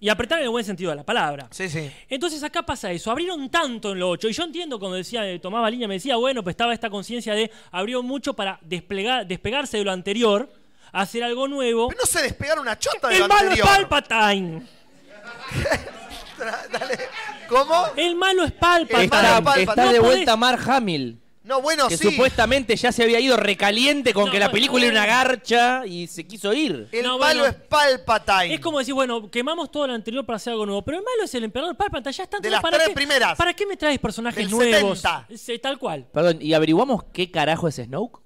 Speaker 2: Y apretar en el buen sentido de la palabra.
Speaker 1: Sí, sí.
Speaker 2: Entonces acá pasa eso. Abrieron tanto en lo 8. Y yo entiendo cuando decía, eh, tomaba línea, me decía, bueno, pues estaba esta conciencia de abrió mucho para desplegar, despegarse de lo anterior, hacer algo nuevo.
Speaker 1: Pero no se despegaron una chota de
Speaker 2: El
Speaker 1: lo
Speaker 2: malo es
Speaker 1: anterior.
Speaker 2: Palpatine.
Speaker 1: ¿Cómo?
Speaker 2: El malo es Palpatine.
Speaker 17: Está, está
Speaker 2: No
Speaker 17: de
Speaker 2: podés-
Speaker 17: vuelta Mark Hamill.
Speaker 1: No, bueno,
Speaker 17: que
Speaker 1: sí.
Speaker 17: supuestamente ya se había ido recaliente con que la película era una garcha y se quiso ir.
Speaker 1: El
Speaker 2: No,
Speaker 1: malo
Speaker 2: bueno.
Speaker 1: es Palpatine.
Speaker 2: Es como decir, bueno, quemamos todo lo anterior para hacer algo nuevo. Pero el malo es el emperador Palpatine. Ya están
Speaker 1: De
Speaker 2: todos,
Speaker 1: las
Speaker 2: ¿para
Speaker 1: tres
Speaker 2: qué-
Speaker 1: primeras.
Speaker 2: ¿Para qué me traes personajes
Speaker 1: Del
Speaker 2: nuevos?
Speaker 1: 70.
Speaker 2: Sí, Tal cual.
Speaker 17: Perdón, ¿y averiguamos qué carajo es Snoke?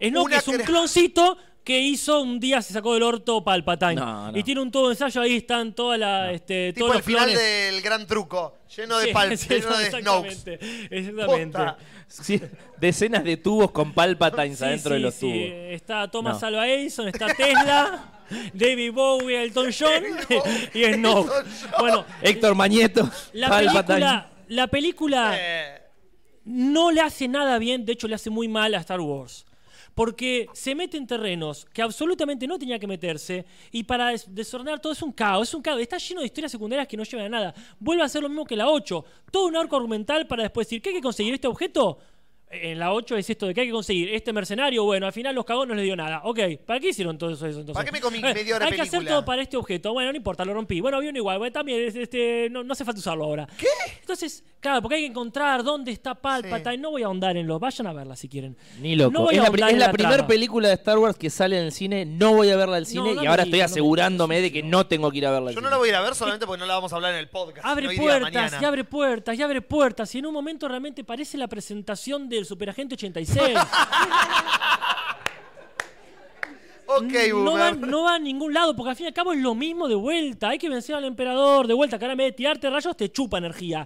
Speaker 2: Snoke
Speaker 1: Una
Speaker 2: es un
Speaker 1: cre-
Speaker 2: cloncito que hizo un día se sacó del orto Palpatine.
Speaker 1: No, no.
Speaker 2: Y tiene un todo ensayo, ahí están toda la, este,
Speaker 1: Tipo
Speaker 2: todos
Speaker 1: el
Speaker 2: los
Speaker 1: final
Speaker 2: clones.
Speaker 1: del gran truco, lleno de
Speaker 2: Sí,
Speaker 1: pal,
Speaker 2: [LAUGHS] sí,
Speaker 1: lleno de Snokes.
Speaker 2: exactamente, Exactamente.
Speaker 1: Posta.
Speaker 17: Sí, [LAUGHS] decenas de tubos con Palpatines
Speaker 2: Sí,
Speaker 17: adentro de
Speaker 2: sí,
Speaker 17: los
Speaker 2: sí.
Speaker 17: tubos.
Speaker 2: eh, Está Thomas
Speaker 17: No.
Speaker 2: Alva Edison, está Tesla,
Speaker 1: [LAUGHS]
Speaker 2: David Bowie, Elton John [LAUGHS] y Snow. Bueno,
Speaker 17: Héctor Mañeto,
Speaker 2: la
Speaker 17: Palpatine.
Speaker 2: película, la película no le hace nada bien, de hecho le hace muy mal a Star Wars. Porque se mete en terrenos que absolutamente no tenía que meterse y para des- desordenar todo es un caos, es un caos. Está lleno de historias secundarias que no llevan a nada. Vuelve a ser lo mismo que la 8. Todo un arco argumental para después decir, ¿qué hay que conseguir este objeto? En la 8 es esto de que hay que conseguir este mercenario. Bueno, al final los cagos no les dio nada. Ok, ¿para qué hicieron todo eso? entonces?
Speaker 1: ¿Para qué me
Speaker 2: [LAUGHS]
Speaker 1: comí
Speaker 2: Eh,
Speaker 1: media hora
Speaker 2: Hay
Speaker 1: de
Speaker 2: que hacer
Speaker 1: película?
Speaker 2: todo para este objeto. Bueno, no importa, lo rompí. Bueno, había uno igual. Bueno, también es- este, no, no hace falta usarlo ahora. ¿Qué? Entonces, claro, porque hay que encontrar dónde está Palpatine. No voy a ahondar en lo. Vayan a verla si quieren.
Speaker 17: Ni loco.
Speaker 2: No voy
Speaker 17: es
Speaker 2: a
Speaker 17: la, pri-
Speaker 2: ahondar
Speaker 17: es
Speaker 2: en
Speaker 17: la
Speaker 2: la
Speaker 17: primera
Speaker 2: trama.
Speaker 17: película de Star Wars que sale en el cine. No voy a verla al
Speaker 2: No,
Speaker 17: cine
Speaker 2: no
Speaker 17: y ahora
Speaker 2: me
Speaker 17: estoy
Speaker 2: digas, no me
Speaker 17: asegurándome de que no tengo que ir a verla al
Speaker 1: Yo
Speaker 17: cine.
Speaker 1: no la voy a ir a ver solamente porque no la vamos a hablar en el podcast.
Speaker 2: Abre
Speaker 1: sino hoy día,
Speaker 2: puertas,
Speaker 1: mañana.
Speaker 2: y abre puertas, y abre puertas. Y en un momento realmente parece la presentación del Superagente 86.
Speaker 1: [LAUGHS] ok,
Speaker 2: no va,
Speaker 1: boomer.
Speaker 2: no va a ningún lado, porque al fin y al cabo es lo mismo de vuelta. Hay que vencer al emperador de vuelta, que ahora en vez de tirarte rayos te chupa energía.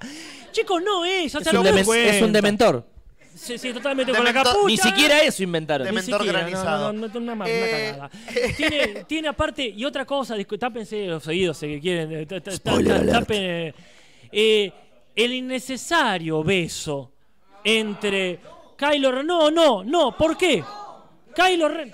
Speaker 2: Chicos, no es. ya
Speaker 17: Es
Speaker 2: se
Speaker 17: un,
Speaker 2: lo
Speaker 17: demen-
Speaker 2: cuenta.
Speaker 17: es un dementor.
Speaker 2: Sí, sí, totalmente con la
Speaker 17: Dementor-
Speaker 2: capucha.
Speaker 17: Ni siquiera eso inventaron.
Speaker 2: Ni
Speaker 17: Dementor
Speaker 2: siquiera,
Speaker 17: granizado.
Speaker 2: No, no, no, una, ma- una
Speaker 1: Eh.
Speaker 2: cagada. [LAUGHS] Tiene, tiene aparte, y otra cosa, discu- tápense los oídos si quieren. eh, ta- ta- ta- ta- tapen, eh, eh, el innecesario beso entre Kylo Ren. No, no, no, ¿por qué? Kylo Ren.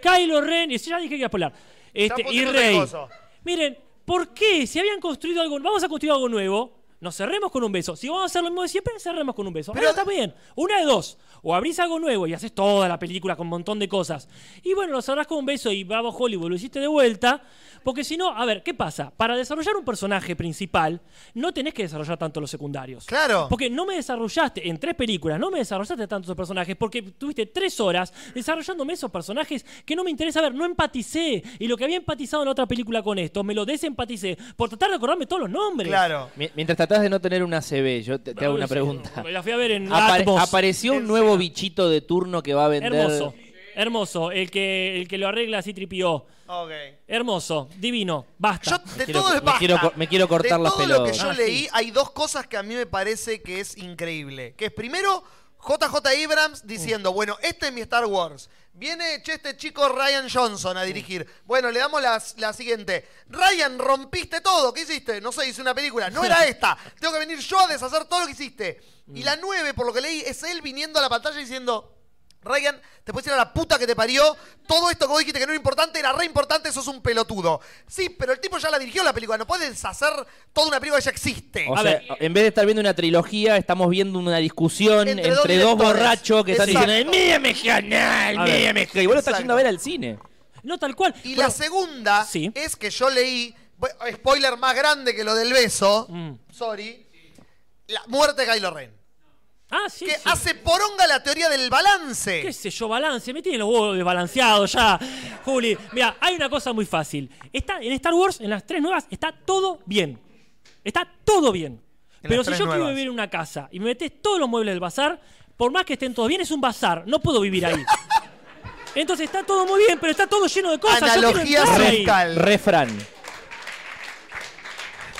Speaker 2: Kylo Ren. Y ya dije que iba a spoiler. Este,
Speaker 1: Está
Speaker 2: y
Speaker 1: poniéndote
Speaker 2: Rey.
Speaker 1: coso.
Speaker 2: Miren, ¿por qué? Si habían construido algo, vamos a construir algo nuevo, nos cerremos con un beso. Si vamos a hacer lo mismo de siempre, cerremos con un beso. Pero está bien. Una de dos. O abrís algo nuevo y haces toda la película con un montón de cosas. Y bueno, lo cerrás con un beso y bravo Hollywood, lo hiciste de vuelta. Porque si no, a ver, ¿qué pasa? Para desarrollar un personaje principal, no tenés que desarrollar tanto los secundarios.
Speaker 1: Claro.
Speaker 2: Porque no me desarrollaste en tres películas, no me desarrollaste tantos personajes, porque tuviste tres horas desarrollándome esos personajes que no me interesa ver, no empaticé. Y lo que había empatizado en la otra película con esto, me lo desempaticé por tratar de acordarme todos los nombres.
Speaker 17: Mi- Mientras tratás de no tener una CB, yo te, te hago una
Speaker 2: Sí,
Speaker 17: pregunta.
Speaker 2: La fui a ver en
Speaker 17: [LAUGHS] Apare-
Speaker 2: Atmos.
Speaker 17: apareció un nuevo bichito de turno que va a vender.
Speaker 2: Hermoso. Hermoso. El que, el que lo arregla así tripió.
Speaker 1: Ok.
Speaker 2: Hermoso. Divino. Basta.
Speaker 1: de
Speaker 17: quiero-
Speaker 1: todo es
Speaker 17: me
Speaker 1: basta.
Speaker 17: quiero cor- me quiero cortar
Speaker 1: de
Speaker 17: las
Speaker 1: todo lo que
Speaker 17: pelotas.
Speaker 1: yo
Speaker 17: Ah, sí.
Speaker 1: leí, hay dos cosas que a mí me parece que es increíble. Que es primero, JJ Abrams diciendo, bueno, este es mi Star Wars. Viene che, este chico Ryan Johnson a dirigir. Bueno, le damos las- la, siguiente. Ryan, rompiste todo. ¿Qué hiciste? No sé, hice una película. No
Speaker 17: [LAUGHS]
Speaker 1: era esta. Tengo que venir yo a deshacer todo lo que hiciste.
Speaker 17: Mm.
Speaker 1: Y la nueve, por lo que leí, es él viniendo a la pantalla diciendo, Ryan, te puedes ir a la puta que te parió. Todo esto que vos dijiste que no era importante era re importante, sos un pelotudo. Sí, pero el tipo ya la dirigió la película. No puedes deshacer toda una película que ya existe.
Speaker 17: O sea, en vez de estar viendo una trilogía, estamos viendo una discusión
Speaker 1: Entre
Speaker 17: entre,
Speaker 1: dos
Speaker 17: dos,
Speaker 1: directores.
Speaker 17: borrachos que
Speaker 1: Exacto.
Speaker 17: están diciendo "Eh, ¡Mira mexicana!
Speaker 1: A ver.
Speaker 17: ¡Mira mexicana! Y vos lo estás
Speaker 1: Exacto.
Speaker 17: yendo a ver al cine.
Speaker 2: No, tal cual.
Speaker 1: Y la segunda es que yo leí, bu- spoiler más grande que lo del beso,
Speaker 2: Mm.
Speaker 1: sorry, la muerte de Kylo Ren.
Speaker 2: Ah, sí.
Speaker 1: Que hace poronga la teoría del balance.
Speaker 2: ¿Qué sé yo? Balance. Me tienen los huevos desbalanceados ya, Juli. Mira, hay una cosa muy fácil. Está, en Star Wars, en las tres nuevas, está todo bien. Está todo bien.
Speaker 1: En
Speaker 2: Pero
Speaker 1: las
Speaker 2: si
Speaker 1: tres
Speaker 2: yo quiero
Speaker 1: nuevas.
Speaker 2: vivir en una casa y me metes todos los muebles del bazar, por más que estén todos bien, es un bazar. No puedo vivir
Speaker 1: [LAUGHS]
Speaker 2: ahí. Entonces está todo muy bien, pero está todo lleno de cosas. Yo quiero
Speaker 1: Analogía
Speaker 2: entrar ahí.
Speaker 1: cercal.
Speaker 17: Refrán.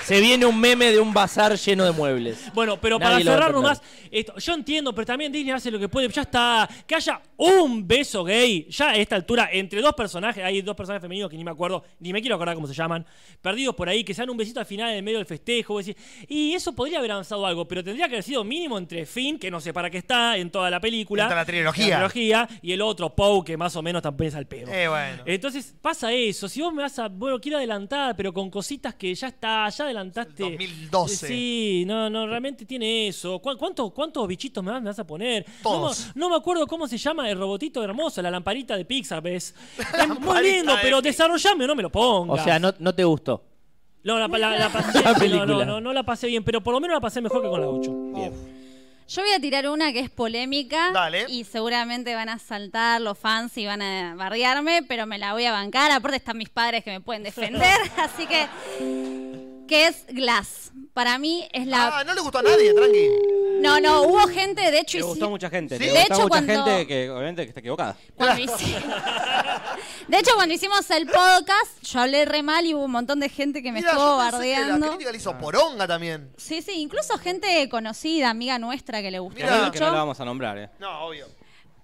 Speaker 17: Se viene un meme de un bazar lleno de muebles.
Speaker 2: Bueno, pero
Speaker 17: Nadie lo va
Speaker 2: para
Speaker 17: a
Speaker 2: cerrar
Speaker 17: entender.
Speaker 2: nomás, esto, yo entiendo, pero también Disney hace lo que puede. Ya está, que haya un beso gay, ya a esta altura, entre dos personajes, hay dos personajes femeninos que ni me acuerdo, ni me quiero acordar cómo se llaman, perdidos por ahí, que se dan un besito al final en el medio del festejo. vos decís, y eso podría haber avanzado algo, pero tendría que haber sido mínimo entre Finn, que no sé para qué está en toda la película.
Speaker 1: Entra la trilogía.
Speaker 2: La trilogía, y el otro, Poe, que más o menos también es al pedo.
Speaker 1: Eh, bueno.
Speaker 2: Entonces pasa eso. Si vos me vas a. Bueno, quiero adelantar, pero con cositas que ya está, ya adelantaste. Eh,
Speaker 1: 2012.
Speaker 2: Sí, no, no, realmente tiene eso. ¿Cuá- cuánto- ¿Cuántos bichitos me vas, me vas a poner?
Speaker 1: Todos.
Speaker 2: No, me- no me acuerdo cómo se llama el robotito hermoso, la lamparita de
Speaker 1: [LAUGHS]
Speaker 2: Pixar, ¿ves? Es muy
Speaker 1: Lamparita
Speaker 2: lindo,
Speaker 1: de
Speaker 2: pero desarrollame o no me lo ponga.
Speaker 17: O sea, no, no te gustó.
Speaker 2: No, la, la-
Speaker 17: [LAUGHS]
Speaker 2: la pasé,
Speaker 17: La
Speaker 2: no,
Speaker 17: película.
Speaker 2: No, no, no la pasé bien, pero por lo menos la pasé mejor que con la 8.
Speaker 3: [LAUGHS] Yo voy a tirar una que es polémica y seguramente van a saltar los fans y van a barriarme, pero me la voy a bancar. Aparte están mis padres que me
Speaker 1: [LAUGHS]
Speaker 3: pueden defender, así que que es Glass. Para mí es la
Speaker 1: Ah, no le gustó a nadie, tranqui.
Speaker 3: No, no, hubo gente, de hecho
Speaker 4: Le
Speaker 3: hici-
Speaker 4: gustó a mucha gente.
Speaker 3: Sí.
Speaker 4: Le
Speaker 3: De
Speaker 4: gustó a
Speaker 3: hecho,
Speaker 4: mucha
Speaker 1: [LAUGHS]
Speaker 3: cuando-
Speaker 4: gente que obviamente que está equivocada.
Speaker 3: cuando hici- De hecho, cuando hicimos el podcast, yo hablé re mal y hubo un montón de gente que me
Speaker 1: Mirá,
Speaker 3: estuvo
Speaker 1: yo pensé que
Speaker 3: bardeando.
Speaker 1: La crítica le hizo poronga también.
Speaker 3: Sí, sí, incluso gente conocida, amiga nuestra que le gustó
Speaker 4: Mirá que
Speaker 3: mucho.
Speaker 4: no la vamos a nombrar, eh.
Speaker 1: No, obvio.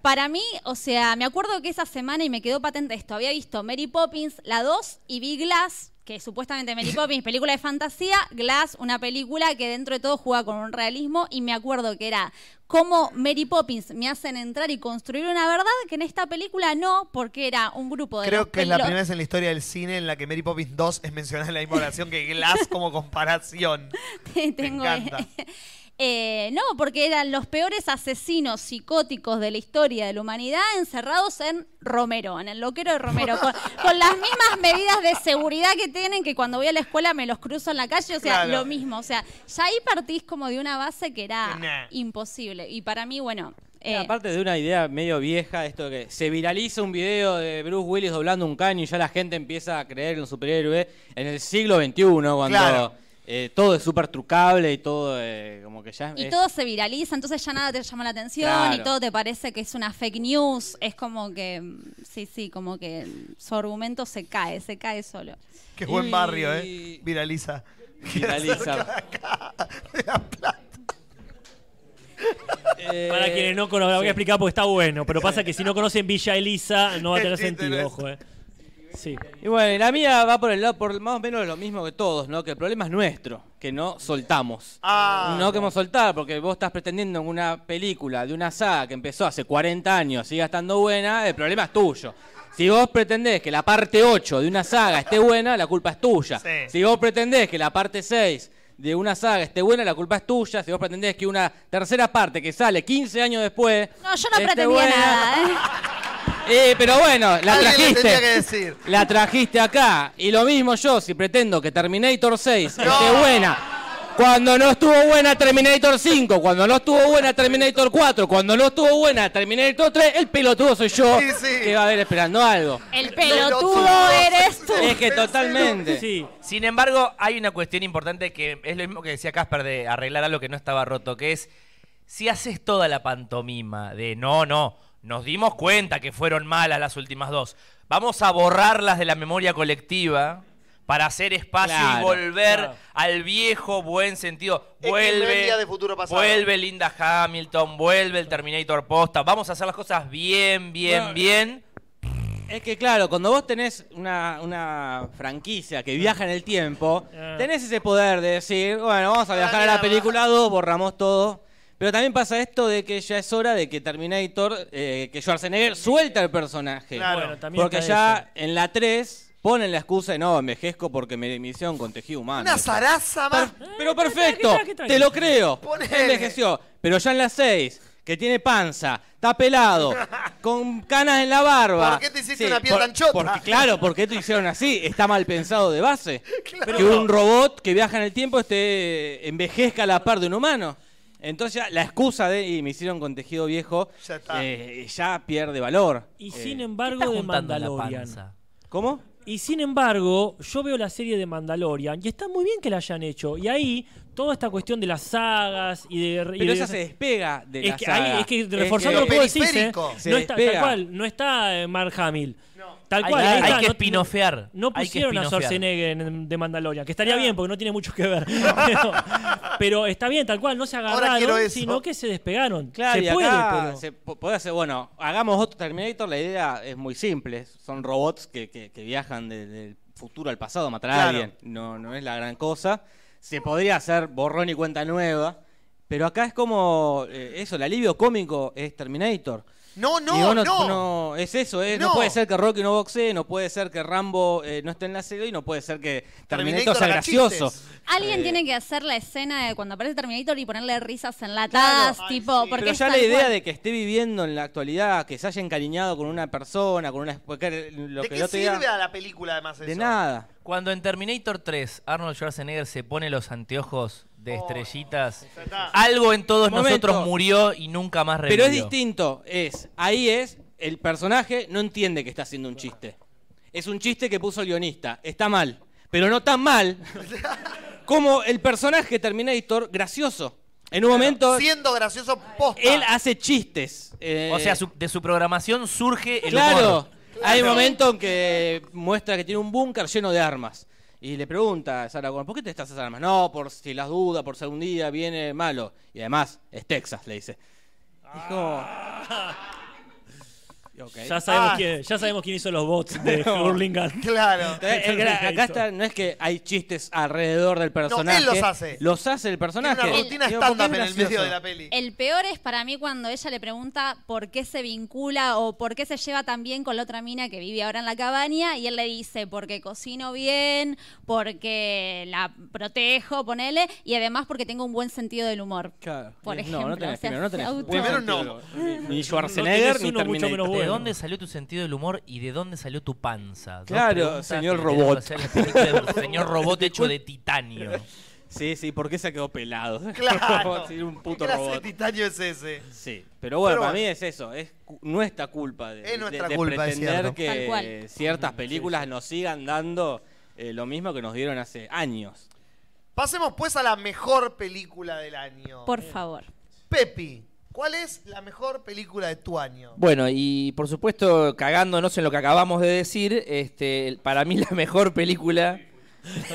Speaker 3: Para mí, o sea, me acuerdo que esa semana y me quedó patente esto. Había visto Mary Poppins, la 2, y vi Glass, que
Speaker 1: [LAUGHS]
Speaker 3: supuestamente Mary Poppins, película de fantasía, Glass, una película que dentro de todo juega con un realismo, y me acuerdo que era cómo Mary Poppins me hacen entrar y construir una verdad que en esta película no, porque era un grupo de...
Speaker 1: Creo
Speaker 3: los
Speaker 1: que es la
Speaker 3: pelo-
Speaker 1: primera vez en la historia del cine en la que Mary Poppins 2 es mencionada en la misma oración que Glass como comparación.
Speaker 3: Tengo
Speaker 1: Me encanta.
Speaker 3: Eh, no, porque eran los peores asesinos psicóticos de la historia de la humanidad encerrados en Romero, en el loquero de Romero, con, con las mismas medidas de seguridad que tienen que cuando voy a la escuela me los cruzo en la calle, o sea,
Speaker 16: Claro.
Speaker 3: lo mismo, o sea, ya ahí partís como de una base que era
Speaker 4: Que nah.
Speaker 3: imposible y para mí, bueno, eh,
Speaker 4: Aparte de una idea medio vieja, esto de que se viraliza un video de Bruce Willis doblando un caño y ya la gente empieza a creer en los superhéroes en el siglo XXI, cuando
Speaker 1: Claro.
Speaker 4: eh, todo es súper trucable y todo eh, como que ya
Speaker 3: y
Speaker 4: es-
Speaker 3: todo se viraliza, entonces ya nada te llama la atención y
Speaker 4: Claro.
Speaker 3: todo te parece que es una fake news, es como que, mm, sí, sí, como que mm, su argumento se cae, se cae solo.
Speaker 1: [LAUGHS] Qué buen barrio, ¿eh? Viraliza.
Speaker 4: Viraliza.
Speaker 1: [LAUGHS]
Speaker 2: Eh, Para quienes no conocen, lo voy a explicar porque está bueno, pero pasa que si no conocen Villa Elisa no va
Speaker 1: [LAUGHS]
Speaker 3: [LAUGHS]
Speaker 2: a tener sentido, ojo, eh. Sí.
Speaker 4: Y bueno, y la mía va por el lado, por más o menos lo mismo que todos, ¿no? Que el problema es nuestro, que no soltamos.
Speaker 1: Ah.
Speaker 4: No queremos soltar, porque vos estás pretendiendo en una película de una saga que empezó hace 40 años, siga estando buena, el problema es tuyo. Si vos pretendés que la parte 8 de una saga esté buena, la culpa es tuya.
Speaker 1: Sí.
Speaker 4: Si vos pretendés que la parte 6 de una saga esté buena, la culpa es tuya. Si vos pretendés que una tercera parte que sale 15 años después...
Speaker 3: No, yo no
Speaker 4: esté
Speaker 3: pretendía
Speaker 4: buena,
Speaker 3: nada, ¿eh?
Speaker 4: eh, pero bueno, la
Speaker 1: Alguien le
Speaker 4: trajiste.
Speaker 1: tenía que decir.
Speaker 4: La trajiste acá. Y lo mismo yo, si pretendo que Terminator 6 esté buena. Cuando no estuvo buena Terminator 5, cuando no estuvo buena Terminator 4, cuando no estuvo buena Terminator 3, el pelotudo soy yo que va a haber esperando algo.
Speaker 17: [LAUGHS]
Speaker 3: El
Speaker 4: pelotudo
Speaker 3: eres tú.
Speaker 4: Es que totalmente.
Speaker 19: Sí. Sin embargo, hay una cuestión importante que es lo mismo que decía Casper de arreglar algo que no estaba roto, que es si haces toda la pantomima de no, no, nos dimos cuenta que fueron malas las últimas dos, vamos a borrarlas de la memoria colectiva para hacer espacio y
Speaker 4: Claro,
Speaker 19: volver
Speaker 4: claro.
Speaker 19: al viejo buen sentido.
Speaker 1: que no
Speaker 19: Vuelve,
Speaker 1: es día de futuro pasado.
Speaker 19: vuelve Linda Hamilton, vuelve el Terminator posta, vamos a hacer las cosas bien, bien,
Speaker 4: Bueno,
Speaker 19: bien.
Speaker 4: Es que claro, cuando vos tenés una, una franquicia que viaja en el tiempo,
Speaker 2: Eh.
Speaker 4: tenés ese poder de decir, bueno, vamos a viajar a la película 2, borramos todo. Pero también pasa esto de que ya es hora de que Terminator, eh, que Schwarzenegger suelta el personaje.
Speaker 2: Claro. Bueno, también
Speaker 4: porque
Speaker 2: está
Speaker 4: ya en la 3 ponen la excusa de no, envejezco porque me, me hicieron con tejido humano.
Speaker 1: Una zaraza más.
Speaker 4: Pero perfecto, te lo creo. Envejeció. Pero ya en la 6, que tiene panza, está pelado,
Speaker 1: [LAUGHS]
Speaker 4: con canas en la barba.
Speaker 1: ¿Por qué te hiciste una piel tan chota?
Speaker 4: Porque, claro, ¿por qué te hicieron así? Está mal pensado de
Speaker 1: [LAUGHS]
Speaker 4: base. Que un robot que viaja en el tiempo esté envejezca a la par de un humano. Entonces ya la excusa de y me hicieron con tejido viejo eh, ya, pierde valor.
Speaker 2: Y
Speaker 4: Eh,
Speaker 2: sin
Speaker 19: ¿qué
Speaker 2: embargo
Speaker 19: está
Speaker 2: de
Speaker 19: juntando la
Speaker 2: Mandalorian.
Speaker 19: panza?
Speaker 4: ¿Cómo?
Speaker 2: Y sin embargo, yo veo la serie de Mandalorian y está muy bien que la hayan hecho. Y ahí toda esta cuestión de las sagas y de... y
Speaker 4: Pero
Speaker 2: de-
Speaker 4: esa se despega de
Speaker 2: es
Speaker 4: la
Speaker 2: que,
Speaker 4: saga.
Speaker 2: ahí- es que
Speaker 4: Es
Speaker 2: reforzando
Speaker 4: que-
Speaker 2: lo que vos decís, ¿eh?
Speaker 4: periférico. Se
Speaker 2: no está, tal
Speaker 4: despega.
Speaker 2: cual, no está eh, Mark Hamill. Tal
Speaker 19: Hay
Speaker 2: cual,
Speaker 19: que-
Speaker 2: ahí
Speaker 19: hay
Speaker 2: está,
Speaker 19: que
Speaker 2: no-
Speaker 19: espinofear,
Speaker 2: No
Speaker 19: hay que
Speaker 2: pusieron a
Speaker 19: espinofear.
Speaker 2: Schwarzenegger en, de Mandalorian, que estaría bien porque no tiene mucho que ver. pero, pero está bien, tal cual, no se
Speaker 4: quiero
Speaker 2: agarraron,
Speaker 4: eso.
Speaker 2: sino que se despegaron.
Speaker 4: Claro,
Speaker 2: se
Speaker 4: y
Speaker 2: puede,
Speaker 4: acá
Speaker 2: pero...
Speaker 4: se po- puede hacer, bueno, hagamos otro Terminator, la idea es muy simple, son robots que, que- que viajan de- del futuro al pasado a matar a
Speaker 19: Claro.
Speaker 4: alguien, no, no es la gran cosa, se podría hacer borrón y cuenta nueva, pero acá es como, eh, eso, el alivio cómico es Terminator.
Speaker 1: No, no,
Speaker 4: Y vos
Speaker 1: no.
Speaker 4: es eso, es, no.
Speaker 1: No.
Speaker 4: puede ser que Rocky no boxee, no puede ser que Rambo eh, no esté en la serie y no puede ser que Terminator,
Speaker 1: Terminator
Speaker 4: sea
Speaker 1: haga
Speaker 4: gracioso.
Speaker 1: chistes.
Speaker 3: Alguien
Speaker 4: Eh,
Speaker 3: tiene que hacer la escena de cuando aparece Terminator y ponerle risas enlatadas, tipo, porque
Speaker 4: Pero
Speaker 3: es
Speaker 4: ya la
Speaker 3: tal
Speaker 4: idea
Speaker 3: cual.
Speaker 4: de que esté viviendo en la actualidad, que se haya encariñado con una persona, con una. porque Lo
Speaker 1: ¿De
Speaker 4: que
Speaker 1: qué
Speaker 4: el otro día-
Speaker 1: sirve a la película además eso?
Speaker 4: De nada. [LAUGHS]
Speaker 19: Cuando en Terminator 3 Arnold Schwarzenegger se pone los anteojos de estrellitas,
Speaker 1: Oh. está.
Speaker 19: algo en todos
Speaker 4: Momento.
Speaker 19: nosotros murió y nunca más revivió.
Speaker 4: Pero es distinto. Es, ahí es, el personaje no entiende que está haciendo un chiste. Es un chiste que puso el guionista. Está mal. Pero no tan
Speaker 1: [LAUGHS]
Speaker 4: mal como el personaje Terminator gracioso. En un momento,
Speaker 1: Siendo gracioso posta.
Speaker 4: él hace chistes. eh,
Speaker 19: O sea, su- de su programación surge el
Speaker 4: Claro.
Speaker 19: humor.
Speaker 18: Hay un momento en que muestra que tiene un búnker lleno de armas. Y le pregunta a Sarah Connor, ¿por qué te estás esas armas? No, por si las dudas, por si algún día viene malo. Y además, es Texas, le dice.
Speaker 2: Ah. Ya
Speaker 4: Ah.
Speaker 2: sabemos, quién, ya sabemos quién hizo los bots
Speaker 18: [LAUGHS]
Speaker 2: de Hurlingham.
Speaker 1: Ah. Claro.
Speaker 18: acá está, no es que hay chistes alrededor del personaje.
Speaker 1: los hace.
Speaker 18: Los hace el personaje.
Speaker 1: Tiene una rutina
Speaker 18: Digo, ¿por qué
Speaker 1: stand-up
Speaker 18: es
Speaker 1: en el
Speaker 18: gracioso?
Speaker 1: medio de la peli.
Speaker 3: El peor es para mí cuando ella le pregunta por qué se vincula o por qué se lleva tan bien con la otra mina que vive ahora en la cabaña y él le dice porque cocino bien, porque la protejo, ponele, y además porque tengo un buen sentido del humor. Por ejemplo,
Speaker 18: no, no tenés
Speaker 3: o sea,
Speaker 18: primero, no tenés.
Speaker 3: se auto-
Speaker 18: Primero
Speaker 1: no. [LAUGHS]
Speaker 18: Ni Schwarzenegger, ni Terminator.
Speaker 19: ¿De dónde salió tu sentido del humor y de dónde salió tu panza? Dos
Speaker 18: Claro,
Speaker 19: preguntas
Speaker 18: señor
Speaker 19: que tenemos
Speaker 18: robot.
Speaker 19: que hacer en la película de
Speaker 18: [LAUGHS]
Speaker 19: un señor robot hecho de titanio.
Speaker 18: Sí, sí, ¿por qué se quedó pelado?
Speaker 1: [LAUGHS] Claro.
Speaker 18: [LAUGHS] Sí, un puto
Speaker 1: ¿Qué clase de
Speaker 18: robot.
Speaker 1: titanio es ese?
Speaker 18: Sí, pero bueno,
Speaker 1: Pero
Speaker 18: para
Speaker 1: bueno.
Speaker 18: mí es eso, es cu- nuestra culpa de,
Speaker 1: Es
Speaker 18: de-
Speaker 1: nuestra
Speaker 18: de
Speaker 1: culpa, es
Speaker 18: pretender
Speaker 1: cierto. Tal
Speaker 18: que
Speaker 1: cual.
Speaker 18: ciertas películas nos sigan dando eh, lo mismo que nos dieron hace años.
Speaker 1: Pasemos pues a la mejor película del año.
Speaker 3: Por favor.
Speaker 1: Pepi, ¿cuál es la mejor película de tu año?
Speaker 17: Bueno, y por supuesto, cagándonos en lo que acabamos de decir, este, para mí la mejor película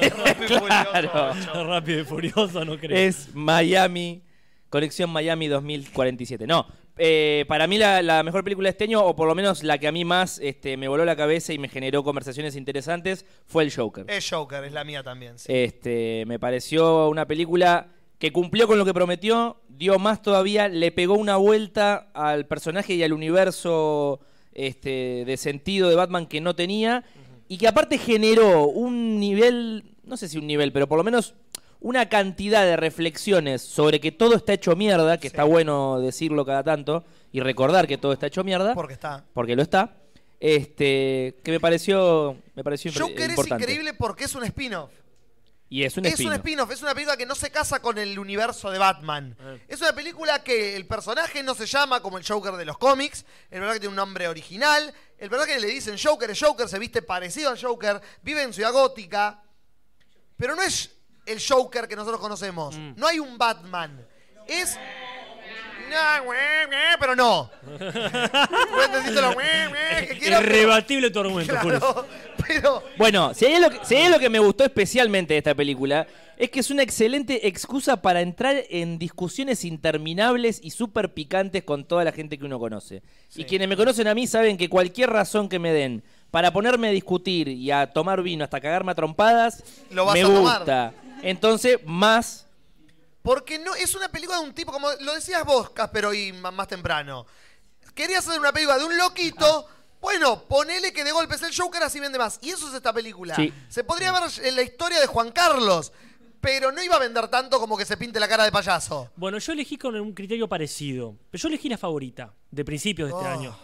Speaker 17: [LAUGHS] Claro.
Speaker 2: Rápido y furioso, no creo.
Speaker 17: es Miami, Colección Miami 2047. No, eh, para mí la, la mejor película de este año, o por lo menos la que a mí más este, me voló la cabeza y me generó conversaciones interesantes, fue el Joker.
Speaker 1: Es Joker, es la mía también. sí.
Speaker 17: Este, me pareció una película que cumplió con lo que prometió, dio más todavía, le pegó una vuelta al personaje y al universo este, de sentido de Batman que no tenía y que aparte generó un nivel, no sé si un nivel, pero por lo menos una cantidad de reflexiones sobre que todo está hecho mierda, que está bueno decirlo cada tanto y recordar que todo está hecho mierda,
Speaker 1: Porque está.
Speaker 17: porque lo está. Este, que me pareció me pareció impre-
Speaker 1: Joker es
Speaker 17: importante.
Speaker 1: increíble porque es un spin-off.
Speaker 17: y es un
Speaker 1: es
Speaker 17: espino.
Speaker 1: un spin-off, es una película que no se casa con el universo de Batman. Es una película que el personaje no se llama como el Joker de los cómics, el personaje tiene un nombre original, el personaje que le dicen Joker es Joker, se viste parecido al Joker, vive en Ciudad Gótica, pero no es el Joker que nosotros conocemos, no hay un Batman, es... No, güey, güey, pero no. No necesito lo güey, güey que quiero, pero-
Speaker 2: Irrebatible tu argumento, Julio.
Speaker 1: [LAUGHS] Claro, pero
Speaker 17: Bueno, si hay, lo que, si hay lo que me gustó especialmente de esta película, es que es una excelente excusa para entrar en discusiones interminables y súper picantes con toda la gente que uno conoce. Y quienes me conocen a mí saben que cualquier razón que me den para ponerme a discutir y a tomar vino hasta cagarme a trompadas,
Speaker 1: Lo vas
Speaker 17: me
Speaker 1: a tomar.
Speaker 17: gusta. Entonces, más...
Speaker 1: Porque no, es una película de un tipo, como lo decías vos, Caspero, y ma- más temprano. Querías hacer una película de un loquito.
Speaker 17: Ah.
Speaker 1: Bueno, ponele que de golpe es el Joker, así vende más. Y eso es esta película.
Speaker 17: Sí.
Speaker 1: Se podría ver en la historia de Juan Carlos, pero no iba a vender tanto como que se pinte la cara de payaso.
Speaker 2: Bueno, yo elegí con un criterio parecido. Pero yo elegí la favorita de principios de este
Speaker 1: Oh.
Speaker 2: año.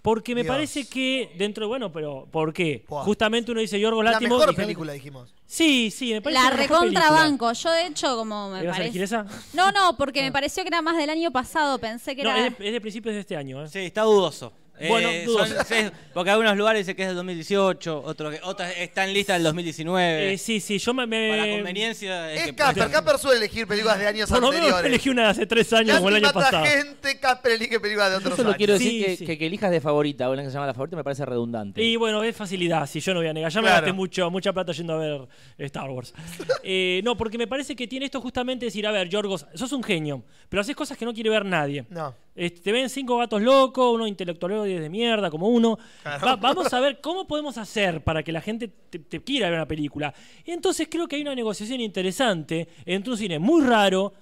Speaker 2: Porque me
Speaker 1: Dios.
Speaker 2: parece que dentro de. Bueno, pero ¿por qué?
Speaker 1: Buah.
Speaker 2: Justamente uno dice Yorgos
Speaker 1: La
Speaker 2: Látimos.
Speaker 1: mejor película, dijimos.
Speaker 2: Sí, sí, me parece
Speaker 3: La
Speaker 2: la mejor película.
Speaker 3: recontrabanco. Yo, de hecho, como me
Speaker 2: ¿Ibas a elegir
Speaker 3: parece.
Speaker 2: esa?
Speaker 3: No, no, porque
Speaker 1: Ah.
Speaker 3: me pareció que era más del año pasado. Pensé que
Speaker 2: No,
Speaker 3: era.
Speaker 2: es de, es de principios de este año. ¿eh?
Speaker 18: Sí, está dudoso.
Speaker 2: Bueno,
Speaker 18: Eh,
Speaker 2: dudoso.
Speaker 18: [LAUGHS] son- sí, porque algunos lugares dicen que es del 2018, otros que, otras están listas del 2019.
Speaker 2: Eh, sí, sí, yo me.
Speaker 18: Para
Speaker 2: me Eh,
Speaker 18: conveniencia es
Speaker 1: Es
Speaker 18: que-
Speaker 1: Casper. Casper suele elegir películas de años
Speaker 2: por lo menos
Speaker 1: anteriores.
Speaker 2: elegí una de hace tres años, como el año
Speaker 1: Lástima
Speaker 2: pasado.
Speaker 1: otra gente, Casper elige películas de
Speaker 17: Yo
Speaker 1: otros
Speaker 17: solo
Speaker 1: años.
Speaker 17: quiero decir
Speaker 2: Sí,
Speaker 17: que,
Speaker 2: sí.
Speaker 17: que- que elijas de favorita, o una que se llama la favorita, me parece redundante.
Speaker 2: Y bueno, es facilidad, si yo no voy a negar. Ya me
Speaker 17: Claro.
Speaker 2: gasté mucho, mucha plata yendo a ver
Speaker 1: [LAUGHS]
Speaker 2: Star Wars. Eh, no, porque me parece que tiene esto justamente de decir, a ver, Yorgos, sos un genio, pero haces cosas que no quiere ver nadie.
Speaker 1: No.
Speaker 2: Este, te ven cinco gatos locos, unos intelectuales de mierda como uno. Va- vamos a ver cómo podemos hacer para que la gente te, te quiera ver una película. Entonces creo que hay una negociación interesante entre un cine muy raro,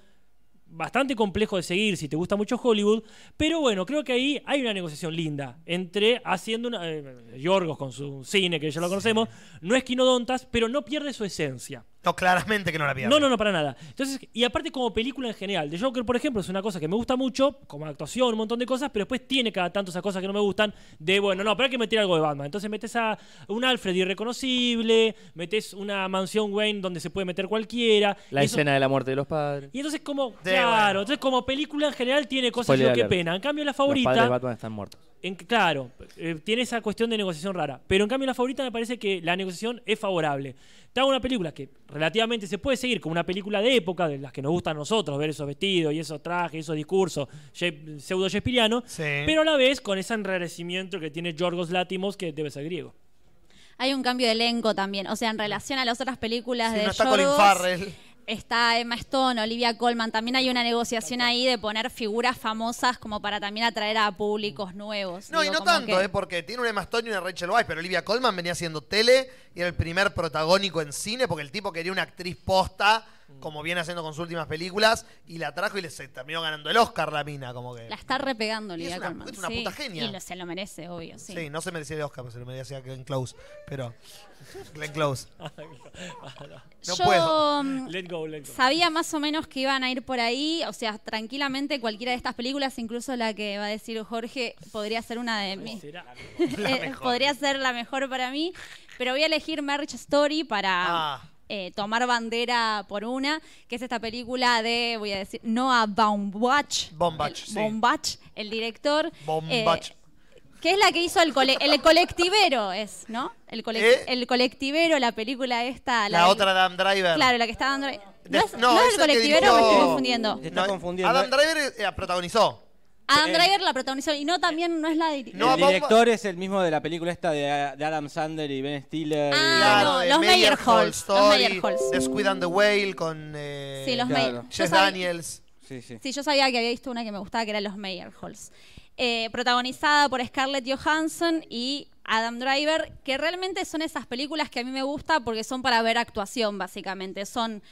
Speaker 2: bastante complejo de seguir si te gusta mucho Hollywood, pero bueno, creo que ahí hay una negociación linda entre haciendo una... eh, Yorgos con su cine, que ya lo conocemos, no es quinodontas, pero no pierde su esencia.
Speaker 1: No, claramente que no la pierde.
Speaker 2: No, no, no, para nada. Entonces, y aparte como película en general, The Joker, por ejemplo, es una cosa que me gusta mucho, como actuación, un montón de cosas, pero después tiene cada tanto esas cosas que no me gustan, de, bueno, no, pero hay que meter algo de Batman. Entonces metes a un Alfred irreconocible, metes una mansión Wayne donde se puede meter cualquiera.
Speaker 17: la
Speaker 2: y eso-
Speaker 17: escena de la muerte de los padres.
Speaker 2: y entonces como,
Speaker 1: De
Speaker 2: claro,
Speaker 1: bueno.
Speaker 2: entonces como película en general tiene cosas
Speaker 17: Spoiler
Speaker 2: yo que
Speaker 17: alert.
Speaker 2: pena. En cambio la
Speaker 17: Los padres de
Speaker 2: favorita,
Speaker 17: Batman están muertos.
Speaker 2: en- claro, eh, tiene esa cuestión de negociación rara. Pero en cambio la favorita me parece que la negociación es favorable. Te hago una película que relativamente se puede seguir con una película de época, de las que nos gusta a nosotros, ver esos vestidos y esos trajes, esos discursos ye- pseudo-shakespearianos, pero a la vez con ese enrarecimiento que tiene Yorgos Látimos, que debe ser griego.
Speaker 3: Hay un cambio de elenco también. O sea, en relación a las otras películas
Speaker 1: Sí,
Speaker 3: de
Speaker 1: no está
Speaker 3: Yorgos,
Speaker 1: Colin Farrell.
Speaker 3: Está Emma Stone, Olivia Colman. También hay una negociación ahí de poner figuras famosas como para también atraer a públicos nuevos.
Speaker 1: No, y
Speaker 3: Digo,
Speaker 1: no
Speaker 3: como
Speaker 1: tanto,
Speaker 3: que-
Speaker 1: eh, porque tiene una Emma Stone y una Rachel Weisz, pero Olivia Colman venía haciendo tele y era el primer protagónico en cine porque el tipo quería una actriz posta,
Speaker 3: Mm.
Speaker 1: como viene haciendo con sus últimas películas, y la trajo y le se terminó ganando el Oscar la mina, como que.
Speaker 3: La está repegando
Speaker 1: eh. Y es
Speaker 3: Olivia
Speaker 1: una-
Speaker 3: Colman.
Speaker 1: es una
Speaker 3: sí.
Speaker 1: puta genia.
Speaker 3: Y lo- se lo merece, obvio. Sí.
Speaker 1: sí. no se merecía el Oscar, pero se lo merecía Glenn Close, pero. Glenn
Speaker 3: [LAUGHS]
Speaker 1: Close. No
Speaker 3: Yo
Speaker 1: puedo.
Speaker 3: mm,
Speaker 2: Let go, let go.
Speaker 3: sabía más o menos que iban a ir por ahí, o sea, tranquilamente cualquiera de estas películas, incluso la que va a decir Jorge, podría ser una de mí.
Speaker 1: [LAUGHS]
Speaker 2: La
Speaker 3: Eh,
Speaker 2: mejor.
Speaker 3: podría ser la mejor para mí, pero voy a elegir Marriage Story para
Speaker 1: Ah.
Speaker 3: eh, tomar bandera por una, que es esta película de, voy a decir, Noah Baumbach.
Speaker 1: Bombach, sí.
Speaker 3: Baumbach, el director. eh,
Speaker 1: Bombach.
Speaker 3: que es la que hizo el, cole- el colectivero, es, ¿no? El, colec-
Speaker 1: ¿Eh?
Speaker 3: el colectivero, la película esta.
Speaker 1: La
Speaker 3: del-
Speaker 1: otra Adam Driver.
Speaker 3: Claro, la que está dando.
Speaker 1: De-
Speaker 3: No es, no es el
Speaker 1: esa que
Speaker 3: colectivero, me estoy
Speaker 1: dirigió-
Speaker 3: confundiendo.
Speaker 1: No, Adam Driver eh, protagonizó.
Speaker 3: Adam
Speaker 4: Eh,
Speaker 3: Driver la protagonizó y no también no es la de-
Speaker 4: el director es el mismo de la película esta de, de Adam Sandler y Ben Stiller. y-
Speaker 1: Ah,
Speaker 3: no, los Meyerhold, los Meyerhold.
Speaker 1: The Squid and the Whale con. eh,
Speaker 3: Sí, los Claro. Meyer- yo
Speaker 1: Jess
Speaker 3: sabía-
Speaker 1: Daniels.
Speaker 4: Sí, sí.
Speaker 3: Sí, yo sabía que había visto una que me gustaba que era Los Meyerholds. Eh, protagonizada por Scarlett Johansson y Adam Driver, que realmente son esas películas que a mí me gusta porque son para ver actuación, básicamente. Son.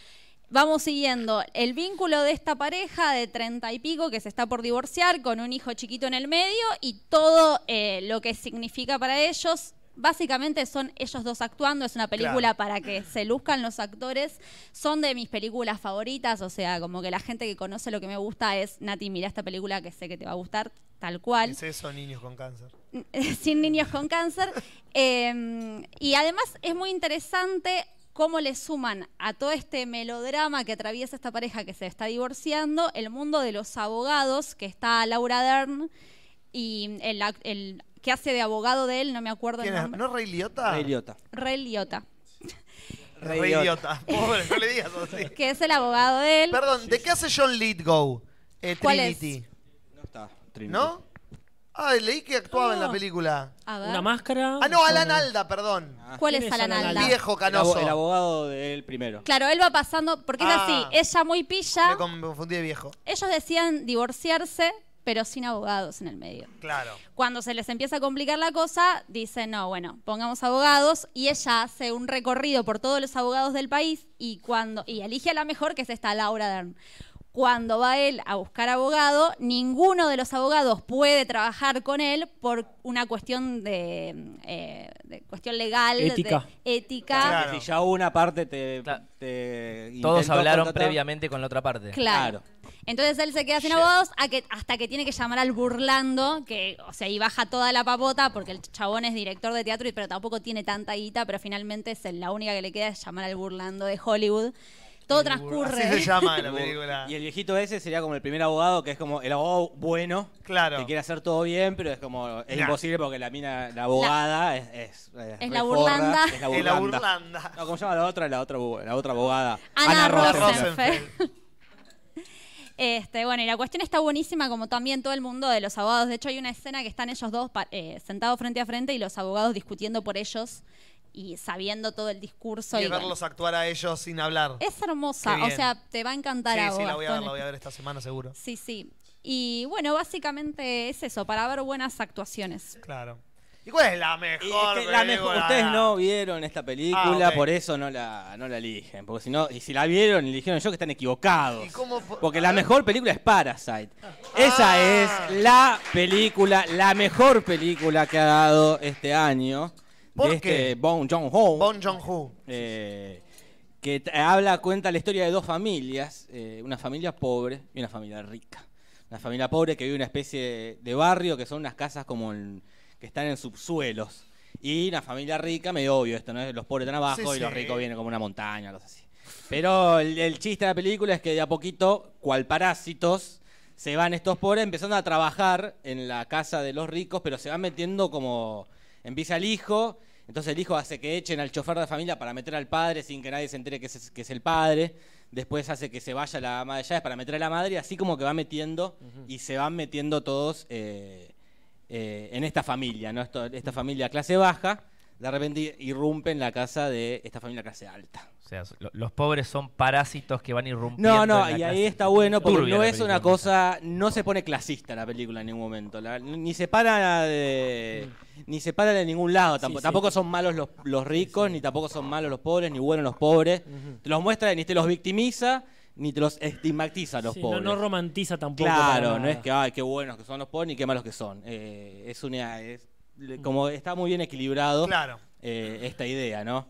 Speaker 3: Vamos siguiendo el vínculo de esta pareja de treinta y pico que se está por divorciar con un hijo chiquito en el medio y todo eh, lo que significa para ellos. Básicamente son ellos dos actuando, es una película
Speaker 11: Claro.
Speaker 3: para que se luzcan los actores. Son de mis películas favoritas, o sea, como que la gente que conoce lo que me gusta es, Nati, mira esta película que sé que te va a gustar, tal cual
Speaker 1: Es eso, niños con cáncer.
Speaker 3: [LAUGHS] sin niños con cáncer. Eh, y además es muy interesante cómo le suman a todo este melodrama que atraviesa esta pareja que se está divorciando el mundo de los abogados, que está Laura Dern y el, ac- el que hace de abogado de él, no me acuerdo el
Speaker 1: ¿Quién es?
Speaker 3: nombre.
Speaker 1: ¿No es Ray Liotta?
Speaker 4: Ray Liotta.
Speaker 3: Ray Liotta,
Speaker 1: Ray Liotta. Pobre, no le digas así.
Speaker 3: que es el abogado de él.
Speaker 1: Perdón, ¿de qué hace John Lithgow? Eh,
Speaker 3: ¿Cuál es?
Speaker 1: Trinity.
Speaker 4: No está.
Speaker 1: ¿No? Ah, leí que actuaba en la película.
Speaker 3: A ver.
Speaker 2: Una máscara.
Speaker 1: Ah, no, Alan Alda, perdón.
Speaker 3: ¿Cuál es Alan Alda?
Speaker 1: El viejo
Speaker 4: Ah. El, abo-
Speaker 1: canoso.
Speaker 4: el abogado del primero.
Speaker 3: Claro, él va pasando, porque
Speaker 1: Ah.
Speaker 3: es así, ella muy pilla,
Speaker 1: Me confundí de viejo.
Speaker 3: ellos decían divorciarse, pero sin abogados en el medio.
Speaker 1: Claro.
Speaker 3: Cuando se les empieza a complicar la cosa, dicen, no, bueno, pongamos abogados y ella hace un recorrido por todos los abogados del país y cuando y elige a la mejor que es esta Laura Dern. Cuando va él a buscar abogado, ninguno de los abogados puede trabajar con él por una cuestión de, eh, de cuestión legal, de
Speaker 4: Ética.
Speaker 3: ética.
Speaker 4: Claro. que Si ya una parte te. te
Speaker 19: Todos
Speaker 4: intentó
Speaker 19: hablaron
Speaker 4: contratar.
Speaker 19: previamente con la otra parte.
Speaker 3: Claro. Entonces él se queda sin abogados a que- hasta que tiene que llamar al burlando, que, o sea, y baja toda la papota porque el chabón es director de teatro, y- pero tampoco tiene tanta guita, pero finalmente es el- la única que le queda es llamar al burlando de Hollywood. Todo transcurre.
Speaker 1: Así se
Speaker 4: [LAUGHS]
Speaker 1: llama
Speaker 3: [LAUGHS]
Speaker 1: la película.
Speaker 4: Y el viejito ese sería como el primer abogado, que es como el abogado bueno.
Speaker 1: Claro.
Speaker 4: Que quiere hacer todo bien, pero es como. Es
Speaker 1: Nah.
Speaker 4: imposible porque la mina, la abogada, es. Es,
Speaker 3: es
Speaker 4: re
Speaker 3: la
Speaker 4: forra,
Speaker 3: burlanda.
Speaker 4: Es la
Speaker 1: Es la
Speaker 4: burlanda.
Speaker 1: burlanda.
Speaker 4: No, ¿cómo se llama la otra? La otra, bu- la otra abogada.
Speaker 3: Ana
Speaker 4: Rosenfeld.
Speaker 3: Rosenfeld. Este, bueno, y la cuestión está buenísima, como también todo el mundo de los abogados. De hecho, hay una escena que están ellos dos pa- eh, sentados frente a frente y los abogados discutiendo por ellos y sabiendo todo el discurso.
Speaker 1: y
Speaker 3: y bueno.
Speaker 1: verlos actuar a ellos sin hablar.
Speaker 3: Es
Speaker 1: Qué
Speaker 3: hermosa, o
Speaker 1: bien.
Speaker 3: sea, te va a encantar a
Speaker 1: Sí,
Speaker 3: vos,
Speaker 1: sí, la voy a ver,
Speaker 3: Gastón.
Speaker 1: la voy a ver esta semana seguro.
Speaker 3: Sí, sí. Y bueno, básicamente es eso, para ver buenas actuaciones.
Speaker 1: Claro. ¿Y cuál es la mejor?
Speaker 4: Es que la mejor-
Speaker 1: película?
Speaker 4: ustedes no vieron esta película,
Speaker 1: Ah, ok.
Speaker 4: por eso no la, no la eligen. Porque si no, y si la vieron, eligieron yo que están equivocados.
Speaker 1: ¿Y cómo po- Ah.
Speaker 4: Porque la mejor película es Parasite. Esa es la película, la mejor película que ha dado este año.
Speaker 1: ¿Por
Speaker 4: de
Speaker 1: qué?
Speaker 4: este Bong Joon-ho.
Speaker 1: Bon Joon-ho.
Speaker 4: eh, que t- habla, cuenta la historia de dos familias, eh, una familia pobre y una familia rica. Una familia pobre que vive en una especie de, de barrio que son unas casas como en- que están en subsuelos. Y una familia rica, medio obvio esto, ¿no? Los pobres están abajo
Speaker 1: Sí,
Speaker 4: y los
Speaker 1: sí.
Speaker 4: ricos vienen como una montaña, cosas así. Pero el, el chiste de la película es que de a poquito, cual parásitos, se van estos pobres empezando a trabajar en la casa de los ricos, pero se van metiendo como. Empieza el hijo Entonces el hijo hace que echen al chofer de la familia para meter al padre sin que nadie se entere que es, que es el padre. Después hace que se vaya la ama de llaves para meter a la madre, así como que va metiendo y se van metiendo todos eh, eh, en esta familia, ¿no? Esto- esta familia clase baja, de repente irrumpe en la casa de esta familia clase alta.
Speaker 19: O sea, lo- los pobres son parásitos que van irrumpiendo.
Speaker 4: No, no,
Speaker 19: en la
Speaker 4: y ahí
Speaker 19: clase.
Speaker 4: está bueno porque
Speaker 19: Turbia
Speaker 4: no
Speaker 19: la
Speaker 4: es
Speaker 19: película.
Speaker 4: una cosa, no se pone clasista la película en ningún momento, la- ni se para de, ni se para de ningún lado, tampoco,
Speaker 17: sí.
Speaker 4: tampoco son malos los, los ricos, ni tampoco son malos los pobres, ni buenos los pobres, te los muestra, ni te los victimiza, ni te los estigmatiza a los
Speaker 2: Sí, no,
Speaker 4: pobres.
Speaker 2: no romantiza tampoco.
Speaker 4: Claro,
Speaker 2: para
Speaker 4: no
Speaker 2: nada.
Speaker 4: es que, ay, qué buenos que son los pobres, ni qué malos que son, Eh, es una, es- le- como está muy bien equilibrado eh, esta idea, ¿no?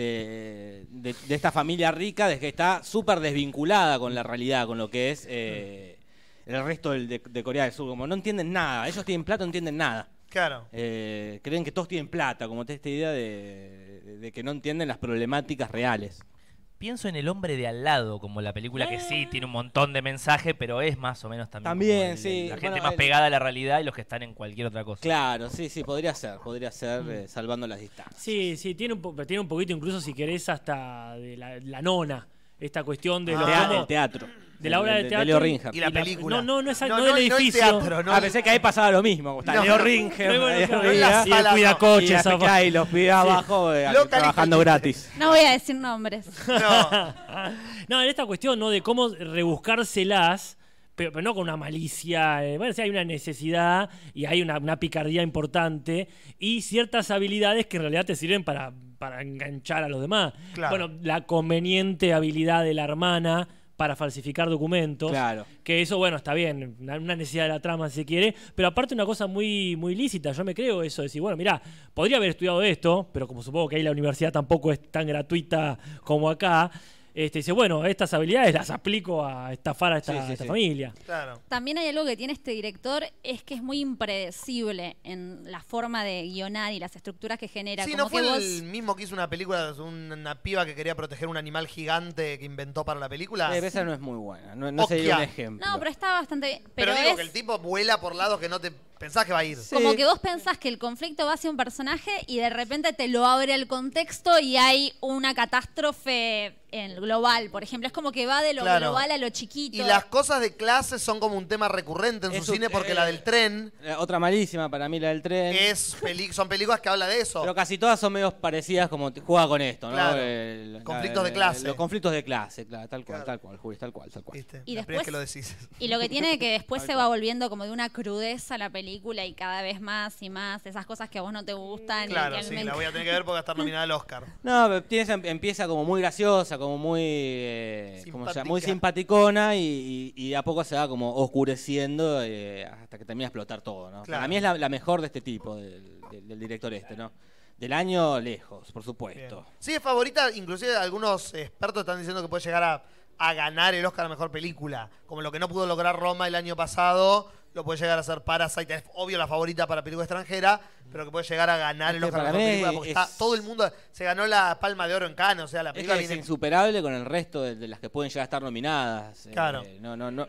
Speaker 4: De, de- de esta familia rica, de que está súper desvinculada con la realidad, con lo que es eh, el resto del- de, de Corea del Sur. Como no entienden nada, ellos tienen plata, no entienden nada.
Speaker 1: Claro.
Speaker 4: Eh, creen que todos tienen plata, como esta idea de, de que no entienden las problemáticas reales.
Speaker 19: Pienso en El hombre de al lado, como la película que sí tiene un montón de mensaje, pero es más o menos también. como
Speaker 4: Ah. También,
Speaker 19: el-
Speaker 4: sí.
Speaker 19: La gente
Speaker 4: Bueno,
Speaker 19: más
Speaker 4: el-
Speaker 19: pegada a la realidad y los que están en cualquier otra cosa.
Speaker 4: Claro, sí, sí, podría ser, podría ser
Speaker 2: Mm.
Speaker 4: eh, salvando las distancias.
Speaker 2: Sí, sí, tiene un, po- tiene un poquito, incluso si querés, hasta de la, la nona. Esta cuestión de
Speaker 4: Ah,
Speaker 2: lo
Speaker 4: Tea-
Speaker 2: cómo-
Speaker 4: el teatro.
Speaker 2: De la obra
Speaker 4: De-
Speaker 2: del
Speaker 4: de
Speaker 2: teatro.
Speaker 4: Leo Ringhart. Y la película.
Speaker 2: No, no, no es
Speaker 4: No,
Speaker 2: no,
Speaker 4: no,
Speaker 2: del
Speaker 4: no el
Speaker 2: edificio.
Speaker 4: teatro, no Ah, el- pensé que ahí pasaba lo mismo. Está No, Leo no, Ringer, no, no, ahí no, no, arriba, no, no, y el no, no, cuidacoches y la- abajo. y los pibes abajo, eh, Local y trabajando coche. gratis.
Speaker 3: No voy a decir nombres.
Speaker 2: No, en esta cuestión, ¿no? De cómo rebuscárselas, pero, pero no con una malicia. eh, Bueno, sí, hay una necesidad y hay una, una picardía importante y ciertas habilidades que en realidad te sirven para, para enganchar a los demás.
Speaker 1: Claro.
Speaker 2: Bueno, la conveniente habilidad de la hermana para falsificar documentos.
Speaker 4: Claro.
Speaker 2: Que eso, bueno, está bien, una, una necesidad de la trama si se quiere, pero aparte una cosa muy, muy lícita, yo me creo eso, decir, bueno, mirá, podría haber estudiado esto, pero como supongo que ahí la universidad tampoco es tan gratuita como acá, este, dice, bueno, estas habilidades las aplico a estafar a esta,
Speaker 1: Sí, sí,
Speaker 2: a esta
Speaker 1: sí.
Speaker 2: familia.
Speaker 1: Claro.
Speaker 3: También hay algo que tiene este director, es que es muy impredecible en la forma de guionar y las estructuras que genera.
Speaker 1: Sí,
Speaker 3: Como
Speaker 1: ¿no fue
Speaker 3: que vos-
Speaker 1: el mismo que hizo una película, de una piba que quería proteger un animal gigante que inventó para la película?
Speaker 4: Eh, esa no es muy buena, no, no sería
Speaker 1: Okia.
Speaker 4: un ejemplo.
Speaker 3: No, pero está bastante bien.
Speaker 1: Pero,
Speaker 3: Pero,
Speaker 1: digo
Speaker 3: es
Speaker 1: que el tipo vuela por lados que no te pensás que va a ir.
Speaker 3: como que vos pensás que el conflicto va hacia un personaje y de repente te lo abre el contexto y hay una catástrofe en global, por ejemplo. Es como que va de lo
Speaker 1: Claro.
Speaker 3: global a lo chiquito.
Speaker 1: Y las cosas de clase son como un tema recurrente en
Speaker 4: Es
Speaker 1: su
Speaker 4: un-
Speaker 1: cine porque
Speaker 4: eh,
Speaker 1: la del tren
Speaker 4: La Otra malísima para mí, la del tren.
Speaker 1: es peli- son películas que habla de eso.
Speaker 4: Pero casi todas son medios parecidas como te- juega con esto, ¿no?
Speaker 1: Claro.
Speaker 4: El-
Speaker 1: Conflictos
Speaker 4: la-
Speaker 1: de clase.
Speaker 4: Los conflictos de clase, claro, tal cual, tal cual, Juli, tal cual, tal cual.
Speaker 3: Y
Speaker 1: La primera vez
Speaker 3: después-
Speaker 1: que lo decís.
Speaker 3: Y lo que tiene que después
Speaker 4: Tal
Speaker 3: se va volviendo como de una crudeza la película y cada vez más y más esas cosas que a vos no te gustan. y
Speaker 1: Claro,
Speaker 3: que
Speaker 1: sí,
Speaker 3: me
Speaker 1: la voy a tener que ver porque va a estar nominada al Oscar.
Speaker 4: No, pero tienes- em- empieza como muy graciosa, como muy eh, como se llama, muy simpaticona y, y- y de a poco se va como oscureciendo eh, hasta que termina de explotar todo, ¿no?
Speaker 1: Claro.
Speaker 4: Para mí es la, la mejor de este tipo, del, del- del director este, ¿no? Del año lejos, por supuesto.
Speaker 1: Sí, es favorita, inclusive algunos expertos están diciendo que puede llegar a, a ganar el Oscar a Mejor Película. Como lo que no pudo lograr Roma el año pasado, lo puede llegar a ser Parasite, es obvio la favorita para película extranjera, pero que puede llegar a ganar el
Speaker 4: que
Speaker 1: Oscar a
Speaker 4: para
Speaker 1: Mejor
Speaker 4: mí
Speaker 1: Película porque
Speaker 4: es-
Speaker 1: está todo el mundo, se ganó la Palma de Oro en Cannes, o sea, la
Speaker 4: Es
Speaker 1: película
Speaker 4: que es
Speaker 1: viene-
Speaker 4: insuperable con el resto de, de las que pueden llegar a estar nominadas. eh,
Speaker 1: Claro.
Speaker 4: no, no, Eh, no.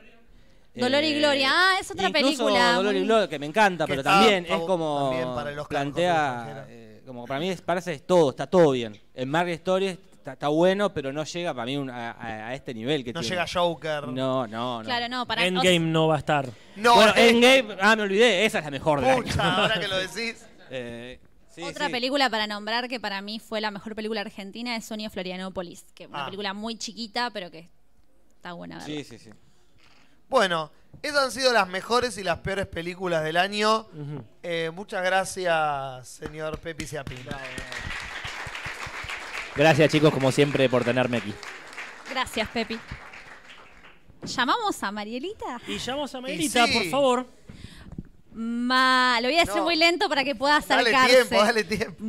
Speaker 3: Dolor y Gloria. Ah, es otra
Speaker 4: incluso
Speaker 3: película.
Speaker 4: Dolor y
Speaker 3: Muy-
Speaker 4: Gloria, que me encanta,
Speaker 1: Que
Speaker 4: pero
Speaker 1: está
Speaker 4: también es
Speaker 1: fav-
Speaker 4: como.
Speaker 1: también para el Oscar
Speaker 4: plantea. eh, como para mí, es, parece es todo, está todo bien. En Margaret Story está, está bueno, pero no llega para mí un- a, a- a este nivel que
Speaker 1: No
Speaker 4: tiene.
Speaker 1: llega Joker.
Speaker 4: No, no, no.
Speaker 3: Claro, no, para
Speaker 2: Endgame no va a estar.
Speaker 1: No,
Speaker 4: bueno,
Speaker 1: eh,
Speaker 4: Endgame, ah, me olvidé, esa es la Eh, mejor de
Speaker 1: Pucha, [LAUGHS] ahora
Speaker 4: [LAUGHS]
Speaker 1: que lo decís.
Speaker 3: Otra película para nombrar que para mí fue la mejor película argentina es Sonia Florianópolis, que es una
Speaker 1: Ah.
Speaker 3: película muy chiquita, pero que está buena verla.
Speaker 4: Sí, sí, sí.
Speaker 1: Bueno, esas han sido las mejores y las peores películas del año. Eh, muchas gracias, señor Pepi Ciapin.
Speaker 17: Gracias, chicos, como siempre, por tenerme aquí.
Speaker 3: Gracias, Pepi. ¿Llamamos a Marielita?
Speaker 2: Y llamamos a Marielita, por favor.
Speaker 3: Ma, lo voy a decir
Speaker 2: No.
Speaker 3: muy lento para que pueda
Speaker 2: Dale
Speaker 3: acercarse.
Speaker 2: tiempo, dale
Speaker 1: tiempo.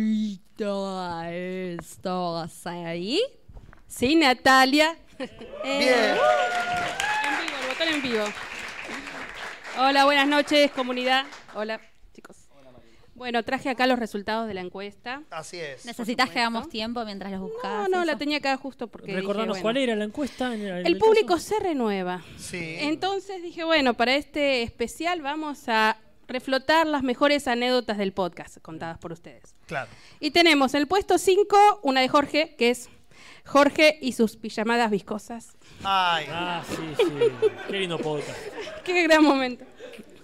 Speaker 16: Marielita, ¿estás ahí? Sí, Natalia. Eh,
Speaker 1: Bien.
Speaker 16: En vivo, el botón en vivo. Hola, buenas noches, comunidad. Hola, chicos. Bueno, traje acá los resultados de la encuesta.
Speaker 1: Así es.
Speaker 3: ¿Necesitas que hagamos tiempo mientras los buscabas?
Speaker 16: No, no, la
Speaker 3: eso?
Speaker 16: tenía acá justo porque. dije,
Speaker 2: Recordanos
Speaker 16: bueno.
Speaker 2: cuál era la encuesta. en en
Speaker 16: El público se renueva.
Speaker 1: Sí.
Speaker 16: Entonces dije, bueno, para este especial vamos a reflotar las mejores anécdotas del podcast contadas por ustedes.
Speaker 1: Claro.
Speaker 16: Y tenemos en el puesto 5 una de Jorge, que es Jorge y sus pijamadas viscosas.
Speaker 1: Ay.
Speaker 2: Ah, sí, sí. Qué lindo podcast.
Speaker 16: Qué gran momento.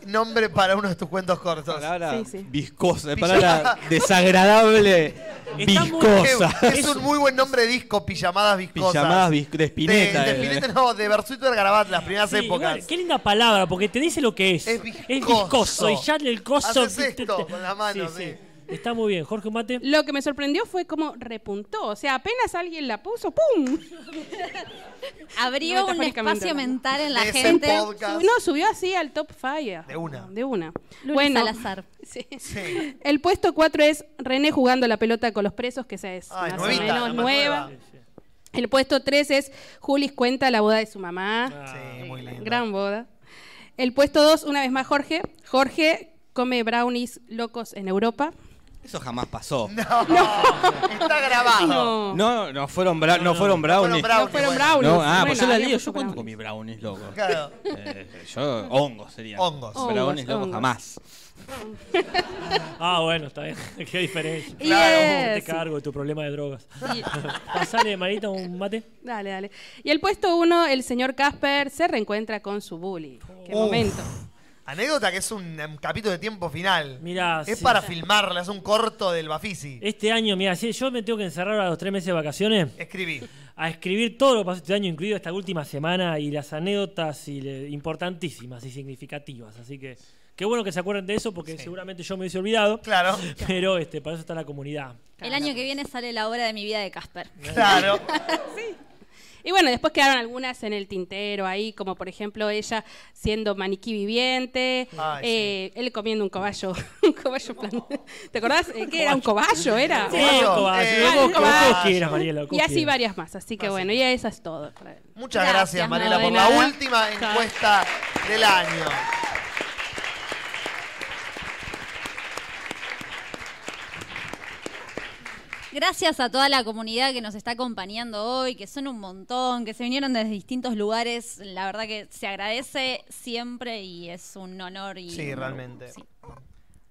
Speaker 1: Nombre para uno de tus cuentos cortos.
Speaker 18: Palabra
Speaker 16: Sí, sí.
Speaker 18: viscosa,
Speaker 4: [LAUGHS]
Speaker 18: palabra desagradable,
Speaker 1: Está muy-
Speaker 18: viscosa.
Speaker 1: Es, es un muy buen nombre de disco, pijamadas viscosas.
Speaker 18: Pijamadas vis- de Spinetta,
Speaker 1: De,
Speaker 18: eh.
Speaker 1: Spinetta, no, de Bersuito de Garabat, las primeras
Speaker 2: Sí,
Speaker 1: épocas.
Speaker 2: igual, qué linda palabra, porque te dice lo que es. Es
Speaker 1: viscoso.
Speaker 2: Y ya el coso.
Speaker 1: Haces esto con la mano, sí.
Speaker 2: Está muy bien. Jorge, un mate.
Speaker 16: Lo que me sorprendió fue cómo repuntó. O sea, apenas alguien la puso, ¡pum!
Speaker 3: Abrió un espacio
Speaker 16: ¿no?
Speaker 3: mental en la Ese gente. podcast.
Speaker 16: No, subió así al top 5. De una. De una.
Speaker 3: Luli
Speaker 16: bueno,
Speaker 3: Salazar.
Speaker 16: Sí. el puesto 4 es René jugando la pelota con los presos, que esa es
Speaker 3: Ay,
Speaker 16: más
Speaker 3: nuevita,
Speaker 16: o menos
Speaker 3: la más
Speaker 16: nueva.
Speaker 3: nueva.
Speaker 16: El puesto 3 es Julis cuenta la boda de su mamá. Gran boda. El puesto 2, una vez más, Jorge. Jorge come brownies locos en Europa.
Speaker 18: Eso jamás pasó.
Speaker 1: Está
Speaker 16: [LAUGHS]
Speaker 1: grabado.
Speaker 18: No, no, fueron, bra- no, fueron brownies.
Speaker 1: brownies, No fueron bueno. brownies.
Speaker 18: No, ah,
Speaker 1: Bueno,
Speaker 18: pues yo la
Speaker 1: alguien
Speaker 18: lío.
Speaker 1: puso
Speaker 18: ¿Yo cuánto comí brownies, loco?
Speaker 1: Claro.
Speaker 18: Eh, yo, hongos serían.
Speaker 1: Hongos.
Speaker 18: Brownies,
Speaker 1: Hongos,
Speaker 18: loco,
Speaker 1: hongos.
Speaker 18: jamás.
Speaker 2: Ah, bueno, está bien. [LAUGHS] Qué diferencia.
Speaker 16: Y Claro.
Speaker 2: Te
Speaker 16: es-
Speaker 2: cargo de tu problema de drogas.
Speaker 16: [LAUGHS] Y-
Speaker 2: Pasale, manita, un mate.
Speaker 16: Dale, dale. Y el puesto 1, el señor Casper se reencuentra con su bully. Qué
Speaker 1: Uf.
Speaker 16: momento.
Speaker 1: Anécdota que es un, um, capítulo de tiempo final.
Speaker 2: Mirá,
Speaker 1: es
Speaker 2: sí.
Speaker 1: para filmarla, es un corto del Bafisi.
Speaker 2: Este año, mira, si yo me tengo que encerrar a los tres meses de vacaciones
Speaker 1: Escribí.
Speaker 2: a escribir todo lo que pasó este año, incluido esta última semana y las anécdotas y le- importantísimas y significativas. Así que qué bueno que se acuerden de eso porque seguramente yo me hubiese olvidado.
Speaker 1: Claro.
Speaker 2: Pero este, para eso está la comunidad.
Speaker 3: El año que viene sale la obra de mi vida de Casper.
Speaker 1: Claro.
Speaker 16: Y bueno, después quedaron algunas en el tintero ahí, como por ejemplo ella siendo maniquí viviente,
Speaker 3: Ay,
Speaker 16: eh, él comiendo un caballo, [LAUGHS] un caballo plan- ¿Te acordás? Eh, ¿Qué era? ¿Un cobayo era?
Speaker 2: Sí,
Speaker 16: Ah,
Speaker 2: un cobayo. Lo que- lo que
Speaker 16: cobayo.
Speaker 2: quieras, Mariela, lo que
Speaker 16: Y así
Speaker 2: quieras.
Speaker 16: varias más, así que bueno, y eso es todo.
Speaker 1: Muchas gracias,
Speaker 16: Gracias,
Speaker 1: Mariela,
Speaker 16: no,
Speaker 1: por
Speaker 16: de
Speaker 1: la
Speaker 16: nada.
Speaker 1: última encuesta del año.
Speaker 3: Gracias a toda la comunidad que nos está acompañando hoy, que son un montón, que se vinieron desde distintos lugares. La verdad que se agradece siempre y es un honor. Y
Speaker 1: Sí, realmente.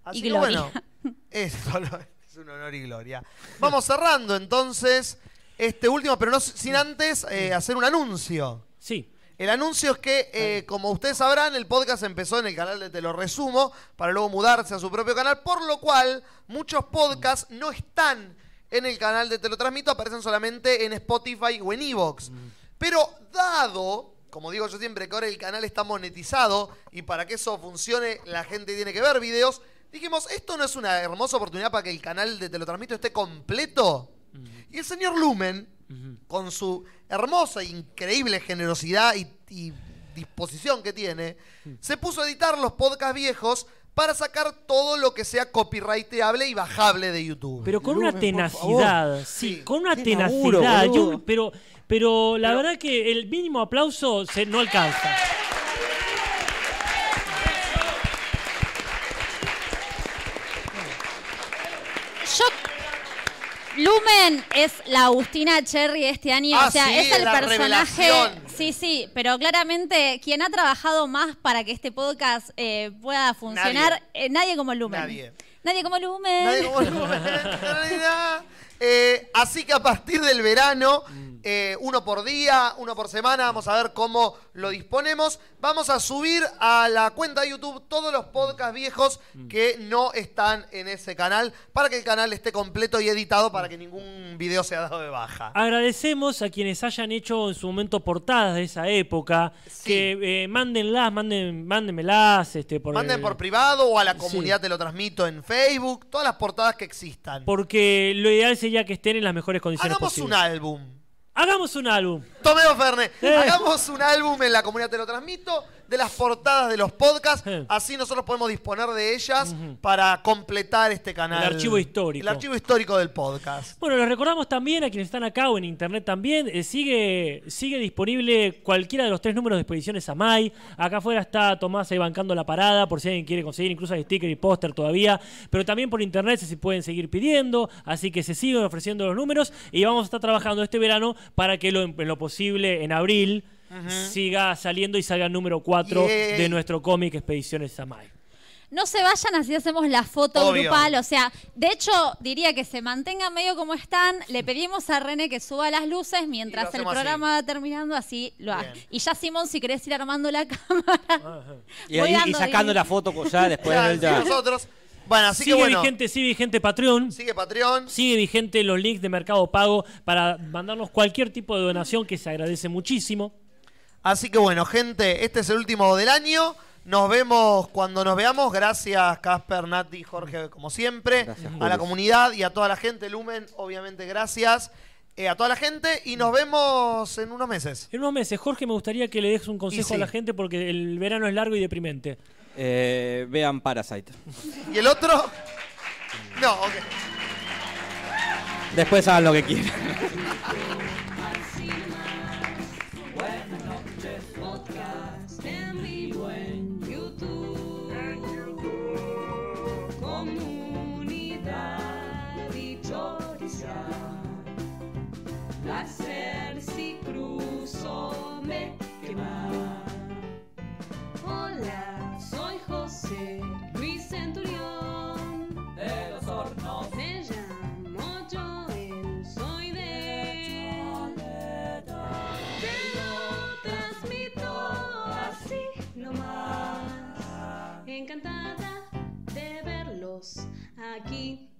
Speaker 1: Así
Speaker 3: Y
Speaker 1: que
Speaker 3: gloria. [LAUGHS]
Speaker 1: bueno, es, solo- es un honor y gloria. Vamos cerrando entonces este último, pero no s- sin antes eh, hacer un anuncio.
Speaker 2: Sí.
Speaker 1: El anuncio es que, eh, como ustedes sabrán, el podcast empezó en el canal de Te lo resumo, para luego mudarse a su propio canal, por lo cual muchos podcasts no están en el canal de Te lo transmito, aparecen solamente en Spotify o en Evox. Pero dado, como digo yo siempre, que ahora el canal está monetizado y para que eso funcione la gente tiene que ver videos, dijimos, ¿esto no es una hermosa oportunidad para que el canal de Te lo transmito esté completo? Y el señor Lumen, con su hermosa e increíble generosidad y, y disposición que tiene, se puso a editar los podcasts viejos para sacar todo lo que sea copyrighteable y bajable de YouTube.
Speaker 2: Pero con una
Speaker 1: Lumen, por
Speaker 2: tenacidad,
Speaker 1: favor.
Speaker 2: sí, con una
Speaker 1: Qué laburo,
Speaker 2: tenacidad.
Speaker 1: boludo.
Speaker 2: Yo- pero, pero la verdad que el mínimo aplauso se, no alcanza.
Speaker 3: Yo. Lumen es la Agustina Cherry de este año,
Speaker 1: Ah,
Speaker 3: o sea,
Speaker 1: sí,
Speaker 3: es el
Speaker 1: la
Speaker 3: personaje.
Speaker 1: revelación.
Speaker 3: Sí, sí, pero claramente quien ha trabajado más para que este podcast eh, pueda funcionar, eh, nadie, como Lumen.
Speaker 1: Nadie.
Speaker 3: Nadie como Lumen.
Speaker 1: Nadie como Lumen, en [LAUGHS] realidad. Eh, así que a partir del verano, eh, uno por día, uno por semana, vamos a ver cómo lo disponemos. Vamos a subir a la cuenta de YouTube todos los podcasts viejos que no están en ese canal para que el canal esté completo y editado para que ningún video sea dado de baja.
Speaker 2: Agradecemos a quienes hayan hecho en su momento portadas de esa época. Que eh, mándenlas, manden, mándenmelas. Este, por
Speaker 1: Manden
Speaker 2: el-
Speaker 1: por privado o a la
Speaker 2: Sí.
Speaker 1: comunidad te lo transmito en Facebook, todas las portadas que existan.
Speaker 2: Porque lo ideal sería que estén en las mejores condiciones
Speaker 1: Hagamos un
Speaker 2: posibles.
Speaker 1: álbum.
Speaker 2: Hagamos un álbum.
Speaker 1: Tomeo Fernet,
Speaker 2: Eh.
Speaker 1: hagamos un álbum en la comunidad Te lo transmito de las portadas de los podcasts, así nosotros podemos disponer de ellas para completar este canal.
Speaker 2: El archivo histórico.
Speaker 1: El archivo histórico del podcast.
Speaker 2: Bueno, les recordamos también a quienes están acá o en internet también, eh, sigue, sigue disponible cualquiera de los tres números de expediciones Amay. Acá afuera está Tomás ahí bancando la parada por si alguien quiere conseguir, incluso hay sticker y póster todavía, pero también por internet se pueden seguir pidiendo, así que se siguen ofreciendo los números y vamos a estar trabajando este verano para que lo, en lo posible en abril siga saliendo y salga el número 4
Speaker 1: Yay.
Speaker 2: de nuestro cómic Expediciones Amay.
Speaker 3: No se vayan, así hacemos la foto
Speaker 1: Obvio.
Speaker 3: grupal. O sea, de hecho, diría que se mantengan medio como están. Le pedimos a René que suba las luces mientras el
Speaker 11: hacemos así.
Speaker 3: programa va terminando, así lo haga. Y ya, Simón, si querés ir armando la [LAUGHS] cámara.
Speaker 4: Y,
Speaker 3: Voy
Speaker 4: ahí- y
Speaker 3: dando
Speaker 4: sacando
Speaker 3: ahí.
Speaker 4: la foto pues, ya después.
Speaker 1: Claro,
Speaker 4: ya.
Speaker 1: sí, nosotros. Bueno, así
Speaker 2: sigue
Speaker 1: que bueno.
Speaker 2: vigente, sigue vigente Patreon.
Speaker 1: Sigue Patreon.
Speaker 2: Sigue vigente los links de Mercado Pago para mandarnos cualquier tipo de donación que se agradece muchísimo.
Speaker 1: Así que bueno, gente, este es el último del año. Nos vemos cuando nos veamos. Gracias, Casper, Nati, Jorge, como siempre. a la
Speaker 15: Jules.
Speaker 1: comunidad y a toda la gente. Lumen, obviamente, gracias. eh, a toda la gente y nos vemos eh, en unos meses.
Speaker 2: En unos meses, Jorge, me gustaría que le dejes un consejo
Speaker 1: sí.
Speaker 2: a la gente porque el verano es largo y deprimente.
Speaker 4: Eh, vean Parasite.
Speaker 1: ¿Y el otro? No, ok.
Speaker 4: Después hagan lo que quieran.
Speaker 6: podcast en vivo en YouTube. Comunidad y Placer si cruzo me quema. Hola, soy José Luis Centurión. De los hornos. Me llamo Joel, soy de. Te lo transmito así nomás. Encantada de verlos aquí.